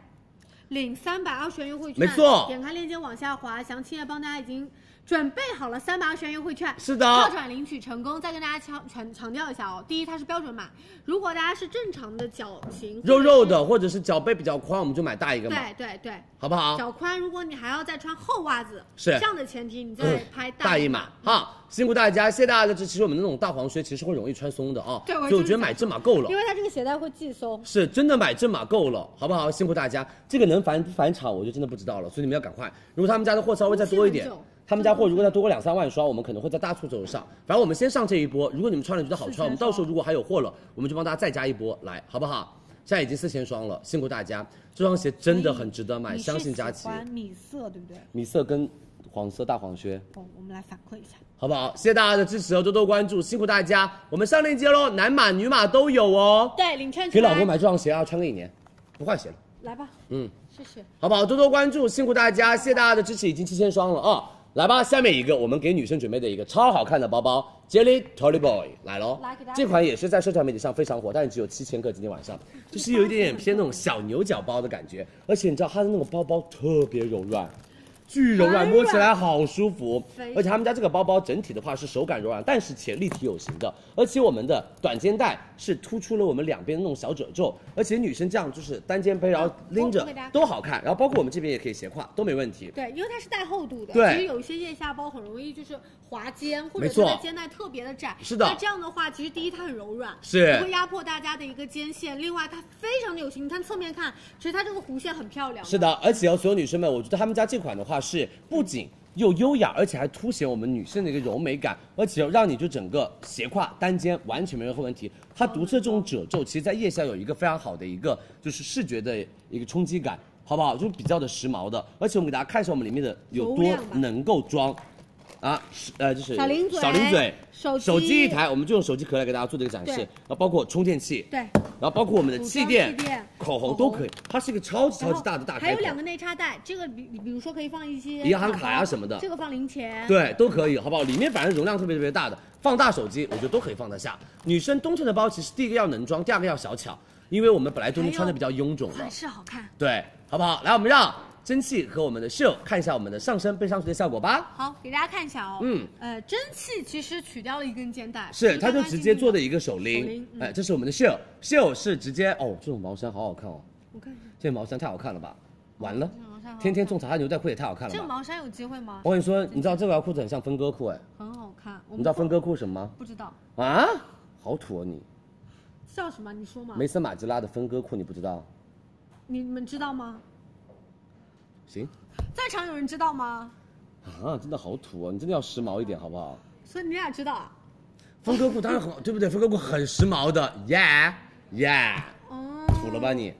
Speaker 4: 领三百二十元优惠券，
Speaker 1: 没错
Speaker 4: 点开链接往下滑，详情页帮大家已经准备好了三百二十元优惠券，
Speaker 1: 是的
Speaker 4: 跳转领取成功。再跟大家强强强调一下哦，第一它是标准码，如果大家是正常的脚型，
Speaker 1: 肉肉的，或者是脚背比较宽，我们就买大一个嘛，
Speaker 4: 对对对，
Speaker 1: 好不好？
Speaker 4: 脚宽，如果你还要再穿厚袜子，
Speaker 1: 是
Speaker 4: 这样的前提，你再拍
Speaker 1: 嗯大
Speaker 4: 一
Speaker 1: 一码哈，辛苦大家，谢谢大家的支持。我们那种大黄靴其实会容易穿松的啊，
Speaker 4: 对我
Speaker 1: 所
Speaker 4: 也
Speaker 1: 以我
Speaker 4: 就是
Speaker 1: 觉得买正码够了
Speaker 7: 因，为它这个鞋带会系松，
Speaker 1: 是真的买正码够了，好不好？辛苦大家，这个能返不返场我就真的不知道了，所以你们要赶快。如果他们家的货稍微再多一点
Speaker 4: 空气很久，
Speaker 1: 他们家货如果再多个两三万双，我们可能会在大促走上。反正我们先上这一波，如果你们穿了觉得好穿，我们到时候如果还有货了，我们就帮大家再加一波来，好不好？现在已经四千双了，辛苦大家，这双鞋真的很值得买，
Speaker 7: 你
Speaker 1: 相
Speaker 7: 是
Speaker 1: 信
Speaker 7: 喜
Speaker 1: 佳琪。
Speaker 7: 欢米色对不对？
Speaker 1: 米色跟黄色大黄靴，
Speaker 7: 哦，我们来反馈一下。
Speaker 1: 好不好？谢谢大家的支持哦，多多关注，辛苦大家。我们上链接喽，男码女码都有哦。
Speaker 4: 对，领券
Speaker 1: 给老公买这双鞋啊，穿个一年，不换鞋了。
Speaker 7: 来吧，
Speaker 1: 嗯，
Speaker 7: 试试。
Speaker 1: 好不好？多多关注，辛苦大家，谢谢大家的支持，已经七千双了啊！来吧，下面一个我们给女生准备的一个超好看的包包，Jelly Tolly Boy 来喽
Speaker 7: 来给大家！
Speaker 1: 这款也是在社交媒体上非常火，但是只有七千个，今天晚上就是有一点点偏那种小牛角包的感觉，而且你知道它的那个包包特别柔软。巨柔软，摸起来好舒服，而且他们家这个包包整体的话是手感柔软，但是且立体有型的，而且我们的短肩带是突出了我们两边的那种小褶皱，而且女生这样就是单肩背，然后拎着
Speaker 4: 我给大家看
Speaker 1: 都好看，然后包括我们这边也可以斜挎，都没问题。
Speaker 4: 对，因为它是带厚度的，
Speaker 1: 对
Speaker 4: 其实有一些腋下包很容易就是滑肩，或
Speaker 1: 没
Speaker 4: 者
Speaker 1: 错
Speaker 4: 它的肩带特别的窄。
Speaker 1: 是的
Speaker 4: 那这样的话，其实第一它很柔软，
Speaker 1: 是
Speaker 4: 不会压迫大家的一个肩线。另外它非常的有型，你看侧面看，其实它这个弧线很漂亮。
Speaker 1: 是，的，而且哦，所有女生们，我觉得他们家这款的话是不仅又优雅，而且还凸显我们女生的一个柔美感，而且哦让你就整个斜挎单肩完全没有任何问题。它独特这种褶皱，其实在腋下有一个非常好的一个就是视觉的一个冲击感，好不好？就是比较的时髦的，而且我们给大家看一下我们里面的有
Speaker 4: 容
Speaker 1: 多
Speaker 4: 量吧
Speaker 1: 能够装。啊，是呃，就是
Speaker 4: 小零嘴
Speaker 1: 小零嘴，
Speaker 4: 手机
Speaker 1: 机一台，我们就用手机壳来给大家做这个展示，
Speaker 4: 对
Speaker 1: 然后包括充电器，
Speaker 4: 对，
Speaker 1: 然后包括我们的
Speaker 4: 组装
Speaker 1: 气垫、
Speaker 4: 气垫
Speaker 1: 口
Speaker 4: 口
Speaker 1: 红
Speaker 4: 红
Speaker 1: 都可以，它是一个超级超
Speaker 4: 然
Speaker 1: 级
Speaker 4: 后
Speaker 1: 大的大开口。
Speaker 4: 还有两个内插袋，这个比比如说可以放一些
Speaker 1: 银行卡呀什么的
Speaker 4: 这个放零钱。，
Speaker 1: 对，都可以，好不好？里面反正容量特别特别大的，放大手机我觉得都可以放得下。女生冬天的包，其实第一个要能装，第二个要小巧，因为我们本来冬天穿的比较臃肿了
Speaker 4: 款，式好看。
Speaker 1: 对，好不好？来，我们让蒸汽和我们的秀看一下我们的上身背上去的效果吧。
Speaker 4: 好，给大家看一下哦。
Speaker 1: 嗯，
Speaker 4: 呃，蒸汽其实取掉了一根肩带，
Speaker 1: 是，它就直接做的一
Speaker 4: 个。
Speaker 1: 个手
Speaker 4: 手
Speaker 1: 拎
Speaker 4: 拎，嗯
Speaker 1: 哎，这是我们的秀，秀是直接哦，这种毛衫好好看哦，
Speaker 4: 我看一下，
Speaker 1: 这毛衫太好看了吧？完了
Speaker 4: 这种毛衫好好，看
Speaker 1: 天天种草，它牛仔裤也太好看
Speaker 4: 这
Speaker 1: 了
Speaker 4: 个
Speaker 1: 吧？
Speaker 4: 毛衫有机会吗
Speaker 1: 我？跟你说，你知道这条裤子很像分割裤哎，
Speaker 4: 很好看。
Speaker 1: 你
Speaker 4: 我
Speaker 1: 知
Speaker 4: 们
Speaker 1: 道分割裤什么
Speaker 4: 不知道
Speaker 1: 吗？啊，好土哦你！
Speaker 4: 叫什么？你说嘛？
Speaker 1: 梅森马吉拉的分割裤你不知道？
Speaker 4: 你们知道吗？
Speaker 1: 行
Speaker 4: 在场有人知道吗？
Speaker 1: 啊，真的好土哦！你真的要时髦一点好不好？
Speaker 4: 所以你俩知道啊？
Speaker 1: 分割裤当然很好，对不对？分割裤很时髦的，耶耶，
Speaker 4: 哦，
Speaker 1: 土了吧你？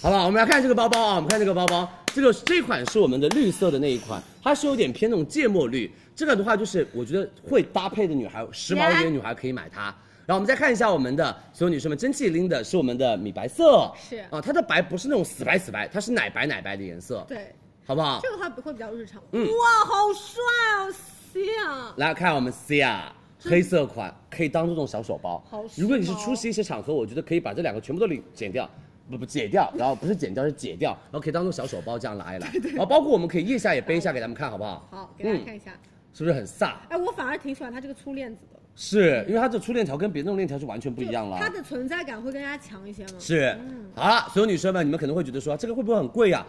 Speaker 1: 好不好？我们来看这个包包啊，我们看这个包包，这个这款是我们的绿色的那一款，它是有点偏那种芥末绿，这个的话就是我觉得会搭配的女孩，时髦一点的女孩可以买它。然后我们再看一下我们的所有女生们，蒸汽拎的是我们的米白色，
Speaker 4: 是
Speaker 1: 啊，它的白不是那种死白死白，它是奶白奶白的颜色，
Speaker 4: 对，
Speaker 1: 好不好？
Speaker 4: 这个话会比较日常。
Speaker 1: 嗯
Speaker 4: 哇，好帅哦，C 啊！
Speaker 1: 来看我们 C 啊，黑色款可以当做这种小手包。
Speaker 4: 好哦时髦
Speaker 1: 如果你是出席一些场合，我觉得可以把这两个全部都领剪掉，不不解掉，然后不是剪掉是解掉，然后可以当做小手包这样拿一拿。然后包括我们可以腋下也背一下给他们看，好不好？
Speaker 4: 好，给大家看一下。
Speaker 1: 是不是很飒？
Speaker 4: 嗯哎，我反而挺喜欢它这个粗链子的，
Speaker 1: 是因为它这粗链条跟别的那种链条是完全不一样了。
Speaker 4: 它的存在感会更加强一些吗？
Speaker 1: 是，好了，所有女生们，你们可能会觉得说这个会不会很贵呀、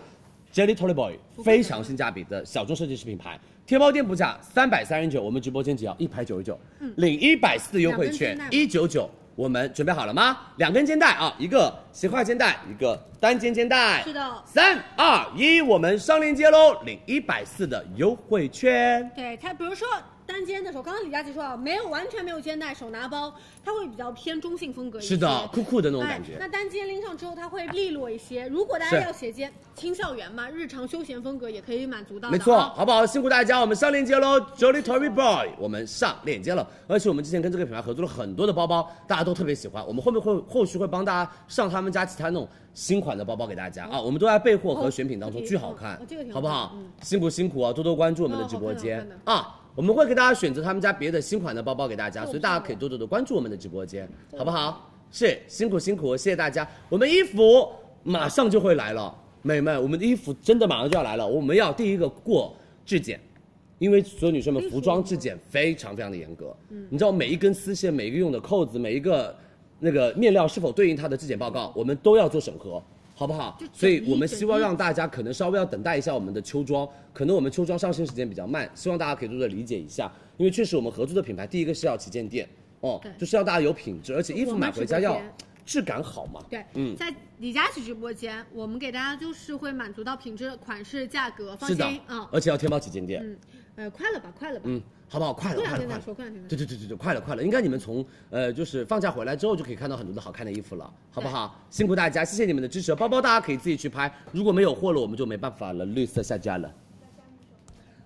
Speaker 1: Jelly Tolly Boy 非常性价比的小众设计师品牌，天猫店铺价三百三十九，我们直播间只要一百九十九，领一百四的优惠券
Speaker 4: 嗯两根
Speaker 1: 一九九。我们准备好了吗？两根肩带啊，一个斜挎肩带，一个单肩肩带。
Speaker 4: 是的
Speaker 1: 三二一，我们上链接喽，领一百四的优惠券。
Speaker 4: 对它，比如说单肩的时候，刚刚李佳琦说啊，没有完全没有肩带，手拿包，它会比较偏中性风格一些。
Speaker 1: 是的，酷酷的那种感
Speaker 4: 哎
Speaker 1: 觉。
Speaker 4: 那单肩拎上之后，它会利落一些。如果大
Speaker 1: 是
Speaker 4: 家要斜肩，轻校园嘛，日常休闲风格也可以满足到的啊。
Speaker 1: 没错，好不好？辛苦大家，我们上链接喽，Jolly Tory Boy，我们上链接了。而且我们之前跟这个品牌合作了很多的包包，大家都特别喜欢。我们后面会后续会帮大家上他们家其他那种新款的包包给大家、啊，我们都在备货和选品当中，
Speaker 4: 哦
Speaker 1: 巨好看，
Speaker 4: 哦这个挺
Speaker 1: 好
Speaker 4: 好看
Speaker 1: 不好？
Speaker 4: 嗯
Speaker 1: 辛苦辛苦啊，多多关注我们的直播
Speaker 4: 哦
Speaker 1: 间
Speaker 4: 好看的好
Speaker 1: 啊。我们会给大家选择他们家别的新款的包包给大家，所以大家可以多多的关注我们的直播间，好不好？是辛苦辛苦，谢谢大家。我们衣服马上就会来了，美们，我们的衣服真的马上就要来了，我们要第一个过质检。因为所有女生们服装质检非常非常的严格，你知道每一根丝线、每一个用的扣子、每一个那个面料是否对应它的质检报告，我们都要做审核，好不好？所以我们希望让大家可能稍微要等待一下我们的秋装，可能我们秋装上线时间比较慢，希望大家可以多多理解一下，因为确实我们合作的品牌，第一个是要旗舰店，哦，就是要大家有品质，而且衣服买回家要质感好嘛。
Speaker 4: 对，
Speaker 1: 嗯
Speaker 4: 在李佳琦直播间，我们给大家就是会满足到品质、款式、价格，放
Speaker 1: 是的
Speaker 4: 心啊，。
Speaker 1: 而且要天猫旗舰店，
Speaker 4: 嗯，呃，快了吧，快了吧，
Speaker 1: 嗯，好不好？快了，
Speaker 4: 过
Speaker 1: 快
Speaker 4: 两
Speaker 1: 了，
Speaker 4: 天
Speaker 1: 快了
Speaker 4: 再。说，过两天再说。
Speaker 1: 对对对对对，快了快了，应该你们从呃就是放假回来之后就可以看到很多的好看的衣服了，好不好？辛苦大家，谢谢你们的支持。包包大家可以自己去拍，如果没有货了，我们就没办法了，绿色下架了。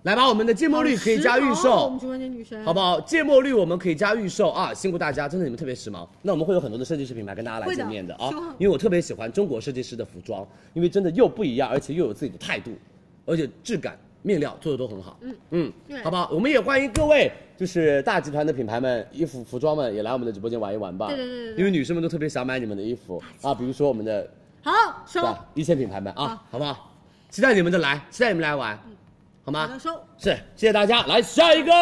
Speaker 1: 来吧，我们的芥末绿可以加预
Speaker 4: 时髦哦
Speaker 1: 售
Speaker 4: 我们，直播间女生
Speaker 1: 好不好？芥末绿我们可以加预售啊，辛苦大家，真的你们特别时髦。那我们会有很多的设计师品牌跟大家来
Speaker 4: 会的
Speaker 1: 见面的啊
Speaker 4: 希望，
Speaker 1: 因为我特别喜欢中国设计师的服装，因为真的又不一样，而且又有自己的态度，而且质感、面料做的都很好。嗯嗯，
Speaker 4: 对
Speaker 1: 好不好？我们也欢迎各位就是大集团的品牌们、衣服、服装们也来我们的直播间玩一玩吧。
Speaker 4: 对对对对对
Speaker 1: 因为女生们都特别想买你们的衣服啊，比如说我们的
Speaker 4: 好
Speaker 1: 对
Speaker 4: 收
Speaker 1: 吧一线品牌们啊，好不好？期待你们的来，期待你们来玩，好吗？
Speaker 4: 嗯好的收。
Speaker 1: 是，谢谢大家。来下一个，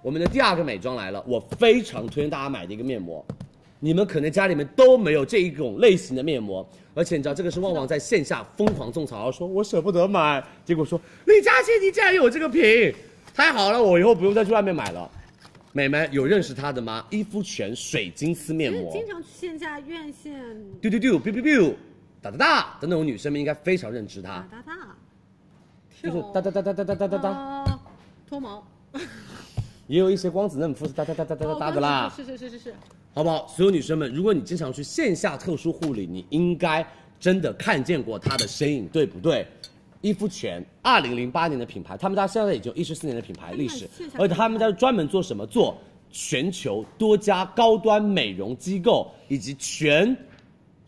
Speaker 1: 我们的第二个美妆来了，我非常推荐大家买的一个面膜，你们可能家里面都没有这一种类型的面膜，而且你知道这个是旺旺在线下疯狂种草，然后说我舍不得买，结果说李佳琦你竟然有这个品，太好了，我以后不用再去外面买了。美们有认识它的吗？伊肤泉水晶丝面
Speaker 4: 因为
Speaker 1: 膜，
Speaker 4: 经常去线下院线
Speaker 1: 丢丢丢，biu biu biu，哒哒哒的那种女生们应该非常认知它
Speaker 4: 打，大大，
Speaker 1: 就是哒哒哒哒哒哒哒哒哒，
Speaker 4: 哒，脱毛，
Speaker 1: 也有一些光子嫩肤是哒哒哒哒
Speaker 4: 哦
Speaker 1: 哒哒哒的啦。
Speaker 4: 是是是是是，
Speaker 1: 好不好？所有女生们，如果你经常去线下特殊护理，你应该真的看见过它的身影，对不对？伊肤泉，二零零八年的品牌，他们家现在已经一十四年的品牌历史
Speaker 4: 线，下
Speaker 1: 而且他们家是专门做什么？做全球多家高端美容机构以及全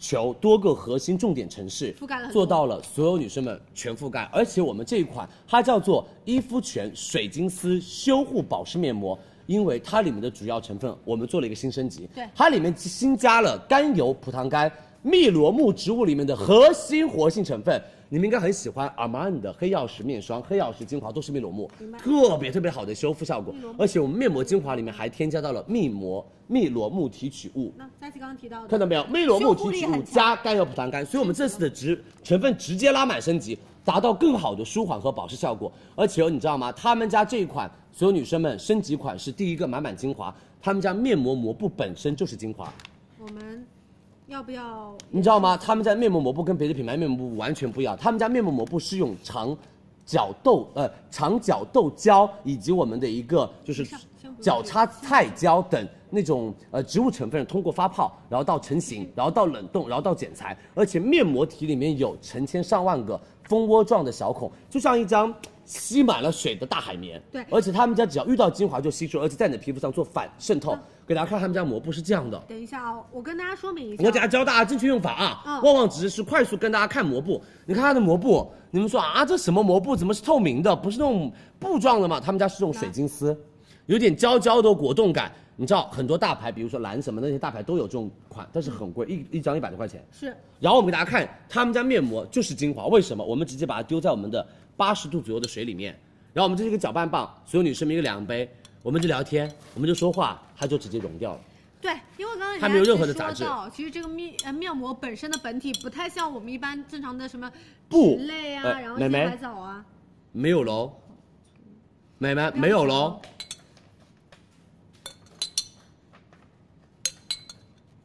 Speaker 1: 球多个核心重点城市，
Speaker 4: 覆盖了很多
Speaker 1: 做到了所有女生们全覆盖。而且我们这一款它叫做伊肤泉水晶丝修护保湿面膜，因为它里面的主要成分我们做了一个新升级，
Speaker 4: 对
Speaker 1: 它里面新加了甘油葡萄干、汨罗木植物里面的核心活性成分。你们应该很喜欢阿玛尼的黑曜石面霜、黑曜石精华，都是汨罗木，特别特别好的修复效果。而且我们面膜精华里面还添加到了蜜膜汨罗木提取物，
Speaker 4: 那佳琪刚刚提到
Speaker 1: 看
Speaker 4: 的，
Speaker 1: 到没有？魅罗木提取物加甘油葡萄干，所以我们这次的直成分直接拉满升级，达到更好的舒缓和保湿效果。而且哦你知道吗？他们家这一款，所有女生们升级款是第一个满满精华，他们家面膜膜布本身就是精华，
Speaker 4: 我们要不要？
Speaker 1: 你知道吗？他们家面膜膜布跟别的品牌面膜布完全不一样，他们家面膜膜布是用长角豆呃长角豆胶以及我们的一个就是角叉菜胶等那种呃植物成分，通过发泡，然后到成型，然后到冷冻，然后到剪裁，而且面膜体里面有成千上万个蜂窝状的小孔，就像一张。吸满了水的大海绵，
Speaker 4: 对
Speaker 1: 而且他们家只要遇到精华就吸收，而且在你的皮肤上做反渗透。给大家看他们家膜布是这样的，
Speaker 4: 等一下哦，我跟大家说明一下，
Speaker 1: 我等下教大家正确用法啊。
Speaker 4: 嗯
Speaker 1: 旺旺只是快速跟大家看膜布，你看它的膜布，你们说啊，这什么膜布？怎么是透明的？不是那种布状的吗？他们家是这种水晶丝，有点胶胶的果冻感。你知道很多大牌，比如说蓝什么的那些大牌都有这种款，但是很贵，一一张一百多块钱。
Speaker 4: 是
Speaker 1: 然后我们给大家看他们家面膜就是精华，为什么？我们直接把它丢在我们的八十度左右的水里面，然后我们这是一个搅拌棒，所有女生们一个两杯，我们就聊天，我们就说话，它就直接溶掉了。
Speaker 4: 对，因为刚刚
Speaker 1: 它没有
Speaker 4: 人家
Speaker 1: 任何的
Speaker 4: 是说
Speaker 1: 杂质
Speaker 4: 到其实这个面呃面膜本身的本体不太像我们一般正常的什么
Speaker 1: 不
Speaker 4: 脂类啊，
Speaker 1: 呃
Speaker 4: 然后
Speaker 1: 美
Speaker 4: 一
Speaker 1: 眉
Speaker 4: 些海藻啊，
Speaker 1: 没有喽，美们没有喽，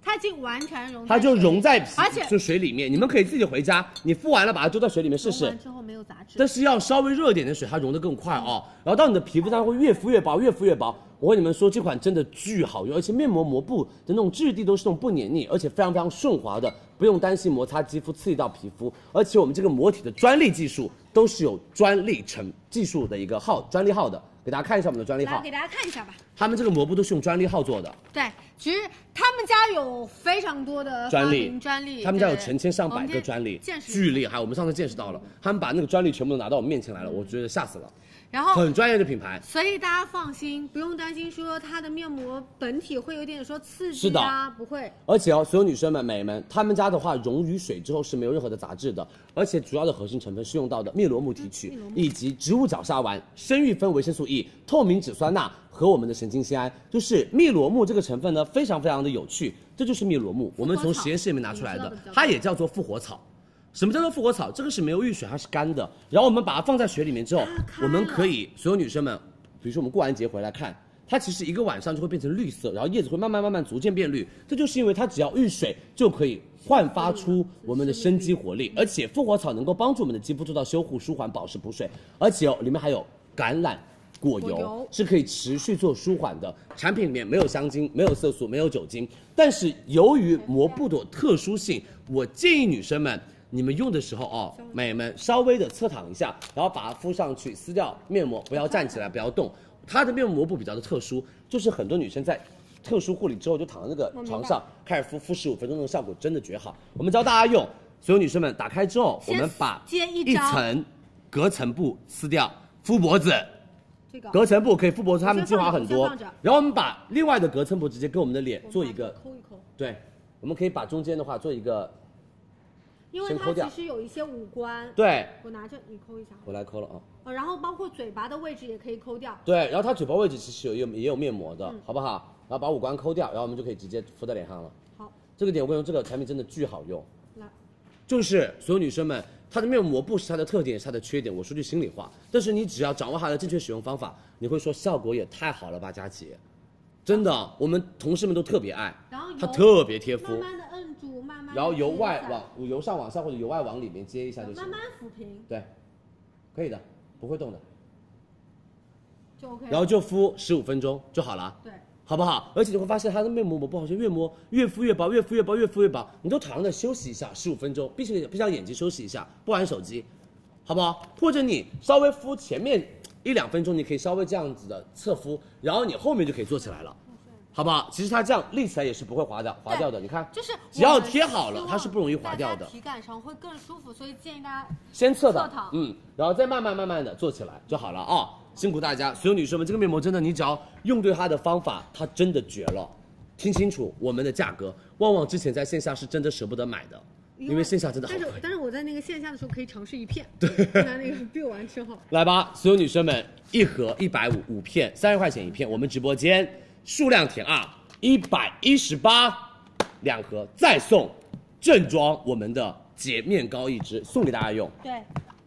Speaker 4: 它已经完全溶，
Speaker 1: 它就溶在皮
Speaker 4: 而且
Speaker 1: 就水里面。你们可以自己回家，你敷完了把它丢到水里面试
Speaker 4: 溶
Speaker 1: 试
Speaker 4: 完。之后没有杂质。
Speaker 1: 但是要稍微热一点的水，它溶得更快哦。然后到你的皮肤上会越敷越薄，越敷越薄。我跟你们说，这款真的巨好用，而且面膜膜布的那种质地都是那种不黏腻，而且非常非常顺滑的，不用担心摩擦肌肤刺激到皮肤。而且我们这个膜体的专利技术都是有专利成技术的一个号专利号的，给大家看一下我们的专利
Speaker 4: 来
Speaker 1: 号
Speaker 4: 给。大家看一下吧，
Speaker 1: 他们这个膜布都是用专利号做的，
Speaker 4: 对，其实他们家有非常多的
Speaker 1: 专
Speaker 4: 发
Speaker 1: 利
Speaker 4: 明专利，
Speaker 1: 他们家有
Speaker 4: 对
Speaker 1: 成千上百
Speaker 4: 我们
Speaker 1: 个
Speaker 4: 这
Speaker 1: 专利，
Speaker 4: 见识
Speaker 1: 巨厉害。我们上次见识到了，他们把那个专利全部都拿到我们面前来了，我觉得吓死了，
Speaker 4: 然后
Speaker 1: 很专业的品牌。
Speaker 4: 所以大家放心，不用担心说它的面膜本体会有点说刺
Speaker 1: 是
Speaker 4: 激
Speaker 1: 的
Speaker 4: 啊，不会。
Speaker 1: 而且哦，所有女生们、美们，她们家的话溶于水之后是没有任何的杂质的，而且主要的核心成分是用到的密罗木提取以及植物角鲨烷、生育酚维生素 E、透明质酸钠和我们的神经酰胺。就是密罗木这个成分呢，非常非常的有趣，这就是密罗木，我们从实验室里面拿出来
Speaker 4: 你
Speaker 1: 的
Speaker 4: 知道的，
Speaker 1: 它也叫做复活草。什么叫做复活草？这个是没有遇水，它是干的。然后我们把它放在水里面之后，我们可以所有女生们，比如说我们过完节回来看，它其实一个晚上就会变成绿色，然后叶子会慢慢慢慢逐渐变绿。这就是因为它只要遇水就可以焕发出我们的生机活力，而且复活草能够帮助我们的肌肤做到修护、舒缓、保湿、补水，而且哦，里面还有橄榄。果
Speaker 4: 果
Speaker 1: 油
Speaker 4: 油
Speaker 1: 是可以持续做舒缓的，产品里面没有香精、没有色素、没有酒精。但是由于膜布的特殊性，我建议女生们，你们用的时候哦，美们稍微的侧躺一下，然后把它敷上去，撕掉面膜，不要站起来，不要动。它的面膜布比较的特殊，就是很多女生在。特殊护理之后就躺在那个床上开始敷，敷十五分钟的效果真的绝好。我们教大家用，所有女生们打开之后，我
Speaker 4: 先
Speaker 1: 们把
Speaker 4: 揭一
Speaker 1: 一
Speaker 4: 张
Speaker 1: 层隔层布撕掉，敷脖子，
Speaker 4: 这个
Speaker 1: 隔层布可以覆脖子，他们
Speaker 4: 我
Speaker 1: 精
Speaker 4: 先放
Speaker 1: 华
Speaker 4: 着
Speaker 1: 很
Speaker 4: 我
Speaker 1: 多
Speaker 4: 先放着。
Speaker 1: 然后我们把另外的隔层布直接跟我们的脸做一个，
Speaker 4: 抠一抠，
Speaker 1: 对，我们可以把中间的话做一个，
Speaker 4: 因为
Speaker 1: 先抠
Speaker 4: 它
Speaker 1: 掉
Speaker 4: 其实有一些五官。
Speaker 1: 对
Speaker 4: 我拿着你抠一下，
Speaker 1: 我来抠了啊，
Speaker 4: 哦，然后包括嘴巴的位置也可以抠掉。
Speaker 1: 对，然后它嘴巴位置其实有也有也有面膜的，好不好？嗯然后把五官抠掉，然后我们就可以直接敷在脸上了。
Speaker 4: 好，
Speaker 1: 这个点我跟你说，这个产品真的巨好用。
Speaker 4: 来，
Speaker 1: 就是所有女生们，它的面膜不是它的特点，也是它的缺点。我说句心里话，但是你只要掌握它的正确使用方法，你会说效果也太好了吧，佳琪，真的，我们同事们都特别爱，
Speaker 4: 然后油
Speaker 1: 它特别贴肤，
Speaker 4: 慢慢的摁住，慢慢地
Speaker 1: 然后由外
Speaker 4: 接一下
Speaker 1: 往由上往下或者由外往里面接一下就行
Speaker 4: 慢
Speaker 1: 了
Speaker 4: 慢。抚平
Speaker 1: 对，可以的，不会动的。
Speaker 4: 就 OK 了。
Speaker 1: 然后就敷十五分钟就好了，
Speaker 4: 对，
Speaker 1: 好不好？而且你会发现它的面膜膜布好像越摸越敷越薄，越敷越薄，越敷越薄。你就躺在那休息一下十五分钟，闭上眼闭上眼睛休息一下，不玩手机，好不好？或者你稍微敷前面一两分钟，你可以稍微这样子的侧敷，然后你后面就可以做起来了，好不好？其实它这样立起来也是不会滑的，滑掉的。你看，
Speaker 4: 就是
Speaker 1: 只要
Speaker 4: 我们
Speaker 1: 贴好了
Speaker 4: 希望
Speaker 1: 它是不容易滑掉的
Speaker 4: 大家体感上会更舒服，所以建议大家
Speaker 1: 先侧躺，
Speaker 4: 侧躺
Speaker 1: 嗯，然后再慢慢慢慢的做起来就好了啊、辛苦大家，所有女生们，这个面膜真的，你只要用对它的方法，它真的绝了。听清楚我们的价格，旺旺之前在线下是真的舍不得买的，因为线下真的好
Speaker 4: 但
Speaker 1: 贵
Speaker 4: 是。但是我在那个线下的时候可以尝试一片， 拿那个 biu 完之后，
Speaker 1: 来吧，所有女生们，一盒一百五五片，三十块钱一片，我们直播间数量填二，一百一十八两盒，再送正装我们的洁面膏一支，送给大家用。
Speaker 4: 对，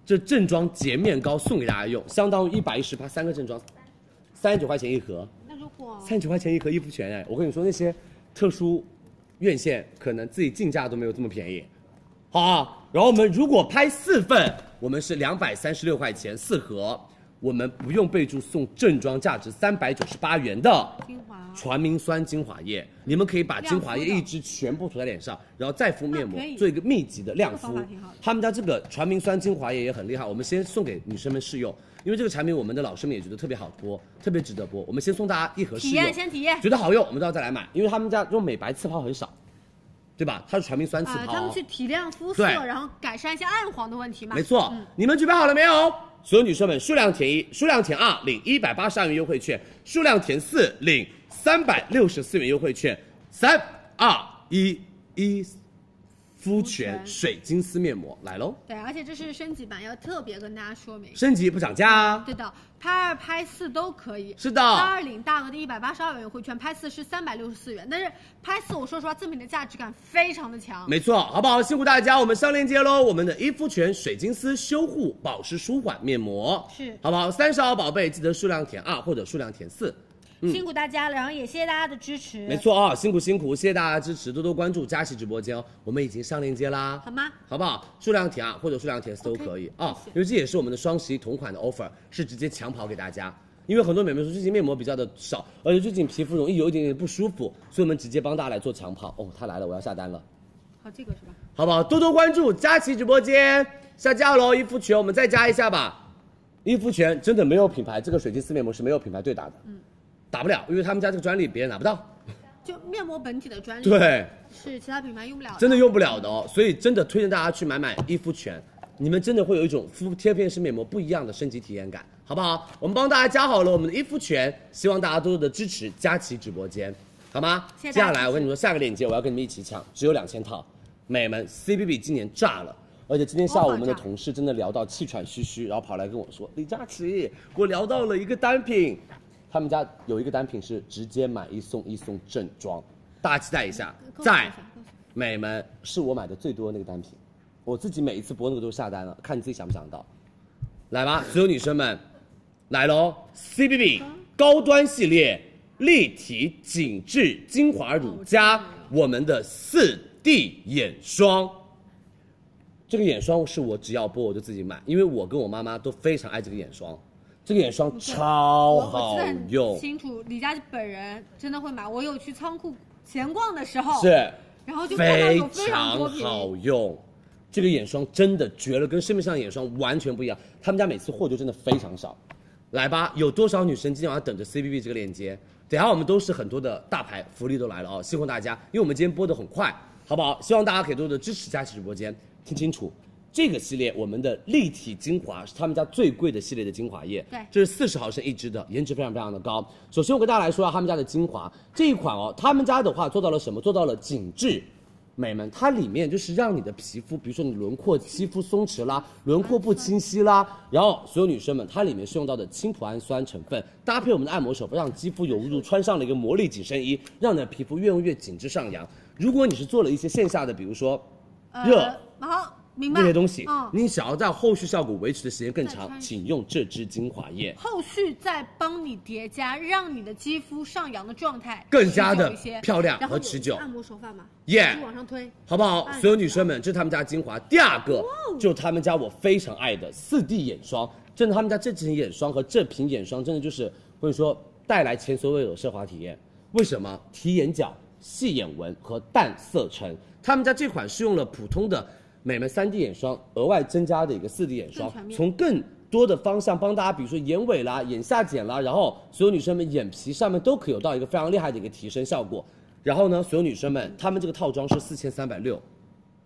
Speaker 1: 这正装洁面膏送给大家用，相当于一百一十八三个正装，三十九块钱一盒，
Speaker 4: 那如果
Speaker 1: 三十九块钱一盒一肤泉哎！我跟你说那些特殊院线可能自己进价都没有这么便宜，好啊。然后我们如果拍四份，我们是两百三十六块钱四盒，我们不用备注送正装价值三百九十八元的
Speaker 4: 精华
Speaker 1: 传明酸精华液，你们可以把精华液
Speaker 4: 亮敷的
Speaker 1: 一支全部涂在脸上，然后再敷面膜
Speaker 4: 那可，以
Speaker 1: 做一个密集的亮
Speaker 4: 这
Speaker 1: 敷
Speaker 4: 个方法挺好的。
Speaker 1: 他们家这个传明酸精华液也很厉害，我们先送给女生们试用，因为这个产品我们的老师们也觉得特别好播，特别值得播。我们先送大家一盒试
Speaker 4: 体
Speaker 1: 用，
Speaker 4: 验先体验，
Speaker 1: 觉得好用，我们到时候再来买，因为他们家用美白次抛很少，对吧？它是传明酸次哦
Speaker 4: 呃，
Speaker 1: 抛。
Speaker 4: 他们去提亮肤色，
Speaker 1: 对
Speaker 4: 然后改善一些暗黄的问题嘛。嗯
Speaker 1: 没错，你们准备好了没有？所有女生们，数量填一，数量填二，领一百八十二元优惠券；数量填四，领三百六十四元优惠券。三二一，一肤泉水晶丝面膜来喽！
Speaker 4: 对，而且这是升级版，要特别跟大家说明。
Speaker 1: 升级不涨价啊！
Speaker 4: 对的，拍二拍四都可以。
Speaker 1: 是的
Speaker 4: 拍二领大额的一百八十二元优惠券，拍四是三百六十四元。但是拍四，我说实话，赠品的价值感非常的强。
Speaker 1: 没错，好不好？辛苦大家，我们上链接喽！我们的伊肤泉水晶丝修护保湿舒缓面膜
Speaker 4: 是
Speaker 1: 好不好？三十号宝贝记得数量填二或者数量填四。
Speaker 4: 辛苦大家了，然后也谢谢大家的支持。
Speaker 1: 嗯没，错啊，辛苦辛苦，谢谢大家支持，多多关注佳琦直播间哦，我们已经上链接啦，
Speaker 4: 好吗？
Speaker 1: 好不好？数量填啊，或者数量填四都
Speaker 4: OK，
Speaker 1: 可以啊
Speaker 4: 谢谢，
Speaker 1: 因为这也是我们的双十一同款的 offer，是直接抢跑给大家。因为很多美眉说最近面膜比较的少，而且最近皮肤容易有一点点不舒服，所以我们直接帮大家来做抢跑哦。他来了，我要下单了，
Speaker 4: 好，这个是吧？
Speaker 1: 好不好？多多关注佳琦直播间，下架喽！伊肤泉我们再加一下吧，伊肤泉真的没有品牌，这个水晶丝面膜是没有品牌对打的，嗯，打不了，因为他们家这个专利别人拿不到。
Speaker 4: 就面膜本体的专利，，
Speaker 1: 对，
Speaker 4: 是其他品牌用不了的，
Speaker 1: 真的用不了的哦。所以真的推荐大家去买买伊肤泉，你们真的会有一种敷贴片式面膜不一样的升级体验感，好不好？我们帮大家加好了我们的伊肤泉，希望大家多多的支持佳琦直播间，好吗？
Speaker 4: 谢谢
Speaker 1: 接
Speaker 4: 大家
Speaker 1: 下来
Speaker 4: 支持
Speaker 1: 我跟你们说，下个链接我要跟你们一起抢，只有两千套，美们，CBB 今年炸了。而且今天下午我们的同事真的聊到气喘吁吁，然后跑来跟我说：“李佳琦，我聊到了一个单品，他们家有一个单品是直接买一送一送正装，大家期待一下。
Speaker 4: 告诉我一
Speaker 1: 在
Speaker 4: 下告诉
Speaker 1: 美们是我买的最多的那个单品，我自己每一次播那个都下单了，看你自己想不想到。来吧，所有女生们，来喽！CBB
Speaker 4: 嗯
Speaker 1: 高端系列立体紧致精华
Speaker 4: 哦
Speaker 1: 乳加我们的四 D 眼霜。这个眼霜是我只要播我就自己买，因为我跟我妈妈都非常爱这个眼霜，这个眼霜超
Speaker 4: 我我
Speaker 1: 好
Speaker 4: 记得很
Speaker 1: 用，
Speaker 4: 清楚，李佳琦本人真的会买，我有去仓库闲逛的时候，
Speaker 1: 是。
Speaker 4: 然后就看到
Speaker 1: 非
Speaker 4: 有非常
Speaker 1: 常
Speaker 4: 多便宜
Speaker 1: 好，用。这个眼霜真的绝了，跟市面上的眼霜完全不一样。他们家每次货就真的非常少。来吧，有多少女生今天晚上等着 CBB 这个链接？等下我们都是很多的大牌福利都来了哦，辛苦大家，因为我们今天播的很快，好不好？希望大家可以多多支持佳琦直播间。听清楚，这个系列我们的立体精华是他们家最贵的系列的精华液，
Speaker 4: 对
Speaker 1: 这是四十毫升一支的，颜值非常非常的高。首先我跟大家来说一、下他们家的精华这一款哦，他们家的话做到了什么？做到了紧致。美们，它里面就是让你的皮肤，比如说你轮廓肌肤松弛啦，轮廓不清晰啦，然后所有女生们，它里面是用到的氢普氨酸成分，搭配我们的按摩手法，让肌肤犹如穿上了一个魔力紧身衣，让你的皮肤越用越紧致上扬。如果你是做了一些线下的，比如说热、
Speaker 4: 呃，然后明白
Speaker 1: 那些东西，
Speaker 4: 嗯，
Speaker 1: 你想要在后续效果维持的时间更
Speaker 4: 再
Speaker 1: 长，
Speaker 4: 穿一
Speaker 1: 请用这支精华液。
Speaker 4: 后续再帮你叠加，让你的肌肤上扬的状态
Speaker 1: 更加
Speaker 4: 持久
Speaker 1: 的
Speaker 4: 一些
Speaker 1: 漂亮
Speaker 4: 然后
Speaker 1: 和
Speaker 4: 有
Speaker 1: 持久
Speaker 4: 按摩手法嘛，
Speaker 1: Yeah
Speaker 4: 就往上推，
Speaker 1: 好不好
Speaker 4: 哎？
Speaker 1: 所有女生们，这是他们家精华。第二个
Speaker 4: 哦
Speaker 1: 就是他们家我非常爱的四 D 眼霜，真的他们家这瓶眼霜和这瓶眼霜真的就是我跟你说带来前所未有的奢华体验。为什么？提眼角、细眼纹和淡色沉，他们家这款是用了普通的美们三 D 眼霜，额外增加的一个四 D 眼霜
Speaker 4: 更全，面
Speaker 1: 从更多的方向帮大家，比如说眼尾啦、眼下睑啦，然后所有女生们眼皮上面都可以有到一个非常厉害的一个提升效果。然后呢，所有女生们，她们这个套装是四千三百六，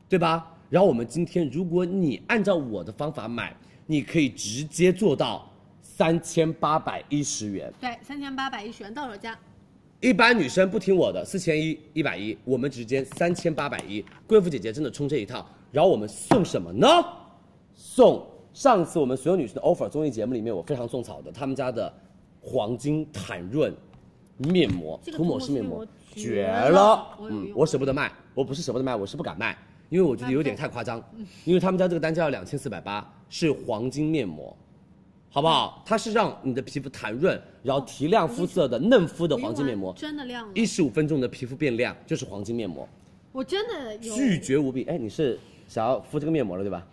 Speaker 1: 对吧？然后我们今天，如果你按照我的方法买，你可以直接做到三千八百一十元。
Speaker 4: 对，三千八百一十元到手价，
Speaker 1: 一般女生不听我的，四千一一百一，我们直接三千八百一。贵妇姐姐真的冲这一套，然后我们送什么呢？送上次我们所有女生的 offer 综艺节目里面，我非常种草的，他们家的黄金弹润面膜，
Speaker 4: 这个
Speaker 1: 涂抹式面
Speaker 4: 涂
Speaker 1: 膜
Speaker 4: 抹式面膜
Speaker 1: 绝
Speaker 4: 绝
Speaker 1: 了
Speaker 4: 了我，有
Speaker 1: 嗯
Speaker 4: 用，
Speaker 1: 我舍不得卖，我不是舍不得卖，我是不敢卖，因为我觉得有点太夸张，因为他们家这个单价要两千四百八，是黄金面膜。好不好？它是让你的皮肤弹润，然
Speaker 4: 哦
Speaker 1: 后提亮肤色的嫩肤的黄金面膜
Speaker 4: 我用，完真的亮了，
Speaker 1: 一十五分钟的皮肤变亮就是黄金面膜，
Speaker 4: 我真的有
Speaker 1: 拒绝无比。哎，你是想要敷这个面膜了对吧？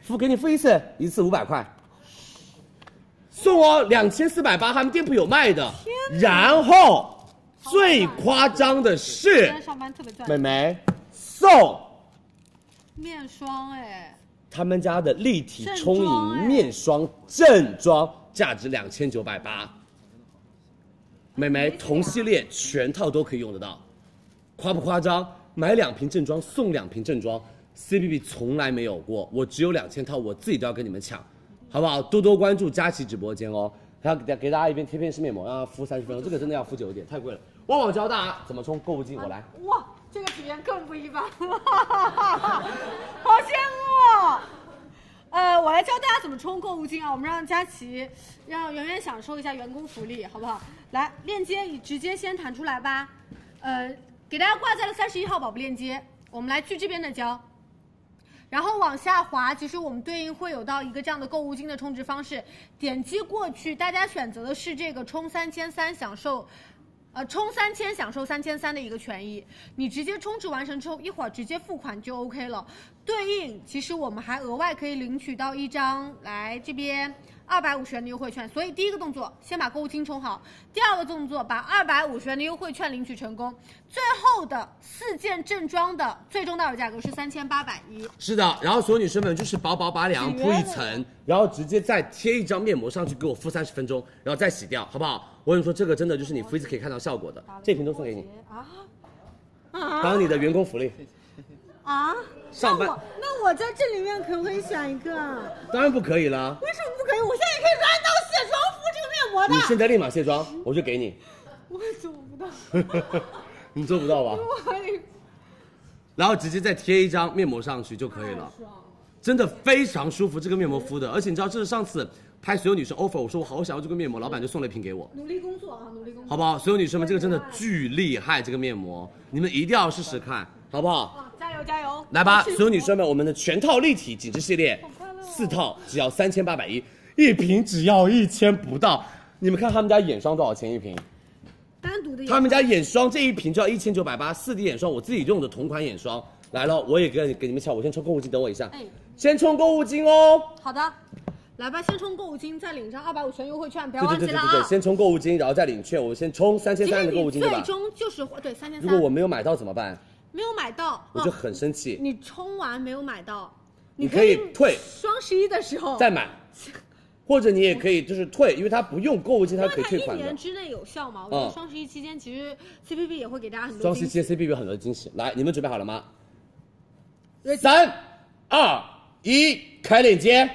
Speaker 1: 敷给你敷一次，一次五百块，送哦，两千四百八，他们店铺有卖的。然后最夸张的
Speaker 4: 今
Speaker 1: 是
Speaker 4: 天，上班特别赚
Speaker 1: 美，眉送
Speaker 4: 面霜哎，
Speaker 1: 他们家的立体充
Speaker 4: 正装哎
Speaker 1: 盈面霜正装，价值两千九百八。美眉
Speaker 4: 啊
Speaker 1: 同系列全套都可以用得到，夸不夸张？买两瓶正装送两瓶正装，CBB 从来没有过，我只有两千套，我自己都要跟你们抢，好不好？多多关注佳琦直播间哦。还要给给大家一遍贴片式面膜，让它敷三十分钟，这个真的要敷久一点，太贵了。旺旺教大家怎么冲购物金，我来。
Speaker 4: 哇，这个体验更不一般， 好羡慕、哦。呃，我来教大家怎么充购物金啊！我们让佳琪，让圆圆享受一下员工福利，好不好？来，链接你直接先弹出来吧。呃，给大家挂在了三十一号宝宝链接，我们来去这边的教。然后往下滑，其实我们对应会有到一个这样的购物金的充值方式，点击过去，大家选择的是这个充三千三享受。呃，充三千享受三千三的一个权益，你直接充值完成之后，一会儿直接付款就 OK 了。对应，其实我们还额外可以领取到一张来这边二百五十元的优惠券。所以第一个动作，先把购物金充好；第二个动作，把二百五十元的优惠券领取成功。最后的四件正装的最终到手价格是三千八百一。
Speaker 1: 是的，然后所有女生们就是薄薄把两铺一层，然后直接再贴一张面膜上去，给我敷三十分钟，然后再洗掉，好不好？我跟你说，这个真的就是你敷一次可以看到效果的，这瓶都送给你啊，当你的员工福利。
Speaker 2: 啊，
Speaker 1: 上班
Speaker 2: 那我那我在这里面可不可以选一个？啊
Speaker 1: 当然不可以了，
Speaker 2: 为什么不可以？我现在也可以按到卸妆敷这个面膜
Speaker 1: 你
Speaker 2: 的。
Speaker 1: 现在立马卸妆，我就给你。
Speaker 2: 我做不到，
Speaker 1: 嗯你做不到吧？
Speaker 2: 我也
Speaker 1: 然后直接再贴一张面膜上去就可以了，真的非常舒服。这个面膜敷的，而且你知道，这是上次拍所有女生 offer，我说我好想要这个面膜，老板就送了一瓶给我，
Speaker 2: 努力工作啊，努力工作。
Speaker 1: 好不好？所有女生们，这个真的巨厉害，这个面膜你们一定要试试看，好不好？
Speaker 2: 加油加油！
Speaker 1: 来吧，所有女生们，我们的全套立体紧致系列，四套只要三千八百一，一瓶只要一千不到。你们看他们家眼霜多少钱一瓶？
Speaker 2: 单独的也
Speaker 1: 他们家眼霜这一瓶就要一千九百八，四滴眼霜，我自己用的同款眼霜来了，我也给你给你们抢，我先充购物金，等我一下，
Speaker 2: 哎
Speaker 1: 先充购物金哦，
Speaker 2: 好的，来吧，先充购物金，再领张二百五十元优惠券，不要
Speaker 1: 对对
Speaker 2: 忘记
Speaker 1: 对对
Speaker 2: 了
Speaker 1: 对
Speaker 2: 啊
Speaker 1: 对，！先充购物金，然后再领券，我先充三千
Speaker 2: 其
Speaker 1: 三
Speaker 2: 实
Speaker 1: 的购物
Speaker 2: 你
Speaker 1: 金对
Speaker 2: 最
Speaker 1: 吧？
Speaker 2: 终就是花对三千
Speaker 1: 如果
Speaker 2: 三
Speaker 1: 我没有买到怎么办？
Speaker 2: 没有买到，
Speaker 1: 我就
Speaker 2: 啊
Speaker 1: 很生气，
Speaker 2: 你充完没有买到，
Speaker 1: 你
Speaker 2: 可以
Speaker 1: 可以退
Speaker 2: 双十一的时候，
Speaker 1: 再买，或者你也可以就是退，因为它不用购物金，它
Speaker 2: 因
Speaker 1: 可
Speaker 2: 为
Speaker 1: 以
Speaker 2: 它
Speaker 1: 退
Speaker 2: 一
Speaker 1: 款的
Speaker 2: 年。之内有效嘛。我觉得
Speaker 1: 嗯
Speaker 2: 双十一期间其实 CPP 也会给大家很多
Speaker 1: 双十一
Speaker 2: 惊喜。
Speaker 1: 期间 CP 有很多惊喜，来，你们准备好了吗？三、二、一，开链接。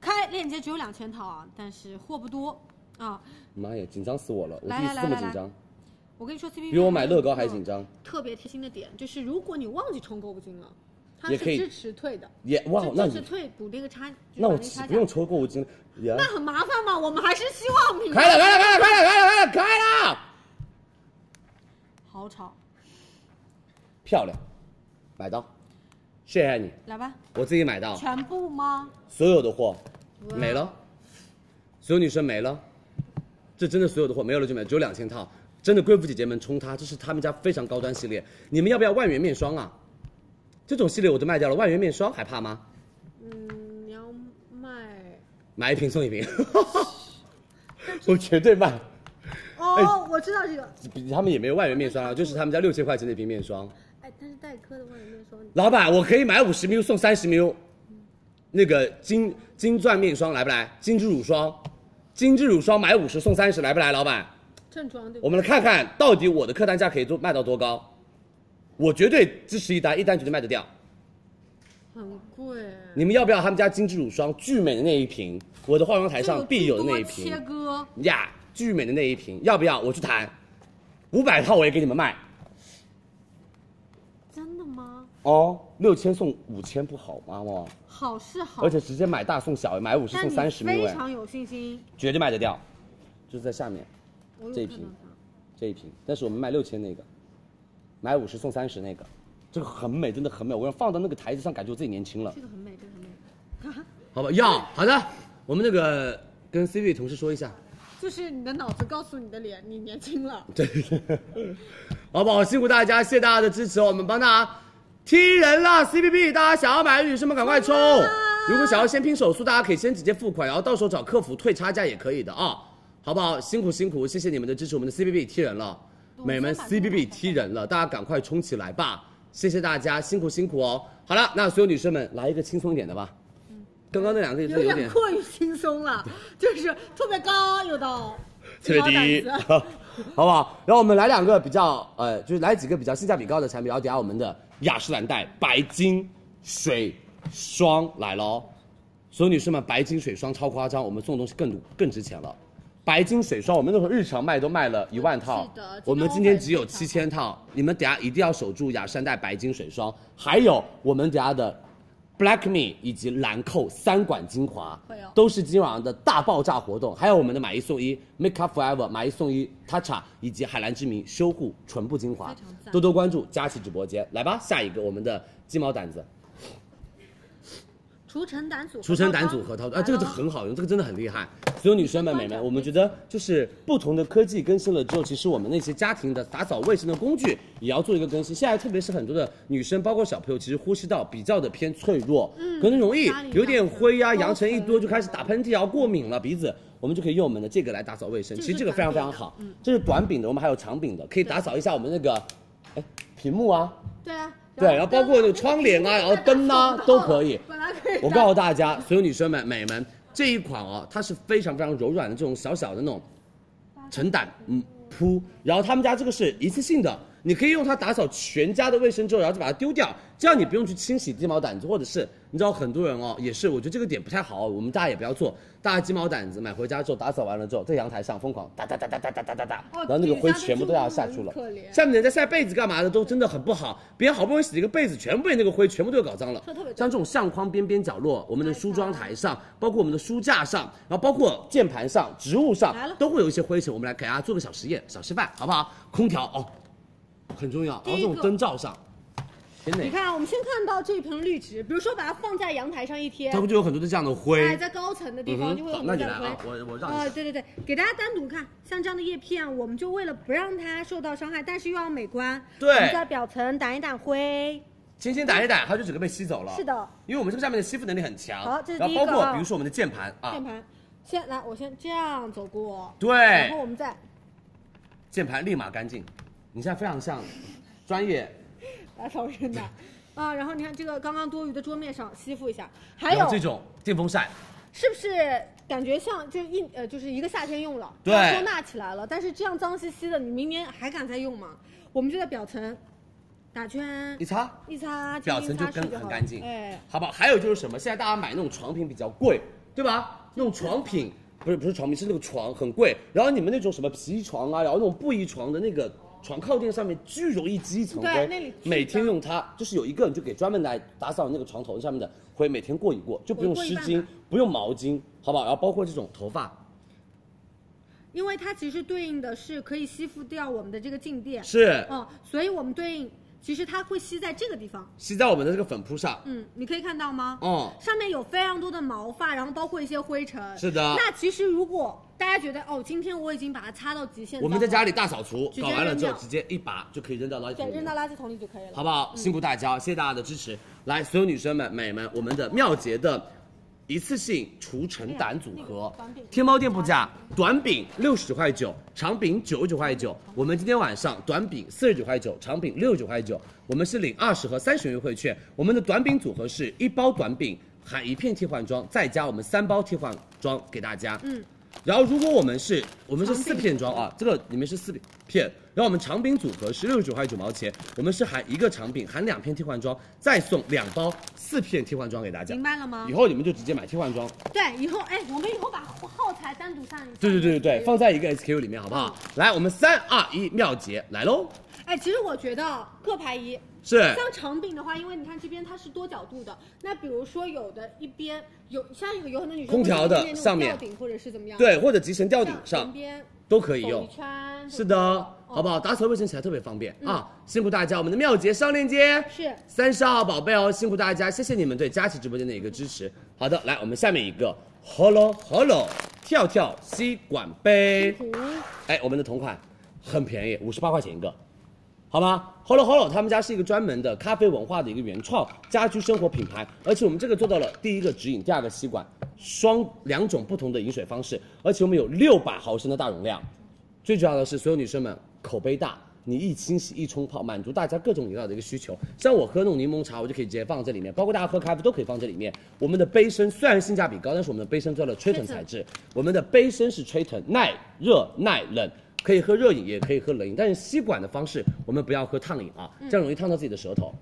Speaker 2: 开链接只有两千套啊，但是货不多啊。
Speaker 1: 妈呀，紧张死我了！我第
Speaker 2: 来
Speaker 1: 一
Speaker 2: 来
Speaker 1: 次
Speaker 2: 来
Speaker 1: 这么
Speaker 2: 来
Speaker 1: 紧
Speaker 2: 来
Speaker 1: 张，
Speaker 2: 我跟你说，CPP
Speaker 1: 比我买乐高还紧张。
Speaker 2: 特别贴心的点就是，如果你忘记充购物金了，它
Speaker 1: 也
Speaker 2: 是
Speaker 1: 可以
Speaker 2: 支持退的，
Speaker 1: 也哇
Speaker 2: 就，
Speaker 1: 哦那
Speaker 2: 支持
Speaker 1: 你
Speaker 2: 退补这个差，就是
Speaker 1: 那
Speaker 2: 把
Speaker 1: 我
Speaker 2: 个差
Speaker 1: 不
Speaker 2: 价
Speaker 1: 用抽购物金，也
Speaker 2: 那很麻烦嘛，我们还是希望你
Speaker 1: 开了，开了，开了，开了，开了，开了，开了，
Speaker 2: 好吵，
Speaker 1: 漂亮，买到，谢谢你，
Speaker 2: 来吧，
Speaker 1: 我自己买到，
Speaker 2: 全部吗？
Speaker 1: 所有的货没了，所有女生没了，这真的所有的货没有了就没了，只有两千套，真的贵妇姐姐们冲它，这是他们家非常高端系列，你们要不要万元面霜啊？这种系列我都卖掉了，万元面霜还怕吗？
Speaker 2: 嗯，你要卖
Speaker 1: 买一瓶送一瓶，我绝对卖。哎
Speaker 2: 哦，我知道这个，
Speaker 1: 比他们也没有万元面霜啊，就是他们家六千块钱的一瓶面霜。
Speaker 2: 哎，但是黛珂的万人面霜，
Speaker 1: 老板，我可以买五十 ml 送三十 ml，那个金金钻面霜来不来？精致乳霜，精致乳霜买五十送三十来不来？老板，
Speaker 2: 正装对吧？
Speaker 1: 我们来看看到底我的客单价可以做卖到多高，我绝对支持一单，一单绝对卖得掉。
Speaker 2: 嗯很贵，啊
Speaker 1: 你们要不要他们家精致乳霜巨美的那一瓶？我的化妆台
Speaker 2: 这
Speaker 1: 哎上
Speaker 2: 个
Speaker 1: 必有的
Speaker 2: 最
Speaker 1: 那一
Speaker 2: 多
Speaker 1: 瓶
Speaker 2: 切割，
Speaker 1: 呀，巨美的那一瓶，要不要？我去谈，五百套我也给你们卖。
Speaker 2: 真的吗？
Speaker 1: 哦，六千送五千不好吗？哇，
Speaker 2: 好是好，
Speaker 1: 而且直接买大送小，买五十
Speaker 2: 但
Speaker 1: 送
Speaker 2: 你
Speaker 1: 三十 ml，
Speaker 2: 非
Speaker 1: 哎
Speaker 2: 常有信心，
Speaker 1: 绝对卖得掉。就是在下面
Speaker 2: 我有
Speaker 1: 这一
Speaker 2: 看
Speaker 1: 瓶
Speaker 2: 到它。
Speaker 1: 这一瓶，但是我们卖六千那个，买五十送三十那个，这个很美，真的很美。我要放到那个台子上，感觉我自己年轻了
Speaker 2: 这。个很美，这个很美。
Speaker 1: 好吧，要好的，我们那个跟 C 位同事说一下，
Speaker 2: 就是你的脑子告诉你的脸，你年轻了。
Speaker 1: 对，好不好？辛苦大家，谢谢大家的支持哦，我们帮大家踢人了，CPP，大家想要买的女生们赶快冲！如果想要先拼手速，大家可以先直接付款，然后到时候找客服退差价也可以的啊，好不好？辛苦辛苦，谢谢你们的支持，我们的 CPP 踢人了，美们 CPP 踢人了，大家赶快冲起来吧！谢谢大家，辛苦辛苦哦。好了，那所有女生们来一个轻松一点的吧。刚刚那两个也是
Speaker 2: 有
Speaker 1: 有
Speaker 2: 点
Speaker 1: 点
Speaker 2: 过于轻松了，就是特别高，有的
Speaker 1: 特别低，
Speaker 2: 高胆子
Speaker 1: 好不好？然后我们来两个比较，呃，就是来几个比较性价比高的产品，然后等下我们的雅诗兰黛白金水霜来喽。所有女生们，白金水霜超夸张，我们送的东西更更值钱了。白金水霜，我们那时候日常卖都卖了一万套
Speaker 2: 是的，
Speaker 1: 我们今天只有七千套，你们等下一定要守住雅诗兰黛白金水霜，还有我们等下的 Black Me 以及兰蔻三管精华
Speaker 2: 会哦有，
Speaker 1: 都是今晚上的大爆炸活动，还有我们的买一送一 Make Up Forever 买一送一 Tatcha 以及海蓝之谜修护唇部精华
Speaker 2: 非常，赞
Speaker 1: 多多关注佳琦直播间，来吧，下一个我们的鸡毛掸子，
Speaker 4: 除尘胆组合
Speaker 1: 除尘胆组
Speaker 4: 套
Speaker 1: 合套
Speaker 4: 装
Speaker 1: 装啊，这个就很好用，这个真的很厉
Speaker 4: 嗯
Speaker 1: 害。所有女生们、美们，我们觉得就是不同的科技更新了之后，其实我们那些家庭的打扫卫生的工具也要做一个更新。现在特别是很多的女生，包括小朋友，其实呼吸道比较的偏脆弱，可能容易
Speaker 4: 嗯压力大嗯
Speaker 1: 有点灰呀、扬尘一多就开始打喷嚏，然后过敏了鼻子。我们就可以用我们的这个来打扫卫生，其实这个非常非常好。
Speaker 4: 嗯
Speaker 1: 这是短柄的，我们还有长柄的，可以打扫一下我们那个，哎，屏幕啊，
Speaker 4: 对啊，
Speaker 1: 对，然后包括那个窗帘啊，然后灯啊都可以。
Speaker 4: 本来 可以
Speaker 1: 我告诉大家，所有女生们、美们，这一款哦，它是非常非常柔软的这种小小的那种成胆嗯铺，然后他们家这个是一次性的，你可以用它打扫全家的卫生之后，然后就把它丢掉，这样你不用去清洗鸡毛掸子，或者是你知道很多人哦，也是我觉得这个点不太好，我们大家也不要做，大家鸡毛掸子买回家之后打扫完了之后，在阳台上疯狂哒哒哒哒哒哒哒哒
Speaker 4: 哦
Speaker 1: 哒，然后那个灰全部都要下去了。
Speaker 4: 可怜，
Speaker 1: 下面人在晒被子干嘛的都真的很不好，别人好不容易洗了一个被子，全部被那个灰全部都给搞脏了。像这种相框边边角落，我们的梳妆台上，包括我们的书架上，然后包括键盘上、植物上，都会有一些灰尘。我们来给大家做个小实验、小示范，好不好？空调哦，很重要。然后这种灯罩上，天
Speaker 4: 你
Speaker 1: 哪，
Speaker 4: 看啊，我们先看到这一瓶绿植，比如说把它放在阳台上一贴
Speaker 1: 它，不就有很多的这样的灰？
Speaker 4: 哎，在高层的地
Speaker 1: 嗯
Speaker 4: 方
Speaker 1: 哼
Speaker 4: 就会有
Speaker 1: 好，
Speaker 4: 很
Speaker 1: 那
Speaker 4: 多
Speaker 1: 你
Speaker 4: 的
Speaker 1: 来啊。，
Speaker 4: 灰
Speaker 1: 我我让
Speaker 4: 啊、
Speaker 1: 你。
Speaker 4: 对对对，给大家单独看，像这样的叶片，我们就为了不让它受到伤害，但是又要美观，
Speaker 1: 对
Speaker 4: 我们在表层掸一掸灰，
Speaker 1: 轻轻掸一掸，它就整个被吸走了。
Speaker 4: 是的，
Speaker 1: 因为我们这个下面的吸附能力很强。
Speaker 4: 好这是
Speaker 1: 然
Speaker 4: 第
Speaker 1: 后
Speaker 4: 一
Speaker 1: 包
Speaker 4: 个
Speaker 1: 括
Speaker 4: 啊
Speaker 1: 比如说我们的键盘啊
Speaker 4: 键，盘，先来，我先这样走过，
Speaker 1: 对
Speaker 4: 然后，我们再
Speaker 1: 键盘立马干净。你现在非常像专业
Speaker 4: 打扫人的，啊，然后你看这个刚刚多余的桌面上吸附一下， 还
Speaker 1: 然
Speaker 4: 有
Speaker 1: 后这种电风扇，
Speaker 4: 是不是感觉像就一呃就是一个夏天用了，
Speaker 1: 对
Speaker 4: 然后收纳起来了，但是这样脏兮兮的，你明年还敢再用吗？我们就在表层打圈
Speaker 1: 一擦
Speaker 4: 一擦，
Speaker 1: 表层
Speaker 4: 轻
Speaker 1: 就
Speaker 4: 轻擦拭
Speaker 1: 跟
Speaker 4: 就好
Speaker 1: 很
Speaker 4: 了
Speaker 1: 干净，
Speaker 4: 哎，
Speaker 1: 好不好？还有就是什么？现在大家买那种床品比较贵，对吧？那种床品不是不是床品，是那个床很贵。然后你们那种什么皮床啊，然后那种布艺床的那个床靠垫上面巨容易积一层
Speaker 4: 对那里
Speaker 1: 灰
Speaker 4: 巨，
Speaker 1: 每天用它就是有一个你就给专门来打扫那个床头上面的灰，每天过一过，就不用
Speaker 4: 我过一
Speaker 1: 湿
Speaker 4: 半
Speaker 1: 巾
Speaker 4: 吧，
Speaker 1: 不用毛巾，好不好？然后包括这种头发，
Speaker 4: 因为它其实对应的是可以吸附掉我们的这个静电，
Speaker 1: 是
Speaker 4: 嗯，所以我们对应其实它会吸在这个地方，
Speaker 1: 吸在我们的这个粉扑上，
Speaker 4: 嗯，你可以看到吗？
Speaker 1: 嗯，
Speaker 4: 上面有非常多的毛发，然后包括一些灰尘。
Speaker 1: 是的
Speaker 4: 那其实如果大家觉得哦，今天我已经把它擦到极限，
Speaker 1: 我们在家里大扫除，
Speaker 4: 直接
Speaker 1: 搞完了之后
Speaker 4: 扔掉
Speaker 1: 直接一拔就可以扔到垃圾桶
Speaker 4: 对
Speaker 1: 里面
Speaker 4: 扔到垃嗯圾桶里就可以了。
Speaker 1: 好不好？辛苦大家，谢谢大家的支持。来，所有女生们、美们，我们的妙洁的一次性除
Speaker 4: 哎
Speaker 1: 尘胆组合，天猫店铺价短柄六十九块九，长柄九十九块九。我们今天晚上短柄四十九块九，长柄六十九块九。我们是领二十和三十元优惠券。我们的短柄组合是一包短柄含一片替换装，再加我们三包替换装给大家。嗯。然后如果我们是我们是四片装啊，这个里面是四片，然后我们长柄组合是六十九块九毛钱，我们是含一个长柄含两片替换装，再送两包四片替换装给大家
Speaker 4: 明。白了吗
Speaker 1: 以？后你们就直接买替换装，
Speaker 4: 对，以后哎，我们以后把耗材单独上一下。
Speaker 1: 对对对对
Speaker 4: 嗯
Speaker 1: 对，放在一个 SKU 里面好不好？来，我们三二一，妙洁来喽，
Speaker 4: 哎，其实我觉得各排一，
Speaker 1: 是
Speaker 4: 像长柄的话，因为你看这边它是多角度的，那比如说有的一边有像有有很多女生
Speaker 1: 空调的
Speaker 4: 会有
Speaker 1: 上面
Speaker 4: 吊顶或者是怎么样，，
Speaker 1: 对，或者集成吊顶
Speaker 4: 旁
Speaker 1: 上
Speaker 4: 边
Speaker 1: 都可以
Speaker 4: 走
Speaker 1: 用
Speaker 4: 一，圈，
Speaker 1: 是的，好
Speaker 4: 哦
Speaker 1: 不好？打扫卫生起来特别方便啊！辛苦大家，我们的妙洁上链接
Speaker 4: 嗯是
Speaker 1: 三十号宝贝哦，辛苦大家，谢谢你们对佳琦直播间的一个支持。好的，来我们下面一个 Hello Hello 跳跳吸管杯，哎，我们的同款很便宜，五十八块钱一个。好吗？Hello Hello，他们家是一个专门的咖啡文化的一个原创家居生活品牌，而且我们这个做到了第一个指引，第二个吸管，双两种不同的饮水方式，而且我们有六百毫升的大容量。最重要的是，所有女生们口碑大，你一清洗一冲泡，满足大家各种饮料的一个需求。像我喝那种柠檬茶，我就可以直接放这里面，包括大家喝咖啡都可以放这里面。我们的杯身虽然性价比高，但是我们的杯身做了吹腾材质，我们的杯身是吹腾，耐热耐冷。可以喝热饮，也可以喝冷饮，但是吸管的方式，我们不要喝烫饮啊，
Speaker 4: 嗯
Speaker 1: 这样容易烫到自己的舌头。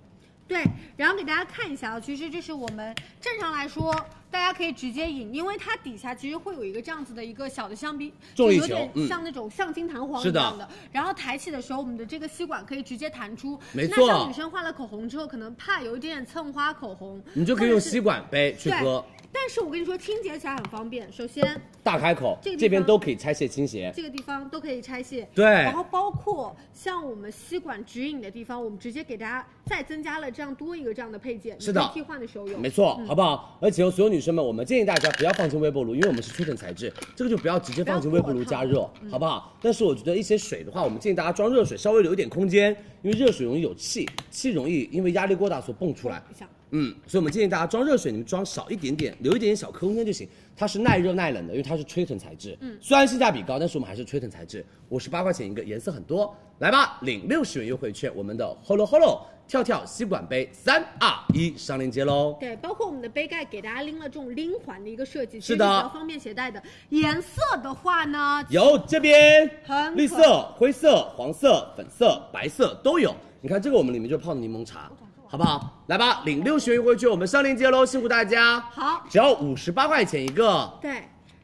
Speaker 4: 对，然后给大家看一下啊，其实这是我们正常来说，大家可以直接饮，因为它底下其实会有一个这样子的一个小的橡皮，
Speaker 1: 重力
Speaker 4: 就有
Speaker 1: 球
Speaker 4: 点
Speaker 1: 嗯
Speaker 4: 像那种橡筋弹簧
Speaker 1: 是
Speaker 4: 一
Speaker 1: 的
Speaker 4: 样的。然后抬起的时候，我们的这个吸管可以直接弹出。
Speaker 1: 没
Speaker 4: 那
Speaker 1: 错
Speaker 4: 像女生画了口红之后，可能怕有一点点蹭花口红，
Speaker 1: 你就可以
Speaker 4: 或
Speaker 1: 用
Speaker 4: 者是
Speaker 1: 吸管杯去
Speaker 4: 对
Speaker 1: 喝，
Speaker 4: 但但是我跟你说，清洁起来很方便。首先，
Speaker 1: 大开口，
Speaker 4: 这个地方
Speaker 1: 这边都可以拆卸倾斜。
Speaker 4: 这个地方都可以拆卸，
Speaker 1: 对
Speaker 4: 然后包括像我们吸管指引的地方，我们直接给大家再增加了这样多一个这样的配件，
Speaker 1: 是的
Speaker 4: 你可以替换的时候用。
Speaker 1: 没错，好不好？而且所有女生们，我们建议大家不要放进微波炉，因为我们是粗粉材质，这个就不要直接放进微波炉加热，好不好？但是我觉得一些水的话，我们建议大家装热水，稍微留一点空间，因为热水容易有气，气容易因为压力过大所蹦出来。
Speaker 4: 一下
Speaker 1: 嗯，所以我们建议大家装热水，你们装少一点点，留一点点小空间就行。它是耐热耐冷的，因为它是吹腾材质。嗯，虽然性价比高，但是我们还是吹腾材质，五十八块钱一个，颜色很多。来吧，领六十元优惠券，我们的 Holo Holo 跳跳吸管杯，三二一，上链接喽。
Speaker 4: 对，包括我们的杯盖给大家拎了这种拎环的一个设计，
Speaker 1: 是的
Speaker 4: 其实比较方便携带的。颜色的话呢，
Speaker 1: 有这边
Speaker 4: 很
Speaker 1: 绿色、灰色、黄色、粉色、白色都有。你看这个，我们里面就泡的柠檬茶，好不好？来吧，领六十元优惠券，我们上链接喽，辛苦大家。
Speaker 4: 好，
Speaker 1: 只要五十八块钱一个。
Speaker 4: 对，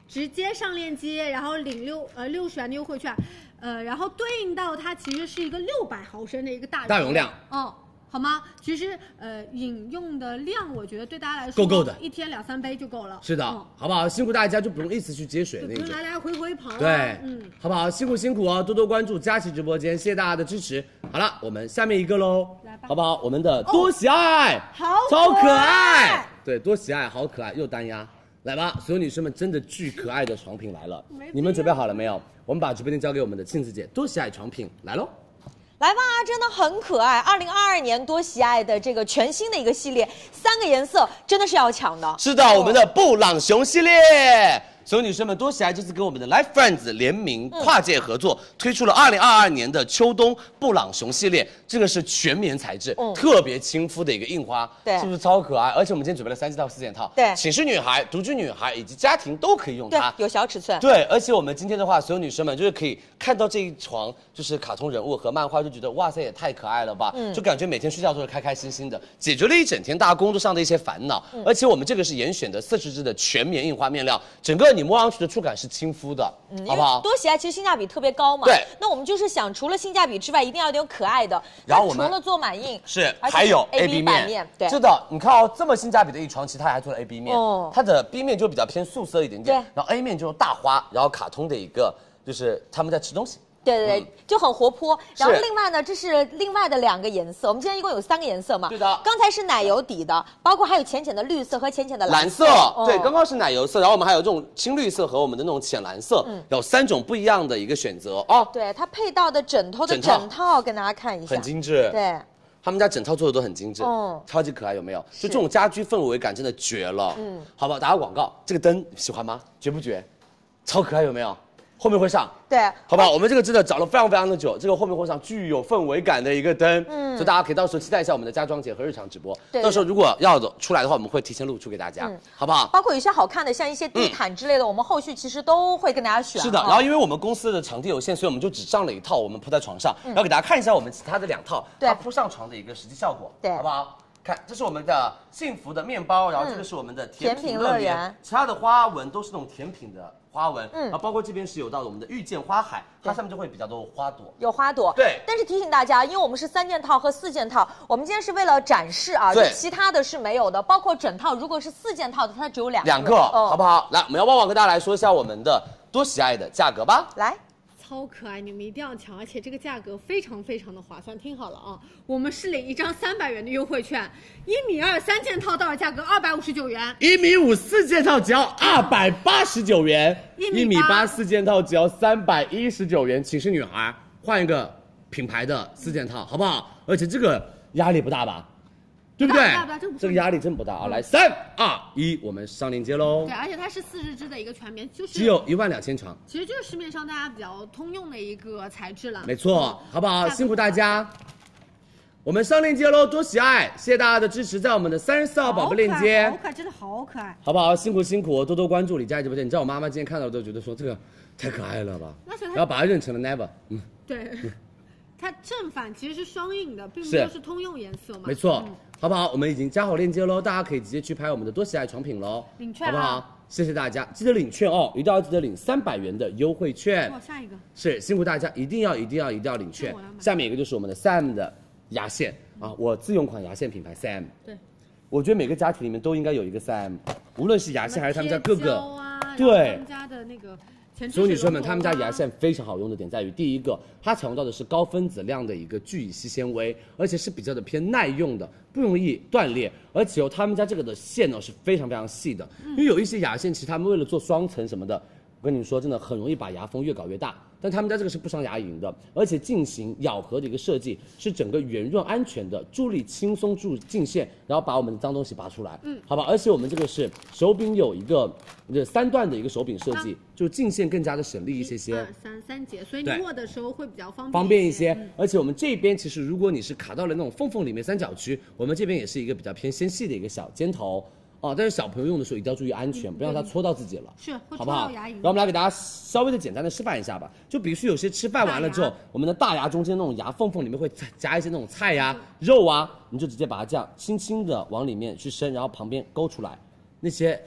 Speaker 4: 直接上链接，然后领六呃六十元的优惠券，呃，然后对应到它其实是一个六百毫升的一个大
Speaker 1: 大容量
Speaker 4: 哦。好吗？其实，呃，饮用的量，我觉得对大家来说
Speaker 1: 够够的
Speaker 4: 一天两三杯就够了。
Speaker 1: 是的，
Speaker 4: 嗯
Speaker 1: 好不好？辛苦大家，就不用一直去接水
Speaker 4: 就
Speaker 1: 那
Speaker 4: 不
Speaker 1: 种
Speaker 4: 用。来来回回跑了。
Speaker 1: 对，
Speaker 4: 嗯，
Speaker 1: 好不好？辛苦辛苦哦，多多关注佳琦直播间，谢谢大家的支持。好了，我们下面一个喽
Speaker 4: 来吧，哦
Speaker 1: 好不好？我们的多喜爱，
Speaker 4: 好
Speaker 1: 超
Speaker 4: 可
Speaker 1: 可爱
Speaker 4: 爱，
Speaker 1: 对，多喜爱，好可爱，又单压。来吧，所有女生们，真的巨可爱的床品来了
Speaker 4: 没必，要
Speaker 1: 你们准备好了没有？我们把直播间交给我们的庆子姐，多喜爱床品来喽。
Speaker 6: 来吧，真的很可爱。二零二二年多喜爱的这个全新的一个系列，三个颜色真的是要抢的。哦
Speaker 1: 是的，我们的布朗熊系列。所有女生们多喜爱这次跟我们的 Life Friends 联名跨界合作，推出了2022年的秋冬布朗熊系列，这个是全棉材质，
Speaker 6: 嗯
Speaker 1: 特别亲肤的一个印花，
Speaker 6: 对
Speaker 1: 是不是超可爱？而且我们今天准备了三件套、四件套，
Speaker 6: 对
Speaker 1: 寝室女孩、独居女孩以及家庭都可以用
Speaker 6: 对
Speaker 1: 它，。
Speaker 6: 有小尺 寸。
Speaker 1: 对，而且我们今天的话，所有女生们就是可以看到这一床就是卡通人物和漫画，就觉得哇塞，也太可爱了吧！
Speaker 6: 嗯
Speaker 1: 就感觉每天睡觉都是开开心心的，解决了一整天大家工作上的一些烦恼。
Speaker 6: 嗯
Speaker 1: 而且我们这个是严选的四十支的全棉印花面料，整个你摸上去的触感是亲肤的，好不好？
Speaker 6: 嗯多喜爱其实性价比特别高嘛。
Speaker 1: 对
Speaker 6: 那我们就是想，除了性价比之外，一定要有点可爱的。
Speaker 1: 然后我们
Speaker 6: 但除了做满印，
Speaker 1: 是，
Speaker 6: 而且
Speaker 1: 还有
Speaker 6: A
Speaker 1: B
Speaker 6: 版
Speaker 1: 面，
Speaker 6: 对，
Speaker 1: 是的，你看哦，这么性价比的一床，其实它还做了 A B 面，
Speaker 6: 哦
Speaker 1: 它的 B 面就比较偏素色一点点
Speaker 6: 对，
Speaker 1: 然后 A 面就是大花，然后卡通的一个，就是他们在吃东西。
Speaker 6: 对对对，
Speaker 1: 嗯
Speaker 6: 就很活泼。然后
Speaker 1: 是
Speaker 6: 另外呢，这是另外的两个颜色，我们今天一共有三个颜色嘛。
Speaker 1: 对的
Speaker 6: 刚才是奶油底的，包括还有浅浅的绿色和浅浅的
Speaker 1: 蓝
Speaker 6: 呃色哦
Speaker 1: 色。，对，刚
Speaker 6: 刚
Speaker 1: 刚是奶油色，然后我们还有这种青绿色和我们的那种浅蓝色，
Speaker 6: 嗯
Speaker 1: 有三种不一样的一个选择哦，
Speaker 6: 对它配到的枕头的
Speaker 1: 枕套
Speaker 6: 枕套，跟大家看一下，
Speaker 1: 很精致。
Speaker 6: 对。
Speaker 1: 他们家整套做的都很精致，
Speaker 6: 嗯
Speaker 1: 超级可爱，有没有？
Speaker 6: 是
Speaker 1: 就这种家居氛围感真的绝了，嗯，好不好？打个广告，这个灯喜欢吗？绝不绝？超可爱，有没有？后面会上，
Speaker 6: 对，
Speaker 1: 好不好？我们这个真的找了非常非常的久，这个后面会上具有氛围感的一个灯，嗯，所以大家可以到时候期待一下我们的家装节和日常直播。
Speaker 6: 对
Speaker 1: 到时候如果要出来的话，我们会提前露出给大家，
Speaker 6: 嗯
Speaker 1: 好不好？
Speaker 6: 包括有些好看的，像一些地毯之类的，我们后续其实都会跟大家选啊。
Speaker 1: 嗯是的，然后因为我们公司的场地有限，所以我们就只上了一套，我们铺在床上，然后给大家看一下我们其他的两套，
Speaker 6: 嗯对
Speaker 1: 它铺上床的一个实际效果，
Speaker 6: 对
Speaker 1: 好不好？看，这是我们的幸福的面包，然后这个是我们的甜
Speaker 6: 甜
Speaker 1: 品
Speaker 6: 品
Speaker 1: 乐
Speaker 6: 乐
Speaker 1: 园，
Speaker 6: 园
Speaker 1: 其他的花纹都是那种甜品的花纹，嗯，
Speaker 6: 嗯
Speaker 1: 然后包括这边是有到我们的遇见花海，它上面就会比较多的花朵，
Speaker 6: 有花朵，
Speaker 1: 对
Speaker 6: 但是提醒大家，因为我们是三件套和四件套，我们今天是为了展示啊，
Speaker 1: 对
Speaker 6: 就其他的是没有的，包括枕套，如果是四件套的，它只有两个，呃
Speaker 1: 两个，好不
Speaker 6: 好？
Speaker 1: 好？来，我们要旺旺跟大家来说一下我们的多喜爱的价格吧。
Speaker 6: 来，
Speaker 4: 超可爱，你们一定要抢，而且这个价格非常非常的划算。听好了啊，我们是领一张三百元的优惠券，一米二三件套到手价格二百五十九元，
Speaker 1: 一米五四件套只要二百八十九元，
Speaker 4: 一
Speaker 1: 一
Speaker 4: 米
Speaker 1: 米
Speaker 4: 八
Speaker 1: 八四件套只要三百一十九元。寝室女孩换一个品牌的四件套，好不好？而且这个压力不大吧？对不对？
Speaker 4: 不大不大这个不是嗯
Speaker 1: 这个压力真不大啊！来，三二一，我们上链接喽
Speaker 4: 对，。而且它是四十支的一个全棉，就是
Speaker 1: 只有一万两千床，
Speaker 4: 其实就是市面上大家比较通用的一个材质了。
Speaker 1: 没错，好不好？
Speaker 4: 大
Speaker 1: 辛苦大家。我们上链接喽，多喜爱，谢谢大家的支持，在我们的三十四号宝贝链接。
Speaker 2: 好可爱，真的好可爱。
Speaker 1: 好不好？辛苦辛苦，多多关注李佳琦直播间。你知道我妈妈今天看到都觉得说这个太可爱了吧，
Speaker 4: 那时候她
Speaker 1: 然后把它认成了 never，嗯，
Speaker 4: 对，它正反其实是双印的，并不
Speaker 1: 是
Speaker 4: 就是通用颜色嘛。
Speaker 1: 没错，好不好？我们已经加好链接喽，大家可以直接去拍我们的多喜爱床品喽，
Speaker 4: 领券
Speaker 1: 好不
Speaker 4: 啊
Speaker 1: 好？谢谢大家，记得领券哦，一定要记得领三百元的优惠券
Speaker 4: 哇，，下一个
Speaker 1: 是辛苦大家，一定要一定要一定要领券
Speaker 4: 那我要。买
Speaker 1: 下面一个就是我们的 Sam 的牙线啊，我自用款牙线品牌 Sam，
Speaker 4: 对，
Speaker 1: 我觉得每个家庭里面都应该有一个 Sam，无论是牙线还是他们家各个，
Speaker 4: 啊，
Speaker 1: 对
Speaker 4: 他们家的那个前
Speaker 1: 所有女生们，她们家牙线非常好用的点在于，第一个，它采用到的是高分子量的一个聚乙烯纤维，而且是比较的偏耐用的，不容易断裂。而且哦，他们家这个的线呢是非常非常细的，因为有一些牙线，其实他们为了做双层什么的，我跟你说，真的很容易把牙缝越搞越大。但他们家这个是不伤牙龈的，而且进行咬合的一个设计是整个圆润安全的，助力轻松注进线，然后把我们的脏东西拔出来，嗯，好吧。而且我们这个是手柄有一个呃三段的一个手柄设计，就进线更加的省力一些些。
Speaker 4: 二三三节，所以你
Speaker 1: 对
Speaker 4: 握的时候会比较方
Speaker 1: 方便一
Speaker 4: 一
Speaker 1: 些。而且我们这边其实如果你是卡到了那种缝缝里面三角区，我们这边也是一个比较偏纤细的一个小尖头。哦，但是小朋友用的时候一定要注意安全，不要让它戳到自己了，
Speaker 4: 是会
Speaker 1: 好不好？
Speaker 4: 戳到牙龈
Speaker 1: 然后我们来给大家稍微的简单的示范一下吧，就比如说有些吃饭完了之后
Speaker 4: 大牙，
Speaker 1: 我们的大牙中间那种牙缝缝里面会夹一些那种菜呀、肉啊，你就直接把它这样轻轻的往里面去伸，然后旁边勾出来，那些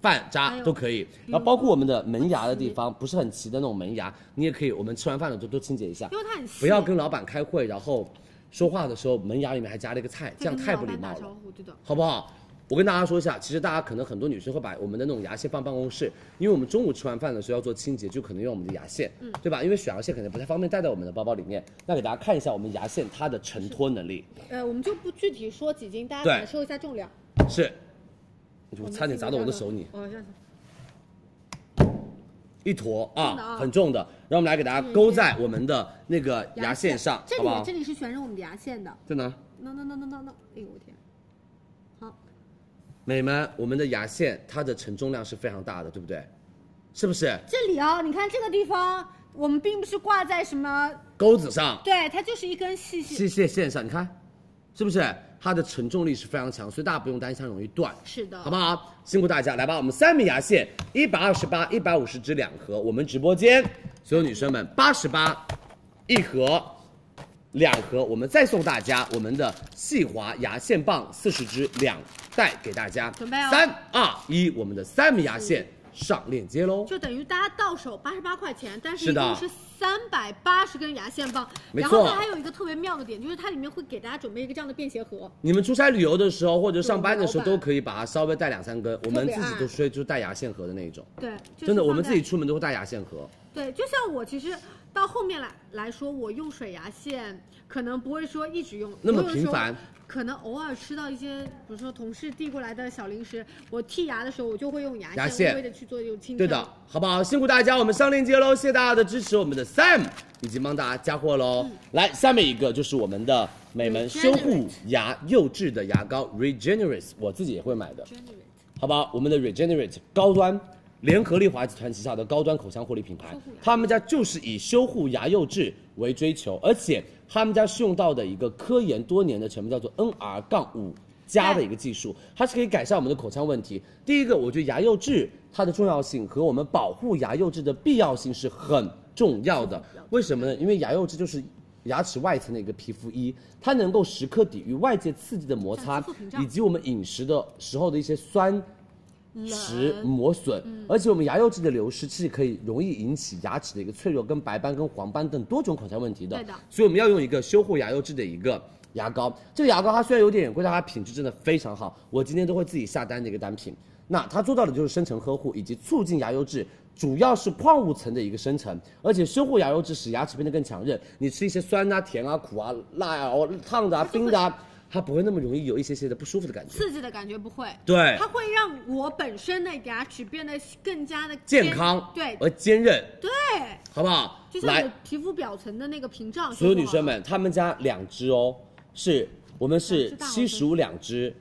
Speaker 1: 饭渣都可以。然后包括我们的门牙的地方，不是很齐的那种门牙，你也可以，我们吃完饭了就多清洁一下。
Speaker 4: 因为它很细，
Speaker 1: 不要跟老板开会，然后说话的时候门牙里面还夹了一个菜，这样太不礼貌
Speaker 4: 打招
Speaker 1: 了，
Speaker 4: 呼，对的。
Speaker 1: 好不好？我跟大家说一下，其实大家可能很多女生会把我们的那种牙线放办公室，因为我们中午吃完饭的时候要做清洁，就可能用我们的牙线，对吧？因为水牙线可能不太方便带到我们的包包里面。那给大家看一下我们牙线它的承托能力，
Speaker 4: 呃，我们就不具体说几斤，大
Speaker 1: 对
Speaker 4: 家感受一下重量。
Speaker 1: 是，我差点砸到我的手里，
Speaker 4: 哦，这样子
Speaker 1: 一坨
Speaker 4: 重的
Speaker 1: 啊，
Speaker 4: 啊
Speaker 1: 很重的。然后我们来给大家勾在我们的那个牙线上，
Speaker 4: 这
Speaker 1: 好
Speaker 4: 里
Speaker 1: 不好
Speaker 4: 这？里是全是我们的牙线的。
Speaker 1: 在哪？
Speaker 4: no no no no no no，哎呦我天，好，
Speaker 1: 美们，我们的牙线它的承重量是非常大的，对不对？是不是
Speaker 4: 这里啊，你看这个地方，我们并不是挂在什么，
Speaker 1: 钩子上、
Speaker 4: 对，它就是一根细细。
Speaker 1: 细线线上？你看，是不是它的承重力是非常强，所以大家不用担心它容易断，
Speaker 4: 是的
Speaker 1: 好不好？辛苦大家，来吧，我们三米牙线，一百二十八、一百五十支两盒，我们直播间所有女生们八十八一盒。两盒，我们再送大家我们的细滑牙线棒四十支两袋给大家。
Speaker 4: 准备哦
Speaker 1: 三二一，我们的三米牙线上链接喽。
Speaker 4: 就等于大家到手八十八块钱，但是
Speaker 1: 是
Speaker 4: 一
Speaker 1: 的
Speaker 4: 共是三百八十根牙线棒。
Speaker 1: 没
Speaker 4: 然后
Speaker 1: 错
Speaker 4: 它还有一个特别妙的点，就是它里面会给大家准备一个这样的便携盒。
Speaker 1: 你们出差旅游的时候，或者上班的时候，都
Speaker 4: 就是老板
Speaker 1: 可以把它稍微带两三根。我们自己都睡就带牙线盒的那一种，
Speaker 4: 对，就是
Speaker 1: 真的，
Speaker 4: 放
Speaker 1: 我们
Speaker 4: 在
Speaker 1: 自己出门都会带牙线盒。
Speaker 4: 对，就像我其实到后面来来说，我用水牙线可能不会说一直用
Speaker 1: 那么
Speaker 4: 我有时候嗯
Speaker 1: 频繁
Speaker 4: 可能偶尔吃到一些，比如说同事递过来的小零食，我剔牙的时候我就会用牙线，
Speaker 1: 牙线
Speaker 4: 微微的去做这种清
Speaker 1: 对
Speaker 4: 洁。
Speaker 1: 的，好不好？辛苦大家，我们上链接喽，谢谢大家的支持，我们的 Sam 已经帮大家加货
Speaker 4: 嗯
Speaker 1: 喽。来，下面一个就是我们的美门修护牙釉质的牙膏 Regenerate，我自己也会买的，好不好？我们的 Regenerate 高端。联合利华集团旗下的高端口腔护理品牌，他们家就是以修护牙釉质为追求，而且他们家是用到的一个科研多年的成分叫做 NR 杠五加的一个技术，它是可以改善我们的口腔问题。第一个，我觉得牙釉质它的重要性和我们保护牙釉质的必要性是很重要的。为什么呢？因为牙釉质就是牙齿外层的一个皮肤衣，它能够时刻抵御外界刺激的摩擦
Speaker 4: 像肌肤屏，障
Speaker 1: 以及我们饮食的时候的一些酸。石磨损，
Speaker 4: 嗯
Speaker 1: 而且我们牙釉质的流失是可以容易引起牙齿的一个脆弱、跟白斑、跟黄斑等多种口腔问题的。
Speaker 4: 对的
Speaker 1: 所以我们要用一个修护牙釉质的一个牙膏。这个牙膏它虽然有点贵，但它品质真的非常好。我今天都会自己下单的一个单品。那它做到的就是深层呵护以及促进牙釉质，主要是矿物层的一个生成，而且修护牙釉质使牙齿变得更强韧。你吃一些酸啊、甜啊、苦啊、辣啊、哦烫的啊、冰的啊，它不会那么容易有一些些的不舒服的感觉。
Speaker 4: 刺激的感觉不会，
Speaker 1: 对
Speaker 4: 它会让我本身的牙齿变得更加的
Speaker 1: 健康
Speaker 4: 对
Speaker 1: 而坚韧，
Speaker 4: 对，
Speaker 1: 好不好？
Speaker 4: 就像
Speaker 1: 来
Speaker 4: 你，皮肤表层的那个屏障。
Speaker 1: 所有女生，们，她们家两支哦，是我们是
Speaker 4: 两只大黄
Speaker 1: 七十五两支，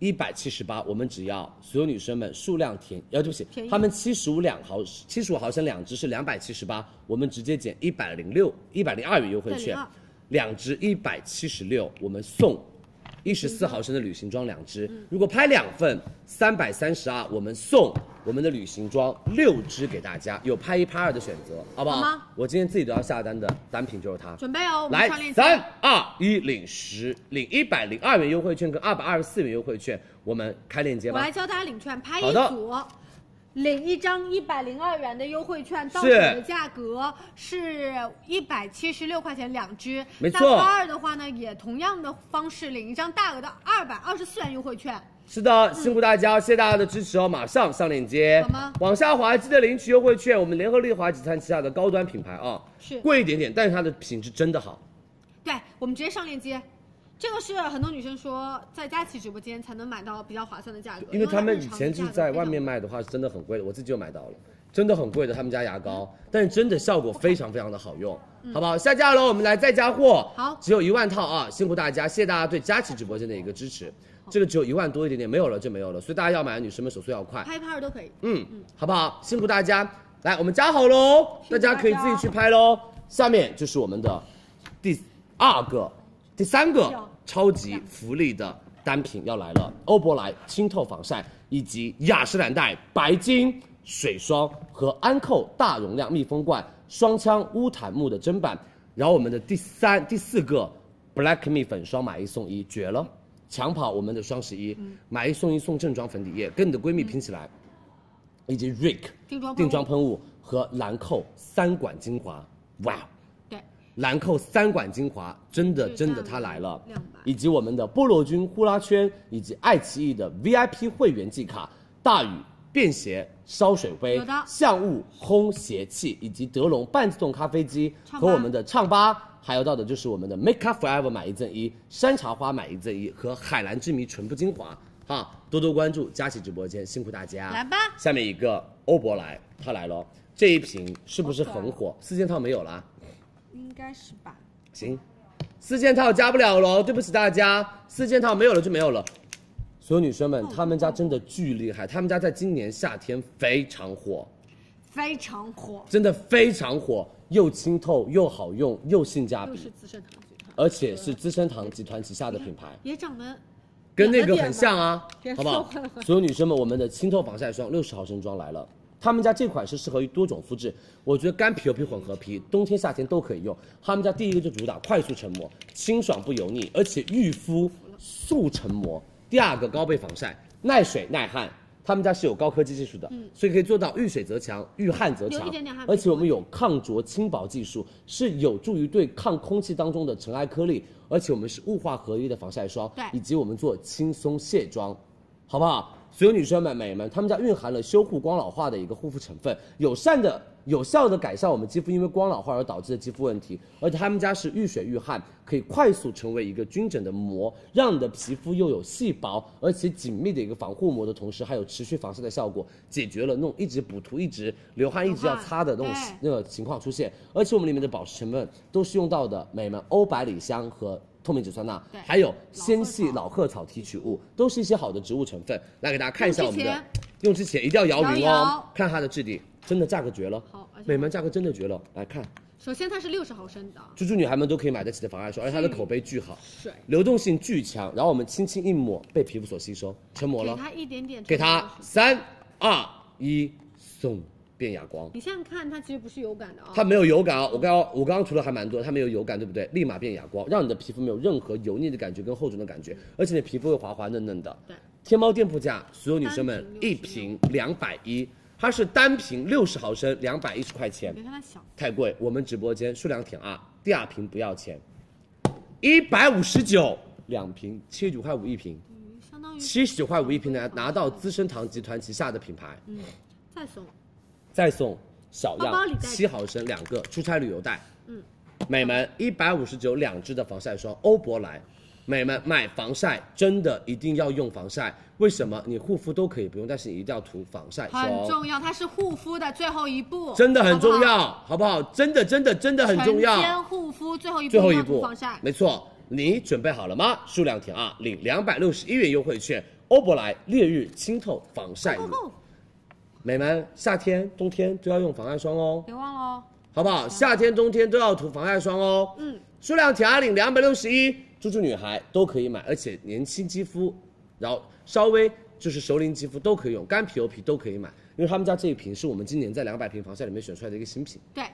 Speaker 1: 一百七十八，我们只要所有女生们数量填，呃，对不起
Speaker 4: 便，宜
Speaker 1: 她们七十五两毫七十五毫升两支是两百七十八，我们直接减一百零六一百零二元优惠券
Speaker 4: 102，
Speaker 1: 两支一百七十六，我们送。一十四毫升的旅行装两支，
Speaker 4: 嗯
Speaker 1: 如果拍两份三百三十二，我们送我们的旅行装六支给大家，有拍一拍二的选择，好不好？
Speaker 4: 好吗
Speaker 1: 我今天自己都要下单的单品就是它。
Speaker 4: 准备哦，我们上
Speaker 1: 来，
Speaker 4: 链
Speaker 1: 三
Speaker 4: 接。
Speaker 1: 二一，领十领一百零二元优惠券跟二百二十四元优惠券，我们开链接
Speaker 4: 我
Speaker 1: 吧
Speaker 4: 来。教大家领券，拍
Speaker 1: 好
Speaker 4: 一
Speaker 1: 的
Speaker 4: 组，领一张一百零二元的优惠券，到手
Speaker 1: 是
Speaker 4: 的价格是一百七十六块钱两支。
Speaker 1: 没
Speaker 4: 那
Speaker 1: 错
Speaker 4: 拍二的话呢，也同样的方式领一张大额的二百二十四元优惠券。
Speaker 1: 是的，辛苦大家，谢谢大家的支持哦！马上上链接，
Speaker 4: 嗯好吗
Speaker 1: 往下滑，记得领取优惠券。我们联合利华集团旗下的高端品牌啊，
Speaker 4: 是
Speaker 1: 贵一点点，但是它的品质真的好。
Speaker 4: 对，我们直接上链接。这个是很多女生说在佳琦直播间才能买到比较划算的价格，
Speaker 1: 因为他们以前
Speaker 4: 它
Speaker 1: 就
Speaker 4: 日
Speaker 1: 是
Speaker 4: 常的价格
Speaker 1: 在
Speaker 4: 非常
Speaker 1: 外面卖的话，是真的很贵的，我自己就买到了，真的很贵的他们家牙膏，但是真的效果非常非常的好用，好不好？下架了，我们来再加货，
Speaker 4: 嗯好
Speaker 1: 只有一万套啊，辛苦大家，谢谢大家对佳琦直播间的一个支持，这个只有一万多一点点，没有了就没有了，所以大家要买的女生们手速要快，
Speaker 4: 拍一拍二都可以。
Speaker 1: 嗯，好不好？辛苦大家，来，我们加好喽，大家可以自己去拍喽。下面就是我们的第二个、第三个超级福利的单品要来了，欧珀莱清透防晒以及雅诗兰黛白金水霜和安蔻大容量密封罐双枪乌檀木的砧板，然后我们的第三、第四个 Black Me 粉霜买一送一，绝了！抢跑我们的双十一，买一送一送正装粉底液，跟你的闺蜜拼起来，以及 Rick
Speaker 4: 定妆喷雾
Speaker 1: 定妆喷雾和兰蔻三管精华，哇、
Speaker 4: 对，
Speaker 1: 兰蔻三管精华真的
Speaker 4: 是
Speaker 1: 真的
Speaker 4: 300
Speaker 1: 它来了
Speaker 4: 200，
Speaker 1: 以及我们的菠萝君呼啦圈，以及爱奇艺的 VIP 会员季卡，大宇便携烧水杯
Speaker 4: 有的，
Speaker 1: 象雾烘鞋器，以及德龙半自动咖啡机
Speaker 4: 唱吧
Speaker 1: 和我们的唱吧。还有到的就是我们的 Make Up Forever 买一赠一，山茶花买一赠一和海蓝之谜唇部精华，哈，多多关注佳琦直播间，辛苦大家。
Speaker 4: 来吧
Speaker 1: 下面一个欧珀莱，它来了，这一瓶是不是很火？
Speaker 4: 哦
Speaker 1: 四件套没有啦，
Speaker 4: 应该是吧？
Speaker 1: 行，四件套加不了喽，对不起大家，四件套没有了就没有了。所有女生们，她们家真的巨厉害，她们家在今年夏天非常火，
Speaker 4: 非常火，
Speaker 1: 真的非常火，又清透又好用又性价
Speaker 4: 又
Speaker 1: 比
Speaker 4: 是，资生堂集团，
Speaker 1: 而且是资生堂集团旗下的品牌。
Speaker 4: 也长得
Speaker 1: 跟那个很像啊
Speaker 4: 点，吧
Speaker 1: 好不好
Speaker 4: 别说了？
Speaker 1: 所有女生们，我们的清透防晒霜六十毫升装来了。他们家这款是适合于多种肤质，我觉得干皮、油皮、混合皮，冬天夏天都可以用。他们家第一个就主打快速成膜，清爽不油腻，而且御肤速成膜。第二个高倍防晒，耐水耐汗，他们家是有高科技技术的，所以可以做到遇水则强，遇汗则强，
Speaker 4: 嗯有一点点汗
Speaker 1: 而且我们有抗浊轻薄技术，是有助于对抗空气当中的尘埃颗粒，而且我们是雾化合一的防晒霜，
Speaker 4: 对
Speaker 1: 以及我们做轻松卸妆，好不好？所有女生们、美们，她们家蕴含了修护光老化的一个护肤成分，友善的、有效的改善我们肌肤因为光老化而导致的肌肤问题。而且她们家是遇水御汗，可以快速成为一个均整的膜，让你的皮肤又有细薄而且紧密的一个防护膜的同时，还有持续防晒的效果，解决了那种一直补涂、一直流汗、一直要擦的那种
Speaker 4: 对
Speaker 1: 那个情况出现。而且我们里面的保湿成分都是用到的美们欧百里香和透明质酸钠
Speaker 4: 对，
Speaker 1: 还有纤细老鹤草提取物，都是一些好的植物成分。来给大家看一下我们的，用之前一定要摇匀
Speaker 4: 摇一
Speaker 1: 哦
Speaker 4: 摇，
Speaker 1: 看它的质地，真的价格绝了
Speaker 4: 好而，且
Speaker 1: 美们价格真的绝了，来看。
Speaker 4: 首先它是六十毫升的
Speaker 1: 猪猪女孩们都可以买得起的防晒霜，而且它的口碑巨好，
Speaker 4: 水，
Speaker 1: 流动性巨强，然后我们轻轻一抹，被皮肤所吸收，成膜
Speaker 4: 给
Speaker 1: 了。
Speaker 4: 它一点点，
Speaker 1: 给它。三二一，送变哑光。
Speaker 4: 你现在看它其实不是油感的啊，
Speaker 1: 它没有油感啊！我刚刚我刚刚涂了还蛮多，它没有油感，对不对？立马变哑光，让你的皮肤没有任何油腻的感觉跟厚重的感觉，而且你的皮肤会滑滑嫩嫩的。
Speaker 4: 嗯对，
Speaker 1: 天猫店铺价，所有女生们
Speaker 4: 单瓶60
Speaker 1: 一瓶两百一，它是单瓶六十毫升，两百一十块钱
Speaker 4: 你，看它小，
Speaker 1: 太贵。我们直播间数量挺二，第二瓶不要钱，一百五十九两瓶，七十九块五一瓶，
Speaker 4: 嗯相当于
Speaker 1: 七十九块五一瓶拿拿到资生堂集团旗下的品牌，
Speaker 4: 再送
Speaker 1: 再送小
Speaker 4: 包包里
Speaker 1: 样
Speaker 4: 带着
Speaker 1: 七毫升两个，出差旅游带。嗯，美们一百五十九两支的防晒霜，欧珀莱。美们买防晒真的一定要用防晒，为什么？你护肤都可以不用，但是你一定要涂防晒霜，
Speaker 4: 很重要，它是护肤的最后一步，
Speaker 1: 真的很重
Speaker 4: 好不好
Speaker 1: 要，好不好？真的真的真的很重要。
Speaker 4: 全天护肤最后一步，
Speaker 1: 最后
Speaker 4: 一定
Speaker 1: 一
Speaker 4: 要涂
Speaker 1: 步
Speaker 4: 防晒，
Speaker 1: 没错，你准备好了吗？数量填二，领两百六十一元优惠券，欧珀莱烈日清透防晒
Speaker 4: 够
Speaker 1: 乳。
Speaker 4: 够，
Speaker 1: 美们，夏天、冬天都要用防晒霜哦，
Speaker 4: 别忘了哦。
Speaker 1: 好不好？夏天、冬天都要涂防晒霜哦。嗯，数量填二，领两百六十一，猪猪女孩都可以买，而且年轻肌肤，然后稍微就是熟龄肌肤都可以用，干皮、油皮都可以买，因为他们家这一瓶是我们今年在两百瓶防晒里面选出来的一个新品。
Speaker 4: 对，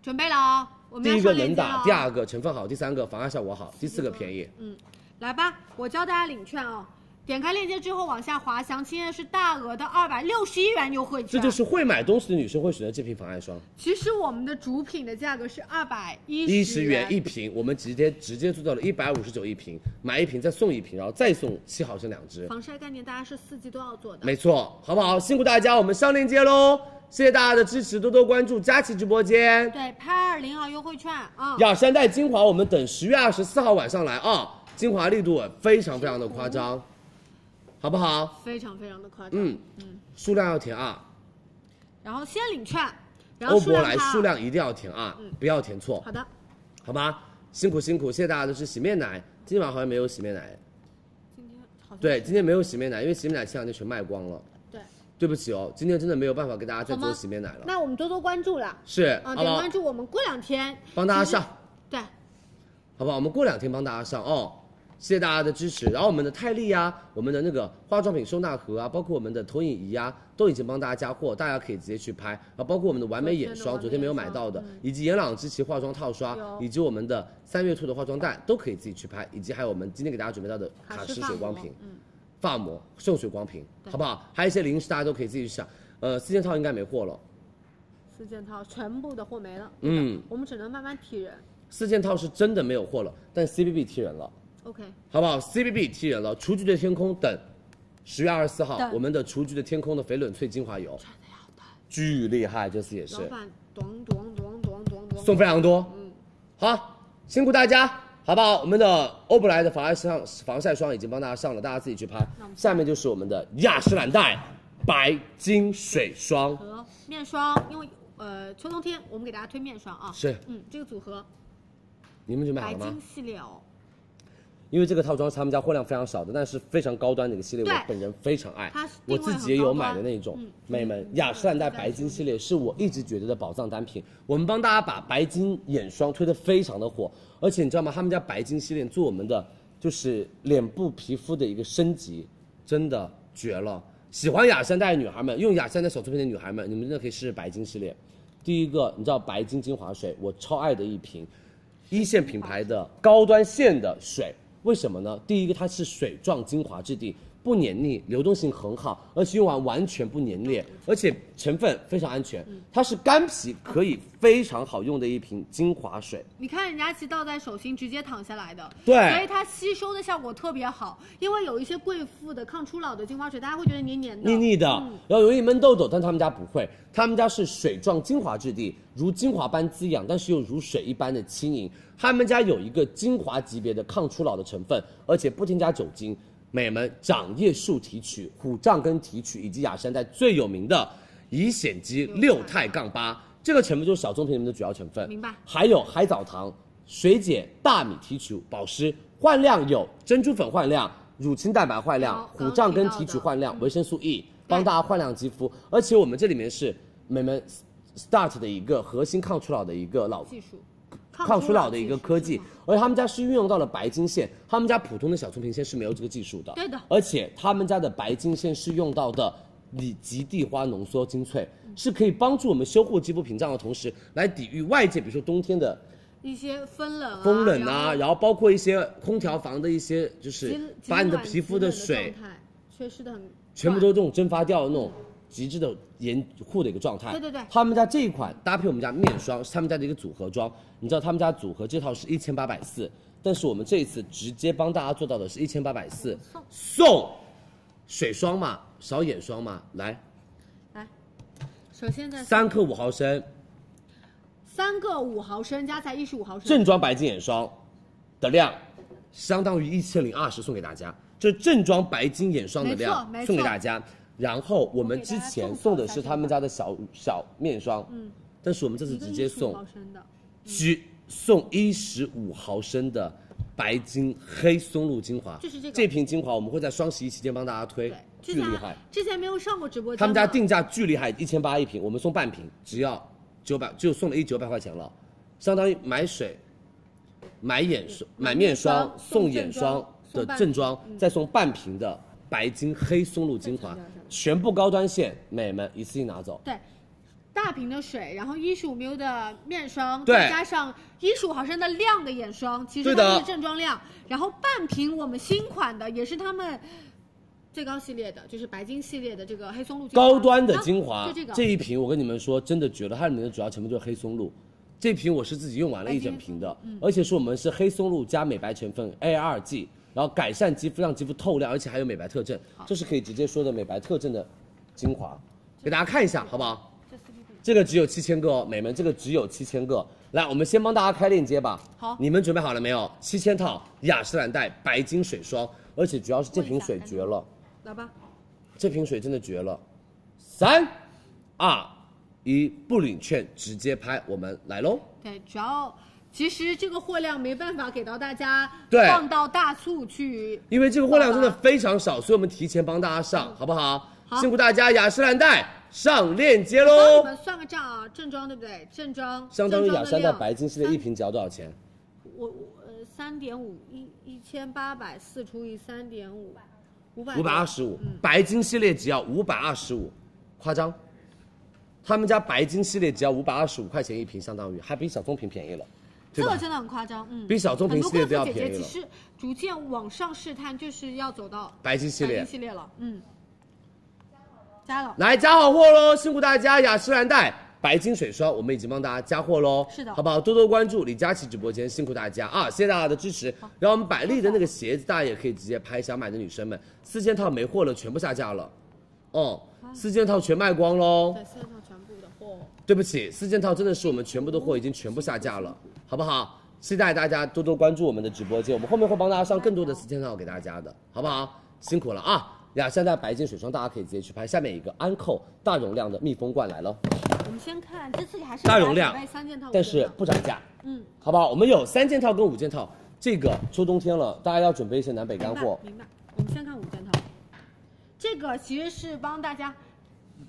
Speaker 4: 准备了哦，我们
Speaker 1: 第
Speaker 4: 要
Speaker 1: 一个
Speaker 4: 上链
Speaker 1: 能
Speaker 4: 接了哦
Speaker 1: 打，第二个成分好，第三个防晒效果好，第四个便宜。
Speaker 4: 嗯，来吧，我教大家领券哦。点开链接之后往下滑，详情页是大额的二百六十一元优惠券。
Speaker 1: 这就是会买东西的女生会选择这瓶防晒霜，
Speaker 4: 其实我们的主品的价格是二百
Speaker 1: 一
Speaker 4: 一
Speaker 1: 十元
Speaker 4: 元
Speaker 1: 一瓶，我们直接直接做到了一百五十九一瓶，买一瓶再送一瓶，然后再送七毫升两支，
Speaker 4: 防晒概念，大家是四季都要做的。
Speaker 1: 没错，好不好？辛苦大家，我们上链接喽，谢谢大家的支持，多多关注佳琦直播间。
Speaker 4: 对，啊拍二领好优惠券啊！
Speaker 1: 雅诗兰黛精华，我们等十月二十四号晚上来啊，精华力度非常非常的夸张，好不好？
Speaker 4: 非常非常的夸张。
Speaker 1: 嗯，数量要填啊，
Speaker 4: 然后先领
Speaker 1: 哦
Speaker 4: 券，然后
Speaker 1: 欧
Speaker 4: 数
Speaker 1: 珀
Speaker 4: 量
Speaker 1: 莱
Speaker 4: 它
Speaker 1: 数量一定要填啊，不要填错
Speaker 4: 好，的，
Speaker 1: 好吗？辛苦辛苦，谢谢大家的支持。洗面奶今晚好像没有洗面奶，
Speaker 4: 今天好像
Speaker 1: 对，今天没有洗面奶，因为洗面奶前两天全卖光了。
Speaker 4: 对，
Speaker 1: 对不起哦，今天真的没有办法给大家再
Speaker 4: 好
Speaker 1: 做
Speaker 4: 吗
Speaker 1: 洗面奶了，
Speaker 4: 那我们多多关注啦，
Speaker 1: 是，
Speaker 4: 啊，
Speaker 1: 好
Speaker 4: 点
Speaker 1: 不好
Speaker 4: 关？注我们，过两天
Speaker 1: 帮大家
Speaker 4: 其实
Speaker 1: 上，
Speaker 4: 对，
Speaker 1: 好不好？我们过两天帮大家上哦，谢谢大家的支持。然后我们的泰利啊，我们的那个化妆品收纳盒啊，包括我们的投影仪啊，都已经帮大家加货，大家可以直接去拍。啊，包括我们的完美眼霜，
Speaker 4: 昨
Speaker 1: 昨天
Speaker 4: 天的完美
Speaker 1: 没有买
Speaker 4: 眼霜嗯
Speaker 1: 到的，以及妍朗之奇化妆套刷，以及我们的三月兔的化妆蛋，都可以自己去拍，以及还有我们今天给大家准备到的卡诗水光
Speaker 4: 嗯
Speaker 1: 瓶、发膜、圣水光瓶，好不好？还有一些零食，大家都可以自己去想。呃，四件套应该没货了，
Speaker 4: 四件套全部的货没了，
Speaker 1: 嗯，
Speaker 4: 我们只能慢慢提人。
Speaker 1: 四件套是真的没有货了，但 CBB 踢人了。
Speaker 4: OK，
Speaker 1: 好不好？CBB 踢人了，《雏菊的天空》等，十月二十四号，我们的《雏菊的天空》的翡冷翠精华油，巨厉害，这次也是
Speaker 4: 老板，嗯咚咚咚咚咚咚，
Speaker 1: 送非常多，好，辛苦大家，好不好？我们的欧珀莱的防晒霜防晒霜已经帮大家上了，大家自己去拍。下面就是我们的雅诗兰黛白金水霜，
Speaker 4: 和面霜，因为呃秋冬天我们给大家推面霜啊，
Speaker 1: 是
Speaker 4: 嗯，这个组合
Speaker 1: 你们去买
Speaker 4: 白
Speaker 1: 了吗
Speaker 4: 金？系列哦，
Speaker 1: 因为这个套装是他们家货量非常少的，但是非常高端的一个系列，
Speaker 4: 对
Speaker 1: 我本人非常爱
Speaker 4: 它是，
Speaker 1: 我
Speaker 4: 定
Speaker 1: 自
Speaker 4: 位很
Speaker 1: 己也有
Speaker 4: 高端
Speaker 1: 买的那种
Speaker 4: 嗯。
Speaker 1: 妹们，雅诗兰黛白金系列是我一直觉得的宝藏单品。我们帮大家把白金眼霜推得非常的火，而且你知道吗？他们家白金系列做我们的就是脸部皮肤的一个升级，真的绝了！喜欢雅诗兰黛的女孩们，用雅诗兰黛小棕瓶的女孩们，你们真的可以试试白金系列。第一个，你知道白金精华水，我超爱的一瓶，一线品牌的高端线的水，为什么呢？第一个，它是水状精华质地，不黏腻，流动性很好，而且用完完全不粘裂，而且成分非常安全。它是干皮可以非常好用的一瓶精华水，
Speaker 4: 你看人家其实倒在手心直接躺下来的，
Speaker 1: 对
Speaker 4: 所以它吸收的效果特别好。因为有一些贵妇的抗初老的精华水，大家会觉得黏黏的，嗯
Speaker 1: 腻腻的，然后容易闷痘痘，但他们家不会，他们家是水状精华质地，如精华般滋养，但是又如水一般的轻盈。他们家有一个精华级别的抗初老的成分，而且不添加酒精。美们，掌叶树提取、虎杖根提取以及雅诗兰黛最有名的乙酰基六肽杠八，这个成分就是小棕瓶里面的主要成分。
Speaker 4: 明白
Speaker 1: 还有海藻糖、水解、大米提取、保湿，焕亮有珍珠粉焕亮、乳清蛋白焕亮
Speaker 4: 好、刚
Speaker 1: 虎
Speaker 4: 刚
Speaker 1: 杖根
Speaker 4: 提到
Speaker 1: 提取
Speaker 4: 的嗯
Speaker 1: 焕亮、维生素 E，帮大家焕亮肌肤。而且我们这里面是美们 Start 的一个核心抗初老的一个老
Speaker 4: 技术，
Speaker 1: 抗初老的一个科技
Speaker 4: 技术，嗯
Speaker 1: 而且他们家是运用到了白金线，他们家普通的小棕瓶线是没有这个技术的。
Speaker 4: 对的
Speaker 1: 而且他们家的白金线是用到的里极地花浓缩精粹，是可以帮助我们修护肌肤屏障的同时，来抵御外界，比如说冬天的
Speaker 4: 一些风冷啊，
Speaker 1: 风冷啊，
Speaker 4: 然后
Speaker 1: 然后包括一些空调房的一些，就是
Speaker 4: 极
Speaker 1: 把你的
Speaker 4: 极暖
Speaker 1: 皮肤的
Speaker 4: 极冷
Speaker 1: 水
Speaker 4: 状态缺失的很，
Speaker 1: 全部都是这种蒸发掉的那种极致的延护的一个状态。
Speaker 4: 对对对
Speaker 1: 他们家这一款搭配我们家面霜是他们家的一个组合装，你知道他们家组合这套是一千八百四，但是我们这一次直接帮大家做到的是一千八百四送水霜嘛，少眼霜嘛，来
Speaker 4: 首先在
Speaker 1: 三克五毫升
Speaker 4: 三个五毫升加起来一十五毫升，
Speaker 1: 正装白金眼霜的量，相当于一千零二十送给大家，这正装白金眼霜的量
Speaker 4: 没错没错
Speaker 1: 送给大家。然后我们之前送的是他们家的小小面霜，嗯，但是我们这次
Speaker 4: 一个
Speaker 1: 直接
Speaker 4: 15
Speaker 1: 送
Speaker 4: 毫升的，
Speaker 1: 只送一十五毫升的白金黑松露精华，
Speaker 4: 就是这个
Speaker 1: 瓶精华，我们会在双十一期间帮大家推
Speaker 4: 对，，之
Speaker 1: 巨
Speaker 4: 前
Speaker 1: 厉害。
Speaker 4: 之前没有上过直播间的，
Speaker 1: 他们家定价巨厉害，一千八一瓶，我们送半瓶，只要九百，就送了一九百块钱了，相当于买水、买眼霜、买面霜
Speaker 4: 面霜
Speaker 1: 送
Speaker 4: 送
Speaker 1: 眼
Speaker 4: 正
Speaker 1: 霜的
Speaker 4: 装送半嗯
Speaker 1: 正装，再送半瓶的白金黑松露精华，全部高端线，美们一次性拿走。
Speaker 4: 对。大瓶的水，然后一十五 ml 的面霜，
Speaker 1: 对
Speaker 4: 再加上一十五毫升的量的眼霜，其实
Speaker 1: 对的
Speaker 4: 它们是正装量。然后半瓶我们新款的，也是他们最高系列的，就是白金系列的这个黑松露精华
Speaker 1: 高端的精华，
Speaker 4: 啊就这个，
Speaker 1: 一瓶我跟你们说，真的绝了，它里面的主要成分就是黑松露。这瓶我是自己用完了一整瓶的，
Speaker 4: 嗯
Speaker 1: 而且是我们是黑松露加美白成分 A 二 G，然后改善肌肤，让肌肤透亮，而且还有美白特征，这是可以直接说的美白特征的精华，给大家看一下好不好？这个只有七千个哦，美们，这个只有七千个。来，我们先帮大家开链接吧。
Speaker 4: 好
Speaker 1: 你们准备好了没有？七千套雅诗兰黛白金水霜，而且主要是这瓶水绝了。
Speaker 4: 来吧，
Speaker 1: 这瓶水真的绝了，三、二、一，不领券直接拍，我们来喽！
Speaker 4: 对，主要其实这个货量没办法给到大家，
Speaker 1: 对
Speaker 4: 放到大促去。
Speaker 1: 因为这个货量真的非常少，所以我们提前帮大家
Speaker 4: 嗯
Speaker 1: 上，好不好？辛苦大家，雅诗兰黛上链接
Speaker 4: 帮你
Speaker 1: 喽！
Speaker 4: 们算个账啊，正装对不对？正装
Speaker 1: 哦相当于雅诗兰黛
Speaker 4: 正装的量
Speaker 1: 白金系列一瓶只要多少钱？
Speaker 4: 我我呃三点五一一千八百四除以三点五，五百嗯
Speaker 1: 五百二
Speaker 4: 十。
Speaker 1: 十五，白金系列只要五百二十五，夸张。他们家白金系列只要五百二十五块钱一瓶，相当于还比小棕瓶便宜了，对
Speaker 4: 这
Speaker 1: 吧
Speaker 4: 个？真的很夸张，嗯，
Speaker 1: 比小棕瓶系列都要便宜了
Speaker 4: 很多贵妇姐姐其实逐渐往上试探，就是要走到
Speaker 1: 白金系列
Speaker 4: 白金系列了，嗯，加了，
Speaker 1: 来加好货喽！辛苦大家，雅诗兰黛白金水霜我们已经帮大家加货喽，
Speaker 4: 是的
Speaker 1: 好不好？多多关注李佳琦直播间，辛苦大家啊！谢谢大家的支持。然后我们百丽的那个鞋子，大家也可以直接拍，想买的女生们，四件套没货了，全部下架了，哦、四件套全卖光喽。
Speaker 4: 对，现在全部的货，
Speaker 1: 对不起，四件套真的是我们全部的货已经全部下架了，好不好？期待大家多多关注我们的直播间，我们后面会帮大家上更多的四件套给大家的，好不好？辛苦了啊！雅诗兰黛白金水霜大家可以直接去拍。下面一个安扣大容量的密封罐来了，
Speaker 4: 我们先看这次还是
Speaker 1: 大容量
Speaker 4: 准备三件套，
Speaker 1: 但是不涨价，
Speaker 4: 嗯，
Speaker 1: 好不好？我们有三件套跟五件套，这个秋冬天了，大家要准备一些南北干
Speaker 4: 明白
Speaker 1: 货，
Speaker 4: 明白，我们先看五件套，这个其实是帮大家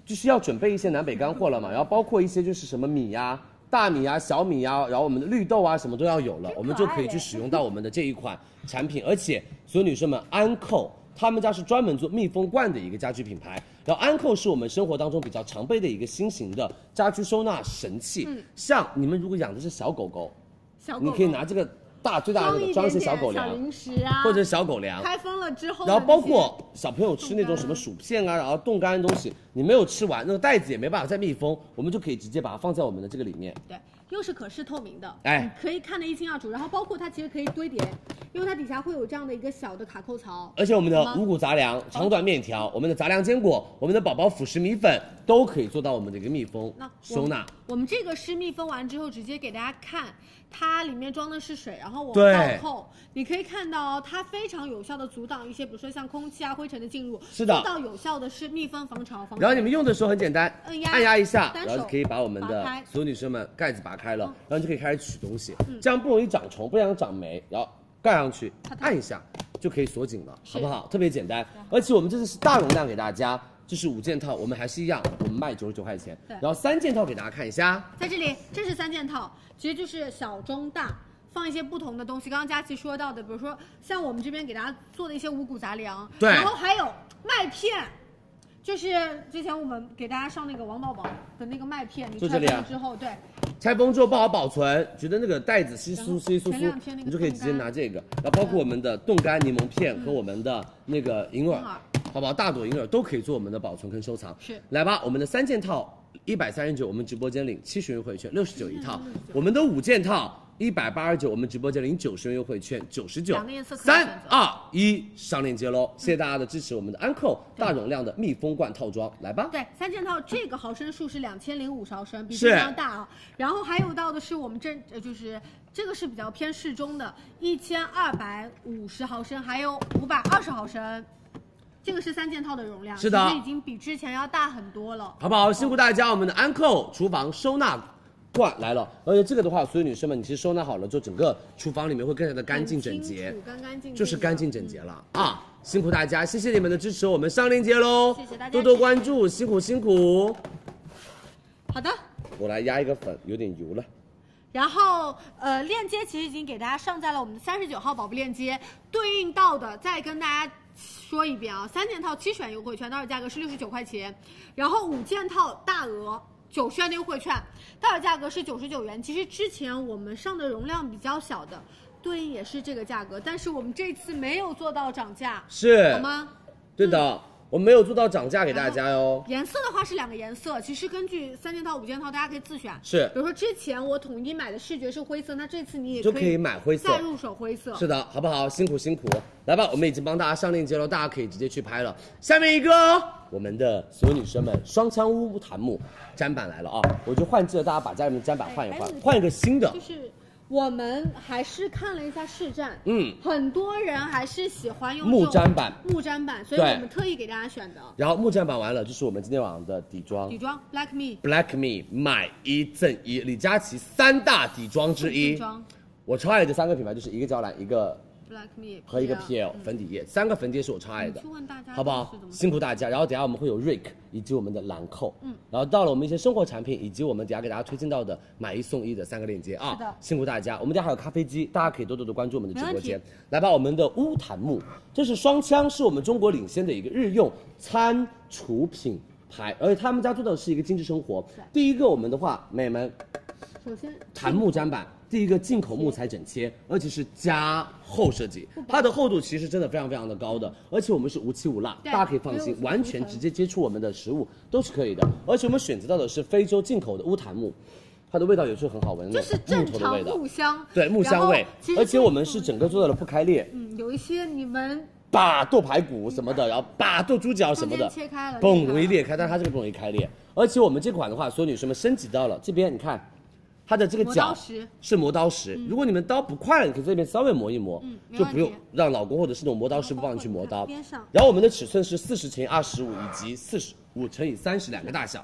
Speaker 1: 就是要准备一些南北干货了嘛，然后包括一些就是什么米呀、大米呀、小米呀、然后我们的绿豆啊，什么都要有了，我们就可以去使用到我们的这一款产品。而且，所有女生们，安扣他们家是专门做密封罐的一个家居品牌，然后安扣是我们生活当中比较常备的一个新型的家居收纳神器。像你们如果养的是小狗狗，
Speaker 4: 小狗
Speaker 1: 你
Speaker 4: 狗
Speaker 1: 可以拿这个大最大的那个装一些小狗粮
Speaker 4: 小零食啊，
Speaker 1: 或者小狗粮，
Speaker 4: 开封了之后的
Speaker 1: 然
Speaker 4: 那些，
Speaker 1: 后包括小朋友吃那种什么薯片啊，然后冻干的东西，你没有吃完，那个袋子也没办法再密封，我们就可以直接把它放在我们的这个里面。
Speaker 4: 对，又是可视透明的，
Speaker 1: 哎
Speaker 4: 你可以看得一清二楚。然后包括它其实可以堆叠，因为它底下会有这样的一个小的卡扣槽。
Speaker 1: 而且我们
Speaker 4: 好
Speaker 1: 的
Speaker 4: 吗
Speaker 1: 五谷杂粮、长短面条、我们的杂粮坚果、我们的宝宝辅食米粉都可以做到我们的一个密封
Speaker 4: 那我们
Speaker 1: 收纳。
Speaker 4: 我们这个是密封完之后，直接给大家看，它里面装的是水，然后我
Speaker 1: 对
Speaker 4: 倒扣，你可以看到它非常有效的阻挡一些，比如说像空气啊、灰尘的进入，
Speaker 1: 是的
Speaker 4: 做到有效的是密封防潮防。
Speaker 1: 然后你们用的时候很简单，
Speaker 4: 按压
Speaker 1: 按压一下，
Speaker 4: 单手
Speaker 1: 然后就可以把我们
Speaker 4: 拔
Speaker 1: 的
Speaker 4: 开嗯
Speaker 1: 所有女生们盖子拔开了，然后就可以开始取东西，这样不容易长虫，不想长霉，然后盖上去，按一下就可以锁紧了，好不好？特别简单，而且我们这次是大容量给大家。这是五件套，我们还是一样，我们卖九十九块钱。
Speaker 4: 对
Speaker 1: 然后三件套给大家看一下，
Speaker 4: 在这里，这是三件套，其实就是小中大。放一些不同的东西，刚刚佳琪说到的，比如说像我们这边给大家做的一些五谷杂粮，
Speaker 1: 对
Speaker 4: 然后还有麦片，就是之前我们给大家上那个王宝宝的那个麦片，你
Speaker 1: 就
Speaker 4: 拆
Speaker 1: 这里啊
Speaker 4: 开之后，对，
Speaker 1: 拆封之后不好保存，觉得那个袋子稀疏稀疏
Speaker 4: 前
Speaker 1: 疏
Speaker 4: 两天那，个
Speaker 1: 你就可以直接拿这个。然后包括我们的冻干柠檬片和我们的那个银耳
Speaker 4: 银耳，
Speaker 1: 好不好？大朵银耳都可以做我们的保存跟收藏。
Speaker 4: 是
Speaker 1: 来吧，我们的三件套一百三十九，我们直播间领七十元优惠券，六十九一套。我们的五件套一百八十九，我们直播间领九十元优惠券，九十九
Speaker 4: 两个颜色。可以选
Speaker 1: 三
Speaker 4: 择
Speaker 1: 二一，上链接喽！谢谢大家的支持，我们的安扣大容量的密封罐套装，来吧。
Speaker 4: 对，三件套这个毫升数是两千零五毫升，比
Speaker 1: 是
Speaker 4: 冰箱大啊。然后还有到的是我们这呃就是这个是比较偏适中的，一千二百五十毫升，还有五百二十毫升。这个是三件套的容量，
Speaker 1: 是的
Speaker 4: 其实已经比之前要大很多了。
Speaker 1: 好不好？辛苦大家，我们的安扣厨房收纳罐来了，而且这个的话，所有女生们，你其实收纳好了之后，整个厨房里面会更加的干净整洁
Speaker 4: 很清，楚干干净净的
Speaker 1: 就是干净整洁了、啊！辛苦大家，谢谢你们的支持，我们上链接喽，
Speaker 4: 谢谢大家
Speaker 1: 多多关注，辛苦辛苦。
Speaker 4: 好的，
Speaker 1: 我来压一个粉，有点油了。
Speaker 4: 然后呃，链接其实已经给大家上在了我们的三十九号宝贝链接，对应到的再跟大家说一遍啊，三件套七十元优惠券，到手价格是六十九块钱，然后五件套大额。九十元的优惠券，到手价格是九十九元。其实之前我们上的容量比较小的，对应也是这个价格，但是我们这次没有做到涨价，
Speaker 1: 是
Speaker 4: 好吗？
Speaker 1: 对的，我没有做到涨价给大家哟。
Speaker 4: 颜色的话是两个颜色，其实根据三件套、五件套，大家可以自选。
Speaker 1: 是
Speaker 4: 比如说之前我统一买的视觉是灰色，那这次你也
Speaker 1: 就可以买灰色
Speaker 4: 再入手灰色。
Speaker 1: 是的，好不好？辛苦辛苦，来吧，我们已经帮大家上链接了，大家可以直接去拍了。下面一个哦，我们的所有女生们，双枪乌檀木砧板来了啊！我就换季了，大家把家里面的砧板换一换
Speaker 4: 哎哎，
Speaker 1: 换一个新的
Speaker 4: 就。是我们还是看了一下市占，
Speaker 1: 嗯，
Speaker 4: 很多人还是喜欢用
Speaker 1: 木
Speaker 4: 这种
Speaker 1: 砧板
Speaker 4: 木砧板，所以我
Speaker 1: 对
Speaker 4: 们特意给大家选的
Speaker 1: 然后木砧板完了，就是我们今天晚上的底妆
Speaker 4: 底妆 Black Me
Speaker 1: ，Black Me 买一赠一，李佳琦三大底妆之
Speaker 4: 底
Speaker 1: 一。
Speaker 4: 妆
Speaker 1: 我超爱的三个品牌就是一个娇兰，一个
Speaker 4: Black Me
Speaker 1: 和一个
Speaker 4: P
Speaker 1: PL 粉底液，三个粉底液是我超爱的
Speaker 4: 去。问大家
Speaker 1: 好不好
Speaker 4: 是怎？么
Speaker 1: 辛苦大家。然后等下我们会有 Rick 以及我们的兰蔻，嗯，然后到了我们一些生活产品以及我们等下给大家推荐到的买一送一的三个链接啊，
Speaker 8: 是的
Speaker 1: 辛苦大家。我们等下还有咖啡机，大家可以多多的关注我们的直播
Speaker 4: 没
Speaker 1: 间
Speaker 4: 问。
Speaker 1: 来吧，我们的乌檀木，这是双枪，是我们中国领先的一个日用餐厨品牌，而且他们家做的是一个精致生活。第一个，我们的话，美们
Speaker 4: 首先
Speaker 1: 檀木砧板，第一个进口木材整切，而且是加厚设计，它的厚度其实真的非常非常的高的，而且我们是无漆无蜡，大
Speaker 4: 对
Speaker 1: 家可以放心
Speaker 4: 没，有
Speaker 1: 完全直接接触我们的食物都是可以的，
Speaker 4: 嗯
Speaker 1: 而且我们选择到的是非洲进口的乌檀木，它的味道也是很好闻的，
Speaker 4: 就是
Speaker 1: 木
Speaker 4: 正
Speaker 1: 头的
Speaker 4: 常
Speaker 1: 味道
Speaker 4: 木，香，
Speaker 1: 对木香味
Speaker 4: 然后其，实
Speaker 1: 而且我们是整个做到了不开裂，
Speaker 4: 嗯有一些你们
Speaker 1: 把剁排骨什么的，然后把剁猪脚什么的，
Speaker 4: 中间切开了
Speaker 1: 嘣容易裂开，但是它这个不容易开裂。而且我们这款的话，所有女生们升级到了这边，你看。它的这个
Speaker 4: 磨
Speaker 1: 角
Speaker 4: 刀石嗯
Speaker 1: 是磨刀石，如果你们刀不快了，你可以这边稍微磨一磨，
Speaker 4: 没
Speaker 1: 就
Speaker 4: 问
Speaker 1: 不用
Speaker 4: 题
Speaker 1: 让老公或者是那种磨刀师傅帮你去磨刀。
Speaker 4: 边上
Speaker 1: 然后我们的尺寸是四十乘以二十五以及四十五乘以三十两个大小，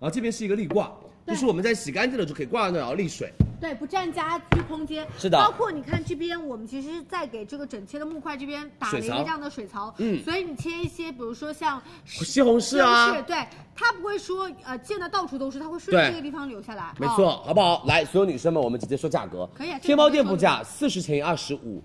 Speaker 1: 然后这边是一个立挂，就是我们在洗干净了就可以挂在那儿，然后沥水。
Speaker 4: 对不占家居空间，
Speaker 1: 是的
Speaker 4: 包括你看这边，我们其实在给这个整切的木块这边打了一
Speaker 1: 水
Speaker 4: 个
Speaker 1: 槽
Speaker 4: 这样的水槽，嗯，所以你切一些，比如说像
Speaker 1: 西红柿啊
Speaker 4: 西红柿对，它不会说呃溅的到处都是，它会顺着
Speaker 1: 对
Speaker 4: 这个地方流下来，
Speaker 1: 没
Speaker 4: 哦
Speaker 1: 错，好不好？来，所有女生们，我们直接说价格。
Speaker 4: 可以啊这个
Speaker 1: 天猫店铺价四十乘以二十五，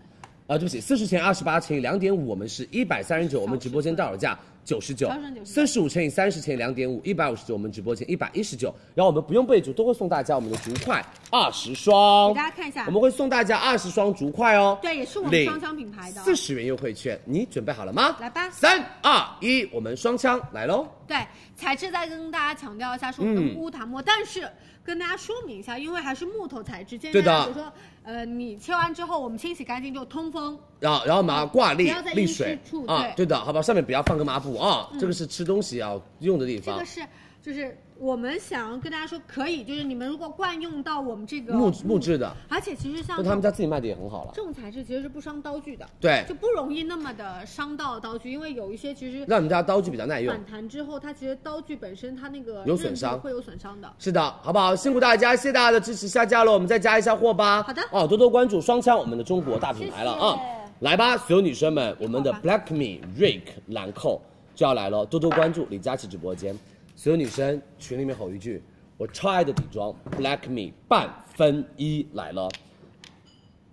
Speaker 1: 啊，对不起，四十乘以二十八乘以两点五，我们是一百三十九，我们直播间到手价。九十九，四十五乘以三十乘以两点五，一百五十九，我们直播间一百一十九。然后我们不用备注，都会送大家我们的竹筷二十双，
Speaker 4: 给大家看一下
Speaker 1: 我们会送大家二十双竹筷哦。
Speaker 4: 对也是我们双枪品牌的哦
Speaker 1: 四十元优惠券，你准备好了吗？
Speaker 4: 来吧
Speaker 1: 三二一，我们双枪来喽！
Speaker 4: 对，材质再跟大家强调一下，是我
Speaker 1: 嗯
Speaker 4: 们的乌檀木，但是跟大家说明一下，因为还是木头材质，建
Speaker 1: 对
Speaker 4: 议
Speaker 1: 的
Speaker 4: 大家比如说，呃，你切完之后，我们清洗干净之后通风，
Speaker 1: 然后然后马上挂
Speaker 4: 不
Speaker 1: 历
Speaker 4: 要在
Speaker 1: 沥
Speaker 4: 阴
Speaker 1: 水
Speaker 4: 湿处
Speaker 1: 啊
Speaker 4: 对，嗯
Speaker 1: 对的，好吧，上面不要放个抹布啊，这个是吃东西要用的地
Speaker 4: 这
Speaker 1: 方
Speaker 4: 个。是就是我们想要跟大家说，可以，就是你们如果惯用到我们这个
Speaker 1: 木木，质的，
Speaker 4: 而且其实像
Speaker 1: 那他们家自己卖的也很好了
Speaker 4: 这，种材质其实是不伤刀具的，
Speaker 1: 对
Speaker 4: 就不容易那么的伤到刀具，因为有一些其实
Speaker 1: 让我们家刀具比较耐用
Speaker 4: 反。弹之后，它其实刀具本身它那个
Speaker 1: 有损
Speaker 4: 韧度
Speaker 1: 伤
Speaker 4: 会有损伤的。
Speaker 1: 是的，好不好？辛苦大家，谢谢大家的支持，下架了，我们再加一下货吧。
Speaker 4: 好的
Speaker 1: 哦，多多关注双枪，我们的中国大品牌了啊、来吧，所有女生们，我们的 Black Me Rick 兰蔻就要来了，多多关注李佳琦直播间。所有女生群里面吼一句，我超爱的底妆 Black Me 半分一来了，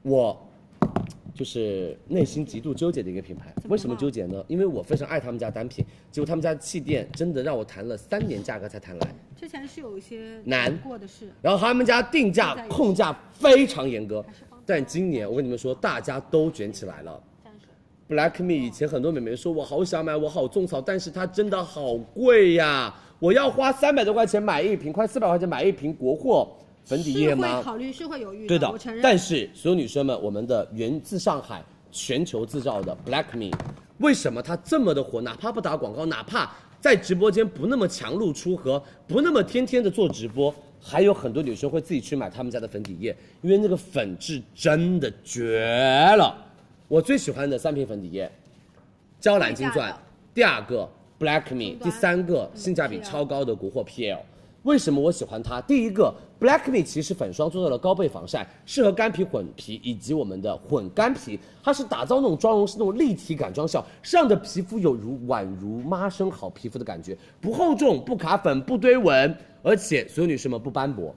Speaker 1: 我。就是内心极度纠结的一个品牌。为什么纠结呢？因为我非常爱他们家单品，结果他们家气垫真的让我谈了三年价格才谈来。
Speaker 4: 之前是有一些
Speaker 1: 难
Speaker 4: 过的事，
Speaker 1: 然后他们家定价控价非常严格，但今年我跟你们说，大家都卷起来了。Black Me 以前很多美眉说，我好想买，我好种草，但是它真的好贵呀！我要花三百多块钱买一瓶，快四百块钱买一瓶国货粉底液
Speaker 4: 是
Speaker 1: 吗？
Speaker 4: 会考虑，是会犹豫
Speaker 1: 对的
Speaker 4: 我承认。，
Speaker 1: 但是所有女生们，我们的源自上海、全球制造的 Black Me，为什么它这么的火？哪怕不打广告，哪怕在直播间不那么强露出和不那么天天的做直播，还有很多女生会自己去买他们家的粉底液，因为那个粉质真的绝了。我最喜欢的三瓶粉底液，娇兰金钻，第二个 Black Me，第三个性价比超高的国货 PL。为什么我喜欢它？第一个，Black Me 其实粉霜做到了高倍防晒，适合干皮、混皮以及我们的混干皮，它是打造那种妆容是那种立体感妆效，是让你的皮肤有如宛如妈生好皮肤的感觉，不厚重、不卡粉、不堆纹，而且所有女生们不斑驳。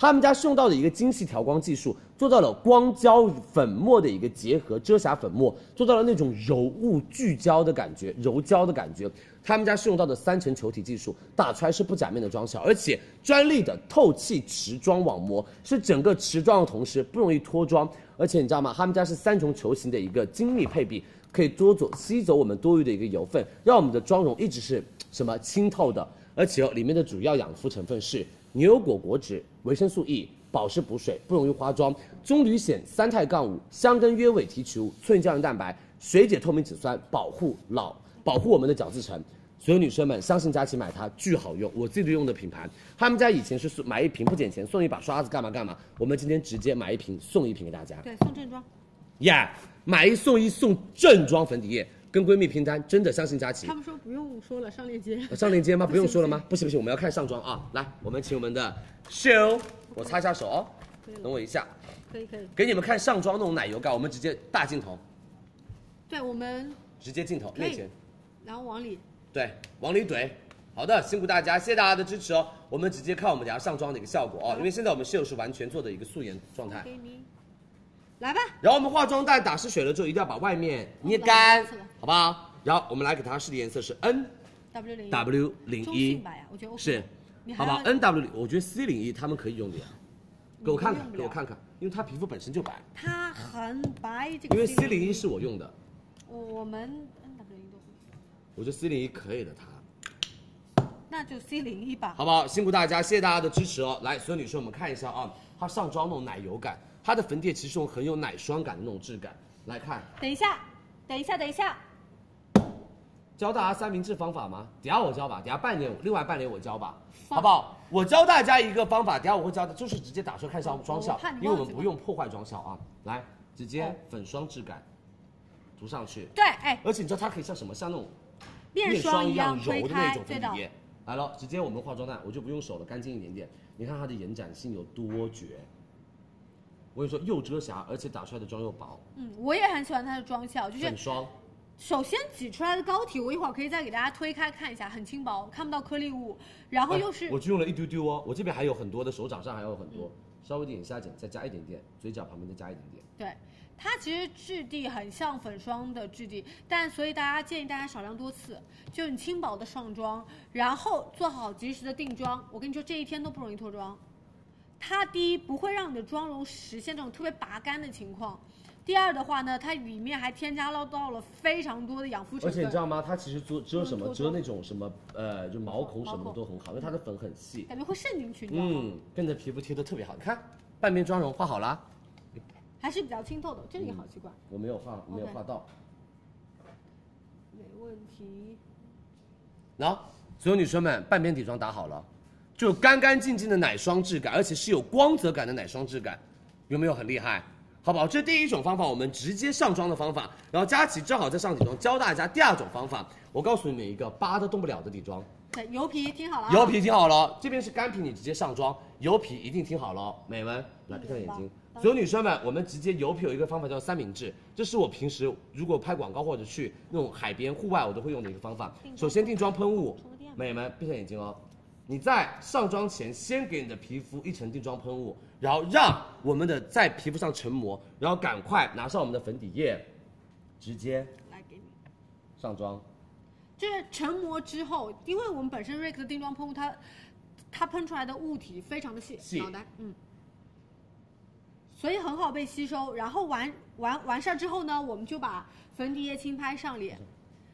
Speaker 1: 他们家是用到的一个精细调光技术，做到了光胶粉末的一个结合，遮瑕粉末做到了那种柔雾聚焦的感觉，柔焦的感觉。他们家是用到的三层球体技术，打出来是不假面的妆效，而且专利的透气持妆网膜是整个持妆的同时不容易脱妆，而且你知道吗？他们家是三重球形的一个精密配比，可以多走吸走我们多余的一个油分，让我们的妆容一直是什么清透的，而且哦里面的主要养肤成分是牛油果果脂、维生素 E。保湿补水，不容易花妆，棕榈酰三肽杠五、香根约尾提取物、促进胶原蛋白、水解透明质酸，保护老保护我们的角质层。所有女生们，相信佳琪买它巨好用，我自己都用的品牌。他们家以前是送买一瓶不减钱，送一把刷子，干嘛干嘛。我们今天直接买一瓶送一瓶给大家，
Speaker 6: 对，送正装，
Speaker 1: 呀、买一送一送正装粉底液，跟闺蜜拼单，真的相信佳琪
Speaker 4: 他。们说不用说了，上链接。
Speaker 1: 呃上链接吗？不用说了吗？不行不行，我们要看上妆啊！来，我们请我们的秀，我擦一下手哦，等我一下，
Speaker 4: 可以可以，
Speaker 1: 给你们看上妆那种奶油感，我们直接大镜头，
Speaker 4: 对我们，
Speaker 1: 直接镜头
Speaker 4: 可以
Speaker 1: 面前。
Speaker 4: 然后往里，
Speaker 1: 对，往里怼。好的，辛苦大家，谢谢大家的支持哦。我们直接看我们等下上妆的一个效果哦，因为现在我们室友是完全做的一个素颜状态。
Speaker 4: 给你，来吧，
Speaker 1: 然后我们化妆蛋打湿水了之后，一定要把外面捏干
Speaker 4: 好的，
Speaker 1: 好不好？然后我们来给它试的颜色是 N
Speaker 4: W 零
Speaker 1: W 零
Speaker 4: 中
Speaker 1: 一
Speaker 4: 性，吧呀，我觉得 OK
Speaker 1: 是，
Speaker 4: 你还
Speaker 1: 好不好
Speaker 4: 要
Speaker 1: ？N W 零，我觉得 C 零一他们可以用的呀。给我看看，
Speaker 4: 用不
Speaker 1: 给我
Speaker 4: 了
Speaker 1: 看看，因为它皮肤本身就白，
Speaker 4: 它很白，这个
Speaker 1: 因为 C
Speaker 4: 这个
Speaker 1: 零一是我用的，
Speaker 4: 我我们 N W 零都会，
Speaker 1: 我觉得 C 零一可以的，它。
Speaker 4: 那就 C 零一吧。
Speaker 1: 好不好？辛苦大家，谢谢大家的支持哦。来，所有女生，我们看一下啊，它上妆那种奶油感，它的粉底液其实是那种很有奶霜感的那种质感。来看，
Speaker 4: 等一下，等一下，等一下，
Speaker 1: 教大家三明治方法吗？等下我教吧，等下半年我另外半年我教吧，好不好？我教大家一个方法，等下我会教的，就是直接打出来看上妆效
Speaker 4: 哦我怕你，忘记
Speaker 1: 因为我们不用破坏妆效啊。来，直接粉霜质感涂上去，
Speaker 4: 对，哎，
Speaker 1: 而且你知道它可以像什么？像那种
Speaker 4: 面
Speaker 1: 霜
Speaker 4: 霜
Speaker 1: 一
Speaker 4: 一样
Speaker 1: 柔
Speaker 4: 推
Speaker 1: 的那
Speaker 4: 开
Speaker 1: 种，
Speaker 4: 对
Speaker 1: 粉
Speaker 4: 的
Speaker 1: 底，液。来了，直接我们化妆蛋，我就不用手了，干净一点点。你看它的延展性有多绝，我跟你说，又遮瑕，而且打出来的妆又薄，
Speaker 4: 嗯，我也很喜欢它的妆效，就是
Speaker 1: 粉霜。
Speaker 4: 首先挤出来的膏体，我一会儿可以再给大家推开看一下，很轻薄，看不到颗粒物，然后啊又
Speaker 1: 哎
Speaker 4: 是
Speaker 1: 我就用了一丢丢哦，我这边还有很多的，手掌上还有很多，稍微点一下点，再加一点点，嘴角旁边再加一点点。
Speaker 4: 对，它其实质地很像粉霜的质地，但所以大家建议大家少量多次，就是你轻薄的上妆，然后做好及时的定妆。我跟你说，这一天都不容易脱妆。它第一不会让你的妆容实现这种特别拔干的情况，第二的话呢，它里面还添加了到了非常多的养肤成
Speaker 1: 而且
Speaker 4: 分。
Speaker 1: 你知道吗？它其实遮遮什么？
Speaker 4: 脱
Speaker 1: 遮
Speaker 4: 妆
Speaker 1: 那种什么呃，就毛孔什么
Speaker 4: 毛
Speaker 1: 的
Speaker 4: 孔
Speaker 1: 都很好，因为它的粉很细。
Speaker 4: 感觉会渗进去，你知道吗？
Speaker 1: 嗯，跟你的皮肤贴的特别好。你看，半边妆容画好啦，
Speaker 4: 还是比较清透的，这里好奇怪，
Speaker 1: 我没有画，没有
Speaker 4: OK
Speaker 1: 画到。
Speaker 4: 没问题。
Speaker 1: 然后，所有女生们，半边底妆打好了，就干干净净的奶霜质感，而且是有光泽感的奶霜质感，有没有很厉害？好不好？这第一种方法，我们直接上妆的方法。然后佳琪正好在上底妆，教大家第二种方法。我告诉你们一个疤都动不了的底妆，
Speaker 4: 对，油皮听好了、啊，
Speaker 1: 油皮听好了，这边是干皮，你直接上妆，油皮一定听好了哦，美们来闭上眼睛。所有女生们，我们直接油皮有一个方法叫三明治，这是我平时如果拍广告或者去那种海边户外我都会用的一个方法。首先定妆喷雾，美们闭上眼睛哦。你在上妆前先给你的皮肤一层定妆喷雾，然后让我们的在皮肤上成膜，然后赶快拿上我们的粉底液，直接
Speaker 4: 来给你。
Speaker 1: 上妆。
Speaker 4: 就是成膜之后，因为我们本身 Rick 的定妆喷雾它，它喷出来的雾体非常的细，
Speaker 1: 细
Speaker 4: 脑袋，嗯，所以很好被吸收。然后完完完事儿之后呢，我们就把粉底液轻拍上脸，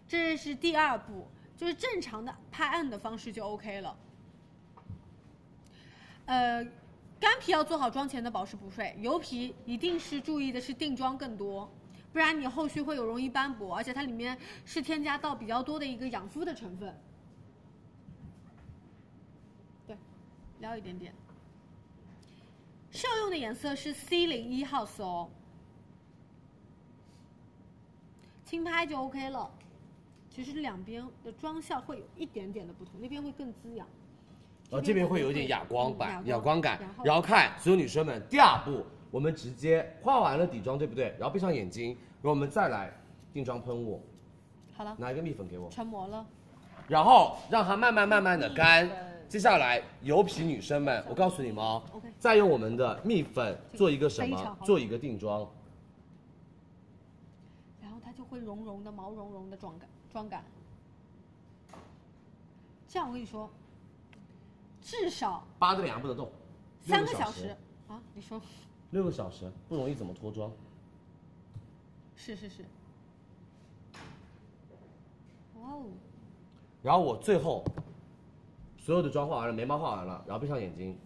Speaker 4: 这是第二步，就是正常的拍暗的方式就 OK 了。呃，干皮要做好妆前的保湿补水，油皮一定是注意的是定妆更多，不然你后续会有容易斑驳，而且它里面是添加到比较多的一个养肤的成分。对，撩一点点。试用的颜色是 C 零一 House 哦，轻拍就 OK 了。其实两边的妆效会有一点点的不同，那边会更滋养。
Speaker 1: 然后啊这边会有一点哑光
Speaker 4: 嗯
Speaker 1: 感、
Speaker 4: 哑
Speaker 1: 哑光感
Speaker 4: 然。后
Speaker 1: 然后看所有女生们，第二步我们直接画完了底妆，对不对？然后闭上眼睛，然后我们再来定妆喷雾，
Speaker 4: 好了，
Speaker 1: 拿一个蜜粉给我，
Speaker 4: 成膜了。
Speaker 1: 然后让它慢慢慢慢的干，接下来油皮女生们，我告诉你们哦，再用我们的蜜粉做一个什
Speaker 4: 非常
Speaker 1: 么？
Speaker 4: 好
Speaker 1: 做一个定妆。
Speaker 4: 然后它就会绒绒的、毛茸茸的妆感妆感。这样我跟你说，至少
Speaker 1: 扒着脸不能动，
Speaker 4: 三
Speaker 1: 六
Speaker 4: 个
Speaker 1: 个
Speaker 4: 小
Speaker 1: 时
Speaker 4: 时，啊！你说
Speaker 1: 六个小时不容易怎么脱妆？
Speaker 4: 是是是。哇哦，
Speaker 1: 然后我最后所有的妆画完了，眉毛画完了，然后闭上眼睛，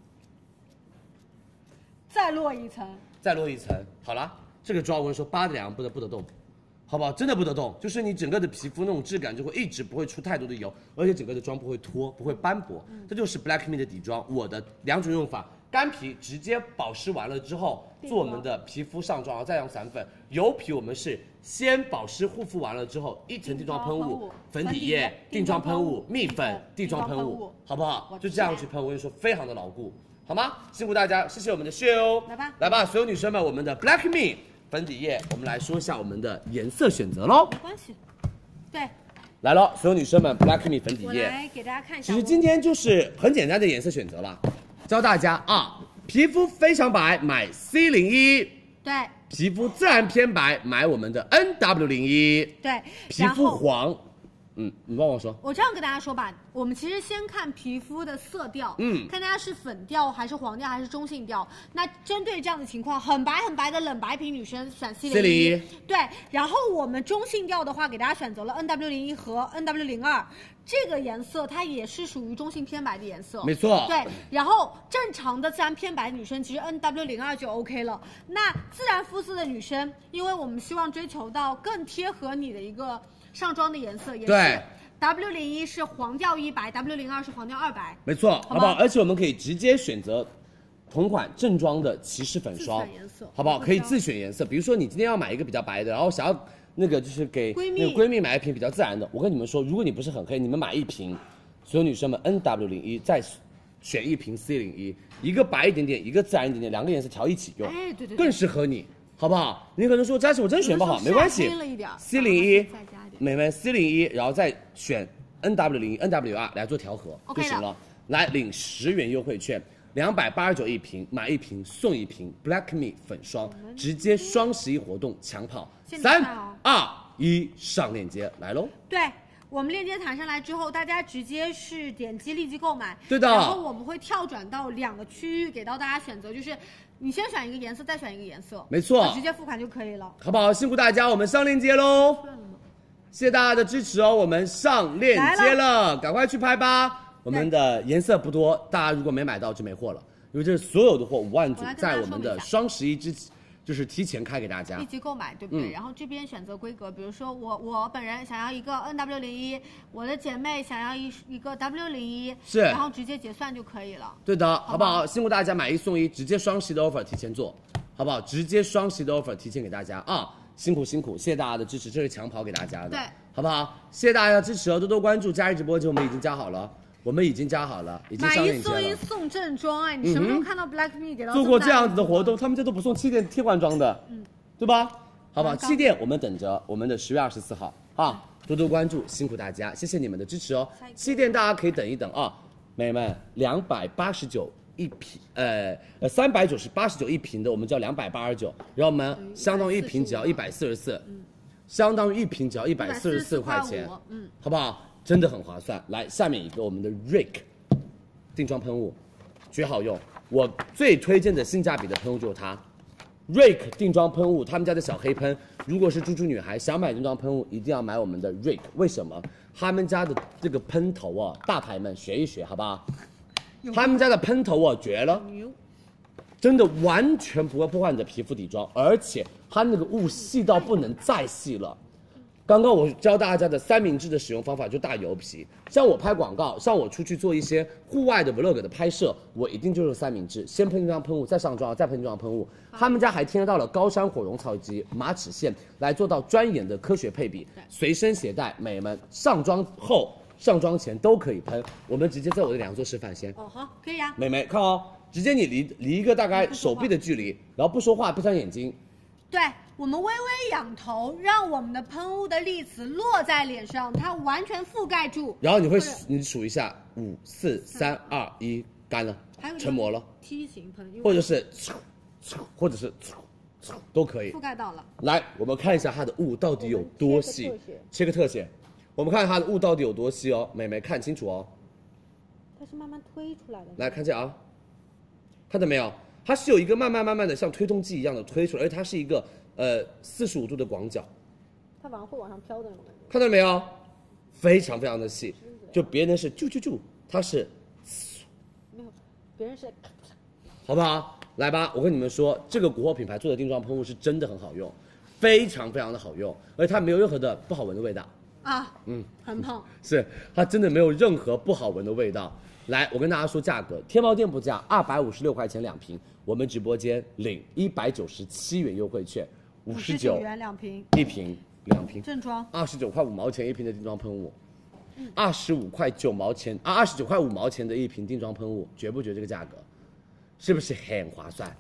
Speaker 4: 再落一层，
Speaker 1: 再落一层，好了，这个妆我跟你说，扒着脸不得不得动，好不好？真的不得动，就是你整个的皮肤那种质感就会一直不会出太多的油，而且整个的妆不会脱，不会斑驳，这就是 Black Me 的底妆，我的两种用法。干皮直接保湿完了之后，做我们的皮肤上妆，然后再用散粉；油皮我们是先保湿护肤完了之后，一层定妆喷
Speaker 4: 定妆喷
Speaker 1: 雾
Speaker 4: 雾、
Speaker 1: 粉
Speaker 4: 粉
Speaker 1: 底
Speaker 4: 底
Speaker 1: 液
Speaker 4: 液、
Speaker 1: 定妆喷
Speaker 4: 定
Speaker 1: 雾
Speaker 4: 妆、
Speaker 1: 蜜
Speaker 4: 粉
Speaker 1: 粉、定
Speaker 4: 定
Speaker 1: 妆
Speaker 4: 妆
Speaker 1: 喷
Speaker 4: 喷
Speaker 1: 雾
Speaker 4: 雾，
Speaker 1: 好不好
Speaker 4: 我？
Speaker 1: 就这样
Speaker 4: 天
Speaker 1: 去喷，我跟你说非常的牢固，好吗？辛苦大家，谢谢我们的血哦，
Speaker 4: 来吧
Speaker 1: 来吧，所有女生们，我们的 Black Me 粉底液，我们来说一下我们的颜色选择喽。
Speaker 4: 没关系。对，
Speaker 1: 来了，所有女生们，Black Me 粉底
Speaker 4: 我
Speaker 1: 液，
Speaker 4: 来给大家看一下
Speaker 1: 其
Speaker 4: 我。
Speaker 1: 实今天就是很简单的颜色选择了，教大家啊，皮肤非常白买 C 零一，
Speaker 4: 对
Speaker 1: 皮肤自然偏白买我们的 NW 零一，
Speaker 4: 对，
Speaker 1: 皮
Speaker 4: 然
Speaker 1: 肤
Speaker 4: 后
Speaker 1: 黄，嗯，你帮我说，
Speaker 4: 我这样跟大家说吧，我们其实先看皮肤的色调，
Speaker 1: 嗯
Speaker 4: 看大家是粉调还是黄调还是中性调。那针对这样的情况，很白很白的冷白皮女生选 C 零一
Speaker 1: C01，
Speaker 4: 对。然后我们中性调的话，给大家选择了 N W 零一和 N W 零二这个颜色，它也是属于中性偏白的颜色，
Speaker 1: 没错
Speaker 4: 对，然后正常的自然偏白女生，其实 N W 零二就 OK 了。那自然肤色的女生，因为我们希望追求到更贴合你的一个上妆的颜色，也是
Speaker 1: 对
Speaker 4: W 零一是黄调一白，W 零二是黄调二白。
Speaker 1: 没错，好不好？
Speaker 4: 吧
Speaker 1: 而且我们可以直接选择同款正装的骑士粉霜
Speaker 4: 自选颜色，
Speaker 1: 好不好？
Speaker 4: 目标
Speaker 1: 可以自选颜色，比如说你今天要买一个比较白的，然后想要那个就是给
Speaker 4: 闺蜜
Speaker 1: 那个闺蜜买一瓶比较自然的。我跟你们说，如果你不是很黑，你们买一瓶，所有女生们 N W 零一再选一瓶 C 零一，一个白一点点，一个自然一点点，两个颜色调一起用，
Speaker 4: 哎对对对
Speaker 1: 更适合你。好不好？你可能说佳琪，我真选不好，
Speaker 4: 有的时
Speaker 1: 没
Speaker 4: 候
Speaker 1: 关系
Speaker 4: 晒黑了一点儿
Speaker 1: ，C 零一
Speaker 4: 然后再加一点，
Speaker 1: 美们 C 零一，然后再选 N W 零一、N W 啊二来做调和
Speaker 4: OK
Speaker 1: 就行
Speaker 4: 的
Speaker 1: 了。来领十元优惠券，两百八十九一瓶，买一瓶送一瓶 Black Me 粉霜，直接双十一活动抢跑，
Speaker 4: 现在
Speaker 1: 三
Speaker 4: 哦
Speaker 1: 二一，上链接来喽！
Speaker 4: 对。我们链接弹上来之后，大家直接是点击立即购买。
Speaker 1: 对的
Speaker 4: 然后我们会跳转到两个区域，给到大家选择，就是你先选一个颜色，再选一个颜色。
Speaker 1: 没错
Speaker 4: 啊直接付款就可以了。
Speaker 1: 好不好？辛苦大家，我们上链接喽！谢谢大家的支持哦，我们上链接了，赶快去拍吧。我们的颜色不多，大家如果没买到就没货了，因为这是所有的货五万组
Speaker 4: 我来，跟大家
Speaker 1: 在我们
Speaker 4: 说明
Speaker 1: 的
Speaker 4: 一下
Speaker 1: 双十一之前，就是提前开给大家
Speaker 4: 立。即购买，对不对？
Speaker 1: 嗯
Speaker 4: 然后这边选择规格，比如说我我本人想要一个 N W 零一，我的姐妹想要一一个 W 零一，
Speaker 1: 是
Speaker 4: 然后直接结算就可以了。
Speaker 1: 对的，好不
Speaker 4: 好
Speaker 1: 好？辛苦大家买一送一，直接双十一的 offer 提前做，好不好？直接双十一的 offer 提前给大家啊！辛苦辛苦，谢谢大家的支持，这是抢跑给大家的，
Speaker 4: 对，
Speaker 1: 好不好？谢谢大家的支持哦，多多关注佳怡直播间，我们已经加好了，我们已经加好了，已经
Speaker 4: 买
Speaker 1: 上
Speaker 4: 一
Speaker 1: 链接
Speaker 4: 送一
Speaker 1: 了。
Speaker 4: 送正装，哎，你什么时候看到 Black Me 给到
Speaker 1: 嗯做过
Speaker 4: 么大
Speaker 1: 这样子的
Speaker 4: 力度
Speaker 1: 活动，他们家都不送气垫贴罐装的，嗯，对吧？好吧，
Speaker 4: 蛮高
Speaker 1: 气垫我们等着我们的十月二十四号啊，多多关注，辛苦大家，谢谢你们的支持哦。气垫大家可以等一等啊，美们，两百八十九一瓶，呃呃，三百九十八十九一瓶的，我们叫两百八十九，然后我们相当于一瓶只要一百四十四，相当于一瓶只要一百四十四块哦钱
Speaker 4: 144.5，嗯，
Speaker 1: 好不好？真的很划算。来，下面一个我们的 Rick 定妆喷雾，绝好用。我最推荐的性价比的喷雾就是它，Rick 定妆喷雾，他们家的小黑喷。如果是猪猪女孩想买定妆喷雾，一定要买我们的 Rick。为什么？他们家的这个喷头啊，大牌们学一学，好不好？他们家的喷头啊，绝了，真的完全不会破坏你的皮肤底妆，而且它那个雾细到不能再细了。刚刚我教大家的三明治的使用方法就大油皮，像我拍广告，像我出去做一些户外的 vlog 的拍摄，我一定就是三明治，先喷一张喷雾，再上妆，再喷一张喷雾。他们家还添加到了高山火绒草以及马齿苋，来做到专研的科学配比，随身携带，美们上妆后、上妆前都可以喷。我们直接在我的脸上做示范先，
Speaker 4: 哦，好，可以啊。
Speaker 1: 美眉 看哦，直接你离离一个大概手臂的距离，然后不说话，闭上眼睛，
Speaker 4: 对，
Speaker 2: 我们微微仰头，让我们的喷雾的粒子落在脸上，它完全覆盖住。
Speaker 1: 然后你会你数一下，五四三二一，干了
Speaker 4: 还有，就是
Speaker 1: 成膜了，
Speaker 4: 梯形喷，因为
Speaker 1: 或者是 嗖嗖，或者是 嗖嗖都可以
Speaker 4: 覆。盖到了。
Speaker 1: 来，我们看一下它的雾到底有多细
Speaker 8: 我们切个特写，
Speaker 1: 切个特写，我们看它的雾到底有多细哦，美眉看清楚哦。
Speaker 8: 它是慢慢推出来的。
Speaker 1: 来看这啊，看到没有？它是有一个慢慢慢慢的像推动剂一样的推出来，而且它是一个呃四十五度的广角，
Speaker 8: 它往会往上飘的那种感觉。
Speaker 1: 看到没有？非常非常的细，就别人是啾啾啾，它是
Speaker 8: 没有，别 人是
Speaker 1: 好不好？来吧，我跟你们说，这个国货品牌做的定妆喷雾是真的很好用，非常非常的好用，而且它没有任何的不好闻的味道。
Speaker 4: 啊，
Speaker 1: 嗯，
Speaker 4: 很碰，
Speaker 1: 是它真的没有任何不好闻的味道。来，我跟大家说价格，天猫店铺价二百五十六块钱两瓶，我们直播间领一百九十七元优惠券，五十九
Speaker 2: 元两瓶
Speaker 1: 一瓶两瓶，
Speaker 2: 正装，
Speaker 1: 二十九块五毛钱一瓶的定妆喷雾，
Speaker 4: 嗯
Speaker 1: 二十五块九毛钱啊，二十九块五毛钱的一瓶定妆喷雾，绝不绝这个价格？是不是很划算？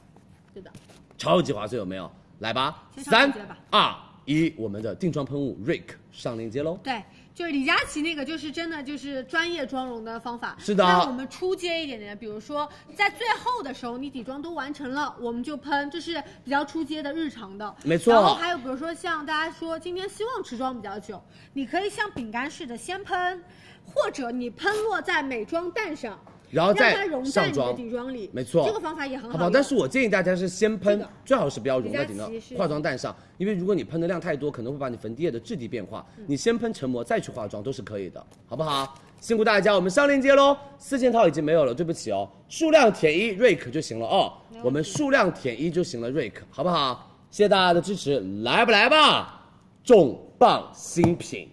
Speaker 4: 是的，
Speaker 1: 超级划算，有没有？来吧，
Speaker 4: 先上链
Speaker 1: 三
Speaker 4: 接吧
Speaker 1: 二一，我们的定妆喷雾 Rick 上链接喽。
Speaker 4: 对，就是李佳琦那个，就是真的就是专业妆容的方法。
Speaker 1: 是的
Speaker 4: 那我们出街一点点，比如说在最后的时候，你底妆都完成了，我们就喷，这是比较出街的日常的。
Speaker 1: 没错
Speaker 4: 然后还有比如说像大家说今天希望持妆比较久，你可以像饼干似的先喷，或者你喷落在美妆蛋上，
Speaker 1: 然后再
Speaker 4: 让它融在
Speaker 1: 上
Speaker 4: 你的
Speaker 1: 妆，
Speaker 4: 底妆里。
Speaker 1: 没错，
Speaker 4: 这个方法也很
Speaker 1: 好
Speaker 4: 好
Speaker 1: 不
Speaker 4: 用。
Speaker 1: 但是我建议大家是先
Speaker 4: 是
Speaker 1: 喷
Speaker 4: 的，
Speaker 1: 最好是不要融在顶
Speaker 4: 李佳
Speaker 1: 妆
Speaker 4: 琦是
Speaker 1: 化妆蛋上，因为如果你喷的量太多，可能会把你粉底液的质地变化。
Speaker 4: 嗯
Speaker 1: 你先喷成膜，再去化妆都是可以的，好不好？辛苦大家，我们上链接喽，四件套已经没有了，对不起哦，数量填一 Rick 就行了哦，我们数量填一就行了 Rick，好不好？谢谢大家的支持，来不来吧？重磅新品，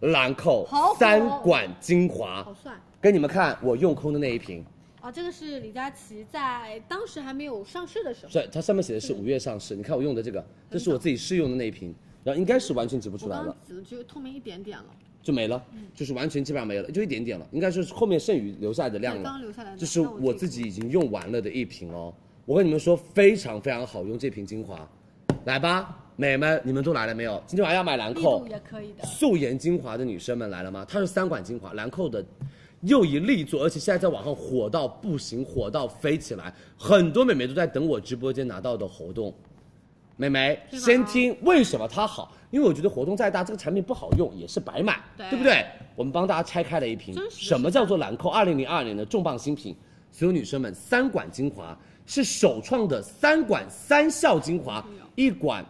Speaker 1: 兰蔻
Speaker 2: 好火哦
Speaker 1: 三管精华
Speaker 4: 好，算
Speaker 1: 给你们看我用空的那一瓶，
Speaker 4: 啊，这个是李佳琦在当时还没有上市的时候。
Speaker 1: 是它上面写的是五月上市，你看我用的这个，这是我自己试用的那一瓶，然后应该是完全挤不出
Speaker 4: 我
Speaker 1: 来
Speaker 4: 刚
Speaker 1: 了
Speaker 4: 刚，只只有透明一点点了，
Speaker 1: 就没了，就是完全基本上没了，就一点点了，应该就是后面剩余留下来的量
Speaker 4: 对刚刚
Speaker 1: 了
Speaker 4: 留下来的。
Speaker 1: 这是
Speaker 4: 那我
Speaker 1: 我自己已经用完了的一瓶哦，我跟你们说非常非常好用这瓶精华，来吧，美们你们都来了没有？今天晚上要买兰
Speaker 4: 力
Speaker 1: 蔻
Speaker 4: 度，也可以的。
Speaker 1: 素颜精华的女生们来了吗？它是三管精华，兰蔻的又一力作，而且现在在网上火到不行，火到飞起来，很多美眉都在等我直播间拿到的活动。美眉，先听为什么它好，因为我觉得活动再大，这个产品不好用也是白买，
Speaker 4: 对
Speaker 1: 不对？我们帮大家拆开了一瓶，什么叫做兰蔻二零零二年的重磅新品？所有女生们，三管精华是首创的三管三效精华，一管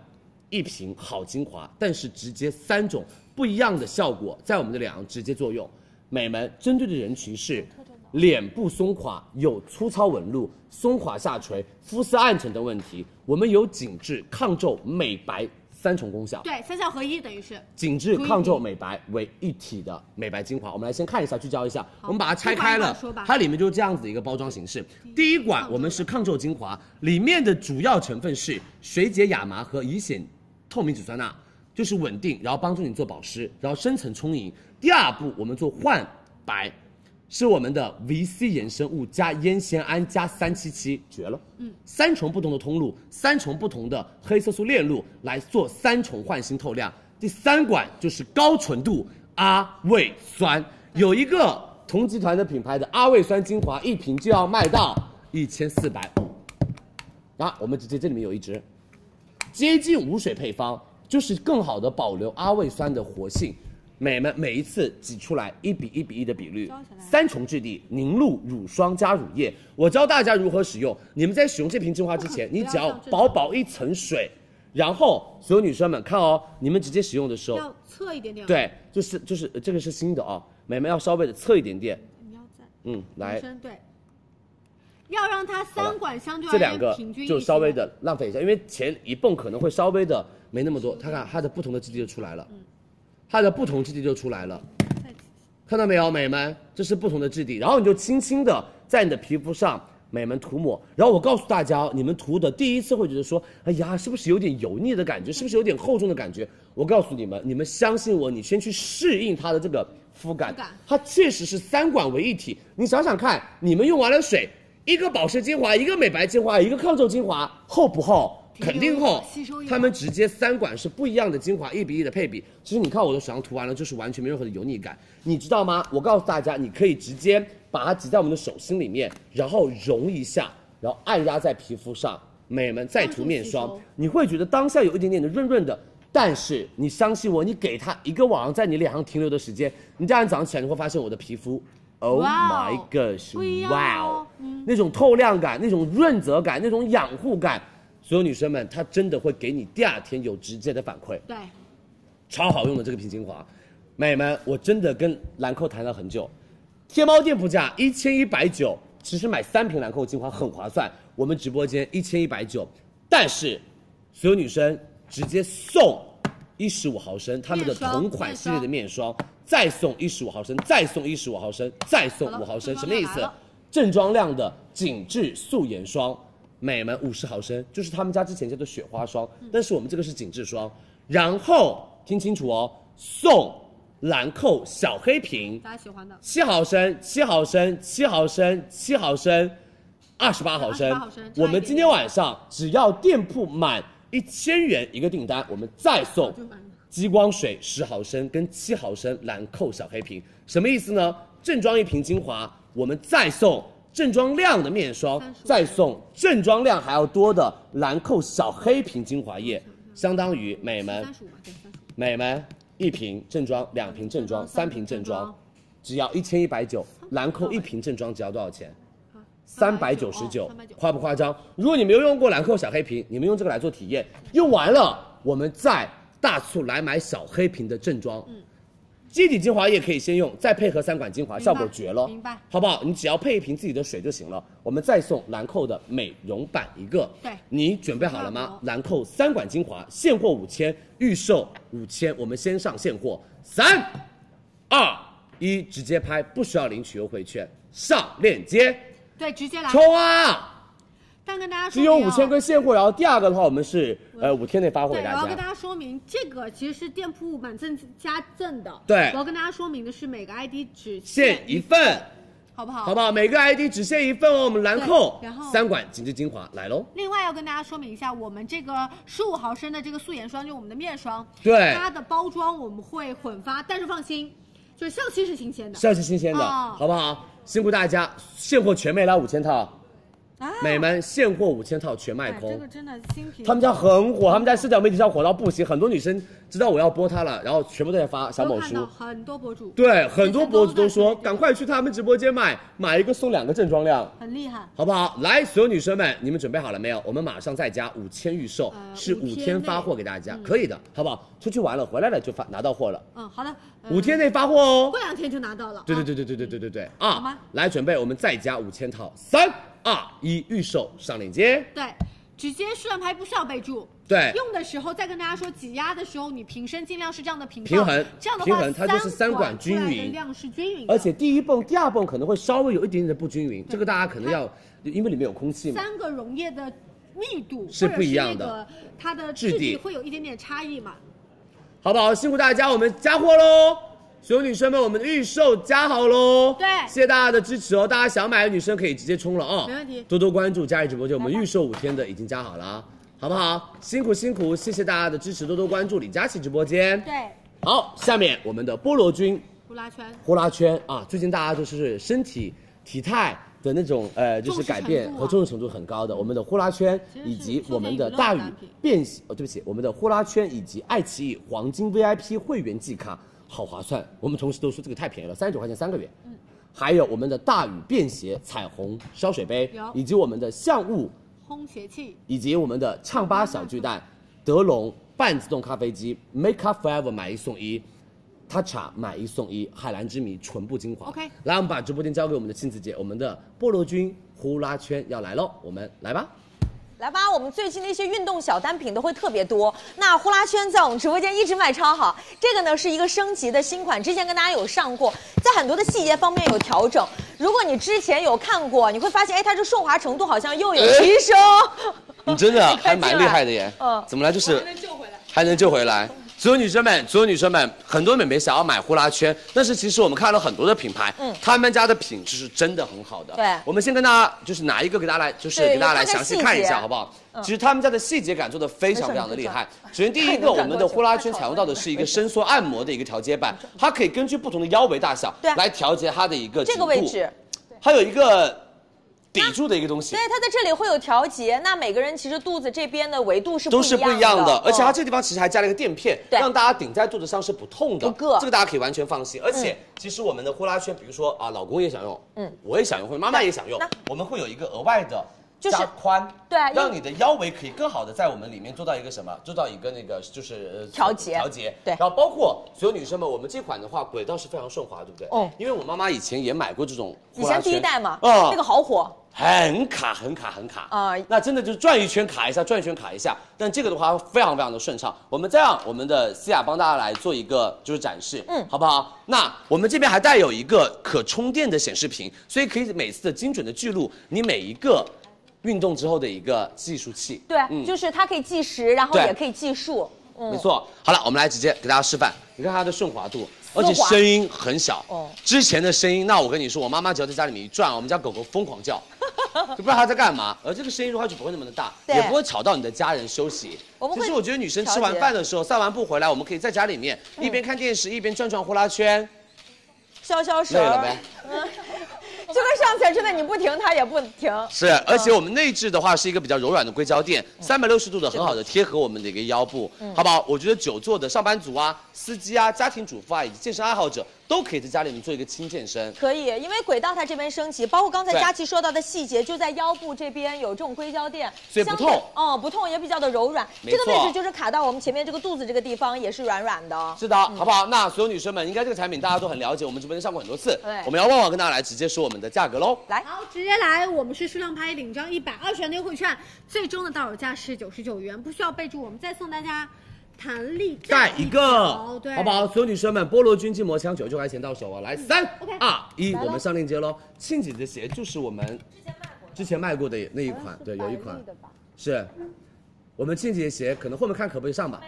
Speaker 1: 一瓶好精华，但是直接三种不一样的效果在我们的脸上直接作用。美们针对的人群是脸部松垮、有粗糙纹路、松垮下垂、肤色暗沉等问题，我们有紧致、抗皱、美白三重功效。
Speaker 4: 对，三效合一等于是
Speaker 1: 紧致、抗皱、美白为一体的美白精华。我们来先看一下，聚焦一下，我们把它拆开了
Speaker 4: 一款一款说吧，
Speaker 1: 它里面就是这样子一个包装形式。第一管我们是抗皱精华，里面的主要成分是水解亚麻和乙酰透明质酸钠，就是稳定，然后帮助你做保湿，然后深层充盈。第二步我们做焕白。是我们的 VC 衍生物加烟酰胺加三七七，绝了！嗯，三重不同的通路，三重不同的黑色素链路来做三重焕新透亮。第三管就是高纯度阿魏酸，有一个同集团的品牌的阿魏酸精华，一瓶就要卖到一千四百五。啊，我们直接这里面有一支，接近无水配方，就是更好的保留阿魏酸的活性。美们每一次挤出来一比一比一的比率，三重质地凝露乳霜加乳液。我教大家如何使用。你们在使用这瓶精华之前，你只要薄薄一层水，然后所有女生们看哦，你们直接使用的时候，
Speaker 4: 要侧一点点。，
Speaker 1: 对，就是就是呃这个是新的哦，美们要稍微的侧一点点，
Speaker 4: 你要在
Speaker 1: 嗯，来
Speaker 4: 女生对，要让它
Speaker 1: 好
Speaker 4: 三
Speaker 1: 了
Speaker 4: 管相对
Speaker 1: 这
Speaker 4: 而
Speaker 1: 两
Speaker 4: 言
Speaker 1: 个
Speaker 4: 平均一些，
Speaker 1: 就稍微的浪费一下，因为前一泵可能会稍微的没那么多。它看它的不同的质地就出来了，
Speaker 4: 嗯
Speaker 1: 它的不同质地就出来了，看到没有，美们，这是不同的质地。然后你就轻轻的在你的皮肤上，美们涂抹。然后我告诉大家哦，你们涂的第一次会觉得说，哎呀，是不是有点油腻的感觉？是不是有点厚重的感觉？我告诉你们，你们相信我，你先去适应它的这个肤感，
Speaker 4: 感
Speaker 1: 它确实是三管为一体。你想想看，你们用完了水，一个保湿精华，一个美白精华，一个抗皱精华，厚不厚？肯定厚
Speaker 4: 吸收，力
Speaker 1: 他们直接三管是不一样的精华，一比一的配比。其实你看我的手上涂完了，就是完全没有任何的油腻感，你知道吗？我告诉大家，你可以直接把它挤在我们的手心里面，然后融一下，然后按压在皮肤上，美们再涂面
Speaker 4: 帮助
Speaker 1: 霜
Speaker 4: 吸收，
Speaker 1: 你会觉得当下有一点点的润润的。但是你相信我，你给它一个晚上在你脸上停留的时间，你第二天早上起来你会发现我的皮肤，Oh
Speaker 4: 哇
Speaker 1: my
Speaker 4: 哦
Speaker 1: gosh，
Speaker 4: 不一样
Speaker 1: 哇
Speaker 4: 哦
Speaker 1: 哦，那种透亮感、那种润泽感、那种养护感，所有女生们，它真的会给你第二天有直接的反馈，
Speaker 4: 对，
Speaker 1: 超好用的这个皮精华，美们，我真的跟兰蔻谈了很久，天猫店铺价一千一百九，其实买三瓶兰蔻精华很划算，我们直播间一千一百九，但是所有女生直接送一十五毫升他们的
Speaker 4: 面霜
Speaker 1: 同款系列的面霜，再送一十五毫升，再送一十五毫升，再送
Speaker 4: 好了
Speaker 1: 五毫升，
Speaker 4: 正
Speaker 1: 什
Speaker 4: 装
Speaker 1: 么意
Speaker 4: 量来
Speaker 1: 思
Speaker 4: 了？
Speaker 1: 正装量的紧致素颜霜，美们五十毫升，就是他们家之前叫做雪花霜，但是我们这个是紧致霜。然后听清楚哦，送兰蔻小黑瓶
Speaker 4: 大家喜欢的
Speaker 1: 七毫升，七毫升，七毫升，七毫升，二十八毫升。
Speaker 4: 28毫升
Speaker 1: 我们今天晚上只要店铺满一千元一个订单，我们再送激光水十毫升跟七毫升兰蔻小黑瓶。什么意思呢？正装一瓶精华，我们再送正装量的面霜，再送正装量还要多的兰蔻小黑瓶精华液，相当于美们
Speaker 4: 三十五吧，对，三十五，
Speaker 1: 美们一瓶正装，两瓶正装，三瓶正装，只要一千一百九。兰蔻一瓶正装只要多少钱？三百九十九，夸不夸张？如果你没有用过兰蔻小黑瓶，你们用这个来做体验，用完了我们再大促来买小黑瓶的正装。基底精华液可以先用，再配合三管精华，效果绝了，
Speaker 4: 明白
Speaker 1: 好不好？你只要配一瓶自己的水就行了。我们再送兰蔻的美容版一个，
Speaker 4: 对
Speaker 1: 你准备好了吗？兰蔻三管精华现货五千，预售五千，我们先上现货，三、二、一，直接拍，不需要领取优惠券，上链接
Speaker 4: 对，直接来。
Speaker 1: 冲啊！
Speaker 4: 但跟大家说
Speaker 1: 只
Speaker 4: 明
Speaker 1: 有
Speaker 4: 哦，
Speaker 1: 五千跟现货，然后第二个的话，我们是呃五天内发货
Speaker 4: 对，
Speaker 1: 给
Speaker 4: 我
Speaker 1: 大
Speaker 4: 要跟大
Speaker 1: 家。
Speaker 4: 家说明，这个其实是店铺满赠加赠的。
Speaker 1: 对
Speaker 4: 我要跟大家说明的是，每个 ID 只
Speaker 1: 限一份，
Speaker 4: 好不好？
Speaker 1: 好不好？每个 ID 只限一份哦。我们兰蔻
Speaker 4: 对然后
Speaker 1: 三管紧致精华来喽。
Speaker 4: 另外要跟大家说明一下，我们这个十五毫升的这个素颜霜，就我们的面霜，
Speaker 1: 对
Speaker 4: 它的包装我们会混发，但是放心，就是效期是新鲜的。
Speaker 1: 上期新鲜的，
Speaker 4: 哦
Speaker 1: 好不好？辛苦大家，现货全卖啦，五千套，
Speaker 4: 啊
Speaker 1: 美们现货五千套全卖
Speaker 4: 哎
Speaker 1: 空。
Speaker 4: 这个真的新品，
Speaker 1: 他们家很火，他们家社交媒体上火到不行，很多女生知道我要播他了，然后全部都在发小
Speaker 4: 我
Speaker 1: 某
Speaker 4: 看到
Speaker 1: 书。
Speaker 4: 很多博主
Speaker 1: 对，很多博主都
Speaker 4: 很
Speaker 1: 说，
Speaker 4: 多
Speaker 1: 赶快去他们直播间买，买一个送两个正装量，
Speaker 4: 很厉害，
Speaker 1: 好不好？来，所有女生们，你们准备好了没有？我们马上再加五千预售，
Speaker 4: 呃
Speaker 1: 是
Speaker 4: 五
Speaker 1: 五
Speaker 4: 天
Speaker 1: 天
Speaker 4: 内
Speaker 1: 发货给大家，可以的，好不好？出去玩了，回来了就发拿到货了，
Speaker 4: 嗯，好的，嗯
Speaker 1: 五天内发货哦。
Speaker 4: 过两天就拿到了。
Speaker 1: 对对
Speaker 4: 啊，
Speaker 1: 对对对对对对对
Speaker 4: 好吗
Speaker 1: 啊！来准备，我们再加五千套，三二一，预售上链接。
Speaker 4: 嗯对，直接试完拍不需要备注。
Speaker 1: 对，
Speaker 4: 用的时候再跟大家说，挤压的时候你瓶身尽量是这样的平
Speaker 1: 平衡
Speaker 4: 这样的话
Speaker 1: 平衡它就是三管
Speaker 4: 管
Speaker 1: 均
Speaker 4: 出来的
Speaker 1: 匀
Speaker 4: 量是均匀的，
Speaker 1: 而且第一泵、第二泵可能会稍微有一点点的不均匀，这个大家可能要，因为里面有空气嘛。
Speaker 4: 三个溶液的密度
Speaker 1: 是不一样的，
Speaker 4: 或者是那个它的
Speaker 1: 质
Speaker 4: 质地
Speaker 1: 地
Speaker 4: 会有一点点差异嘛。
Speaker 1: 好不好？辛苦大家，我们加货喽！所有女生们，我们的预售加好喽！
Speaker 4: 对
Speaker 1: 谢谢大家的支持哦！大家想买的女生可以直接冲了啊、
Speaker 4: 没问题
Speaker 1: 多多关注佳怡直播间，我们预售五天的已经加好了啊，好不好？辛苦辛苦，谢谢大家的支持，多多关注李佳琦直播间。
Speaker 4: 对，
Speaker 1: 好，下面我们的菠萝君
Speaker 4: 呼啦圈，
Speaker 1: 呼啦圈啊，最近大家就是身体体态的那种呃，就是改变
Speaker 4: 重视程度啊
Speaker 1: 和重视程度很高的。我们的呼啦圈
Speaker 4: 其实是
Speaker 1: 以及我们的大
Speaker 4: 休
Speaker 1: 宇
Speaker 4: 闲娱乐产品
Speaker 1: 变形，哦，对不起，我们的呼啦圈以及爱奇艺黄金 VIP 会员季卡好划算。我们同事都说这个太便宜了，三十九块钱三个月。嗯，还有我们的大宇便携彩虹烧水杯
Speaker 4: 有，
Speaker 1: 以及我们的象雾
Speaker 4: 烘鞋器，
Speaker 1: 以及我们的唱吧小巨蛋、德龙半自动咖啡机、Make Up Forever 买一送一、Tatcha 买一送一、海蓝之谜唇部精华。
Speaker 4: OK
Speaker 1: 来，我们把直播间交给我们的庆子姐，我们的菠萝君呼啦圈要来喽，我们来吧。
Speaker 6: 来吧，我们最近的一些运动小单品都会特别多。那呼啦圈在我们直播间一直卖超好，这个呢是一个升级的新款，之前跟大家有上过，在很多的细节方面有调整。如果你之前有看过，你会发现，哎，它这顺滑程度好像又有
Speaker 1: 哎
Speaker 6: 提升。
Speaker 1: 你真的啊
Speaker 6: 快进来还蛮厉害
Speaker 1: 的耶
Speaker 6: 嗯
Speaker 1: 怎么来就是还能救回来，还能救回来。所有女生们，所有女生们，很多美眉想要买呼啦圈，但是其实我们看了很多的品牌，
Speaker 6: 嗯
Speaker 1: 他们家的品质是真的很好的。
Speaker 6: 对
Speaker 1: 我们先跟大家就是拿一个给大家来，就是
Speaker 6: 对
Speaker 1: 给大家来
Speaker 6: 有它的
Speaker 1: 详细
Speaker 6: 细
Speaker 1: 看一
Speaker 6: 节嗯
Speaker 1: 下，好不好？其实他们家的细节感做的非常非常的厉害。首先第一
Speaker 6: 看你
Speaker 1: 个，
Speaker 6: 能
Speaker 1: 我
Speaker 6: 转
Speaker 1: 们
Speaker 6: 多
Speaker 1: 的
Speaker 6: 久
Speaker 1: 呼啦
Speaker 6: 太
Speaker 1: 圈
Speaker 6: 好
Speaker 1: 采用
Speaker 6: 了
Speaker 1: 到
Speaker 6: 你
Speaker 1: 的
Speaker 6: 能
Speaker 1: 是一个伸缩按摩的一个调节板，它可以根据不同的腰围大小
Speaker 6: 嗯对
Speaker 1: 来调节它的一个
Speaker 6: 这
Speaker 1: 直
Speaker 6: 个位
Speaker 1: 度
Speaker 6: 置，
Speaker 1: 还有一个抵住的一个东西
Speaker 6: 对，。它在这里会有调节。那每个人其实肚子这边的维度是
Speaker 1: 都是不
Speaker 6: 不
Speaker 1: 一
Speaker 6: 一
Speaker 1: 样的，而且它
Speaker 6: 嗯
Speaker 1: 这个地方其实还加了一个垫片，
Speaker 6: 对
Speaker 1: 让大家顶在肚子上是不痛的。
Speaker 6: 不硌
Speaker 1: 这个大家可以完全放心。而且其实我们的呼啦圈，比如说啊，老公也想用，嗯
Speaker 6: 嗯，
Speaker 1: 我也想用，或者妈妈也想用
Speaker 6: 那，
Speaker 1: 我们会有一个额外的。
Speaker 6: 就是
Speaker 1: 加宽，
Speaker 6: 对啊
Speaker 1: 让你的腰围可以更好的在我们里面做到一个什么？做到一个那个就是呃
Speaker 6: 调节
Speaker 1: 调节。
Speaker 6: 对
Speaker 1: 然后包括所有女生们，我们这款的话轨道是非常顺滑，对不对？
Speaker 6: 哦
Speaker 1: 因为我妈妈以前也买过这种
Speaker 6: 以
Speaker 1: 呼啦圈。
Speaker 6: 前第一代嘛，
Speaker 1: 嗯
Speaker 6: 那个好火，
Speaker 1: 很卡，很卡，很卡啊
Speaker 6: 啊！
Speaker 1: 那真的就是转一圈卡一下，转一圈卡一下。但这个的话非常非常的顺畅。我们再让我们的思雅帮大家来做一个就是展示，嗯
Speaker 6: 嗯，
Speaker 1: 好不好？那我们这边还带有一个可充电的显示屏，所以可以每次的精准的记录你每一个运动之后的一个计数器。
Speaker 6: 对，
Speaker 1: 嗯
Speaker 6: 就是它可以计时，然后
Speaker 1: 对
Speaker 6: 也可以计数，嗯
Speaker 1: 没错。好了，我们来直接给大家示范，你看它的顺滑度，而
Speaker 6: 滑
Speaker 1: 且声音很小。
Speaker 6: 哦
Speaker 1: 之前的声音，那我跟你说，我妈妈只要在家里面一转，我们家狗狗疯狂 叫，就不知道它在干嘛。而这个声音的话就不会那么的大，
Speaker 6: 对
Speaker 1: 也不会吵到你的家人休息。
Speaker 6: 我们会
Speaker 1: 其实我觉得女生
Speaker 6: 调
Speaker 1: 吃
Speaker 6: 节嗯
Speaker 1: 完饭的时候，散完步回来，我们可以在家里面一边看电视，一边转转呼啦圈，
Speaker 6: 消消食
Speaker 1: 累了呗。
Speaker 6: 就跟上次真的你不停，它也不停。
Speaker 1: 是，而且我们内置的话是一个比较柔软的硅胶垫，三百六十度的很好的贴合我们的一个腰部，好不好？我觉得久坐的上班族啊、司机啊、家庭主妇啊以及健身爱好者都可以在家里面做一个轻健身。
Speaker 6: 可以，因为轨道它这边升级，包括刚才
Speaker 1: 对
Speaker 6: 佳琪说到的细节，就在腰部这边有这种硅胶垫，
Speaker 1: 所以不
Speaker 6: 相对
Speaker 1: 痛
Speaker 6: 哦，不痛也比较的柔软。
Speaker 1: 没错
Speaker 6: 这个位置就是卡到我们前面这个肚子这个地方，也是软软的。哦
Speaker 1: 是的，好不好？那所有女生们，应该这个产品大家都很了解，我们直播间上过很多次
Speaker 6: 对。
Speaker 1: 我们要旺旺跟大家来直接说我们的价格喽。
Speaker 6: 来，
Speaker 4: 好，直接来，我们是数量拍领张一百二十元的优惠券，最终的到手价是九十九元，不需要备注，我们再送大家弹力
Speaker 1: 带一个，
Speaker 4: 条对，
Speaker 1: 好不好？？所有女生们，菠萝菌筋膜枪九十九块钱到手啊！来，三
Speaker 4: OK
Speaker 1: 二一，
Speaker 4: 来咯
Speaker 1: 我们上链接喽。庆姐的鞋就是我们之前卖过的那一
Speaker 4: 嗯
Speaker 1: 款，对，有一款是，我们庆姐的鞋可能后面看可不可以上吧，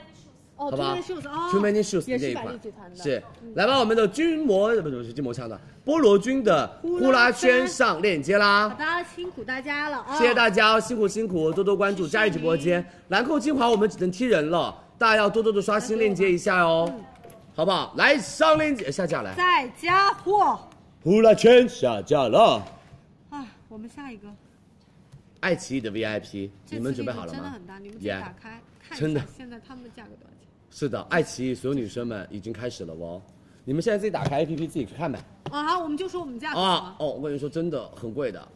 Speaker 4: 哦
Speaker 1: 好吧
Speaker 4: Too Many Shoes，哦
Speaker 1: Too Many Shoes 的
Speaker 4: 也
Speaker 1: 那
Speaker 4: 是
Speaker 1: 一
Speaker 4: 百丽
Speaker 1: 款
Speaker 4: 集团，的，嗯
Speaker 1: 是，来吧，我们的筋膜不是不是筋膜枪的菠萝菌的呼啦圈上链接啦
Speaker 4: 好。的，辛苦大家了啊！
Speaker 1: 谢谢大家哦，辛苦辛苦，多多关注佳怡直播
Speaker 4: 嗯
Speaker 1: 间。兰蔻精华我们只能踢人了，大家要多多的刷新链接一下哦，
Speaker 4: 嗯
Speaker 1: 好不好？来上链接下架来，
Speaker 4: 再加货
Speaker 1: 呼啦圈下架了。
Speaker 4: 啊！我们下一个，
Speaker 1: 爱奇艺的 VIP，
Speaker 4: 这
Speaker 1: 你们
Speaker 4: 次
Speaker 1: 准
Speaker 4: 力
Speaker 1: 备
Speaker 4: 度
Speaker 1: 好了
Speaker 4: 真的
Speaker 1: 吗
Speaker 4: 很大，你们自己
Speaker 1: Yeah
Speaker 4: 打开看
Speaker 1: 真
Speaker 4: 一
Speaker 1: 的
Speaker 4: 下，现在他们的价格多少钱？
Speaker 1: 是的，爱奇艺所有女生们已经开始了哦，你们现在自己打开 APP 自己去看呗。
Speaker 4: 啊，好我们就说我们价格
Speaker 1: 啊
Speaker 4: 啊，
Speaker 1: 哦，我跟你说，真的很贵的，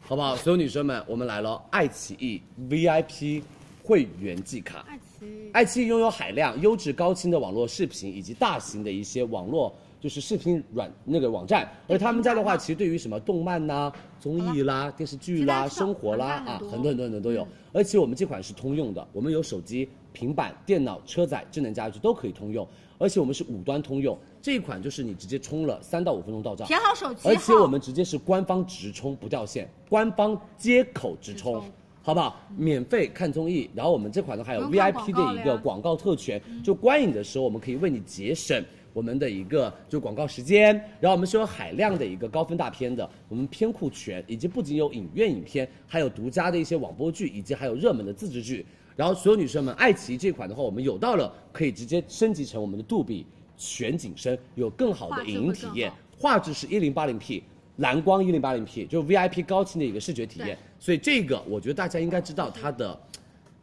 Speaker 1: 好不好？所有女生们，我们来了，爱奇艺 VIP 会员季卡。
Speaker 4: 爱奇艺
Speaker 1: 爱奇艺拥有海量优质高清的网络视频以及大型的一些网络就是视频软那个网站，而他们家的话，其实对于什么动漫呐、综艺啦、电视剧啦、
Speaker 4: 嗯其实大家知道
Speaker 1: 生活啦
Speaker 4: 涵盖
Speaker 1: 啊
Speaker 4: 很，
Speaker 1: 很
Speaker 4: 多
Speaker 1: 多很多很多都有。而且我们这款是通用的，我们有手机、平板、电脑、车载、智能家居都可以通用，而且我们是五端通用。这一款就是你直接充了三到五分钟到账，
Speaker 4: 填好手机
Speaker 1: 而哦且我
Speaker 4: 号，
Speaker 1: 们直接是官方直充不掉线，官方接口直充，好不好？免费看综艺，然后我们这款呢还有
Speaker 4: 不用看
Speaker 1: VIP 的一
Speaker 4: 广告嗯
Speaker 1: 个
Speaker 4: 了呀
Speaker 1: 广告特权，就观影的时候我们可以为你节省。我们的一个就广告时间，然后我们是有海量的一个高分大片的，我们片库全，以及不仅有影院影片，还有独家的一些网播剧，以及还有热门的自制剧。然后所有女生们，爱奇艺这款的话，我们有到了可以直接升级成我们的杜比全景声，有更好的影音体验
Speaker 4: 画
Speaker 1: 画质
Speaker 4: 质会更好。
Speaker 1: 是一零八零 P，蓝光一零八零 P，就是 VIP 高清的一个视觉体验
Speaker 4: 对。
Speaker 1: 所以这个我觉得大家应该知道它的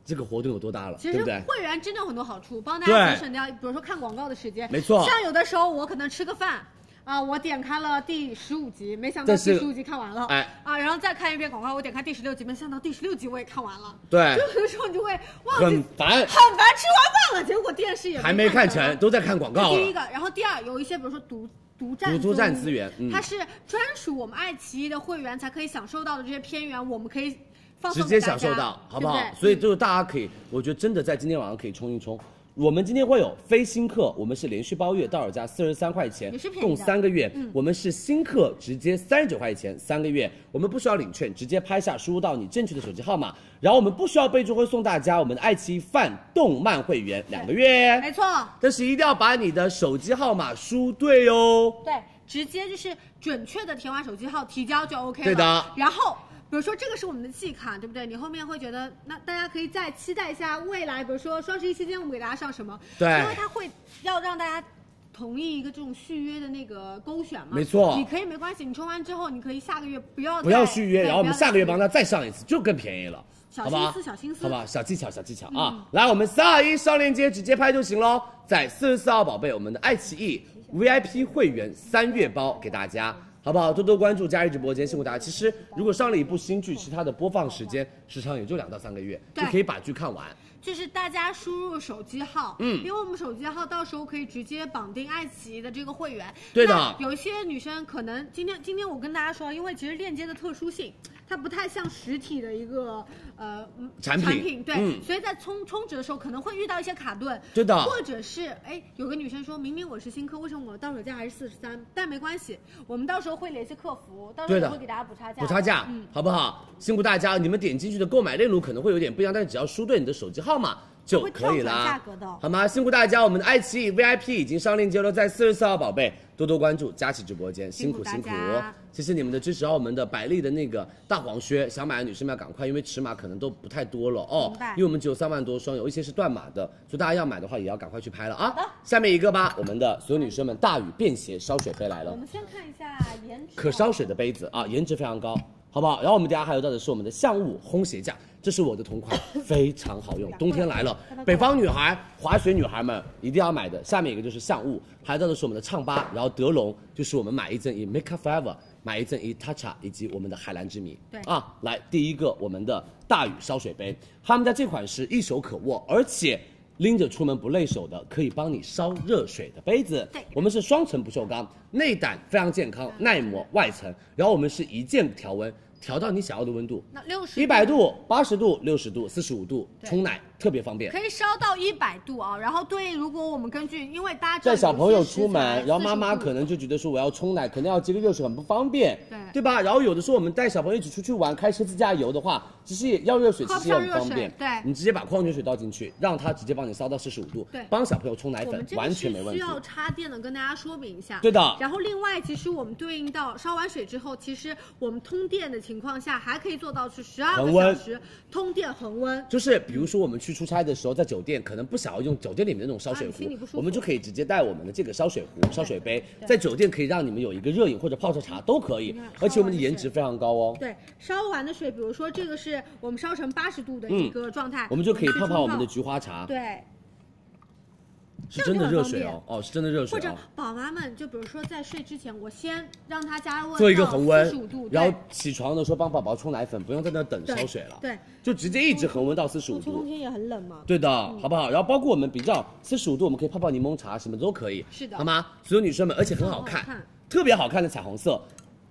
Speaker 1: 这个活动有多大了，
Speaker 4: 其
Speaker 1: 对
Speaker 4: 实
Speaker 1: 不对？
Speaker 4: 会员真的有很多好处，帮大
Speaker 1: 对
Speaker 4: 家节省掉，比如说看广告的时间，
Speaker 1: 没错
Speaker 4: 像有的时候我可能吃个饭。啊，我点开了第十五集，没想到
Speaker 1: 但是
Speaker 4: 第十五集看完了，
Speaker 1: 哎
Speaker 4: 啊，然后再看一遍广告，我点开第十六集，没想到第十六集我也看完了，
Speaker 1: 对
Speaker 4: 就有的时候你就会忘记，
Speaker 1: 很烦，
Speaker 4: 很烦，吃完饭了，结果电视也
Speaker 1: 还没看
Speaker 4: 成
Speaker 1: 成，，都在看广告
Speaker 4: 这第一
Speaker 1: 了。
Speaker 4: 个，然后第二，有一些比如说独独占
Speaker 1: 独独占资源嗯
Speaker 4: 它是专属我们爱奇艺的会员才可以享受到的这些片源，我们可以放送
Speaker 1: 直
Speaker 4: 给
Speaker 1: 接
Speaker 4: 大
Speaker 1: 享受
Speaker 4: 家
Speaker 1: 到，好不好？
Speaker 4: 对对嗯
Speaker 1: 所以就是大家可以，我觉得真的在今天晚上可以冲一冲。我们今天会有非新客，我们是连续包月到手价四十三块钱
Speaker 4: 也是，便宜的嗯
Speaker 1: 共三个月。我们是新客，直接三十九块钱三个月，我们不需要领券，直接拍下输入到你正确的手机号码，然后我们不需要备注，会送大家我们的爱奇艺饭动漫会员两个月。
Speaker 4: 没错，
Speaker 1: 但是一定要把你的手机号码输对哦。
Speaker 4: 对，直接就是准确的填完手机号提交就 OK 了。
Speaker 1: 对的
Speaker 4: 然后。比如说这个是我们的季卡，对不对？你后面会觉得，那大家可以再期待一下未来，比如说双十一期间我们给大家上什么？
Speaker 1: 对
Speaker 4: 因为它会要让大家同意一个这种续约的那个勾选嘛。
Speaker 1: 没错
Speaker 4: 你可以没关系，你充完之后，你可以下个月不要
Speaker 1: 不
Speaker 4: 再
Speaker 1: 要续约，
Speaker 4: 对
Speaker 1: 然后我们
Speaker 4: 不要再
Speaker 1: 下个月
Speaker 4: 续约
Speaker 1: 帮他再上一次，就更便宜了，
Speaker 4: 小
Speaker 1: 好
Speaker 4: 心
Speaker 1: 不好
Speaker 4: 思？小心思嗯
Speaker 1: 好吧，小技巧，小技巧啊！来，我们三二一上链接，直接拍就行喽。在四十四号宝贝，我们的爱奇艺 VIP 会员三月包给大家，好不好？多多关注佳怡直播间，辛苦大家。其实如果上了一部新剧，是它的播放时间时长也就两到三个月，就
Speaker 4: 对
Speaker 1: 可以把剧看完。
Speaker 4: 就是大家输入手机号，嗯，因为我们手机号到时候可以直接绑定爱奇艺的这个会员。
Speaker 1: 对的
Speaker 4: 那有一些女生可能今天今天我跟大家说，因为其实链接的特殊性，它不太像实体的一个呃嗯
Speaker 1: 产品
Speaker 4: 产品对，
Speaker 1: 嗯
Speaker 4: 所以在充充值的时候可能会遇到一些卡顿。
Speaker 1: 对的
Speaker 4: 或者是哎，有个女生说明明我是新客，为什么我到手价还是四十三？但没关系，我们到时候会联系客服，到时
Speaker 1: 对
Speaker 4: 候
Speaker 1: 的
Speaker 4: 我会给大家补差价。
Speaker 1: 补差价，
Speaker 4: 嗯，
Speaker 1: 好不好？辛苦大家，你们点进去的购买链路可能会有点不一样，但是只要输对你的手机号码就可以
Speaker 4: 它会跳转
Speaker 1: 啦
Speaker 4: 价格的哦，
Speaker 1: 好吗？辛苦大家，我们的爱奇艺 VIP 已经上链接了，在四十四号宝贝多多关注佳琪直播间，辛
Speaker 4: 辛
Speaker 1: 苦
Speaker 4: 苦
Speaker 1: 辛苦
Speaker 4: 大家，
Speaker 1: 谢谢你们的支持，还有我们的百丽的那个大黄靴，想买的女生们要赶快，因为尺码可能都不太多了哦
Speaker 4: 明白，
Speaker 1: 因为我们只有三万多双，有一些是断码的，所以大家要买的话也要赶快去拍了啊。下面一个吧，我们的所有女生们大宇便携烧水杯来了
Speaker 4: 我。们先看一下颜值。
Speaker 1: 可烧水的杯子啊，颜值非常高，好不好？然后我们等下还有到的是我们的橡雾烘鞋架，这是我的同款，非常好用，冬天来了，北方女孩、滑雪女孩们一定要买的。下面一个就是橡雾，还有到的是我们的唱吧，然后德龙就是我们买一赠一，Make Up Forever 买一赠一，Tatcha 以及我们的海蓝之谜。
Speaker 4: 对
Speaker 1: 啊，来第一个我们的大宇烧水杯，他们家这款是一手可握，而且。拎着出门不累手的，可以帮你烧热水的杯子。
Speaker 4: 对嗯
Speaker 1: 我们是双层不锈钢，内胆非常健康，耐磨外层。然后我们是一键调温，调到你想要的温度，
Speaker 4: 那六十
Speaker 1: 一百度、八十度、六十度、四十五度，冲奶特别方便。
Speaker 4: 可以烧到一百度啊。然后对，如果我们根据，因为大家知
Speaker 1: 带
Speaker 4: 道
Speaker 1: 小朋友出门
Speaker 4: 有些食，材
Speaker 1: 然后妈妈
Speaker 4: 45
Speaker 1: 可能就觉得说我要冲奶，可能要接个热水很不方便，
Speaker 4: 对
Speaker 1: 吧？然后有的时候我们带小朋友一起出去玩，开车自驾游的话，其实也要热水，
Speaker 4: 喝
Speaker 1: 其
Speaker 4: 不
Speaker 1: 实也很方
Speaker 4: 上
Speaker 1: 便
Speaker 4: 热水。对
Speaker 1: 你直接把矿泉水倒进去，让它直接帮你烧到四十五度，
Speaker 4: 对
Speaker 1: 帮小朋友冲奶
Speaker 4: 我
Speaker 1: 粉
Speaker 4: 们这个
Speaker 1: 完
Speaker 4: 是
Speaker 1: 全没问题
Speaker 4: 需。要插电的，跟大家说明一下。
Speaker 1: 对的
Speaker 4: 然后另外，其实我们对应到烧完水之后，其实我们通电的情况下，还可以做到是十二
Speaker 1: 恒
Speaker 4: 个
Speaker 1: 温
Speaker 4: 小时通电恒温。
Speaker 1: 就是比如说我们去出差的时候，在酒店可能不想要用酒店里面的那种烧水
Speaker 4: 啊你
Speaker 1: 壶
Speaker 4: 心里不，舒服
Speaker 1: 我们就可以直接带我们的这个烧水壶、烧水杯，在酒店可以让你们有一个热饮或者泡着茶都可以，而且我们的颜值非常高哦。
Speaker 4: 嗯对，烧完的水，比如说这个是我们烧成八十度的
Speaker 1: 嗯
Speaker 4: 一个状态，
Speaker 1: 我们就可以泡
Speaker 4: 去
Speaker 1: 泡我们的
Speaker 4: 冲
Speaker 1: 菊花茶
Speaker 4: 泡。，对，
Speaker 1: 是真的热水哦，哦，是真的热
Speaker 4: 或
Speaker 1: 水
Speaker 4: 者
Speaker 1: 哦。
Speaker 4: 宝妈们就比如说在睡之前，我先让它加温
Speaker 1: 做一个恒温
Speaker 4: 四十五度，，
Speaker 1: 然
Speaker 4: 对
Speaker 1: 后起床的时候帮宝宝冲奶粉，不用在那等
Speaker 4: 对
Speaker 1: 烧水了，
Speaker 4: 对，
Speaker 1: 就直接一直恒温到四十五
Speaker 4: 冬
Speaker 1: 度，
Speaker 4: 天也很冷嘛。嗯
Speaker 1: 对的，好不好？然后包括我们比较四十五度，我们可以泡泡柠檬茶，什么都可以，
Speaker 4: 是的
Speaker 1: 好吗？所有女生们，而且很好
Speaker 4: 很好
Speaker 1: 看
Speaker 4: 看，
Speaker 1: 特别好看的彩虹色，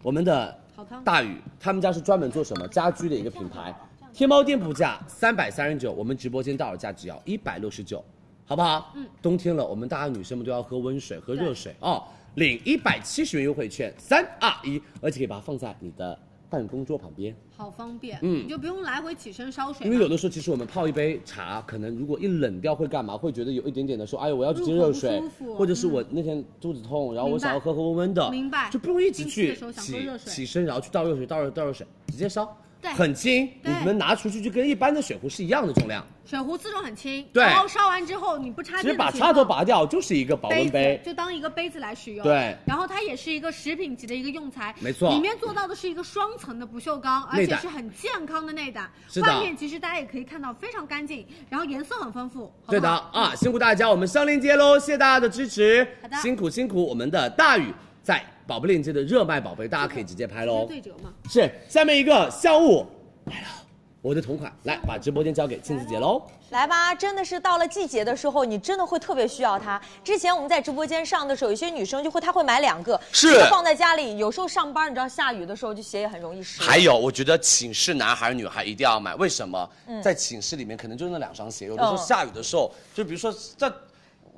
Speaker 1: 我们的
Speaker 4: 好看
Speaker 1: 大宇他们家是专门做什么家居的一个品牌，天猫店铺价三百三十九，我们直播间到手价只要一百六十九，好不好？嗯，冬天了，我们大家女生们都要喝温水、喝热水哦。领一百七十元优惠券，三二一，而且可以把它放在你的办公桌旁边。
Speaker 4: 好方便，
Speaker 1: 嗯
Speaker 4: 你就不用来回起身烧水
Speaker 1: 因
Speaker 4: 了，
Speaker 1: 为有的时候，其实我们泡一杯茶，可能如果一冷掉会干嘛？会觉得有一点点的说，哎呦，我要去接热水
Speaker 4: 入口不舒，服
Speaker 1: 或者是我那天肚子痛，然后我想要喝喝温温的，
Speaker 4: 明白
Speaker 1: 就不用一直
Speaker 4: 进去
Speaker 1: 去
Speaker 4: 的时候想喝
Speaker 1: 起
Speaker 4: 热水
Speaker 1: 起身，然后去倒热水、倒热倒热水，直接烧，
Speaker 4: 对
Speaker 1: 很轻，你
Speaker 4: 对
Speaker 1: 们拿出去就跟一般的水壶是一样的重量，
Speaker 4: 水壶自重很轻，
Speaker 1: 对
Speaker 4: 然后烧完之后你不插
Speaker 1: 直接
Speaker 4: 电的
Speaker 1: 把
Speaker 4: 情
Speaker 1: 插头
Speaker 4: 况
Speaker 1: 拔掉就是一个保
Speaker 4: 杯
Speaker 1: 温
Speaker 4: 子
Speaker 1: 杯，
Speaker 4: 就当一个杯子来使用，
Speaker 1: 对
Speaker 4: 然后它也是一个食品级的一个用材，
Speaker 1: 没错
Speaker 4: 里面做到的是一个双层的不锈钢，而
Speaker 1: 内
Speaker 4: 且
Speaker 1: 胆
Speaker 4: 是很健康的内胆，
Speaker 1: 是的
Speaker 4: 外面其实大家也可以看到非常干净，然后颜色很丰富，好不好
Speaker 1: 对的啊，辛苦大家，我们上链接喽，谢谢大家的支持，
Speaker 4: 好的
Speaker 1: 辛苦辛苦，我们的大宇在宝贝链接的热卖宝贝，大家可以直接拍
Speaker 4: 直接
Speaker 1: 喽。
Speaker 4: 对折嘛，
Speaker 1: 是，下面一个项目来了，我我的同款，来把直播间交给庆子姐喽。
Speaker 6: 来吧，真的是到了季节的时候，你真的会特别需要它。之前我们在直播间上的时候，有些女生就会她会买两个，
Speaker 9: 是
Speaker 6: 一个放在家里，有时候上班你知道下雨的时候就鞋也很容易湿。
Speaker 1: 还有，我觉得寝室男孩女孩一定要买，为什么？在寝室里面可能就那两双鞋，有的时候
Speaker 6: 嗯
Speaker 1: 下雨的时候，就比如说在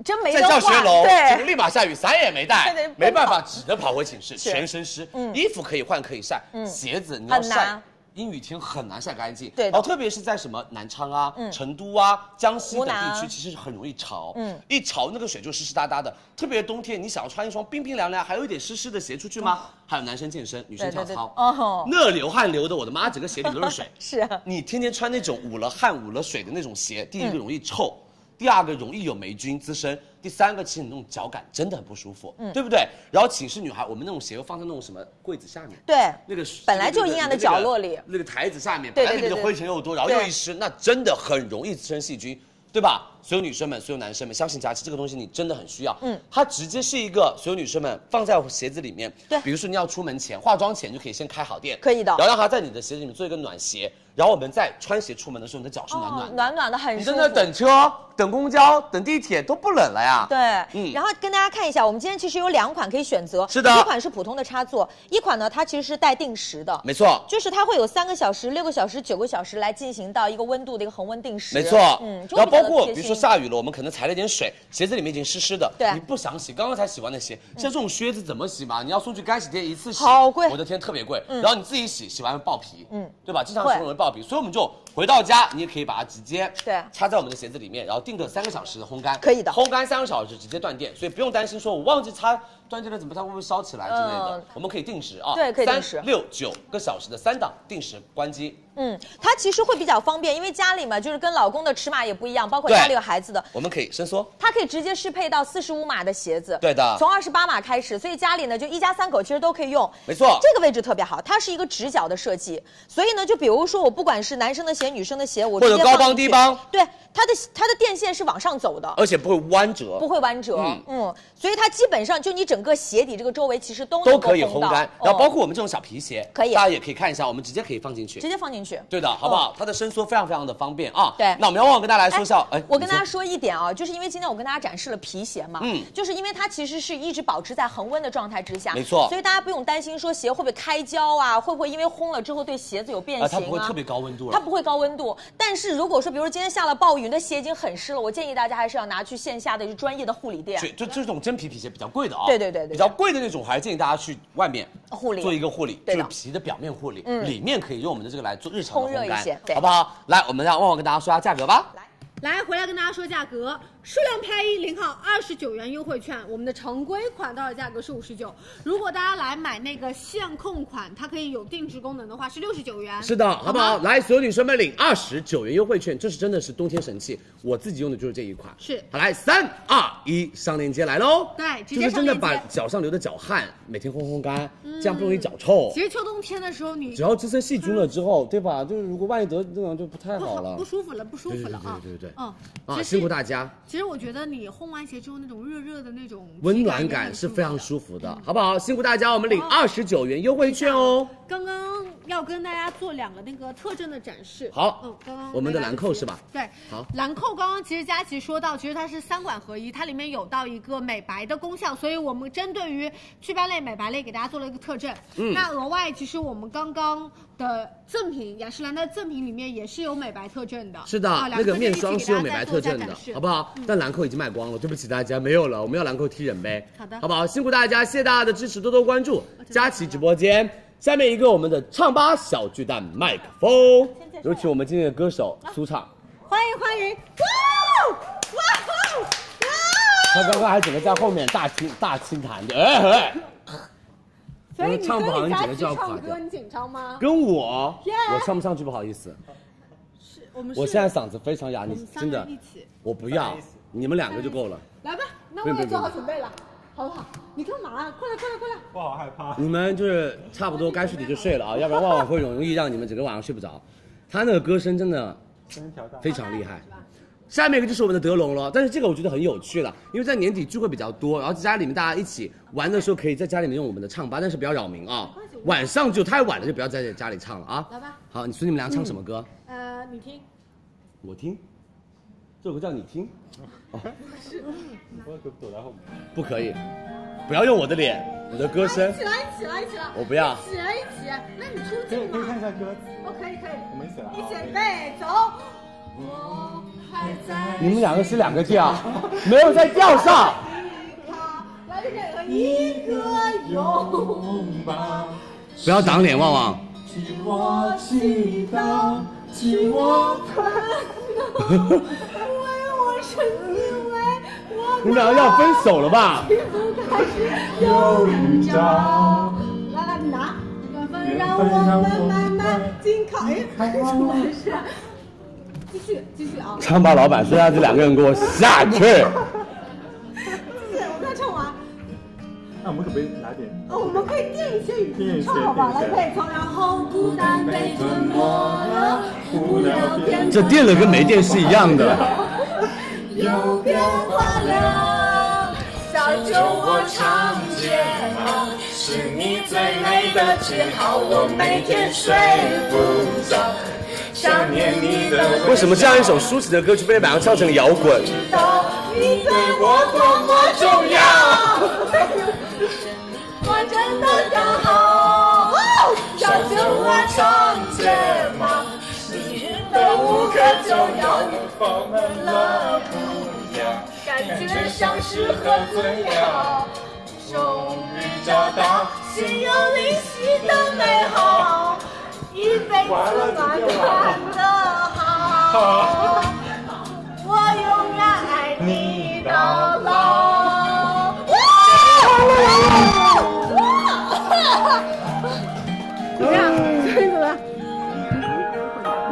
Speaker 6: 真没
Speaker 1: 在
Speaker 6: 得
Speaker 1: 教
Speaker 6: 换，
Speaker 1: 学楼，就
Speaker 6: 对，
Speaker 1: 立马下雨，伞也没带
Speaker 6: 对对，
Speaker 1: 没办法，只能跑回寝室，
Speaker 6: 是
Speaker 1: 全身湿。
Speaker 6: 嗯
Speaker 1: 衣服可以换可以晒，
Speaker 6: 嗯
Speaker 1: 鞋子你要
Speaker 6: 很
Speaker 1: 晒
Speaker 6: 难。
Speaker 1: 阴雨天很难晒干净，
Speaker 6: 对的
Speaker 1: 然后特别是在什么南昌啊、
Speaker 6: 嗯
Speaker 1: 成都啊、江西
Speaker 6: 湖
Speaker 1: 等
Speaker 6: 南啊
Speaker 1: 地区，其实很容易潮，
Speaker 6: 嗯
Speaker 1: 嗯，一潮那个水就湿湿哒哒的。特别冬天，你想要穿一双冰冰凉凉还有一点湿湿的鞋出去吗？还有男生健身，女生
Speaker 6: 嗯对
Speaker 1: 跳
Speaker 6: 对对，
Speaker 1: 操，
Speaker 6: 哦，。
Speaker 1: 那流汗流的，我的妈，整个鞋里都是水
Speaker 6: 是
Speaker 1: 你天天穿那种捂了汗、捂了水的那种鞋，第一个容易臭，第二个容易有霉菌滋生，第三个其实你那种脚感真的很不舒服，对不对？然后寝室女孩，我们那种鞋又放在那种什么柜子下面，
Speaker 6: 对，
Speaker 1: 那个
Speaker 6: 本来就
Speaker 1: 那个
Speaker 6: 阴暗
Speaker 1: 那
Speaker 6: 的
Speaker 1: 个
Speaker 6: 角落里
Speaker 1: 那个台子下面，
Speaker 6: 对
Speaker 1: 本
Speaker 6: 对
Speaker 1: 来那
Speaker 6: 对
Speaker 1: 里的
Speaker 6: 对
Speaker 1: 灰尘又多，然后又
Speaker 6: 对
Speaker 1: 一湿，那真的很容易滋生细菌。对吧？所有女生们，所有男生们，相信佳琪这个东西你真的很需要。
Speaker 6: 嗯
Speaker 1: 嗯，它直接是一个所有女生们放在鞋子里面。
Speaker 6: 对
Speaker 1: 比如说你要出门前、化妆前，你就可以先开好店。
Speaker 6: 可以的
Speaker 1: 然后让它在你的鞋子里面做一个暖鞋，然后我们在穿鞋出门的时候，你的脚是暖暖的。
Speaker 6: 哦暖暖的很
Speaker 1: 你
Speaker 6: 舒
Speaker 1: 在
Speaker 6: 服。
Speaker 1: 那等车、等公交、等地铁都不冷了呀。
Speaker 6: 对，
Speaker 1: 嗯
Speaker 6: 然后跟大家看一下，我们今天其实有两款可以选择，
Speaker 1: 是的
Speaker 6: 一款是普通的插座，一款呢它其实是带定时的，
Speaker 1: 没错。
Speaker 6: 就是它会有三个小时、六个小时、九个小时来进行到一个温度的一个恒温定时。嗯
Speaker 1: 没错，
Speaker 6: 就
Speaker 1: 然后
Speaker 6: 会比较
Speaker 1: 包括
Speaker 6: 贴
Speaker 1: 比如
Speaker 6: 心
Speaker 1: 说下雨了，我们可能踩了点水，鞋子里面已经湿湿的，
Speaker 6: 对
Speaker 1: 你不想洗，刚刚才洗完的鞋，像这种靴子怎么洗嘛？你要送去干洗店一次洗，
Speaker 6: 好贵
Speaker 1: 我的天，特别贵。然后你自己洗，洗完爆皮，
Speaker 6: 嗯
Speaker 1: 嗯，对吧？经常
Speaker 6: 会
Speaker 1: 使用容易爆皮，所以我们就回到家，你也可以把它直接
Speaker 6: 对
Speaker 1: 插在我们的鞋子里面，然后定个三个小时的烘干，
Speaker 6: 可以的
Speaker 1: 烘干三个小时直接断电，所以不用担心说我忘记插断电了怎么它会不会烧起来之类的
Speaker 6: 嗯，
Speaker 1: 我们可以定时啊，
Speaker 6: 对可以定
Speaker 1: 三
Speaker 6: 时
Speaker 1: 六九个小时的三档定时关机，
Speaker 6: 嗯，它其实会比较方便，因为家里嘛，就是跟老公的尺码也不一样，包括
Speaker 1: 对
Speaker 6: 家里有孩子的，
Speaker 1: 我们可以伸缩。
Speaker 6: 它可以直接适配到四十五码的鞋子，
Speaker 1: 对的
Speaker 6: 从二十八码开始，所以家里呢就一家三口其实都可以用，
Speaker 1: 没错
Speaker 6: 这个位置特别好，它是一个直角的设计，所以呢，就比如说我不管是男生的鞋、女生的鞋，我
Speaker 1: 或者
Speaker 6: 直接放
Speaker 1: 高帮
Speaker 6: 进去
Speaker 1: 低帮，
Speaker 6: 对，它的它的电线是往上走的。
Speaker 1: 而且不会弯折，
Speaker 6: 不会弯折，嗯
Speaker 1: 嗯
Speaker 6: 所以它基本上就你整个鞋底这个周围其实都
Speaker 1: 都
Speaker 6: 能够
Speaker 1: 可以
Speaker 6: 烘
Speaker 1: 烘
Speaker 6: 到
Speaker 1: 干，然后包
Speaker 6: 嗯
Speaker 1: 括我们这种小皮鞋，
Speaker 6: 可以
Speaker 1: 大家也可以看一下，我们直接可以放进去
Speaker 6: 直。接放进去。
Speaker 1: 对的，好不好？它的伸缩非常非常的方便啊。
Speaker 6: 对
Speaker 1: 那我们要忘了跟大家来说一下，哎，
Speaker 6: 我跟大家
Speaker 1: 你
Speaker 6: 说一点啊，就是因为今天我跟大家展示了皮鞋嘛，嗯
Speaker 1: 嗯，
Speaker 6: 就是因为它其实是一直保持在恒温的状态之下，
Speaker 1: 没错
Speaker 6: 所以大家不用担心说鞋会不会开胶啊，会不会因为烘了之后对鞋子有变形
Speaker 1: 啊，
Speaker 6: 啊？
Speaker 1: 它不会特别啊高温度
Speaker 6: 它
Speaker 1: 了。
Speaker 6: 不会高温度，但是如果说，比如说今天下了暴雨，那鞋已经很湿了，我建议大家还是要拿去线下的专业的护理店
Speaker 1: 就就这种真皮皮鞋比较贵的啊，
Speaker 6: 啊对对对对对
Speaker 1: 比较贵的那种，还是建议大家去外面
Speaker 6: 护理
Speaker 1: 做一个护理，
Speaker 6: 对
Speaker 1: 就是
Speaker 6: 的
Speaker 1: 皮的表面护理，
Speaker 6: 嗯
Speaker 1: 里面可以用我们的这个来做日常的
Speaker 6: 烘热一
Speaker 1: 烘干
Speaker 6: 些对，
Speaker 1: 好不好？来，我们让旺旺跟大家说一下价格吧。
Speaker 4: 来，回来跟大家说价格，数量拍一领好二十九元优惠券，我们的常规款到手价格是五十九。如果大家来买那个限控款，它可以有定制功能的话是六十九元。
Speaker 1: 是的，好不好？
Speaker 4: 吗？
Speaker 1: 来，所有女生们领二十九元优惠券，这是真的是冬天神器，我自己用的就是这一款。
Speaker 4: 是
Speaker 1: 好来，三二一，上链接来喽！
Speaker 4: 对直
Speaker 1: 就
Speaker 4: 接
Speaker 1: 是真
Speaker 4: 上
Speaker 1: 的
Speaker 4: 链
Speaker 1: 把
Speaker 4: 接
Speaker 1: 脚上流的脚汗每天烘烘干，这样不容易脚臭
Speaker 4: 嗯其。实秋冬天的时候你
Speaker 1: 只要滋生细菌了之后，对吧？就是如果万一得这样就不太
Speaker 4: 不
Speaker 1: 好了
Speaker 4: 嗯不。舒服了，不舒服了啊！
Speaker 1: 对对对对对对
Speaker 4: 嗯，
Speaker 1: 啊，
Speaker 4: 其实
Speaker 1: 辛苦大家，
Speaker 4: 其实我觉得你烘完鞋之后那种热热的那种
Speaker 1: 温暖
Speaker 4: 体
Speaker 1: 感是非常舒
Speaker 4: 服
Speaker 1: 服的，好不好？辛苦大家，我们领二十九元优惠券哦。
Speaker 4: 的。刚刚要跟大家做两个那个特征的展示。
Speaker 1: 好
Speaker 4: 嗯，刚刚
Speaker 1: 我们的
Speaker 4: 没来得
Speaker 1: 兰蔻
Speaker 4: 及
Speaker 1: 是吧？
Speaker 4: 对，
Speaker 1: 好
Speaker 4: 兰蔻刚刚其实佳琪说到，其实它是三管合一，它里面有到一个美白的功效，所以我们针对于祛斑类、美白类给大家做了一个特征。
Speaker 1: 嗯
Speaker 4: 那额外其实我们刚刚的赠品雅诗兰黛赠品里面也是有美白特征的。
Speaker 1: 是的
Speaker 4: 啊，
Speaker 1: 那个面霜是有美白特征的，好不？好？
Speaker 4: 嗯
Speaker 1: 但兰蔻已经卖光了，对不起大家，没有了，我们要兰蔻踢人呗，
Speaker 4: 好的哦
Speaker 1: 好不好？辛苦大家，谢谢大家的支持，多多关注
Speaker 4: 真的
Speaker 1: 佳琦直播间。下面一个我们的唱吧小巨蛋麦克风，有请我们今天的歌手苏畅，
Speaker 4: 欢迎欢迎，哦
Speaker 1: 他刚刚还整个在后面大清大清弹的，哎哎，
Speaker 4: 所以你
Speaker 1: 唱
Speaker 4: 跟
Speaker 1: 不好
Speaker 4: 李
Speaker 1: 你
Speaker 4: 佳
Speaker 1: 整个
Speaker 4: 琦
Speaker 1: 就要垮
Speaker 4: 唱
Speaker 1: 掉
Speaker 4: 歌，。你紧张吗？
Speaker 1: 跟我，我唱不上去，不好意思，
Speaker 4: 我们 是
Speaker 1: 我现在嗓子非常哑，
Speaker 4: 我
Speaker 1: 你
Speaker 4: 们三
Speaker 1: 真
Speaker 4: 个
Speaker 1: 的
Speaker 4: 人一，起
Speaker 1: 我不要，你们两个就够了，
Speaker 4: 来吧，那
Speaker 1: 不
Speaker 4: 我
Speaker 1: 用
Speaker 4: 也
Speaker 1: 不用
Speaker 4: 做好准备了，好不好？你干嘛啊？快来快来快来！
Speaker 10: 我好害
Speaker 9: 啊
Speaker 10: 怕。
Speaker 1: 你们就是差不多该睡的就睡了啊，要不然旺旺会容易让你们整个晚上睡不着。他那个歌声真的
Speaker 10: 声音调大。
Speaker 1: 非常厉害。下面一个就是我们的德龙了，但是这个我觉得很有趣了，因为在年底聚会比较多，然后在家里面大家一起玩的时候，可以在家里面用我们的唱吧，但是不要扰民啊。晚上就太晚了，就不要在家里唱了啊。
Speaker 8: 来吧。
Speaker 1: 好，你随你们俩唱什么歌？
Speaker 8: 呃，你听，
Speaker 1: 我听，这首歌叫你听。哦，不可以，不要用我的脸，我的歌声，
Speaker 8: 起来，起来，起来，
Speaker 1: 呃我不要。
Speaker 8: 起来，起来，那你出
Speaker 9: 可以
Speaker 8: 镜
Speaker 9: 可以
Speaker 8: 嘛
Speaker 9: 看一？下歌词，
Speaker 8: 我可哦以，可以，
Speaker 9: 我们一起来
Speaker 8: 一起
Speaker 9: 啊。
Speaker 8: 备走。我还在
Speaker 1: 你们两个是两个调，没有在调上。
Speaker 8: 他为了一个拥
Speaker 9: 拥抱，
Speaker 1: 不要挡脸，旺旺。
Speaker 9: 替我祈祷，替我
Speaker 8: 为我是因为我
Speaker 1: 你们两个要分手了吧？
Speaker 8: 开始
Speaker 9: 有一招，
Speaker 8: 来来，你拿。缘分
Speaker 9: 缘分
Speaker 8: 让
Speaker 9: 让
Speaker 8: 我
Speaker 9: 我
Speaker 8: 们慢
Speaker 9: 们
Speaker 8: 慢紧靠，哎，
Speaker 9: 看
Speaker 8: 不
Speaker 9: 我
Speaker 8: 合适。继续，继续啊！
Speaker 1: 唱吧，老板，剩下这两个人给我下去。
Speaker 8: 继续，我们再唱完。
Speaker 9: 那我们可不可以来点？
Speaker 8: 哦，我们可以垫一些雨
Speaker 9: 垫一些
Speaker 8: 唱好吧？来，
Speaker 9: 垫一些
Speaker 8: 可以从然后孤单被吞没了，
Speaker 9: 哎
Speaker 8: 无聊变
Speaker 1: 这垫了跟没垫是一样的。
Speaker 8: 又变化了，小酒窝长睫毛是你最美的记号，我每天睡不着，想念你的
Speaker 1: 为什么这样一首抒情的歌曲被你把它唱成摇滚？
Speaker 8: 味道，你对我多么重要，我真的刚好，小酒窝长睫毛，你的无可救药，你
Speaker 9: 放慢了步调，
Speaker 8: 感觉像是喝醉了。终于找到心有灵犀的美好，一辈子暖暖的好，我永远爱你到老。
Speaker 2: 怎么样？所以怎么样？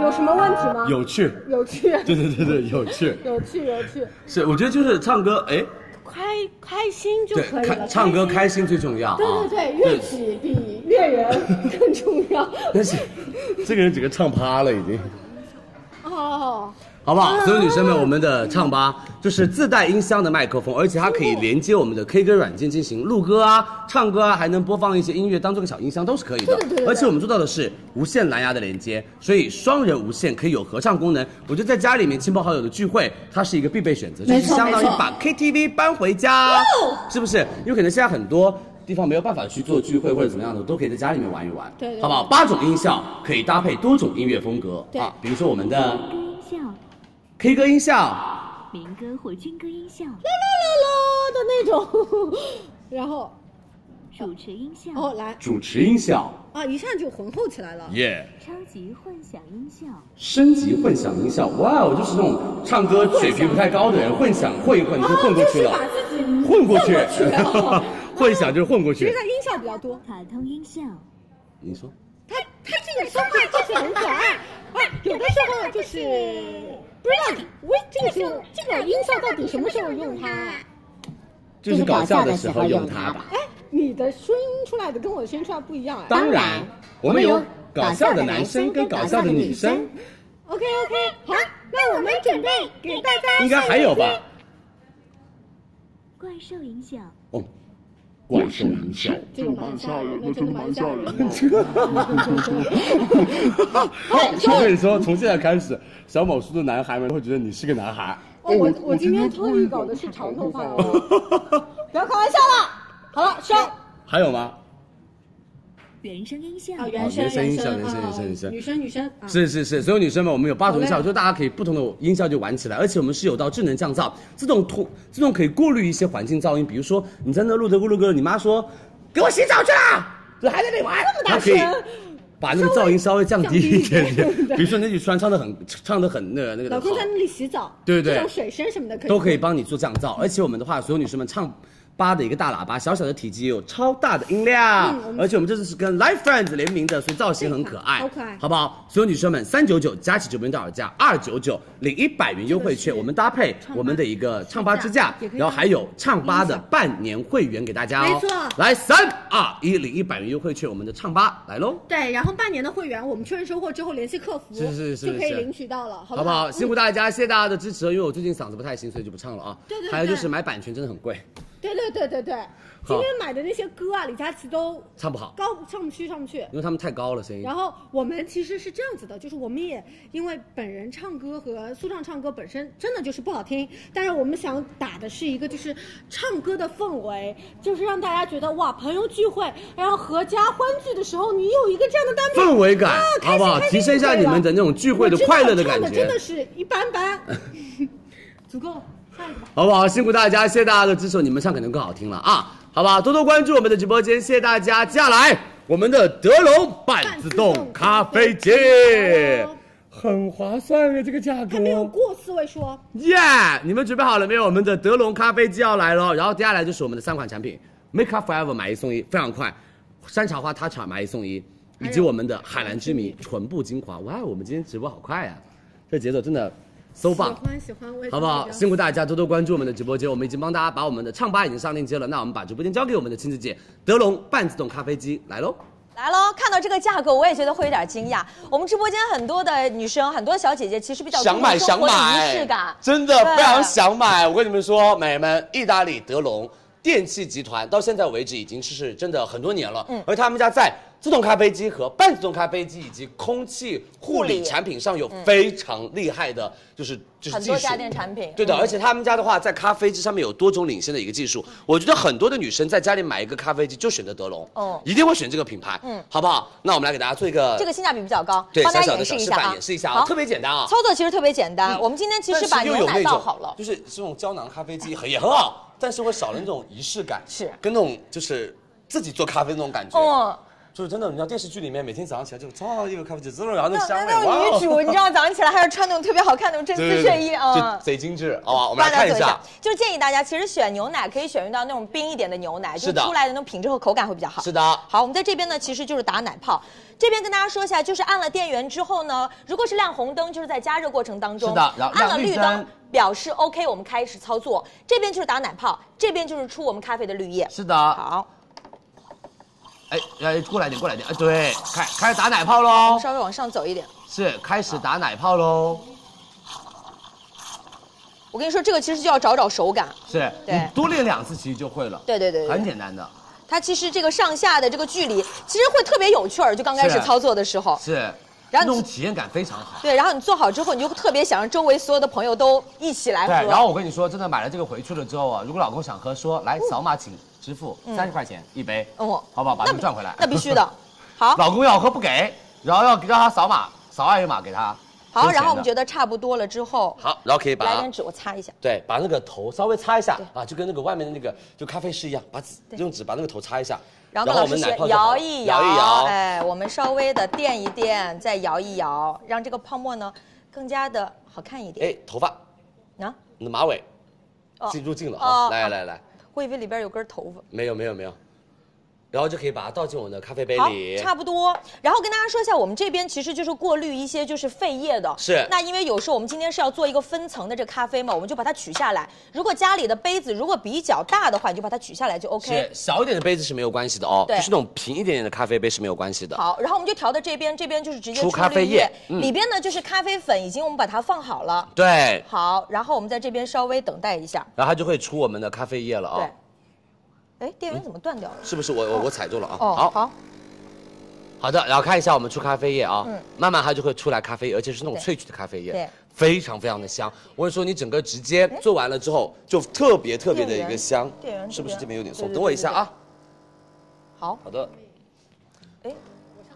Speaker 2: 有什么问题吗？
Speaker 1: 有趣，
Speaker 2: 有趣，
Speaker 1: 对对对对，有趣。
Speaker 2: 有趣，有趣，
Speaker 1: 是，我觉得就是唱歌，哎，
Speaker 2: 开开心就
Speaker 1: 对
Speaker 2: 可，以
Speaker 1: 开
Speaker 2: 了。
Speaker 1: 唱歌
Speaker 2: 开
Speaker 1: 开心最重要啊。
Speaker 2: 心。对对对，乐己比乐人更重要。
Speaker 1: 但是这个人整个唱趴了已经。
Speaker 2: 哦，
Speaker 1: 好不好？所有女生们，我们的唱吧就是自带音箱的麦克风，而且它可以连接我
Speaker 2: 哦
Speaker 1: 们的 K 歌软件进行录歌啊、唱歌啊，还能播放一些音乐，当做个小音箱都是可以的。
Speaker 2: 对对对对
Speaker 1: 而且我们做到的是无线蓝牙的连接，所以双人无线可以有合唱功能。我觉得在家里面亲朋好友的聚会，它是一个必备选择，就是相当于把 KTV 搬回家，是不是？因为可能现在很多。地方没有办法去做聚会或者怎么样的，都可以在家里面玩一玩，
Speaker 2: 对对对
Speaker 1: 好不好？八种音效可以搭配多种音乐风格
Speaker 2: 对
Speaker 1: 啊，比如说我们的
Speaker 10: 歌音效，
Speaker 1: K 歌音效，
Speaker 10: 民歌或军歌音效，
Speaker 2: 的那种， 然后
Speaker 10: 主持音效，
Speaker 2: 然后来
Speaker 1: 主持音效，
Speaker 2: 啊，一下就浑厚起来了。
Speaker 1: 耶、
Speaker 10: 超级混响音效，
Speaker 1: 升级混响音效，哇哦，就是那种唱歌水平不太高的人，混响混一混就混过去了，混过去，混响就是混过
Speaker 2: 其
Speaker 1: 去
Speaker 2: 实。它音效比较多，
Speaker 10: 卡通音效，
Speaker 1: 你说，
Speaker 2: 它它这个说话就是很可 爱，哎，有的时候就是不知道我这哎个时候这个音效到底什么时候用它。
Speaker 1: 就是搞笑的时候用它吧。
Speaker 2: 哎，你的声音出来的跟我的声音出来不一样哎。
Speaker 1: 当然，我们有搞笑的男生跟搞笑的女生，
Speaker 2: OK OK，好，那我们准备给大家哦
Speaker 1: 应该还有吧？
Speaker 10: 怪兽音效，
Speaker 1: 哦，怪兽音效。
Speaker 2: 这个蛮吓人的，真的蛮吓人的。
Speaker 1: 我跟你说，从现在开始，小某说的男孩们会觉得你是个男孩。
Speaker 2: 哦，我我今天特意搞的是长头发哦，不要开玩笑了。好了，收。
Speaker 1: 还有吗？
Speaker 10: 原声音效，
Speaker 2: 啊，原声
Speaker 1: 原声音效
Speaker 2: 原
Speaker 1: 原声
Speaker 2: 声
Speaker 1: 原声
Speaker 2: 女生女生啊，
Speaker 1: 是是是，所有女生们，我们有八种音效，就大家可以不同的音效就玩起来，而且我们是有到智能降噪，自动突自动可以过滤一些环境噪音，比如说你在那录着咕噜咕噜，你妈说给我洗澡去啦，就还在哎那里玩，
Speaker 2: 大
Speaker 1: 它可以
Speaker 2: 声
Speaker 1: 把那个噪 音稍微降低一点
Speaker 2: 降低一
Speaker 1: 点
Speaker 2: 点。对
Speaker 1: 比如说你那句川唱的很唱的很那呃个那个
Speaker 2: 老
Speaker 1: 的
Speaker 2: 公
Speaker 1: 好
Speaker 2: 在，那里洗澡，
Speaker 1: 对对
Speaker 2: 这种水声什么的可以嗯
Speaker 1: 都可以。帮你做降噪，而且我们的话，所有女生们唱。八的一个大喇叭，小小的体积也有超大的音量，
Speaker 2: 嗯
Speaker 1: 而且我们这次是跟 Life Friends 联名的，所以造型很可爱，
Speaker 2: 好可爱
Speaker 1: 好不好？所有女生们，三九九加起九元到手价，二九九领一百元优惠券，我们搭配我们的一个唱吧支架，然后还有唱吧的半年会员给大家哦。
Speaker 2: 没错
Speaker 1: 来三二一，领一百元优惠券，我们的唱吧来喽，
Speaker 2: 对，然后半年的会员，我们确认收货之后联系客服，
Speaker 1: 是是是
Speaker 2: 就可以
Speaker 1: 是
Speaker 2: 领取到了，好
Speaker 1: 好
Speaker 2: 不
Speaker 1: 不
Speaker 2: 好？
Speaker 1: 好？辛苦大家，谢谢大家的支持，因为我最近嗓子不太行，所以就不唱了啊。
Speaker 2: 对对
Speaker 1: 还有就
Speaker 2: 对
Speaker 1: 是买版权真的很贵，
Speaker 2: 对
Speaker 8: 对对对对对，今天买的那些歌啊，李佳琦都
Speaker 1: 唱不好，
Speaker 8: 高上不去上不去。
Speaker 1: 因为他们太高了声音。
Speaker 8: 然后我们其实是这样子的，就是我们也因为本人唱歌和苏畅唱歌本身真的就是不好听，但是我们想打的是一个就是唱歌的氛围，就是让大家觉得哇，朋友聚会，然后合家欢聚的时候，你有一个这样的单品
Speaker 1: 氛围感
Speaker 8: 啊、开心
Speaker 1: 好不好
Speaker 8: 开心
Speaker 1: 提升一下
Speaker 8: 就可以
Speaker 1: 你们的
Speaker 8: 了
Speaker 1: 那种聚会的
Speaker 8: 我知道
Speaker 1: 快乐的
Speaker 8: 唱
Speaker 1: 感觉
Speaker 8: 真的是一般 般，足够了。下一个吧。
Speaker 1: 好不好？辛苦大家，谢谢大家的支持，你们唱肯定更好听了啊，好吧？多多关注我们的直播间，谢谢大家。接下来我们的德龙半自动咖啡机
Speaker 8: 哦，
Speaker 1: 很划算啊，这个价格
Speaker 8: 还没有过四位数哦，
Speaker 1: 耶你们准备好了没有？我们的德龙咖啡机要来了，然后接下来就是我们的三款产品：Make Up Forever 买一送一，非常快；山茶花 Touch Up 买一送一，以及我们的海蓝之谜唇部精华。哇，我们今天直播好快呀、这节奏真的搜棒！
Speaker 8: 喜欢喜欢， 我也
Speaker 1: 好不好？辛苦大家多多关注我们的直播间，我们已经帮大家把我们的唱吧已经上链接了，那我们把直播间交给我们的亲子姐德龙半自动咖啡机来 喽。
Speaker 6: 来喽！看到这个价格，我也觉得会有点惊讶。我们直播间很多的女生，很多小姐姐其实比较注重生活的仪式感，
Speaker 1: 真的
Speaker 6: 对
Speaker 1: 非常想买。我跟你们说，美眉们，意大利德龙电器集团到现在为止已经是真的很多年了，
Speaker 6: 嗯
Speaker 1: 而他们家在自动咖啡机和半自动咖啡机以及空气护
Speaker 6: 护
Speaker 1: 理
Speaker 6: 理
Speaker 1: 产品上有非常厉害的，就是就是
Speaker 6: 嗯很
Speaker 1: 技
Speaker 6: 多
Speaker 1: 术。
Speaker 6: 家电产品。
Speaker 1: 对的，而且他们家的话，在咖啡机上面有多种领先的一个技术。我觉得很多的女生在家里买一个咖啡机就选择德龙，
Speaker 6: 哦
Speaker 1: 一定会选这个品牌，
Speaker 6: 嗯
Speaker 1: 好不好？那我们来给大家做一个
Speaker 6: 这个性价比比较高，
Speaker 1: 对
Speaker 6: 帮
Speaker 1: 小
Speaker 6: 大
Speaker 1: 小
Speaker 6: 家
Speaker 1: 的
Speaker 6: 演
Speaker 1: 小
Speaker 6: 示一
Speaker 1: 示
Speaker 6: 下
Speaker 1: 范，
Speaker 6: 啊，
Speaker 1: 演示一下啊，
Speaker 6: 好，
Speaker 1: 特别简单啊。
Speaker 6: 操作其实特别简单。我们今天其实把
Speaker 1: 但是又
Speaker 6: 牛
Speaker 1: 有
Speaker 6: 奶
Speaker 1: 那
Speaker 6: 倒
Speaker 1: 种
Speaker 6: 好了，
Speaker 1: 就是这种胶囊咖啡机 很也很好，但是会少了那种仪式感，
Speaker 6: 是
Speaker 1: 跟那种就是自己做咖啡那种感觉。
Speaker 6: 嗯。
Speaker 1: 就是真的，你知道电视剧里面每天早上起来就操一个咖啡机滋润，然后那
Speaker 6: 那
Speaker 1: 个香味，
Speaker 6: 那
Speaker 1: 哇
Speaker 6: 种
Speaker 1: 哦
Speaker 6: 女主，你知道早上起来还要穿那种特别好看的那种针
Speaker 1: 对对
Speaker 6: 织
Speaker 1: 对
Speaker 6: 睡衣
Speaker 1: 就
Speaker 6: 啊。
Speaker 1: 贼精致，好吧，我们
Speaker 6: 帮
Speaker 1: 来
Speaker 6: 大家
Speaker 1: 看一
Speaker 6: 做一
Speaker 1: 下
Speaker 6: 下，，就是建议大家其实选牛奶可以选用到那种冰一点的牛奶，就是
Speaker 1: 的
Speaker 6: 出来的那种品质和口感会比较好。
Speaker 1: 是的，
Speaker 6: 好，我们在这边呢，其实就是打奶泡。这边跟大家说一下，就是按了电源之后呢，如果是亮红灯，就是在加热过程当中；
Speaker 1: 是的然后
Speaker 6: 按了
Speaker 1: 亮绿
Speaker 6: 绿
Speaker 1: 灯
Speaker 6: 灯，表示 OK，我们开始操作。这边就是打奶泡，这边就是出我们咖啡的绿叶。
Speaker 1: 是的，
Speaker 6: 好，
Speaker 1: 哎，哎，过来点，过来点，哎，对，开开始打奶泡
Speaker 6: 我
Speaker 1: 喽
Speaker 6: 们，稍微往上走一点。
Speaker 1: 是开始打奶泡喽，
Speaker 6: 我跟你说，这个其实就要找找手感。
Speaker 1: 是，
Speaker 6: 对
Speaker 1: 你多练两次其实就会了，
Speaker 6: 对对对对对
Speaker 1: 很简单的，
Speaker 6: 它其实这个上下的这个距离，其实会特别有趣儿。就刚开始
Speaker 1: 是
Speaker 6: 操作的时候，
Speaker 1: 是，
Speaker 6: 然
Speaker 1: 那
Speaker 6: 后
Speaker 1: 种体验感非常好。
Speaker 6: 对，然后你做好之后，你就特别想让周围所有的朋友都一起来喝。
Speaker 1: 对，然后我跟你说，真的买了这个回去了之后啊，如果老公想喝，说来扫码请支付三十块钱一杯，
Speaker 6: 嗯
Speaker 1: 好不好？把他
Speaker 6: 那
Speaker 1: 们赚回来。
Speaker 6: 那必 须的。。好，
Speaker 1: 老公要喝不给，然后要让他扫码，扫二维码给他。
Speaker 6: 好，然后我们觉
Speaker 1: 得
Speaker 6: 得差不多了之后，
Speaker 1: 好，然后可以
Speaker 6: 来点纸，我擦一下。
Speaker 1: 对，把那个头稍微擦一下啊，就跟那个外面的那个就咖啡师一样，把纸用纸把那个头擦一下，
Speaker 6: 然后跟老师学摇一摇，哎，我们稍微的垫一垫，再摇一摇，让这个泡沫呢更加的好看一点。
Speaker 1: 哎，头发，
Speaker 6: 啊，
Speaker 1: 你的马尾
Speaker 6: 哦
Speaker 1: 进入镜了
Speaker 6: 哦
Speaker 1: 啊，来
Speaker 6: 啊
Speaker 1: 来来，
Speaker 6: 我以为里边有根头发。
Speaker 1: 没有没有没有，然后就可以把它倒进我的咖啡杯
Speaker 6: 好，
Speaker 1: 里，
Speaker 6: 差不多。然后跟大家说一下，我们这边其实就是过滤一些就是废液的。
Speaker 1: 是
Speaker 6: 那因为有时候我们今天是要做一个分层的这咖啡嘛，我们就把它取下来。如果家里的杯子如果比较大的话，你就把它取下来就 OK
Speaker 1: 是。小一点的杯子是没有关系的哦，就
Speaker 6: 对
Speaker 1: 是那种平一点点的咖啡杯是没有关系的。
Speaker 6: 好，然后我们就调到这边，这边就是直接
Speaker 1: 出咖
Speaker 6: 滤
Speaker 1: 啡液嗯
Speaker 6: 里边呢就是咖啡粉，已经我们把它放好了。
Speaker 1: 对，
Speaker 6: 好，然后我们在这边稍微等待一下。
Speaker 1: 然后它就会出我们的咖啡液了啊、
Speaker 6: 对，哎，电源怎么断掉了？
Speaker 1: 是不是我？我我踩住了啊。
Speaker 6: 哦，
Speaker 1: 嗯好
Speaker 6: 好，
Speaker 1: 好的，然后看一下我们出咖啡液啊，
Speaker 6: 嗯
Speaker 1: 慢慢它就会出来咖啡液，而且是那种
Speaker 6: 对
Speaker 1: 萃取的咖啡液，
Speaker 6: 对嗯
Speaker 1: 非常非常的香。我跟你说，你整个直接做完了之后，就特别特别的一个香
Speaker 6: 电源，
Speaker 1: 是不是这边有点
Speaker 6: 对
Speaker 1: 松？
Speaker 6: 对
Speaker 1: 等我一下啊。
Speaker 6: 好，
Speaker 1: 好的，
Speaker 6: 哎，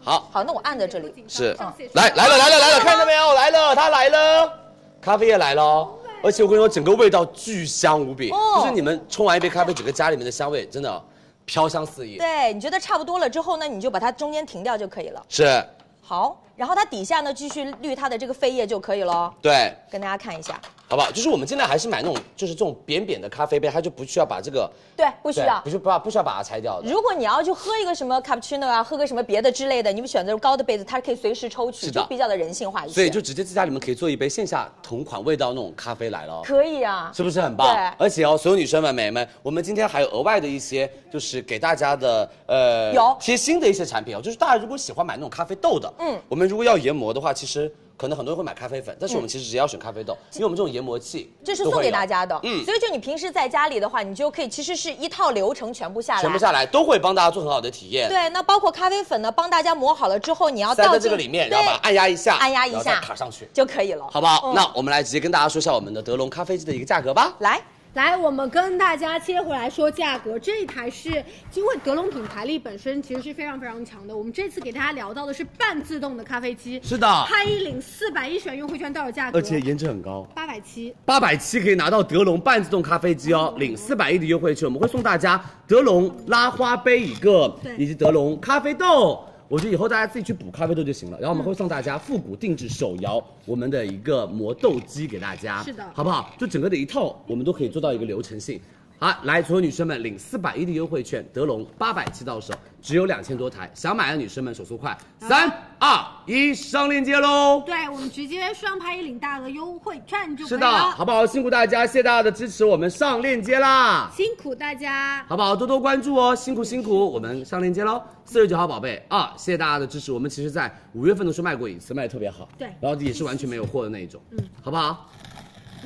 Speaker 1: 好，
Speaker 6: 好，那我按在这里。
Speaker 1: 是
Speaker 6: 嗯，
Speaker 1: 来来了来了来了，看到没有？来了，它来了，咖啡也来了哦。而且我跟你说，整个味道巨香无比，
Speaker 6: 哦
Speaker 1: 就是你们冲完一杯咖啡，整个家里面的香味真的飘香四溢。
Speaker 6: 对，你觉得差不多了之后呢，你就把它中间停掉就可以了。
Speaker 1: 是，
Speaker 6: 好，然后它底下呢继续滤它的这个废液就可以了。哦
Speaker 1: 对，
Speaker 6: 跟大家看一下，
Speaker 1: 好不好？就是我们尽量还是买那种就是这种扁扁的咖啡杯，它就不需要把这个
Speaker 6: 对，不
Speaker 1: 不
Speaker 6: 需要嗯
Speaker 1: 不。需不要不需要把它拆掉的。
Speaker 6: 如果你要去喝一个什么 cappuccino 啊，喝个什么别的之类的，你们选择高的杯子，它是可以随时抽取，
Speaker 1: 是的
Speaker 6: 就比较的人性化一些。
Speaker 1: 所以就直接在家里面可以做一杯线下同款味道那种咖啡来了哦。
Speaker 6: 可以啊。
Speaker 1: 是不是很棒
Speaker 6: 对？
Speaker 1: 而且哦，所有女生们、美们，我们今天还有额外的一些，就是给大家的呃
Speaker 6: 有
Speaker 1: 贴心的一些产品哦，就是大家如果喜欢买那种咖啡豆的，
Speaker 6: 嗯
Speaker 1: 我们如果要研磨的话，其实。可能很多人会买咖啡粉，但是我们其实只要选咖啡豆，因为我们这种研磨器
Speaker 6: 嗯这是
Speaker 1: 都
Speaker 6: 送
Speaker 1: 会
Speaker 6: 给
Speaker 1: 有
Speaker 6: 大家的，
Speaker 1: 嗯
Speaker 6: 所以就你平时在家里的话，你就可以其实是一套流程全部下来，
Speaker 1: 全部下来都会帮大家做很好的体验。
Speaker 6: 对，那包括咖啡粉呢，帮大家磨好了之后，你要
Speaker 1: 塞
Speaker 6: 啊倒
Speaker 1: 在
Speaker 6: 进
Speaker 1: 这个里面，
Speaker 6: 对
Speaker 1: 然后把它按压一下，
Speaker 6: 按压一
Speaker 1: 然后
Speaker 6: 下
Speaker 1: 再卡上去，
Speaker 6: 就可以了，
Speaker 1: 好不好？
Speaker 6: 嗯
Speaker 1: 那我们来直接跟大家说一下我们的德龙咖啡机的一个价格吧。
Speaker 6: 来，
Speaker 8: 来，我们跟大家切回来说价格，这一台是因为德龙品牌力本身其实是非常非常强的。我们这次给大家聊到的是半自动的咖啡机，
Speaker 1: 是的
Speaker 8: 拍一领四百一十元优惠券到手价格，
Speaker 1: 而且颜值很高，
Speaker 8: 八百七。
Speaker 1: 八百七可以拿到德龙半自动咖啡机哦，领四百一的优惠券，我们会送大家德龙拉花杯一个，以及德龙咖啡豆。我觉得以后大家自己去补咖啡豆就行了，然后我们会送大家复古定制手摇我们的一个磨豆机给大家，
Speaker 8: 是的
Speaker 1: 好不好？就整个的一套我们都可以做到一个流程性。好，来，所有女生们领四百一的优惠券，德龙八百七到手，只有两千多台，想买的女生们手速快，三二一，上链接喽！
Speaker 8: 对，我们直接双拍一领大额优惠券就可以
Speaker 1: 是的，
Speaker 8: 了。
Speaker 1: 好不好？辛苦大家，谢谢大家的支持，我们上链接啦，
Speaker 8: 辛苦大家，
Speaker 1: 好不好？多多关注哦，辛苦辛苦，我们上链接喽。四十九号宝贝啊，谢谢大家的支持，我们其实在五月份的时候卖过一次，卖的特别好，
Speaker 8: 对
Speaker 1: 然后也是完全没有货的那一种，嗯，好不好？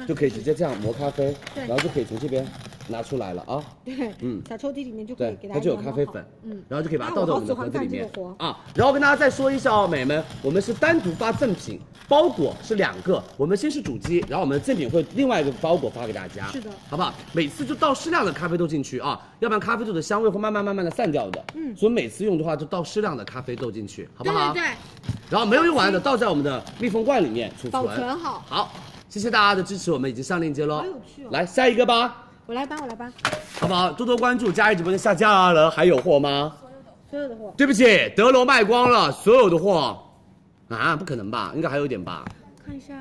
Speaker 1: 就可以直接这样磨咖啡，
Speaker 8: 对
Speaker 1: 然后就可以从这边拿出来了啊。
Speaker 8: 对，
Speaker 1: 嗯
Speaker 8: 小抽屉里面就可以
Speaker 1: 对
Speaker 8: 给，大家
Speaker 1: 它就有
Speaker 8: 慢
Speaker 1: 咖
Speaker 8: 慢
Speaker 1: 啡
Speaker 8: 好
Speaker 1: 粉，
Speaker 8: 嗯，
Speaker 1: 然后就可以把它
Speaker 8: 啊
Speaker 1: 倒在我
Speaker 8: 我好
Speaker 1: 们
Speaker 8: 喜
Speaker 1: 的
Speaker 8: 欢
Speaker 1: 盒子里
Speaker 8: 干这
Speaker 1: 面
Speaker 8: 个活
Speaker 1: 啊。然后跟大家再说一下哦，美们，我们是单独发赠品，包裹是两个，我们先是主机，然后我们赠品会另外一个包裹发给大家，
Speaker 8: 是的
Speaker 1: 好不好？每次就倒适量的咖啡豆进去啊，要不然咖啡豆的香味会慢慢慢慢的散掉的，嗯，所以每次用的话就倒适量的咖啡豆进去，好不
Speaker 8: 对
Speaker 1: 好？
Speaker 8: 对对，
Speaker 1: 然后没有用完的倒在我们的密封罐里面储存，
Speaker 8: 保存哦好。
Speaker 1: 好，谢谢大家的支持，我们已经上链接喽，
Speaker 8: 好有趣哦
Speaker 1: 来下一个吧。
Speaker 8: 我来搬，我来搬，
Speaker 1: 好不好？多多关注，佳怡直播间下架了，还有货吗？
Speaker 8: 所有的货
Speaker 1: 对不起，德龙卖光了所有的货，啊，不可能吧？应该还有一点吧？
Speaker 8: 看一下，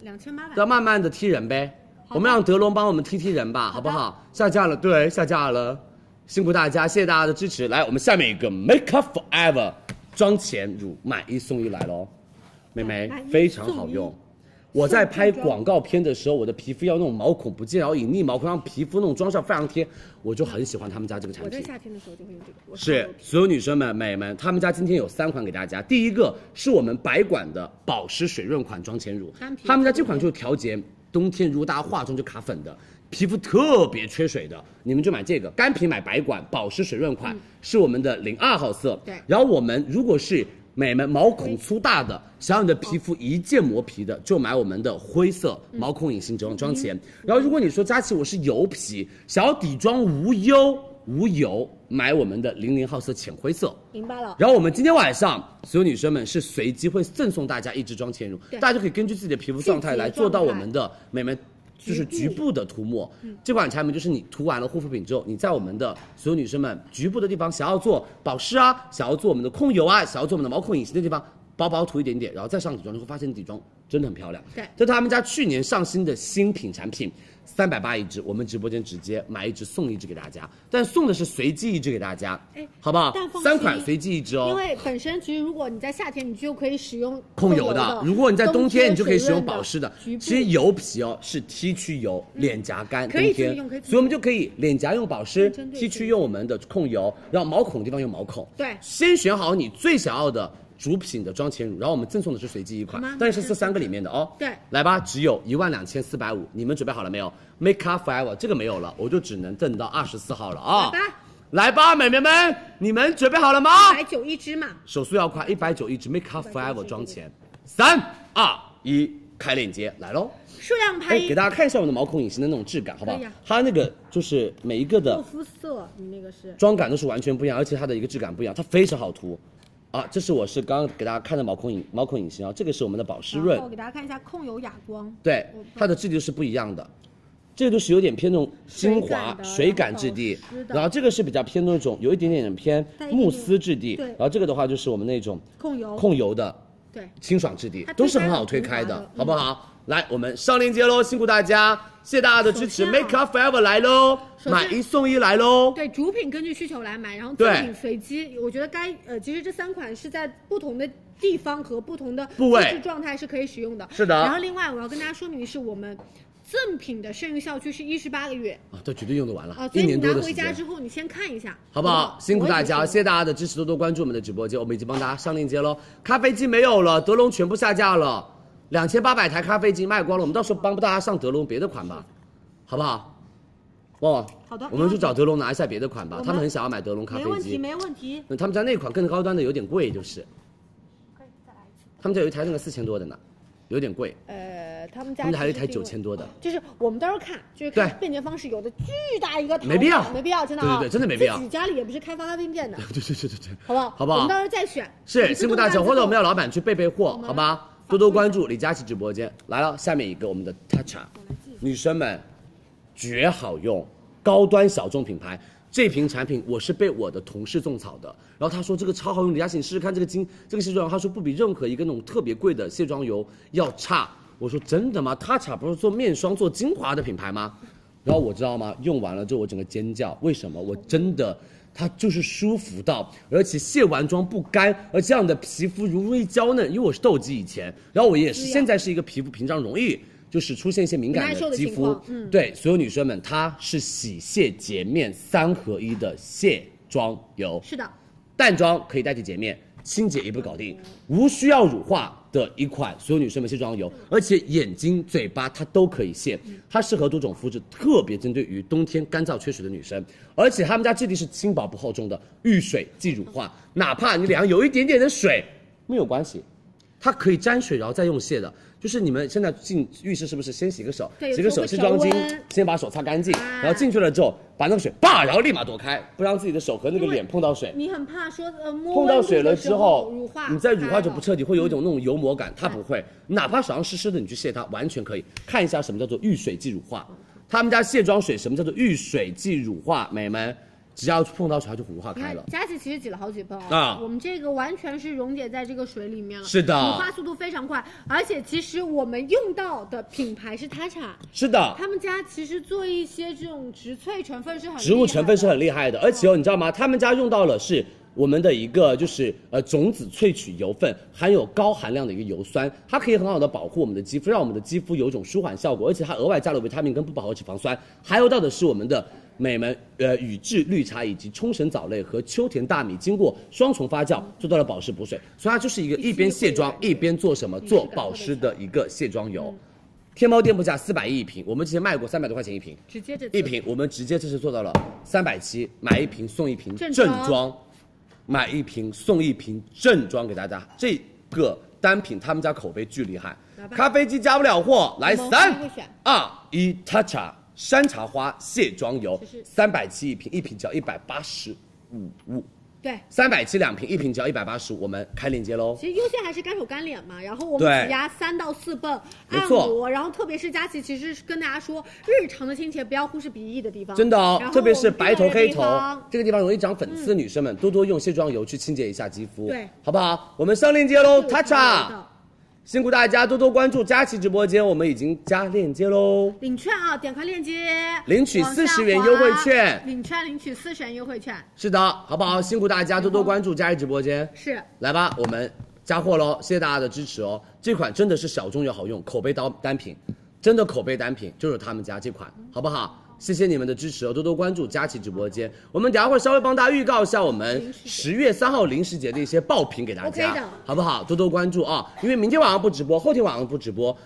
Speaker 8: 两千八百
Speaker 1: 要。慢慢的踢人呗。我们让德龙帮我们踢踢人吧，好不好？下架了，对，下架了，辛苦大家，谢谢大家的支持。来，我们下面一个 Make Up Forever 妆前乳买一送一来喽，美眉
Speaker 8: 买一
Speaker 1: 非常
Speaker 8: 送
Speaker 1: 好
Speaker 8: 一
Speaker 1: 用。我在拍广告片的时候，我的皮肤要那种毛孔不见，然后隐匿毛孔，让皮肤那种妆效非常贴，我就很喜欢他们家这个产
Speaker 8: 我
Speaker 1: 品。
Speaker 8: 在夏天的时候就会用这个，我上
Speaker 1: 是
Speaker 8: 楼梯
Speaker 1: 所有女生们、美们，他们家今天有三款给大家。第一个是我们百管的保湿水润款妆前乳
Speaker 8: 干，皮
Speaker 1: 他们家这款就是调节冬天如果大家化妆就卡粉的，皮肤特别缺水的，你们就买这个干皮买百管保湿水润款，是我们的零二号色。
Speaker 8: 嗯对
Speaker 1: 然后我们如果是美们毛孔粗大的，想要你的皮肤一键磨皮的，就买我们的灰色毛孔隐形整妆前。然后如果你说佳琪我是油皮，想要底妆无忧无油，买我们的零零号色浅灰色。
Speaker 8: 明白了。
Speaker 1: 然后我们今天晚上所有女生们是随机会赠送大家一支妆前乳，
Speaker 8: 对
Speaker 1: 大家就可以根据自己的皮肤状态来做到我们的美眉。就是局部的涂抹，
Speaker 8: 嗯
Speaker 1: 这款产品就是你涂完了护肤品之后，你在我们的所有女生们局部的地方，想要做保湿啊，想要做我们的控油啊，想要做我们的毛孔隐形的地方，薄薄涂一点点，然后再上底妆，就会发现底妆真的很漂亮。
Speaker 8: 对
Speaker 1: 这是他们家去年上新的新品产品，三百八一支，我们直播间直接买一支送一支给大家，但送的是随机一支给大家，
Speaker 8: 哎
Speaker 1: 好不好
Speaker 8: 但？放
Speaker 1: 三
Speaker 8: 心
Speaker 1: 款随机一支哦，
Speaker 8: 因为本身其实如果你在夏天，你就可以使用
Speaker 1: 控油
Speaker 8: 油
Speaker 1: 的。如果你在冬天，你就可以使用
Speaker 8: 水润
Speaker 1: 保湿的。
Speaker 8: 局部嗯
Speaker 1: 其实油皮哦是 T 区油，脸颊干，
Speaker 8: 可以
Speaker 1: 冬
Speaker 8: 这么
Speaker 1: 天
Speaker 8: 用可以这么用
Speaker 1: 所以我们就可以脸颊用保湿
Speaker 8: 针对
Speaker 1: ，T 区用我们的控油，然后毛孔地方用毛孔。
Speaker 8: 对
Speaker 1: 先选好你最想要的。主品的妆前乳，然后我们赠送的是随机一款
Speaker 8: 好吗，
Speaker 1: 但是是这三个里面的哦。
Speaker 8: 对
Speaker 1: 来吧，只有一万两千四百五，你们准备好了没有？Make up forever 这个没有了，我就只能等到二十四号了啊、
Speaker 8: 来吧
Speaker 1: 来吧，美眉们，你们准备好了吗？
Speaker 8: 一百九一支嘛，
Speaker 1: 手速要快，一百九一支 Make Up Forever 妆前，三二一，开链接来喽！
Speaker 8: 数量拍
Speaker 1: 哎，
Speaker 8: 一
Speaker 1: 给，大家看一下我们的毛孔隐形的那种质感，好不好
Speaker 8: 可以啊？
Speaker 1: 它那个就是每一个
Speaker 8: 做
Speaker 1: 的
Speaker 8: 肤色，你那个是
Speaker 1: 妆感都是完全不一样，而且它的一个质感不一样，它非常好涂。啊，这是我是刚刚给大家看的毛孔隐毛孔隐形啊，这个是我们的保湿润
Speaker 8: 然后，给大家看一下控油哑光，
Speaker 1: 对
Speaker 8: 我不，
Speaker 1: 它的质地是不一样的。这个就是有点偏那种精华
Speaker 8: 水
Speaker 1: 水
Speaker 8: 感
Speaker 1: 感
Speaker 8: 的
Speaker 1: 质地
Speaker 8: 保湿，的
Speaker 1: 然后这个是比较偏那种有一点点偏
Speaker 8: 带一点
Speaker 1: 慕斯质地，
Speaker 8: 对
Speaker 1: 然后这个的话就是我们那种
Speaker 8: 控油
Speaker 1: 控油的
Speaker 8: 对，
Speaker 1: 清爽质地
Speaker 8: 它，推
Speaker 1: 都是很好推开
Speaker 8: 开
Speaker 1: 的，
Speaker 8: 很平滑的嗯
Speaker 1: 好不好？来，我们上链接喽，辛苦大家，谢谢大家的支持
Speaker 8: 首先啊
Speaker 1: ，Make Up Forever 来喽，
Speaker 8: 首先
Speaker 1: 买一送一来喽，
Speaker 8: 对，主品根据需求来买，然后赠
Speaker 1: 对
Speaker 8: 品随机。我觉得该呃，其实这三款是在不同的地方和不同的
Speaker 1: 部位
Speaker 8: 肤质状态是可以使用的。
Speaker 1: 是的
Speaker 8: 然后另外我要跟大家说明的是，我们赠品的剩余效期是一十八个月
Speaker 1: 啊，这绝对用得完
Speaker 8: 啊、
Speaker 1: 了，一
Speaker 8: 所以你
Speaker 1: 年多
Speaker 8: 拿
Speaker 1: 的
Speaker 8: 回
Speaker 1: 时
Speaker 8: 家
Speaker 1: 间
Speaker 8: 之，后你先看一下，
Speaker 1: 好不好？辛苦大家，谢谢大家的支持，多多关注我们的直播间，我们已经帮大家上链接喽，咖啡机没有了，德龙全部下架了，两千八百台咖啡已经卖光了，我们到时候帮大家上德龙别的款吧，好不好？旺旺，
Speaker 8: 好的
Speaker 1: 我们去找德龙拿一下别的款吧
Speaker 8: 我，们
Speaker 1: 他们很想要买德龙咖啡机。
Speaker 8: 没问题，没问题。
Speaker 1: 那他们家那款更高端的有点贵，就是。他们家有一台那个四千多的呢，有点贵。
Speaker 8: 呃，他们家
Speaker 1: 他们家还有一
Speaker 8: 其
Speaker 1: 台
Speaker 8: 实是
Speaker 1: 九千多的，
Speaker 8: 就是我们到时候看，就是看
Speaker 1: 对
Speaker 8: 便捷方式，有的巨大一个淘宝
Speaker 1: 没必要
Speaker 8: 没必要，真的啊、
Speaker 1: 对对对真的没必要
Speaker 8: 自己家里也不是开发咖啡 店的，
Speaker 1: 对对对对对，
Speaker 8: 好不好？
Speaker 1: 好不好
Speaker 8: 我们到时候再选。
Speaker 1: 是辛苦大家，或者我们让
Speaker 8: 要
Speaker 1: 老板去备备货，好吧？多多关注李佳琦直播间。来了，下面一个我们的 Tatcha，女生们，绝好用，高端小众品牌。这瓶产品我是被我的同事种草的，然后他说这个超好用，李佳琦你试试看这个精这个卸妆油，他说不比任何一个那种特别贵的卸妆油要差。我说真的吗？Tatcha 不是做面霜、做精华的品牌吗？然后我知道吗？用完了之后我整个尖叫，为什么？我真的，它就是舒服到，而且卸完妆不干，而这样的皮肤容易娇嫩，因为我是痘肌以前，然后我也是现在是一个皮肤屏障容易。就是出现一些敏感
Speaker 8: 耐受
Speaker 1: 的
Speaker 8: 的
Speaker 1: 肌
Speaker 8: 情
Speaker 1: 肤
Speaker 8: 况，嗯
Speaker 1: 对所有女生们，它是洗卸洁面三合一的卸妆油，
Speaker 8: 是的，
Speaker 1: 淡妆可以代替洁面，清洁一步搞定，无需要乳化的一款所有女生们卸妆油，而且眼睛、嘴巴它都可以卸，它适合多种肤质，特别针对于冬天干燥缺水的女生。而且他们家质地是轻薄不厚重的，遇水即乳化，哪怕你脸上有一点点的水，没有关系。它可以沾水，然后再用卸的，就是你们现在进浴室是不是先洗个手，
Speaker 8: 对
Speaker 1: 洗个手，
Speaker 8: 有时
Speaker 1: 卸
Speaker 8: 候
Speaker 1: 妆
Speaker 8: 会
Speaker 1: 巾
Speaker 8: 手温，啊
Speaker 1: 先把手擦干净，然后进去了之后把那个水叭，然后立马躲开，不让自己的手和那个脸碰到水。
Speaker 8: 你很怕说呃摸
Speaker 1: 碰到
Speaker 8: 温度
Speaker 1: 水了
Speaker 8: 的
Speaker 1: 之
Speaker 8: 时
Speaker 1: 后
Speaker 8: 候，乳化，嗯
Speaker 1: 你再乳化就不
Speaker 8: 开了。
Speaker 1: 彻底，会有一种那种油膜感，它不会，哪怕手上湿湿的，你去卸它完全可以。看一下什么叫做遇水即乳化，他们家卸妆水什么叫做遇水即乳化，美们，只要碰到水它就乳化
Speaker 8: 你
Speaker 1: 开
Speaker 8: 看
Speaker 1: 了，。
Speaker 8: 佳琪其实挤了好几泵
Speaker 1: 啊
Speaker 8: 我们这个完全是溶解在这个水里面了，
Speaker 1: 是啊的
Speaker 8: 乳化速度非常快，而且其实我们用到的品牌是 Tatcha，
Speaker 1: 是的，
Speaker 8: 他们家其实做一些这种植萃成分是很
Speaker 1: 植物成分是
Speaker 8: 厉害的
Speaker 1: 很厉害的，而且哦，你知道吗？他们家用到了是我们的一个就是呃种子萃取油分，含有高含量的一个油酸，它可以很好的保护我们的肌肤，让我们的肌肤有一种舒缓效果，而且它额外加了维他命跟不饱和脂肪酸，还有到的是我们的。美们，呃，宇治绿茶以及冲绳藻类和秋田大米经过双重发酵，做到了保湿补水，所以它就是一个一边卸妆一边做什么做保湿的一个卸妆油。天猫店铺价四百一一瓶，我们之前卖过三百多块钱一瓶，
Speaker 8: 直接这次
Speaker 1: 一瓶，我们直接这次做到了三百七，买一瓶送一瓶
Speaker 8: 正
Speaker 1: 正
Speaker 8: 装
Speaker 1: 装，买一瓶送一瓶正装给大家。这个单品他们家口碑巨厉害，咖啡机加不了货，来
Speaker 8: 我们
Speaker 1: 三
Speaker 8: 会选
Speaker 1: 二一，Tatcha 山茶花卸妆油，三百七一瓶，一瓶只要一百八十五五，
Speaker 8: 对。
Speaker 1: 三百七两瓶，一瓶只要一百八十五，我们开链接喽。
Speaker 8: 其实优先还是干手干脸嘛，然后我
Speaker 1: 对
Speaker 8: 们挤压三到四泵
Speaker 1: 没
Speaker 8: 按
Speaker 1: 错
Speaker 8: 摩，然后特别是佳琪，其实是跟大家说，日常的清洁不要忽视鼻翼的地方，
Speaker 1: 真的哦
Speaker 8: 然，后
Speaker 1: 特别是
Speaker 8: 我们
Speaker 1: 白头
Speaker 8: 这个
Speaker 1: 黑
Speaker 8: 地
Speaker 1: 头
Speaker 8: 方
Speaker 1: 这个地方容易长粉刺，女生们多多用卸妆油去清洁一下肌肤，
Speaker 8: 嗯对，嗯
Speaker 1: 好不好？我们上链接喽
Speaker 8: 这个地方
Speaker 1: ，Tatcha，
Speaker 8: 的
Speaker 1: 辛苦大家多多关注佳琦直播间，我们已经加链接喽。
Speaker 8: 领券啊，点开链接
Speaker 1: 领取
Speaker 8: 往下
Speaker 1: 40元
Speaker 8: 滑
Speaker 1: 优惠券
Speaker 8: 领券领取四十元优惠券，
Speaker 1: 是的，好不
Speaker 8: 嗯
Speaker 1: 好？辛苦大家多多关注佳琦直播间，
Speaker 8: 是
Speaker 1: 来吧，我们加货喽，谢谢大家的支持哦。这款真的是小众又好用，口碑单单品，真的口碑单品就是他们家这款，好不好？谢谢你们的支持哦，多多关注佳琦直播间。我们等下会稍微帮大家预告一下我们十月三号零食节的一些爆品给大家
Speaker 8: OK 的
Speaker 1: 好不好？多多关注啊，因为明天晚上不直播，后天晚上不直播。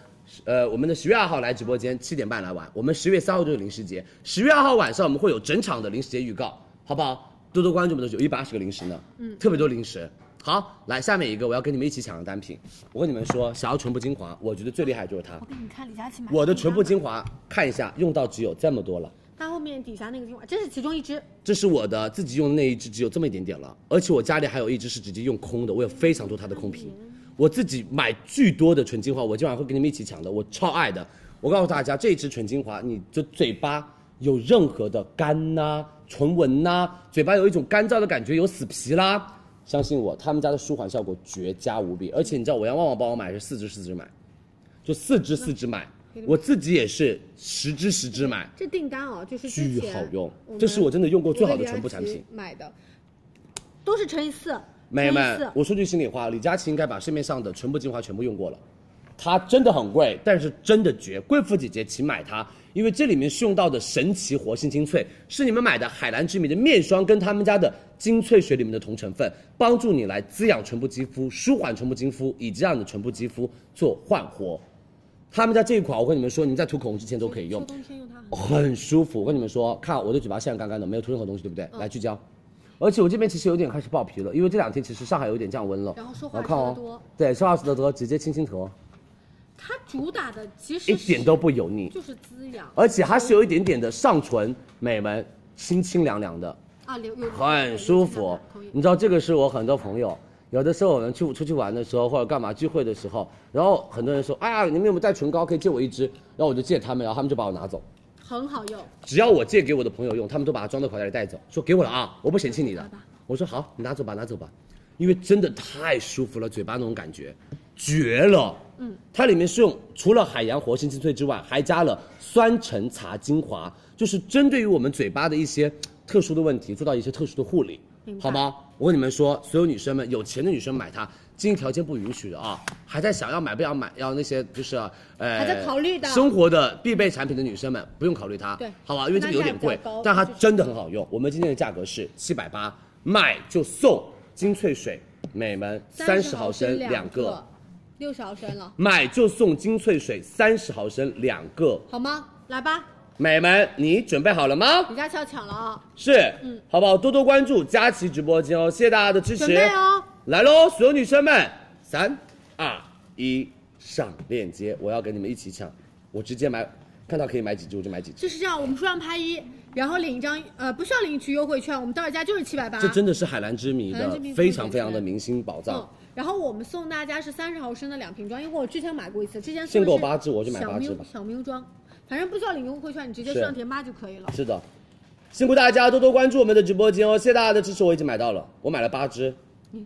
Speaker 1: 呃，我们的十月二号来直播间，七点半来玩。我们十月三号就是零食节，十月二号晚上我们会有整场的零食节预告，好不好？多多关注我们的有一百二十个零食呢，嗯，特别多零食。好，来下面一个，我要跟你们一起抢的单品。我跟你们说，想要唇部精华，我觉得最厉害就是它。
Speaker 8: 我给你们看李佳琦买
Speaker 1: 我的唇部精华，看一下，用到只有这么多了。
Speaker 8: 它后面底下那个精华，这是其中一支，
Speaker 1: 这是我的自己用的那一支，只有这么一点点了，而且我家里还有一支是直接用空的，我有非常多它的空瓶。我自己买巨多的唇精华，我今晚会跟你们一起抢的，我超爱的。我告诉大家，这一支唇精华，你的嘴巴有任何的干呐、唇纹呐、嘴巴有一种干燥的感觉，有死皮啦，相信我，他们家的舒缓效果绝佳无比。而且你知道，我让旺旺帮我买是四支四支买，就四支四支买，我自己也是十支十支买，
Speaker 8: 这订单哦，就是之
Speaker 1: 巨
Speaker 8: 前
Speaker 1: 好用
Speaker 8: 我，们
Speaker 1: 这是我真的用过
Speaker 8: 我
Speaker 1: 最好的
Speaker 8: 给李佳
Speaker 1: 唇部产
Speaker 8: 琦
Speaker 1: 品。
Speaker 8: 买的，都是乘以四，
Speaker 1: 美
Speaker 8: 乘以
Speaker 1: 们
Speaker 8: 四，
Speaker 1: 我说句心里话，李佳琦应该把市面上的唇部精华全部用过了，它真的很贵，但是真的绝，贵妇姐姐请买它，因为这里面是用到的神奇活性精粹，是你们买的海蓝之谜的面霜跟他们家的精粹水里面的同成分，帮助你来滋养唇部肌肤、舒缓唇部肌肤，以及让你的唇部肌肤做焕活。他们家这一款，我跟你们说，你们在涂口红之前都可以用，
Speaker 4: 冬天用它很
Speaker 1: 很舒服。我跟你们说，看我的嘴巴现在干干的，没有涂任何东西，对不对？
Speaker 4: 嗯
Speaker 1: 来聚焦。而且我这边其实有点开始爆皮了，因为这两天其实上海有点降温了。
Speaker 4: 然后说话
Speaker 1: 我看哦
Speaker 4: 说得多
Speaker 1: 对，说话说的多，直接轻轻涂，
Speaker 4: 它主打的其实
Speaker 1: 一点都不油腻，
Speaker 4: 就是滋养
Speaker 1: 而且它是有一点点的上唇美纹，清清凉凉的，
Speaker 4: 啊，流有
Speaker 1: 很舒服。你知道这个是我很多朋友，有的时候我们去出去玩的时候或者干嘛聚会的时候，然后很多人说，哎呀，你们有没有带唇膏？可以借我一支，然后我就借他们，然后他们就把我拿走。
Speaker 4: 很好用，
Speaker 1: 只要我借给我的朋友用，他们都把它装到口袋里带走，说给我了啊，我不嫌弃你的。我说好，你拿走吧，拿走吧，因为真的太舒服了，嘴巴那种感觉，绝了。嗯，它里面是用除了海洋活性精粹之外，还加了酸橙茶精华，就是针对于我们嘴巴的一些特殊的问题，做到一些特殊的护理，好吗？我跟你们说，所有女生们，有钱的女生买它，经济条件不允许的啊，还在想要买不要买，要那些就是呃，
Speaker 8: 还在考虑的
Speaker 1: 生活的必备产品的女生们，不用考虑它，
Speaker 8: 对
Speaker 1: 好吧？因为这个有点贵
Speaker 8: 单价比较高，
Speaker 1: 但它真的很好用。我们今天的价格是七百八，买就送精粹水每门三十毫升两个，，
Speaker 8: 六十毫升了，
Speaker 1: 买就送精粹水三十毫升两个，
Speaker 8: 好吗？来吧，
Speaker 1: 每门你准备好了吗？
Speaker 8: 李佳琦要抢了啊！
Speaker 1: 是，嗯，好不好？多多关注佳琦直播间哦，谢谢大家的支持。
Speaker 8: 准备哦，
Speaker 1: 来喽，所有女生们，三、二、一，上链接，我要跟你们一起抢，我直接买，看到可以买几支我就买几支。
Speaker 8: 就是这样，我们出让拍一，然后领一张呃，不需要领取优惠券，我们到手价就是七百八。
Speaker 1: 这真的是海蓝之谜
Speaker 8: 海蓝
Speaker 1: 的
Speaker 8: 之谜
Speaker 1: 非常非常的明星宝藏
Speaker 8: 嗯。，然后我们送大家是三十毫升的两瓶装，因为我之前买过一次，之前送
Speaker 1: 限
Speaker 8: 的
Speaker 1: 购
Speaker 8: 是
Speaker 1: 八支我就买
Speaker 8: 小
Speaker 1: 八支
Speaker 8: 咪
Speaker 1: 吧
Speaker 8: 小咪装，反正不需要领优惠券，你直接
Speaker 1: 是
Speaker 8: 上甜吧就可以了。
Speaker 1: 是的，辛苦大家多多关注我们的直播间哦，谢谢大家的支持，我已经买到了，我买了八支，
Speaker 8: 嗯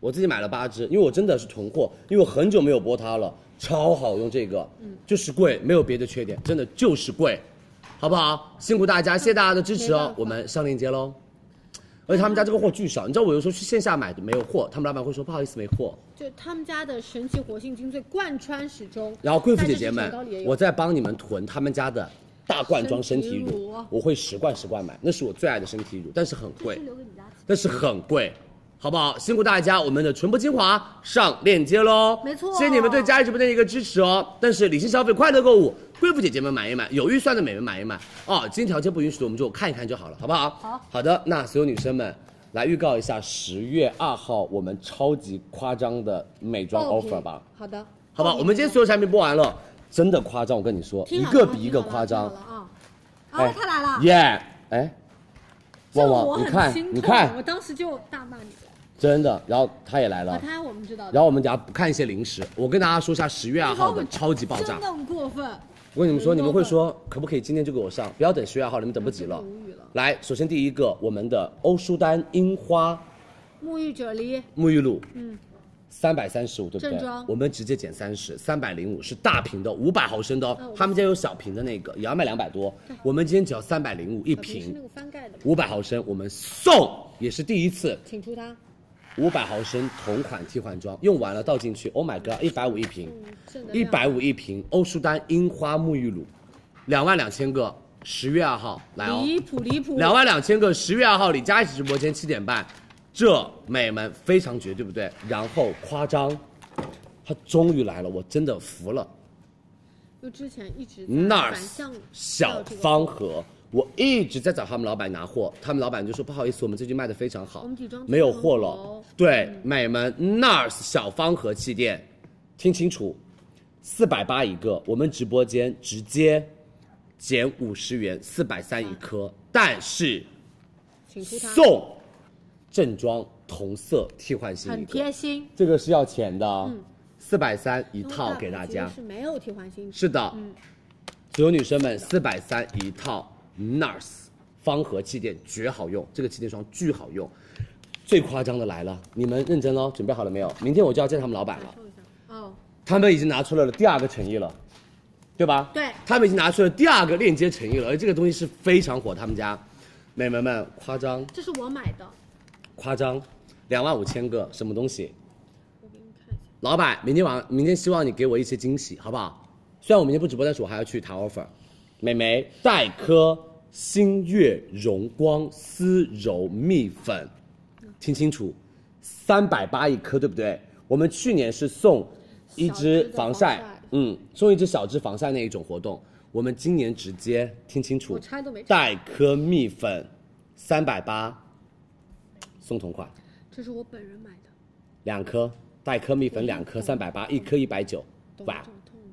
Speaker 1: 我自己买了八支，因为我真的是囤货，因为我很久没有播它了，超好用这个，
Speaker 8: 嗯
Speaker 1: 就是贵，没有别的缺点，真的就是贵，好不好？辛苦大家，谢谢大家的支持哦，我们上链接喽。而且他们家这个货巨少，你知道我有时候去线下买的没有货，他们老板会说不好意思没货，
Speaker 8: 就他们家的神奇活性精粹贯穿始终。
Speaker 1: 然后贵妇姐姐
Speaker 8: 但
Speaker 1: 们
Speaker 8: 是这唇膏里也，有
Speaker 1: 我在帮你们囤他们家的大罐装身体
Speaker 8: 身体
Speaker 1: 乳
Speaker 8: 乳，
Speaker 1: 我会十罐十罐买，那是我最爱的身体乳，但是很贵，
Speaker 10: 留给你家。
Speaker 1: 但是很贵，好不好？辛苦大家，我们的唇部精华上链接喽，
Speaker 8: 没错
Speaker 1: 谢谢你们对佳怡直播间的一个支持哦。但是理性消费，快乐购物，贵妇姐姐们买一买，有预算的美们买一买哦，经济条件不允许的我们就看一看就好了，好不好？好，好的，那所有女生们。来预告一下十月二号我们超级夸张的美妆
Speaker 8: 爆品
Speaker 1: offer 吧。
Speaker 8: 好的，
Speaker 1: 好吧，我们今天所有产品播完了，真的夸张，我跟你说，一
Speaker 8: 听好了
Speaker 1: 个比一个夸张
Speaker 8: 听。好了啊！
Speaker 1: 哎
Speaker 8: 啊，他来了，
Speaker 1: 耶，哎，
Speaker 8: 这
Speaker 1: 旺
Speaker 8: 个
Speaker 1: 旺，
Speaker 8: 我
Speaker 1: 你
Speaker 8: 很
Speaker 1: 看，
Speaker 8: 心
Speaker 1: 你
Speaker 8: 痛，我
Speaker 1: 看，
Speaker 8: 当时就大骂你了。
Speaker 1: 真的，然后他也来了
Speaker 8: 啊，，他我们知道的，
Speaker 1: 然后我们等下不看一些零食，我跟大家说一下十月二号的超级爆炸
Speaker 8: 真的。很过分。
Speaker 1: 我跟你们说，你们会说可不可以今天就给我上，不要等十月二号，你们等不及了。来，首先第一个，我们的欧舒丹樱花
Speaker 8: 沐浴啫喱
Speaker 1: 沐浴露，嗯，三百三十五，对不对
Speaker 8: 正装？
Speaker 1: 我们直接减三十，三百零五是大瓶的，五百毫升的哦。他们家有小瓶的那个，也要卖两百多，我们今天只要三百零五一
Speaker 8: 是那
Speaker 1: 瓶，
Speaker 8: 个翻盖的吗，
Speaker 1: 五百毫升，我们送，也是第一次，
Speaker 8: 请出它。
Speaker 1: 五百毫升同款替换装，用完了倒进去，Oh my god，一百五一瓶，
Speaker 8: 嗯正能
Speaker 1: 一
Speaker 8: 量
Speaker 1: 百五一瓶，欧舒丹樱花沐浴乳，两万两千个，十月二号来哦。
Speaker 8: 离谱离谱，
Speaker 1: 两万两千个，十月二号李佳琦直播间七点半，这美们非常绝，对不对？然后夸张，他终于来了，我真的服了。
Speaker 8: 就之前一直在反
Speaker 1: NARS
Speaker 8: 向
Speaker 1: 小方盒，我一直在找他们老板拿货，他们老板就说不好意思，我们最近卖的非常好，
Speaker 8: 我们只装
Speaker 1: 没有货
Speaker 8: 出口
Speaker 1: 了。对，美们 NARS 小方盒气垫，听清楚，四百八一个，我们直播间直接减五十元，四百三
Speaker 8: 嗯
Speaker 1: 一颗，但是
Speaker 8: 请出它，
Speaker 1: 送正装同色替换新一
Speaker 8: 很
Speaker 1: 个，
Speaker 8: 贴嗯心。
Speaker 1: 这个是要钱的，哦四百三一套给大
Speaker 8: 因为
Speaker 1: 家。
Speaker 8: 其实是嗯没有替换新品，
Speaker 1: 是的，所有女生们，四百三一套 NARS 方盒气垫绝好用，这个气垫霜巨好用。最夸张的来了，你们认真喽，准备好了没有？明天我就要见他们老板了。
Speaker 8: 哦，
Speaker 1: 他们已经拿出来了第二个诚意了，对吧？
Speaker 8: 对
Speaker 1: 他们已经拿出了第二个链接诚意了，而这个东西是非常火，他们家，美眉们夸张
Speaker 8: 这是我买的，
Speaker 1: 夸张，两万五千个什么东西？
Speaker 8: 我给你们看一下，
Speaker 1: 老板，明天晚上，明天希望你给我一些惊喜，好不好？虽然我明天不直播，但是我还要去谈 offer。美眉黛珂星月荣光丝柔蜜粉，听清楚，三百八一颗，对不对？我们去年是送一支防晒，
Speaker 8: 小支的防晒
Speaker 1: 嗯，送一支小支防晒那一种活动，我们今年直接听清楚，
Speaker 8: 我拆都没拆
Speaker 1: 黛珂蜜粉，三百八，送同款。
Speaker 8: 这是我本人买的，
Speaker 1: 两颗，黛珂蜜
Speaker 8: 嗯
Speaker 1: 粉两颗三百八，一颗一百九，
Speaker 8: 懂
Speaker 1: 哇
Speaker 8: 这，种痛吗？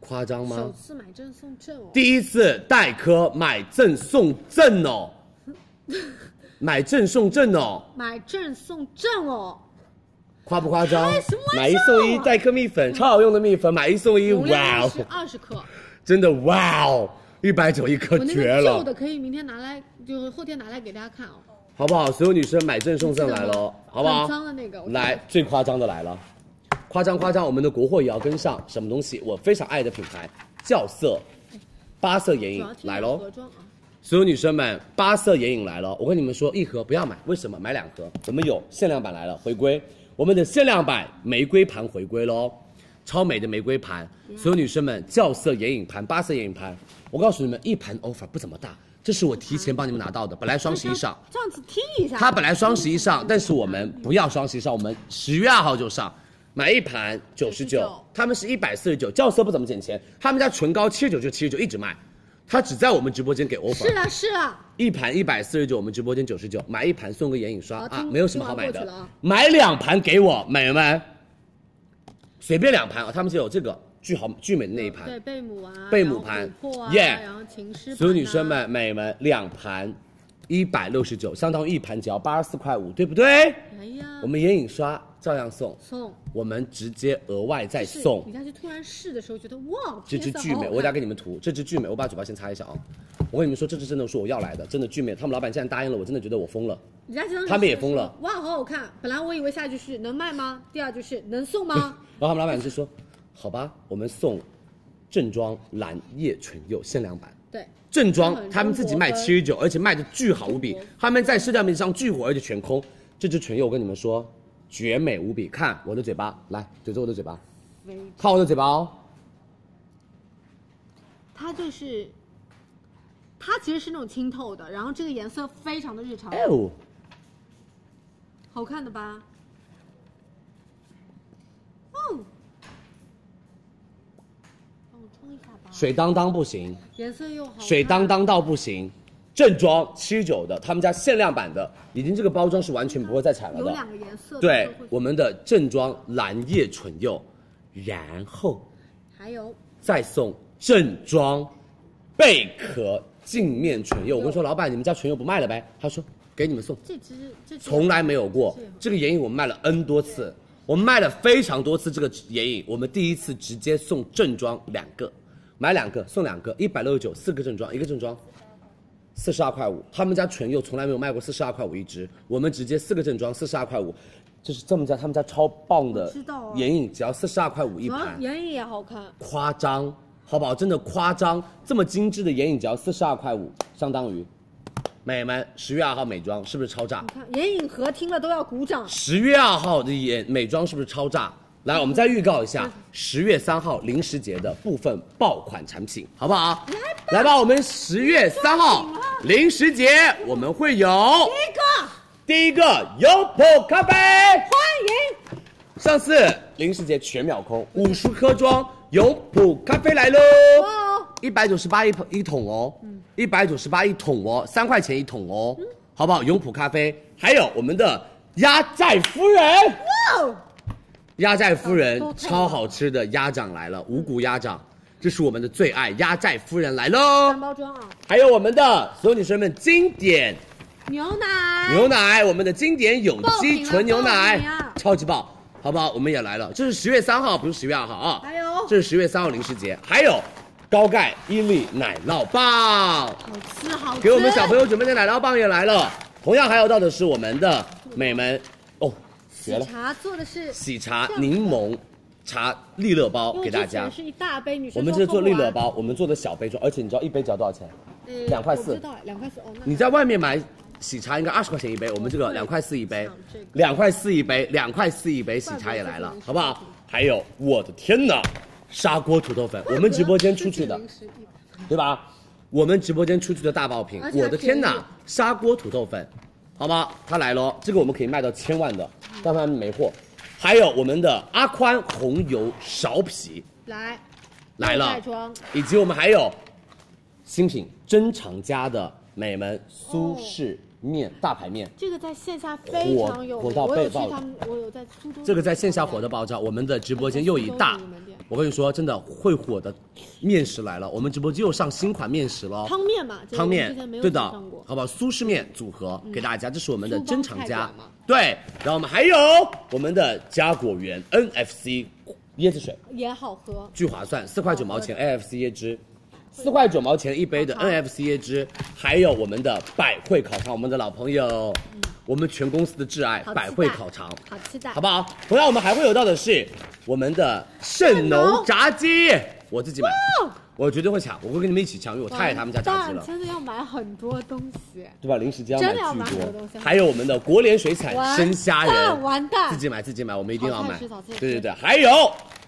Speaker 1: 夸张吗
Speaker 8: 首？次买赠送赠哦，
Speaker 1: 第一次黛珂买赠送赠 哦，买赠送赠哦，
Speaker 8: 买赠送赠哦，
Speaker 1: 夸不夸张
Speaker 8: 哎开什么？玩笑啊
Speaker 1: 买一送一，黛珂蜜粉超好用的蜜粉，买一送一，
Speaker 8: 容
Speaker 1: 哇
Speaker 8: 量
Speaker 1: 哦
Speaker 8: 是，二十克，
Speaker 1: 真的哇哦，一百九一颗
Speaker 8: 我那
Speaker 1: 绝
Speaker 8: 个旧
Speaker 1: 了，
Speaker 8: 的可以明天拿来，就是后天拿来给大家看哦。
Speaker 1: 好不好？所有女生买赠送赠来了哦，好不好？
Speaker 8: 很脏的那个，我
Speaker 1: 来，最夸张的来了，夸张夸张，我们的国货也要跟上。什么东西？我非常爱的品牌，校色，八色眼影
Speaker 8: 主要听
Speaker 1: 来
Speaker 8: 到
Speaker 1: 喽
Speaker 8: 盒！装啊，
Speaker 1: 所有女生们，八色眼影来了，我跟你们说，一盒不要买，为什么？买两盒，我们有限量版来了，回归我们的限量版玫瑰盘回归喽，超美的玫瑰盘，
Speaker 8: 嗯
Speaker 1: 所有女生们，校色眼影盘，八色眼影盘，我告诉你们，一盘 offer 不怎么大，这是我提前帮你们拿到的，本来双十一上，
Speaker 8: 这样子听一下。
Speaker 1: 它本来双十一上，但是我们不要双十一上，我们十月二号就上，买一盘九十九，他们是一百四十九，酵色不怎么减钱，他们家唇膏七十九就七十九一直卖，它只在我们直播间给 offer，
Speaker 8: 是啊是啊，
Speaker 1: 一盘一百四十九，我们直播间九十九，买一盘送个眼影刷
Speaker 8: 好
Speaker 1: 啊，
Speaker 8: 哦听
Speaker 1: 没有什么好买
Speaker 8: 听
Speaker 1: 的，
Speaker 8: 完过去了啊
Speaker 1: 买两盘给我，美人们，随便两盘啊，他们就有这个巨好巨美的那一盘，
Speaker 8: 对贝母啊，
Speaker 1: 贝母
Speaker 8: 然后
Speaker 1: 盘
Speaker 8: 琥珀啊，
Speaker 1: 耶
Speaker 8: 然后琴师，
Speaker 1: 所有女生，
Speaker 8: 啊
Speaker 1: 们、美们，两盘一百六十九，相当于一盘只要八十四块五，对不对？
Speaker 8: 哎呀
Speaker 1: 我，们眼影刷照样送，
Speaker 8: 送
Speaker 1: 我们直接额外再
Speaker 8: 是
Speaker 1: 送
Speaker 8: 你。下去突然试的时候觉得哇，
Speaker 1: 这支
Speaker 8: 天色
Speaker 1: 巨
Speaker 8: 好
Speaker 1: 美，
Speaker 8: 好
Speaker 1: 我等下
Speaker 8: 看
Speaker 1: 给你们涂。这支巨美，我把嘴巴先擦一下啊。我跟你们说，这支真的是我要来的，真的巨美。他们老板既然答应了，我真的觉得我疯了。
Speaker 8: 人家当时
Speaker 1: 他们也疯了
Speaker 8: 说哇，好好看！本来我以为下一句是能卖吗？第二句是能 送吗？
Speaker 1: 然后他们老板就说：“好吧，我们送正装蓝叶唇釉限量版。”
Speaker 8: 对，
Speaker 1: 正装
Speaker 8: 很中国
Speaker 1: 他们自己卖
Speaker 8: 风
Speaker 1: 七十九，而且卖的巨好无比。他们在社交媒体上巨火，而且全空。这支唇釉我跟你们说，绝美无比。看我的嘴巴，来怼着我的嘴巴，看我的嘴巴哦。
Speaker 8: 它就是，它其实是那种清透的，然后这个颜色非常的日常，
Speaker 1: 哎呦，
Speaker 8: 好看的吧？嗯，帮我冲一下吧。
Speaker 1: 水当当不行。
Speaker 8: 颜色又好看，
Speaker 1: 水当当到不行，正装七十九的，他们家限量版的，已经这个包装是完全不会再产了
Speaker 8: 有
Speaker 1: 的
Speaker 8: 两。个颜色，
Speaker 1: 对
Speaker 8: 都会，
Speaker 1: 我们的正装蓝叶唇釉，然后
Speaker 8: 还有
Speaker 1: 再送正装贝壳镜面唇釉。我跟你说，老板，你们家唇釉不卖了呗？他说给你们送，
Speaker 8: 这支这支
Speaker 1: 从来没有过
Speaker 8: 这个。
Speaker 1: 这个眼影我们卖了 N 多次，我们卖了非常多次这个眼影，我们第一次直接送正装两个，买两个送两个，一百六十九四个正装，一个正装。四十二块五，他们家唇釉从来没有卖过四十二块五一支，我们直接四个正装四十二块五，就是这么家他们家超棒的
Speaker 8: 我知道啊
Speaker 1: 眼影，只要四十二块五一
Speaker 8: 主要
Speaker 1: 盘，
Speaker 8: 眼影也好看，
Speaker 1: 夸张，好不好？真的夸张，这么精致的眼影只要四十二块五，相当于，美们，十月二号美妆是不是超炸？
Speaker 8: 看眼影盒听了都要鼓掌。
Speaker 1: 十月二号的眼美妆是不是超炸？来，我们再预告一下，十月三号零食节的部分爆款产品，好不好？来吧，我们十月三号零食节我们会有第一个，第一个优普咖啡，欢迎。上次零食节全秒空，五十颗装优普咖啡来喽，一百九十八一桶一桶哦，一百九十八一桶哦，三块钱一桶哦，好不好？优普咖啡，还有我们的压寨夫人。
Speaker 8: 哦
Speaker 1: 鸭寨夫人超好吃的鸭掌来了，五谷鸭掌，这是我们的最爱，鸭寨夫人来喽
Speaker 8: 三！包装啊，
Speaker 1: 还有我们的所有女生们经典
Speaker 8: 牛奶，
Speaker 1: 牛奶，我们的经典有机纯牛奶
Speaker 8: 爆品啊，
Speaker 1: 超级爆，好不好？我们也来了，这是十月三号，不是十月二号啊，
Speaker 8: 还有
Speaker 1: 这是十月三号零食节，还有高钙伊利奶酪棒，
Speaker 8: 好吃好吃。
Speaker 1: 给我们小朋友准备的奶酪棒也来了，同样还有到的是我们的美们哦，绝
Speaker 8: 喜
Speaker 1: 了，
Speaker 8: 茶做的是
Speaker 1: 喜茶柠檬茶利乐包
Speaker 8: 因为
Speaker 1: 给大
Speaker 8: 之前
Speaker 1: 家。
Speaker 8: 是一大杯，女生
Speaker 1: 我们
Speaker 8: 说
Speaker 1: 这是做
Speaker 8: 喝不啊
Speaker 1: 利
Speaker 8: 完
Speaker 1: 乐，包，我们做的小杯装，而且你知道一杯只要多少钱？
Speaker 8: 呃
Speaker 1: 两块四
Speaker 8: 我不知道两块四哦。那
Speaker 1: 你在外面买喜茶应该二十块钱一杯，我们这个两块四一杯
Speaker 4: 抢啊这个，
Speaker 1: 两块四一杯，两块四一杯，喜茶也来了，好不好？还有，我的天哪，砂锅土豆 粉，我们直播间出去的，对吧？我们直播间出去的大爆品
Speaker 4: 而，且还
Speaker 1: 我的天哪，砂锅土豆粉，好吗？它来了哦，这个我们可以卖到千万的，但它没货。还有我们的阿宽红油苕皮
Speaker 4: 来，
Speaker 1: 来了
Speaker 4: 袋，装
Speaker 1: 以及我们还有新品珍藏家的美门苏式面、大排面，
Speaker 4: 这个在线下非常有
Speaker 1: 火
Speaker 4: 名，
Speaker 1: 到
Speaker 4: 我有
Speaker 1: 被爆
Speaker 4: 去他们，我有在苏州，
Speaker 1: 这个在线下火的爆炸，我们的直播间又一大
Speaker 4: 我们店。
Speaker 1: 我跟你说，真的会火的面食来了，我们直播间又上新款面食了。
Speaker 4: 汤面嘛，这个
Speaker 1: 汤面
Speaker 4: 之前没，有
Speaker 1: 对
Speaker 4: 上
Speaker 1: 的，
Speaker 4: 过，
Speaker 1: 好不好？苏式面组合给大家，这是我们的
Speaker 4: 苏帮
Speaker 1: 珍藏
Speaker 4: 菜
Speaker 1: 家
Speaker 4: 馆嘛，
Speaker 1: 对。然后我们还有我们的嘉果园 NFC 椰子水，
Speaker 4: 也好喝，
Speaker 1: 巨划算，四块九毛钱 AFC 椰汁，四块九毛钱一杯的 NFC 椰汁，还有我们的百汇烤肠，我们的老朋友，我们全公司的挚爱
Speaker 4: 嗯好期待
Speaker 1: 百汇烤肠，
Speaker 4: 好期待
Speaker 1: 好。不好？同样我们还会有到的是我们的圣农炸鸡，我自己买，我绝对会抢，我会跟你们一起抢，因为我太爱他们家炸鸡了
Speaker 4: 但。哦真的要买很多东西，
Speaker 1: 对吧？零食街要
Speaker 4: 真的要
Speaker 1: 买
Speaker 4: 买
Speaker 1: 巨
Speaker 4: 很多
Speaker 1: 多
Speaker 4: 东，西
Speaker 1: 还有我们的国联水产
Speaker 4: 完
Speaker 1: 生虾
Speaker 4: 蛋
Speaker 1: 仁，
Speaker 4: 完蛋
Speaker 1: 自己买自己买，我们一定要
Speaker 4: 好
Speaker 1: 买
Speaker 4: 看吃早自。己
Speaker 1: 对对对，还有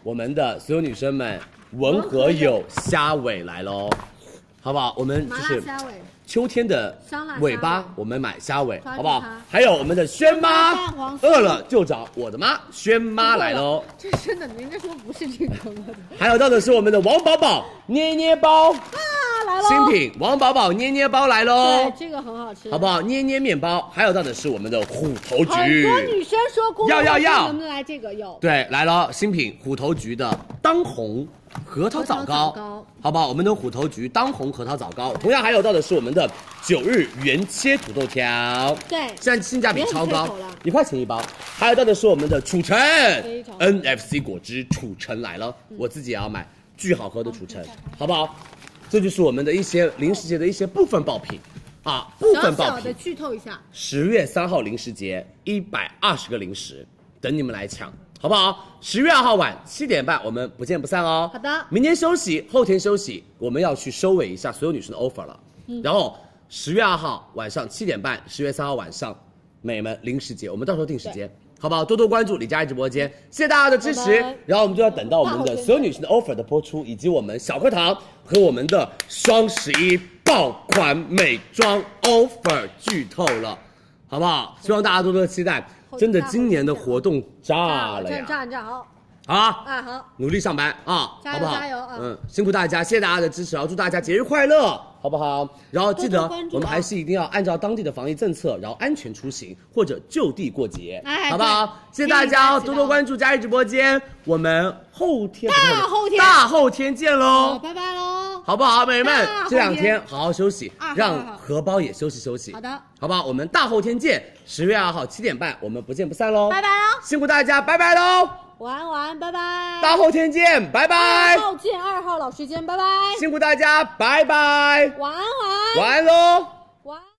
Speaker 1: 我们的所有女生们，文和友虾尾来喽，好不好？我们就
Speaker 4: 麻
Speaker 1: 是
Speaker 4: 辣虾尾，
Speaker 1: 秋天的
Speaker 4: 香辣虾
Speaker 1: 尾巴
Speaker 4: 尾，
Speaker 1: 我们买虾尾，
Speaker 4: 抓住
Speaker 1: 好不好
Speaker 4: 它？
Speaker 1: 还有我们的轩
Speaker 4: 蛋
Speaker 1: 妈
Speaker 4: 黄，酥
Speaker 1: 饿了就找我的妈，轩妈来喽。
Speaker 4: 这真的，人家说不是这个我的，
Speaker 1: 还有到的是我们的王宝宝捏捏包，
Speaker 4: 来
Speaker 1: 新
Speaker 4: 喽，
Speaker 1: 品王宝宝捏捏包来喽
Speaker 4: 对，。这个 很好吃，
Speaker 1: 好不好？捏捏面包，还有到的是我们的虎头
Speaker 4: 很
Speaker 1: 菊，
Speaker 4: 多女生说公众
Speaker 1: 要要要
Speaker 4: 能不能来这个有？
Speaker 1: 对，来了新品虎头菊的当红核桃枣糕，
Speaker 4: 核桃枣糕
Speaker 1: 好不好？我们的虎头菊当红核桃枣糕，同样还有到的是我们的九日原切土豆条，
Speaker 4: 对
Speaker 1: 现在性价比超
Speaker 4: 也很
Speaker 1: 高
Speaker 4: 缺口了，
Speaker 1: 一块钱一包。还有到的是我们的楚橙
Speaker 4: 非常好嗯
Speaker 1: ，NFC 果汁楚橙来了，我自己也要买，巨好喝的楚橙，好不好？这就是我们的一些零食节的一些部分爆品，啊，部
Speaker 4: 小
Speaker 1: 分爆
Speaker 4: 小
Speaker 1: 品。
Speaker 4: 的剧透一下，
Speaker 1: 十月三号零食节，一百二十个零食，等你们来抢，好不好？十月二号晚七点半，我们不见不散哦。
Speaker 4: 好的
Speaker 1: 明天休息，后天休息，我们要去收尾一下所有女生的 offer 了。然后十月二号晚上七点半，十月三号晚上，美们零食节，我们到时候定时间。好不好？多多关注李佳琦直播间，谢谢大家的支持。然后我们就要等到我们的所有女生的 offer 的播出，以及我们小课堂和我们的双十一爆款美妆 offer 剧透了。好不好？希望大家多多期待。真的，今年的活动炸了
Speaker 4: 站
Speaker 1: 啊呀！
Speaker 4: 站站好，
Speaker 1: 好啊，
Speaker 4: 哎好，
Speaker 1: 努力上班啊，
Speaker 4: 加
Speaker 1: 好
Speaker 4: 油
Speaker 1: 不好？
Speaker 4: 加油啊
Speaker 1: 嗯，辛苦大家，谢谢大家的支持，然后祝大家节日快乐，好不好？然后记
Speaker 4: 多多
Speaker 1: 得
Speaker 4: 关注啊
Speaker 1: 我们还是一定要按照当地的防疫政策，然后安全出行或者就地过节，
Speaker 4: 哎
Speaker 1: 好不好？谢谢大家，多多关注佳怡直播间，我们后天
Speaker 4: 大后天
Speaker 1: 大后天见
Speaker 4: 好，
Speaker 1: 喽。
Speaker 4: 拜拜喽，
Speaker 1: 好不好，美眉们
Speaker 4: 大后？天
Speaker 1: 这两天好好休息
Speaker 4: 啊好，好
Speaker 1: 让
Speaker 4: 好
Speaker 1: 荷包也休息休息。
Speaker 4: 好的，
Speaker 1: 好不好？我们大后天见，十月二号七点半，我们不见不散喽！
Speaker 4: 拜拜，喽，
Speaker 1: 辛苦大家，拜拜喽！
Speaker 4: 晚安晚安，拜拜，啊
Speaker 1: 大后天见，拜拜
Speaker 4: 二！号见，二号老师见，拜拜，
Speaker 1: 辛苦大家，拜拜！
Speaker 4: 晚安晚安
Speaker 1: 晚安喽！
Speaker 4: 晚安。